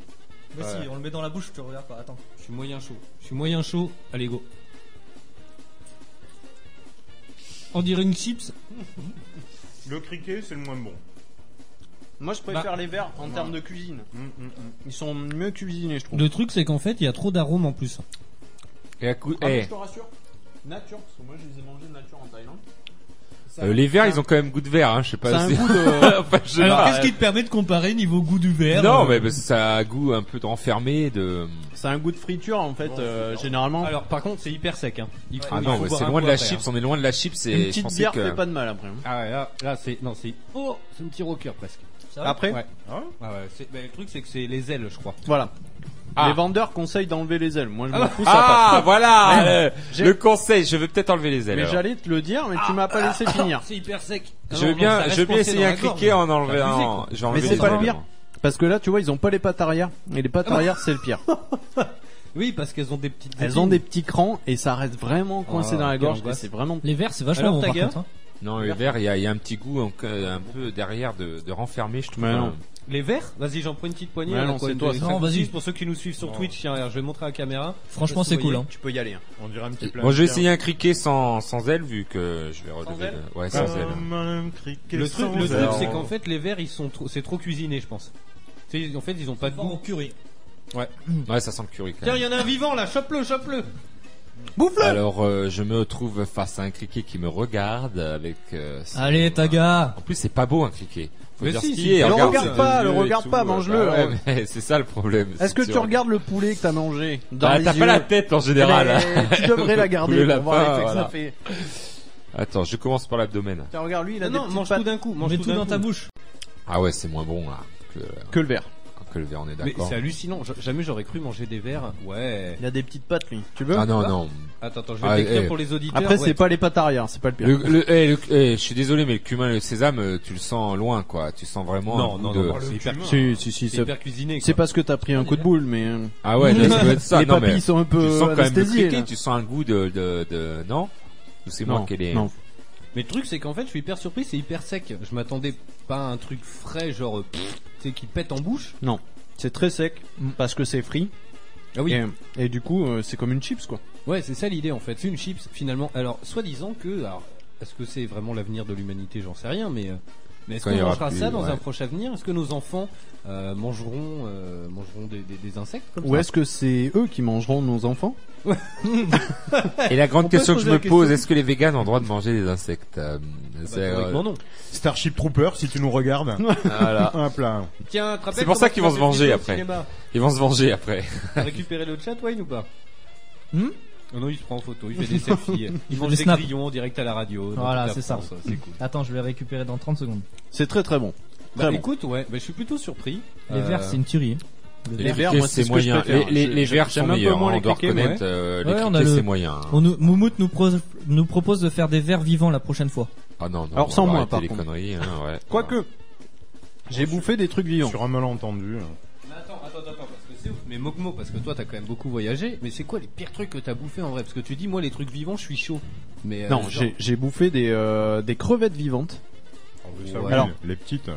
[SPEAKER 5] Moi
[SPEAKER 3] Ouais.
[SPEAKER 5] si, on le met dans la bouche, je te regarde pas. Attends.
[SPEAKER 3] Je suis moyen chaud. Je suis moyen chaud. Allez, go. On dirait une chips.
[SPEAKER 14] Le criquet, c'est le moins bon.
[SPEAKER 8] Moi, je préfère les verts en termes de cuisine. Mm, Ils sont mieux cuisinés, je trouve.
[SPEAKER 5] Le truc, c'est qu'en fait, il y a trop d'arômes en plus.
[SPEAKER 4] Et à coup-
[SPEAKER 8] Ah, mais
[SPEAKER 4] eh,
[SPEAKER 8] Je te rassure, nature, parce que moi, je les ai mangés nature en Thaïlande. Ça-
[SPEAKER 4] euh, les verts, ils ont quand même goût de vert. Hein. Je sais pas.
[SPEAKER 8] Ça a un
[SPEAKER 4] c'est-
[SPEAKER 8] goût de-
[SPEAKER 4] Enfin, je sais
[SPEAKER 5] Alors,
[SPEAKER 4] pas.
[SPEAKER 5] qu'est-ce qui te permet de comparer niveau goût du verre
[SPEAKER 4] Non,
[SPEAKER 5] euh,
[SPEAKER 4] mais parce que ça a goût un peu de renfermé, de.
[SPEAKER 8] Ça a un goût de friture en fait, euh, généralement.
[SPEAKER 3] Alors par contre, c'est hyper sec. Hein. Il
[SPEAKER 4] Ah non, mais c'est loin de la chips.
[SPEAKER 3] hein.
[SPEAKER 4] On est loin de la chips. Et
[SPEAKER 8] Une
[SPEAKER 4] je
[SPEAKER 8] petite
[SPEAKER 4] pensais
[SPEAKER 8] bière
[SPEAKER 4] que-
[SPEAKER 8] fait pas de mal après. hein.
[SPEAKER 3] Ah ouais, là, là, c'est non, c'est oh, c'est un petit rocker presque.
[SPEAKER 5] Ça va
[SPEAKER 8] Après
[SPEAKER 3] Ouais. Ah ouais, c'est- bah, le truc c'est que c'est les ailes, je crois.
[SPEAKER 8] Voilà.
[SPEAKER 4] Ah.
[SPEAKER 8] Les vendeurs conseillent d'enlever les ailes. Moi, je m'en
[SPEAKER 4] Ah,
[SPEAKER 8] fous, ça passe.
[SPEAKER 4] voilà
[SPEAKER 8] Mais
[SPEAKER 4] euh,
[SPEAKER 8] j'ai-
[SPEAKER 4] Le conseil, je vais peut-être enlever les ailes.
[SPEAKER 8] Mais
[SPEAKER 4] alors.
[SPEAKER 8] j'allais te le dire, mais tu m'as pas
[SPEAKER 4] Ah.
[SPEAKER 8] laissé finir.
[SPEAKER 3] C'est hyper sec.
[SPEAKER 4] Je veux bien, je veux bien essayer un criquet en enlever un. je vais
[SPEAKER 8] Mais
[SPEAKER 4] enlever
[SPEAKER 8] c'est
[SPEAKER 4] les
[SPEAKER 8] pas le
[SPEAKER 4] ailes.
[SPEAKER 8] pire. Parce que là, tu vois, ils ont pas les pattes arrière. Et les pattes arrière, c'est le pire.
[SPEAKER 3] Oui, parce qu'elles ont des petites.
[SPEAKER 8] Elles ont des Ah, petits crans et ça reste vraiment coincé dans la gorge. et C'est vraiment.
[SPEAKER 5] Les verts, c'est vachement bon par contre. hein.
[SPEAKER 4] Euh, Non, les verts, il y, a- il y a un petit goût un, un peu derrière de, de renfermé, je trouve.
[SPEAKER 8] Mais non.
[SPEAKER 4] hein.
[SPEAKER 3] Les verts Vas-y, j'en prends une petite poignée.
[SPEAKER 8] Ouais,
[SPEAKER 3] là,
[SPEAKER 8] non,
[SPEAKER 3] quoi,
[SPEAKER 8] c'est
[SPEAKER 3] une
[SPEAKER 8] toi,
[SPEAKER 3] deux,
[SPEAKER 8] ça.
[SPEAKER 3] cinq,
[SPEAKER 8] Non, vas-y.
[SPEAKER 3] six, Pour ceux qui nous suivent sur Twitch, tiens, regarde, je vais montrer à la caméra.
[SPEAKER 5] Franchement,
[SPEAKER 3] Ça,
[SPEAKER 5] c'est
[SPEAKER 3] vous
[SPEAKER 5] cool.
[SPEAKER 3] voyez.
[SPEAKER 5] Hein.
[SPEAKER 8] Tu peux y aller. hein.
[SPEAKER 14] On dirait un petit plat.
[SPEAKER 4] Bon, je vais essayer un criquet sans, sans ailes vu que je vais
[SPEAKER 8] Sans
[SPEAKER 4] relever.
[SPEAKER 8] ailes
[SPEAKER 4] le- Ouais, sans ailes.
[SPEAKER 3] Le truc, le truc,
[SPEAKER 4] ailes.
[SPEAKER 3] c'est qu'en fait, les verts, ils sont trop, c'est trop cuisiné, je pense. Tu sais, en fait, ils ont pas de
[SPEAKER 5] Bon,
[SPEAKER 3] goût.
[SPEAKER 5] curry.
[SPEAKER 4] Ouais. ouais, ça sent le curry. Quand
[SPEAKER 3] Tiens, il
[SPEAKER 4] même.
[SPEAKER 3] y en a un vivant là, chope-le, chope-le.
[SPEAKER 4] Alors, euh, je me trouve face à un criquet qui me regarde avec. euh, son-
[SPEAKER 5] Allez, Taga.
[SPEAKER 4] En plus, c'est pas beau un criquet. Faut
[SPEAKER 3] Mais
[SPEAKER 4] dire
[SPEAKER 3] si,
[SPEAKER 4] ce
[SPEAKER 3] si,
[SPEAKER 4] qui est.
[SPEAKER 3] mais le
[SPEAKER 4] regarde
[SPEAKER 8] regarde
[SPEAKER 4] ses
[SPEAKER 8] pas,
[SPEAKER 4] deux
[SPEAKER 8] le
[SPEAKER 4] yeux et
[SPEAKER 8] regarde
[SPEAKER 4] tout,
[SPEAKER 8] pas,
[SPEAKER 4] euh,
[SPEAKER 8] mange-le.
[SPEAKER 4] bah ouais, mais c'est ça le problème. c'est
[SPEAKER 8] Est-ce que
[SPEAKER 4] sûr.
[SPEAKER 8] tu regardes le poulet que t'as mangé dans
[SPEAKER 4] Bah,
[SPEAKER 8] les
[SPEAKER 4] t'as
[SPEAKER 8] yeux
[SPEAKER 4] pas la tête en général.
[SPEAKER 8] Mais Tu devrais la garder
[SPEAKER 4] Le
[SPEAKER 8] pour voir
[SPEAKER 4] lapin,
[SPEAKER 8] l'effet que
[SPEAKER 4] voilà.
[SPEAKER 8] ça fait.
[SPEAKER 4] Attends, je commence par l'abdomen.
[SPEAKER 8] Tiens, regarde lui, il a
[SPEAKER 3] Non,
[SPEAKER 8] des
[SPEAKER 3] mange tout
[SPEAKER 8] petites
[SPEAKER 3] d'un coup, mange
[SPEAKER 5] Mets
[SPEAKER 3] tout
[SPEAKER 5] tout
[SPEAKER 3] d'un
[SPEAKER 5] dans
[SPEAKER 3] coup.
[SPEAKER 5] ta bouche.
[SPEAKER 4] Ah ouais, c'est moins bon là que,
[SPEAKER 8] pattes- que le verre.
[SPEAKER 4] que le verre, on est
[SPEAKER 3] Mais
[SPEAKER 4] d'accord.
[SPEAKER 3] c'est hallucinant. J- Jamais j'aurais cru manger des verres. Ouais.
[SPEAKER 8] Il a des petites pattes lui. Tu veux Hein
[SPEAKER 4] Ah non, non.
[SPEAKER 3] Attends, attends, je vais
[SPEAKER 4] Ah,
[SPEAKER 3] décrire
[SPEAKER 4] eh.
[SPEAKER 3] pour les auditeurs.
[SPEAKER 8] Après,
[SPEAKER 3] Ouais,
[SPEAKER 8] c'est pas les pattes arrière, c'est pas le pire.
[SPEAKER 4] Le, le- eh, le- eh, je suis désolé, mais le cumin et le sésame, euh, tu le sens loin, quoi. Tu sens vraiment.
[SPEAKER 3] Non,
[SPEAKER 4] un
[SPEAKER 3] non,
[SPEAKER 4] goût
[SPEAKER 3] non,
[SPEAKER 4] de-
[SPEAKER 3] non, c'est hyper,
[SPEAKER 8] Si, si, si,
[SPEAKER 3] hein. c'est
[SPEAKER 8] ça-
[SPEAKER 3] hyper cuisiné.
[SPEAKER 8] C'est
[SPEAKER 3] quoi.
[SPEAKER 8] parce que t'as pris un coup de boule, mais. euh,
[SPEAKER 4] Ah ouais, non, ça doit être ça.
[SPEAKER 8] Les
[SPEAKER 4] non,
[SPEAKER 8] papilles
[SPEAKER 4] mais
[SPEAKER 8] sont un peu
[SPEAKER 4] Tu sens quand même le
[SPEAKER 8] anesthésiées,
[SPEAKER 4] criquet,
[SPEAKER 8] là.
[SPEAKER 4] tu sens un goût de, de, de- non? Ou c'est moi
[SPEAKER 8] Non,
[SPEAKER 4] qui est.
[SPEAKER 8] non.
[SPEAKER 3] Mais le truc, c'est qu'en fait, je suis hyper surpris, c'est hyper sec. Je m'attendais pas à un truc frais, genre, euh, pfff, tu sais, qui pète en bouche.
[SPEAKER 8] Non, c'est très sec parce que c'est frit.
[SPEAKER 3] Mm. Ah oui.
[SPEAKER 8] Et, et du coup, euh, c'est comme une chips quoi.
[SPEAKER 3] Ouais, c'est ça l'idée en fait. C'est une chips finalement. Alors, soi-disant que, alors, est-ce que c'est vraiment l'avenir de l'humanité J'en sais rien, mais. euh, Mais est-ce
[SPEAKER 4] Quand
[SPEAKER 3] qu'on
[SPEAKER 4] il y aura
[SPEAKER 3] mangera
[SPEAKER 4] plus,
[SPEAKER 3] ça dans
[SPEAKER 4] ouais.
[SPEAKER 3] un proche avenir Est-ce que nos enfants euh, mangeront euh, mangeront des, des- des insectes comme
[SPEAKER 8] Ou
[SPEAKER 3] ça
[SPEAKER 8] est-ce que c'est eux qui mangeront nos enfants
[SPEAKER 4] Et la grande
[SPEAKER 3] On peut
[SPEAKER 4] question
[SPEAKER 3] se poser
[SPEAKER 4] que je me
[SPEAKER 3] la
[SPEAKER 4] pose,
[SPEAKER 3] question.
[SPEAKER 4] est-ce que les véganes ont le droit de manger des insectes? euh,
[SPEAKER 3] Bah,
[SPEAKER 4] c'est, euh,
[SPEAKER 3] théoriquement, non.
[SPEAKER 14] Starship Trooper, si tu nous regardes.
[SPEAKER 4] Voilà.
[SPEAKER 14] Un plat.
[SPEAKER 3] Tiens, te rappelles
[SPEAKER 4] C'est pour ça
[SPEAKER 3] comment
[SPEAKER 4] qu'ils vont
[SPEAKER 3] tu
[SPEAKER 4] se
[SPEAKER 3] m'as fait
[SPEAKER 4] venger
[SPEAKER 3] au
[SPEAKER 4] après.
[SPEAKER 3] cinéma
[SPEAKER 4] Ils vont se venger après.
[SPEAKER 3] T'as récupéré le chat, Wayne, ou pas
[SPEAKER 5] Hmm
[SPEAKER 3] Oh non, il se prend en photo, il fait des selfies. Il mange
[SPEAKER 5] des
[SPEAKER 3] des
[SPEAKER 5] snaps.
[SPEAKER 3] grillons en direct à la radio. dans
[SPEAKER 5] Voilà,
[SPEAKER 3] toute la
[SPEAKER 5] c'est ça.
[SPEAKER 3] France, C'est cool.
[SPEAKER 5] Attends, je vais récupérer dans 30 secondes.
[SPEAKER 8] C'est très très bon.
[SPEAKER 3] Bah
[SPEAKER 8] Très bon.
[SPEAKER 3] écoute, ouais, bah, je suis plutôt surpris.
[SPEAKER 5] Les
[SPEAKER 3] Euh,
[SPEAKER 5] verts, c'est une tuerie. hein.
[SPEAKER 4] Les,
[SPEAKER 8] verts,
[SPEAKER 4] criquets,
[SPEAKER 8] moi, c'est
[SPEAKER 4] c'est
[SPEAKER 8] ce que
[SPEAKER 4] moyen.
[SPEAKER 8] je
[SPEAKER 4] Les,
[SPEAKER 8] préfère.
[SPEAKER 4] les,
[SPEAKER 8] Je-
[SPEAKER 4] les
[SPEAKER 8] je-
[SPEAKER 4] verts sont
[SPEAKER 8] j'aime un peu
[SPEAKER 4] meilleurs.
[SPEAKER 8] moins
[SPEAKER 4] hein, On
[SPEAKER 8] les
[SPEAKER 4] doit
[SPEAKER 8] criquets,
[SPEAKER 4] reconnaître, euh, les
[SPEAKER 5] Ouais, on a
[SPEAKER 4] criquets,
[SPEAKER 5] le-
[SPEAKER 4] c'est moyen. hein.
[SPEAKER 5] On nous, Moumout nous, pro- nous propose de faire des verres vivants la prochaine fois.
[SPEAKER 4] Ah non, non.
[SPEAKER 8] Alors,
[SPEAKER 4] on
[SPEAKER 8] sans
[SPEAKER 4] va
[SPEAKER 8] moi,
[SPEAKER 4] arrêter
[SPEAKER 8] par
[SPEAKER 4] les
[SPEAKER 8] contre.
[SPEAKER 4] conneries, hein, ouais.
[SPEAKER 8] Quoique, j'ai bouffé des trucs vivants.
[SPEAKER 14] Sur un malentendu. hein.
[SPEAKER 3] Mais attends, attends, attends, parce que c'est ouf. Mais Mokmo, parce que toi t'as quand même beaucoup voyagé, mais c'est quoi les pires trucs que t'as bouffé en vrai Parce que tu dis, moi les trucs vivants, je suis chaud. Mais euh,
[SPEAKER 8] Non,
[SPEAKER 3] genre-
[SPEAKER 8] j'ai j'ai bouffé des, euh, des crevettes vivantes.
[SPEAKER 14] On veut ça,
[SPEAKER 3] Ouais.
[SPEAKER 14] oui,
[SPEAKER 8] Alors-
[SPEAKER 14] les petites.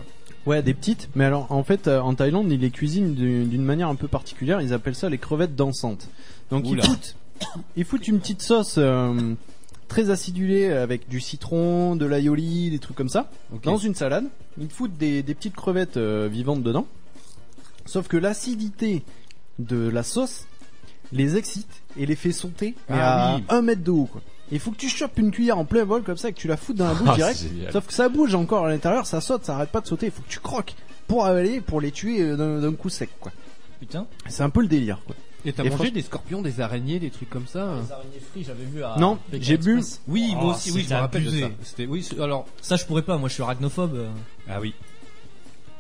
[SPEAKER 8] Ouais, des petites. Mais alors, en fait, euh, en Thaïlande, ils les cuisinent d'une d'une manière un peu particulière. Ils appellent ça les crevettes dansantes. Donc
[SPEAKER 3] Oula.
[SPEAKER 8] ils foutent, ils foutent une petite sauce euh, très acidulée avec du citron, de l'aioli, des trucs comme ça.
[SPEAKER 3] Ok.
[SPEAKER 8] dans une salade. Ils foutent des, des petites crevettes euh, vivantes dedans. Sauf que l'acidité de la sauce les excite et les fait sauter mais
[SPEAKER 3] Ah
[SPEAKER 8] à
[SPEAKER 3] oui.
[SPEAKER 8] un mètre de haut. Quoi. Il faut que tu chopes une cuillère en plein vol comme ça et que tu la foutes dans la bouche
[SPEAKER 4] Ah,
[SPEAKER 8] direct.
[SPEAKER 4] c'est génial.
[SPEAKER 8] Sauf que ça bouge encore à l'intérieur, ça saute, ça arrête pas de sauter. Il faut que tu croques pour avaler, pour les tuer euh, d'un d'un coup sec. quoi.
[SPEAKER 5] Putain.
[SPEAKER 8] C'est un peu le délire. Quoi.
[SPEAKER 3] Et t'as
[SPEAKER 8] Et
[SPEAKER 3] mangé
[SPEAKER 8] franch-
[SPEAKER 3] des scorpions, des araignées, des trucs comme ça hein
[SPEAKER 5] Les araignées frites, j'avais vu à.
[SPEAKER 8] non,
[SPEAKER 5] Pékin
[SPEAKER 8] j'ai bu.
[SPEAKER 5] Express.
[SPEAKER 3] Oui,
[SPEAKER 5] Oh,
[SPEAKER 3] moi aussi, oui,
[SPEAKER 5] c'est
[SPEAKER 3] je me rappelle de
[SPEAKER 5] abusé.
[SPEAKER 3] ça. C'était, oui, c'est- alors.
[SPEAKER 5] Ça, je pourrais pas, moi je suis arachnophobe. euh.
[SPEAKER 3] Ah oui.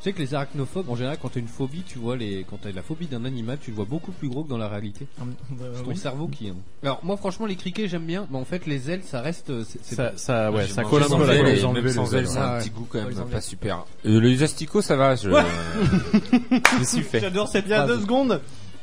[SPEAKER 3] Tu sais que les arachnophobes, en général, quand t'as une phobie, tu vois les, quand t'as la phobie d'un animal, tu le vois beaucoup plus gros que dans la réalité. C'est ton
[SPEAKER 5] oui.
[SPEAKER 3] cerveau qui. hein. Alors moi, franchement, les criquets, j'aime bien, mais en fait, les ailes, ça reste. euh, c'est- c'est-
[SPEAKER 19] Ça- ça- ouais, ça
[SPEAKER 3] J'ai
[SPEAKER 19] colle un peu
[SPEAKER 3] mangé
[SPEAKER 19] à la
[SPEAKER 3] les-
[SPEAKER 19] peau.
[SPEAKER 3] les-
[SPEAKER 19] Même
[SPEAKER 3] les
[SPEAKER 19] Ah, sans ailes, c'est un
[SPEAKER 3] ouais.
[SPEAKER 19] petit goût quand
[SPEAKER 3] Ouais,
[SPEAKER 19] même
[SPEAKER 3] les enlever.
[SPEAKER 19] pas super. Euh, les asticots, ça va, je.
[SPEAKER 8] Ouais.
[SPEAKER 19] je me suis fait. Ah,
[SPEAKER 8] J'adore cette bien deux secondes.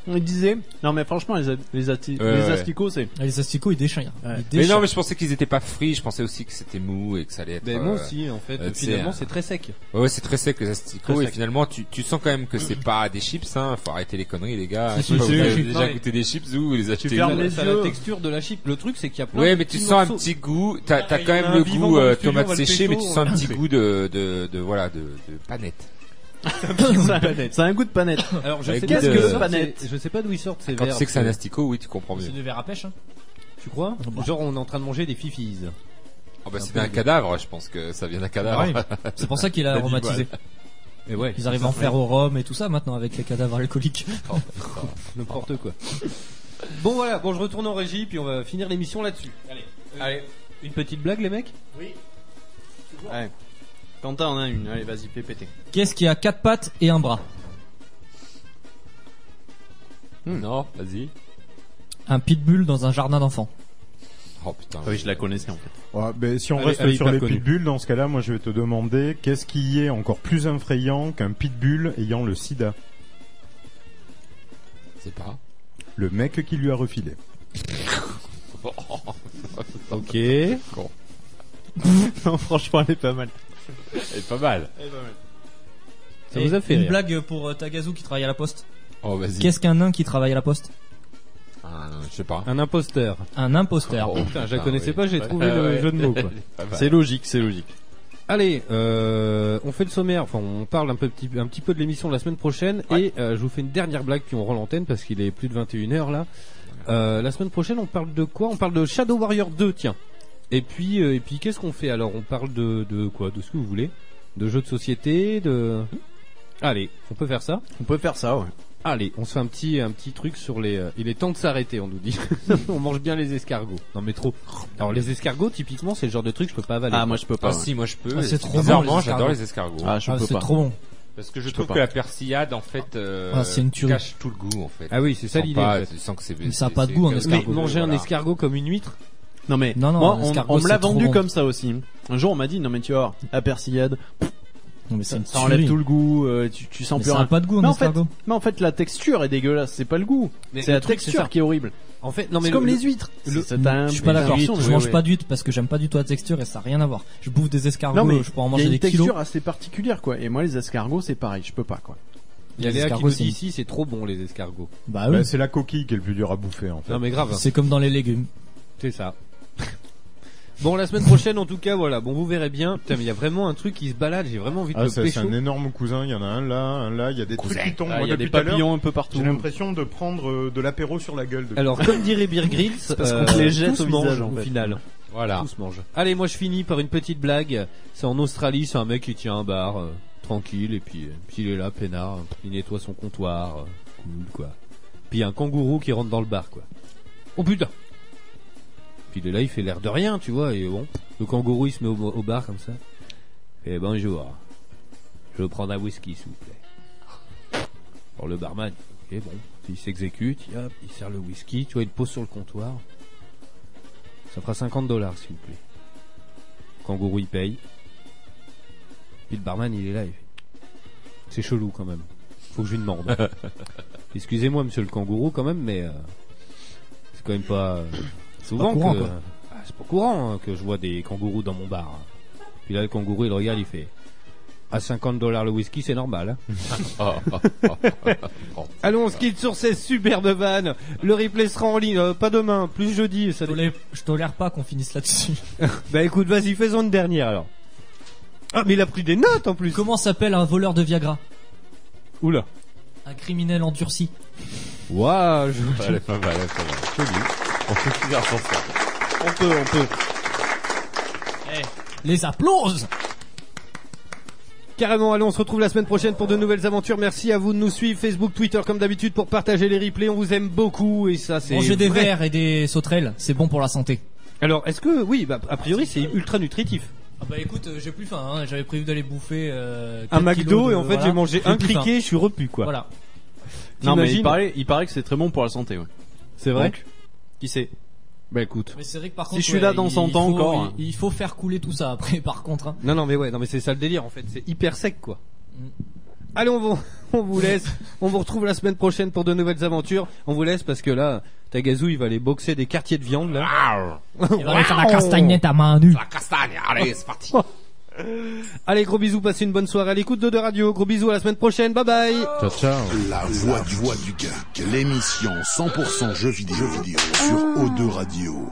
[SPEAKER 8] On disait. Non mais franchement les a- les, ati-
[SPEAKER 19] Ouais,
[SPEAKER 8] les
[SPEAKER 19] ouais.
[SPEAKER 8] asticots c'est.
[SPEAKER 5] Les asticots ils déchirent.
[SPEAKER 19] Mais non, mais je pensais qu'ils étaient pas frits, je pensais aussi que c'était mou et que ça allait être.
[SPEAKER 3] Mais Ben, moi aussi, en fait,
[SPEAKER 19] tu sais,
[SPEAKER 3] finalement,
[SPEAKER 19] euh,
[SPEAKER 3] c'est très sec.
[SPEAKER 19] Ouais, ouais, c'est très sec les asticots
[SPEAKER 3] Très
[SPEAKER 19] et
[SPEAKER 3] sec.
[SPEAKER 19] finalement tu, tu sens quand même que c'est pas des chips, hein. Faut arrêter les conneries, les gars.
[SPEAKER 3] Si,
[SPEAKER 19] Je sais
[SPEAKER 3] si,
[SPEAKER 19] pas,
[SPEAKER 3] si,
[SPEAKER 19] vous avez
[SPEAKER 3] si. Non,
[SPEAKER 19] déjà
[SPEAKER 3] mais-
[SPEAKER 19] goûté des chips ou vous les achetez
[SPEAKER 3] Tu
[SPEAKER 19] où
[SPEAKER 3] fermes les yeux. la texture de la chip. Le truc, c'est qu'il y a plein
[SPEAKER 19] Ouais,
[SPEAKER 3] de
[SPEAKER 19] mais tu
[SPEAKER 3] petits
[SPEAKER 19] sens un
[SPEAKER 3] morceaux.
[SPEAKER 19] petit goût. T'as t'as
[SPEAKER 3] Ah, Il y
[SPEAKER 19] quand
[SPEAKER 3] en a
[SPEAKER 19] même
[SPEAKER 3] un
[SPEAKER 19] le
[SPEAKER 3] vivant
[SPEAKER 19] goût
[SPEAKER 3] dans le
[SPEAKER 19] euh,
[SPEAKER 3] studio, on
[SPEAKER 19] tomate
[SPEAKER 3] va le
[SPEAKER 19] séchée, mais
[SPEAKER 3] pécho, hein.
[SPEAKER 19] tu
[SPEAKER 3] on
[SPEAKER 19] sens un
[SPEAKER 3] va
[SPEAKER 19] petit
[SPEAKER 3] le
[SPEAKER 19] goût de de de voilà de de panette.
[SPEAKER 8] C'est un goût de panette.
[SPEAKER 3] Alors je
[SPEAKER 19] Ouais,
[SPEAKER 3] sais
[SPEAKER 19] goût
[SPEAKER 3] pas
[SPEAKER 19] de-
[SPEAKER 3] d'où ils sortent,
[SPEAKER 8] panette.
[SPEAKER 3] ces- Je sais pas d'où ils sortent ces
[SPEAKER 19] Quand tu
[SPEAKER 3] verres,
[SPEAKER 19] sais que c'est un
[SPEAKER 3] parce
[SPEAKER 19] asticot, oui, tu comprends mieux.
[SPEAKER 5] C'est du verre à pêche. Hein.
[SPEAKER 3] Tu crois Genre on est en train de manger des fifis.
[SPEAKER 19] Ah bah
[SPEAKER 3] Oh, C'est un
[SPEAKER 19] c'est
[SPEAKER 3] peu
[SPEAKER 19] un
[SPEAKER 3] le-
[SPEAKER 19] cadavre, je pense que ça vient d'un cadavre.
[SPEAKER 5] Ah oui. C'est pour ça qu'il a
[SPEAKER 19] La
[SPEAKER 5] aromatisé.
[SPEAKER 19] bibouane. Et ouais.
[SPEAKER 5] Ils arrivent à en faire au rhum et tout ça maintenant avec les cadavres alcooliques.
[SPEAKER 8] Oh,
[SPEAKER 3] N'importe quoi. Bon voilà, bon je retourne en régie puis on va finir l'émission là-dessus. Allez. Allez. Une petite blague les mecs
[SPEAKER 8] Oui. Ouais. Quentin en a une. Allez vas-y fais péter.
[SPEAKER 5] Qu'est-ce qui a quatre pattes et un bras
[SPEAKER 19] Hmm, Non, vas-y.
[SPEAKER 5] Un pitbull dans un jardin d'enfants.
[SPEAKER 19] Oh putain.
[SPEAKER 8] Ah Oui je la connaissais en fait.
[SPEAKER 14] Ouais, ben, si on
[SPEAKER 8] Elle est-
[SPEAKER 14] reste
[SPEAKER 8] elle est
[SPEAKER 14] sur
[SPEAKER 8] hyper
[SPEAKER 14] les
[SPEAKER 8] connue.
[SPEAKER 14] pitbulls, dans ce cas-là, moi je vais te demander qu'est-ce qui est encore plus effrayant qu'un pitbull ayant le sida
[SPEAKER 19] C'est pas.
[SPEAKER 14] Le mec qui lui a refilé.
[SPEAKER 3] ok.
[SPEAKER 19] Bon.
[SPEAKER 8] non franchement elle est pas mal.
[SPEAKER 19] Elle est pas mal.
[SPEAKER 8] Elle est pas mal.
[SPEAKER 5] Et Une blague pour euh, Tagazu qui travaille à la poste.
[SPEAKER 19] Oh vas-y.
[SPEAKER 5] Qu'est-ce qu'un nain qui travaille à la poste
[SPEAKER 19] Ah, je sais pas.
[SPEAKER 3] Un imposteur.
[SPEAKER 5] Un imposteur.
[SPEAKER 3] Oh,
[SPEAKER 8] Oh,
[SPEAKER 3] Putain, je la connaissais pas, j'ai trouvé
[SPEAKER 19] Ah
[SPEAKER 3] le
[SPEAKER 19] ouais.
[SPEAKER 3] jeu de mots quoi.
[SPEAKER 19] Pas mal.
[SPEAKER 8] logique, c'est logique.
[SPEAKER 3] Allez, euh, on fait le sommaire. Enfin, on parle un peu petit, un petit peu de l'émission de la semaine prochaine et euh, je vous fais une dernière blague puis on rend l'antenne parce qu'il est plus de 21h là. Euh, la semaine prochaine, on parle de quoi On parle de Shadow Warrior 2, tiens. Et puis euh, et puis qu'est-ce qu'on fait alors On parle de de quoi De ce que vous voulez De jeux de société, de Allez, on peut faire ça
[SPEAKER 8] On peut faire ça, ouais.
[SPEAKER 3] Allez, on se fait un petit un petit truc sur les euh, il est temps de s'arrêter, on nous dit. on mange bien les escargots. Non mais trop. Alors les escargots typiquement, c'est le genre de truc que je peux pas avaler.
[SPEAKER 8] Ah, moi, je peux pas, Ah, ouais. si, moi, je peux. Ah, c'est trop bon,
[SPEAKER 19] Bizarrement,
[SPEAKER 8] les
[SPEAKER 19] j'adore
[SPEAKER 8] escargots.
[SPEAKER 19] les escargots.
[SPEAKER 8] Ah, je Ah, peux c'est pas. trop bon.
[SPEAKER 19] Parce que je,
[SPEAKER 8] Je
[SPEAKER 19] trouve
[SPEAKER 8] peux
[SPEAKER 19] que
[SPEAKER 8] pas.
[SPEAKER 19] la persillade, en fait, euh,
[SPEAKER 5] Ah, c'est une tuerie.
[SPEAKER 19] cache tout le goût, en fait.
[SPEAKER 3] Ah oui, c'est ça
[SPEAKER 19] Tu sens
[SPEAKER 3] l'idée,
[SPEAKER 19] pas-
[SPEAKER 3] en fait.
[SPEAKER 19] Tu sens que c'est.
[SPEAKER 5] Mais ça a
[SPEAKER 19] c'est-
[SPEAKER 5] pas de
[SPEAKER 19] c'est
[SPEAKER 5] goût, un
[SPEAKER 19] comme-
[SPEAKER 5] escargot.
[SPEAKER 3] Mais manger un
[SPEAKER 19] Voilà.
[SPEAKER 3] escargot comme une huître
[SPEAKER 8] Non mais
[SPEAKER 5] Non, non,
[SPEAKER 8] moi
[SPEAKER 5] un
[SPEAKER 8] on,
[SPEAKER 5] escargot,
[SPEAKER 8] on me
[SPEAKER 5] c'est
[SPEAKER 8] l'a
[SPEAKER 5] trop
[SPEAKER 8] vendu
[SPEAKER 5] bon.
[SPEAKER 8] comme ça aussi. Un jour on m'a dit non mais tu vois la persillade. ça,
[SPEAKER 5] une
[SPEAKER 8] ça enlève
[SPEAKER 5] tuerie.
[SPEAKER 8] tout le goût, euh, tu, tu sens
[SPEAKER 5] Mais
[SPEAKER 8] plus
[SPEAKER 5] ça a
[SPEAKER 8] rien.
[SPEAKER 5] pas de goût, un
[SPEAKER 8] mais en fait,
[SPEAKER 5] escargot.
[SPEAKER 8] mais en fait la texture est dégueulasse, c'est pas le goût.
[SPEAKER 3] Mais
[SPEAKER 8] C'est
[SPEAKER 3] le
[SPEAKER 8] la
[SPEAKER 3] truc, c'est
[SPEAKER 8] texture
[SPEAKER 3] ça.
[SPEAKER 8] qui est horrible.
[SPEAKER 3] En fait, non mais
[SPEAKER 8] c'est
[SPEAKER 3] le-
[SPEAKER 8] comme
[SPEAKER 3] le-
[SPEAKER 8] les huîtres.
[SPEAKER 3] le-
[SPEAKER 8] C'est un-
[SPEAKER 5] Je suis pas d'accord.
[SPEAKER 8] huître,
[SPEAKER 5] Je
[SPEAKER 8] ouais,
[SPEAKER 5] mange
[SPEAKER 8] ouais.
[SPEAKER 5] pas d'huître parce que j'aime pas du tout la texture et ça a rien à voir. Je bouffe des escargots,
[SPEAKER 8] Non mais
[SPEAKER 5] je peux en
[SPEAKER 8] il y
[SPEAKER 5] manger
[SPEAKER 8] a une
[SPEAKER 5] des
[SPEAKER 8] texture
[SPEAKER 5] kilos.
[SPEAKER 8] assez particulière quoi. Et moi les escargots c'est pareil, je peux pas quoi.
[SPEAKER 3] Il y a
[SPEAKER 5] Les
[SPEAKER 3] Léa qui
[SPEAKER 5] escargots,
[SPEAKER 3] nous
[SPEAKER 5] c'est
[SPEAKER 3] dit
[SPEAKER 5] une-
[SPEAKER 3] ici, c'est trop bon les escargots.
[SPEAKER 5] Bah
[SPEAKER 14] Ben,
[SPEAKER 5] oui.
[SPEAKER 14] c'est la coquille qui est le plus dur à bouffer en fait.
[SPEAKER 3] Non mais grave.
[SPEAKER 5] C'est comme dans les légumes.
[SPEAKER 3] C'est ça. Bon, la semaine prochaine, en tout cas, voilà. Bon, vous verrez bien. Putain, mais il y a vraiment un truc qui se balade. J'ai vraiment envie de
[SPEAKER 14] Ah,
[SPEAKER 3] le
[SPEAKER 14] ça, c'est
[SPEAKER 3] pécho.
[SPEAKER 14] un énorme cousin. Il y en a un là, un là. Il y a des trucs qui tombent.
[SPEAKER 3] Ah,
[SPEAKER 14] Moi,
[SPEAKER 3] il y a
[SPEAKER 14] depuis
[SPEAKER 3] des
[SPEAKER 14] tout à l'heure,
[SPEAKER 3] papillons un peu partout.
[SPEAKER 14] J'ai l'impression de prendre euh, de l'apéro sur la gueule. depuis-
[SPEAKER 3] Alors, comme dirait Beer Grylls,
[SPEAKER 14] C'est parce qu'on
[SPEAKER 3] euh,
[SPEAKER 14] te les jette
[SPEAKER 3] tous
[SPEAKER 14] au visage,
[SPEAKER 3] mangent,
[SPEAKER 14] en
[SPEAKER 3] au
[SPEAKER 14] fait.
[SPEAKER 3] final.
[SPEAKER 19] Voilà.
[SPEAKER 3] Tous mangent. Allez, moi, je finis par une petite blague. C'est en Australie. C'est un mec qui tient un bar euh, tranquille et puis, euh, puis il est là, peinard. Il nettoie son comptoir. euh, cool, quoi. Puis il y a un kangourou qui rentre dans le bar, quoi. Oh putain Puis il est là, il fait l'air de rien, tu vois, et bon, le kangourou il se met au, au bar comme ça. Et bonjour, je veux prendre un whisky s'il vous plaît. Alors le barman, ok bon, il s'exécute, il, hop, il sert le whisky, tu vois, il le pose sur le comptoir. Ça fera 50 dollars s'il vous plaît. Kangourou il paye. Puis le barman il est là, il fait, c'est chelou quand même, faut que je lui demande. Excusez-moi monsieur le kangourou quand même, mais... euh, c'est quand même pas euh, souvent
[SPEAKER 5] pas courant,
[SPEAKER 3] que
[SPEAKER 5] quoi.
[SPEAKER 3] Ah, c'est pas courant hein, que je vois des kangourous dans mon bar. hein. Puis là le kangourou il regarde il fait à 50 dollars le whisky c'est normal. hein. Allez on se quitte sur ces superbes vannes. Le replay sera en ligne euh, pas demain plus jeudi. Ça...
[SPEAKER 5] Je tolère pas qu'on finisse là-dessus.
[SPEAKER 3] bah écoute vas-y fais-en une dernière alors. Ah mais il a pris des notes en plus.
[SPEAKER 5] Comment s'appelle un voleur de Viagra
[SPEAKER 3] Oula.
[SPEAKER 5] Un criminel endurci.
[SPEAKER 3] Waouh. je-
[SPEAKER 19] Elle est pas mal, elle est pas mal. Jolie. On peut finir sans ça.
[SPEAKER 3] On peut on peut.
[SPEAKER 5] Eh, Les applauses
[SPEAKER 3] Carrément, allez, on se retrouve la semaine prochaine pour de nouvelles aventures. Merci à vous de nous suivre, Facebook, Twitter, comme d'habitude, pour partager les replays. On vous aime beaucoup et ça, c'est.
[SPEAKER 5] Manger des
[SPEAKER 3] vrai.
[SPEAKER 5] vers et des sauterelles, c'est bon pour la santé.
[SPEAKER 3] Alors, est-ce que oui, bah, a priori, c'est ultra nutritif.
[SPEAKER 5] Ah bah écoute, euh, j'ai plus faim. hein. J'avais prévu d'aller bouffer euh,
[SPEAKER 3] Un
[SPEAKER 5] quatre
[SPEAKER 3] McDo
[SPEAKER 5] kilos de-
[SPEAKER 3] et en fait,
[SPEAKER 5] voilà.
[SPEAKER 3] j'ai mangé
[SPEAKER 5] J'ai
[SPEAKER 3] un
[SPEAKER 5] plus faim.
[SPEAKER 3] criquet, je suis repu, quoi.
[SPEAKER 5] Voilà.
[SPEAKER 8] Non, mais il
[SPEAKER 5] T'imagines
[SPEAKER 8] paraît, il paraît que c'est très bon pour la santé, ouais.
[SPEAKER 3] C'est vrai
[SPEAKER 8] Donc, Qui sait
[SPEAKER 3] Bah écoute.
[SPEAKER 5] Mais c'est vrai que par
[SPEAKER 8] Si
[SPEAKER 5] contre,
[SPEAKER 8] je suis
[SPEAKER 5] ouais,
[SPEAKER 8] là dans
[SPEAKER 5] il-
[SPEAKER 8] 100
[SPEAKER 5] il
[SPEAKER 8] ans
[SPEAKER 5] faut-
[SPEAKER 8] encore, hein.
[SPEAKER 5] il, il faut faire couler tout ça après. Par contre, hein.
[SPEAKER 3] Non, non, mais ouais, non, mais c'est ça le délire en fait. C'est hyper sec quoi. Allez, on vous, on vous laisse. On vous retrouve la semaine prochaine pour de nouvelles aventures. On vous laisse parce que là, Tagazu il va aller boxer des quartiers de viande là.
[SPEAKER 20] Il va aller faire la castagnette à main nue.
[SPEAKER 19] Castagne, allez, c'est parti.
[SPEAKER 3] Allez, gros bisous, passez une bonne soirée à l'écoute de, de radio. Gros bisous, à la semaine prochaine. Bye bye.
[SPEAKER 1] La voix du, voix du geek, l'émission 100% jeux vidéo, jeux vidéo sur O2 Radio.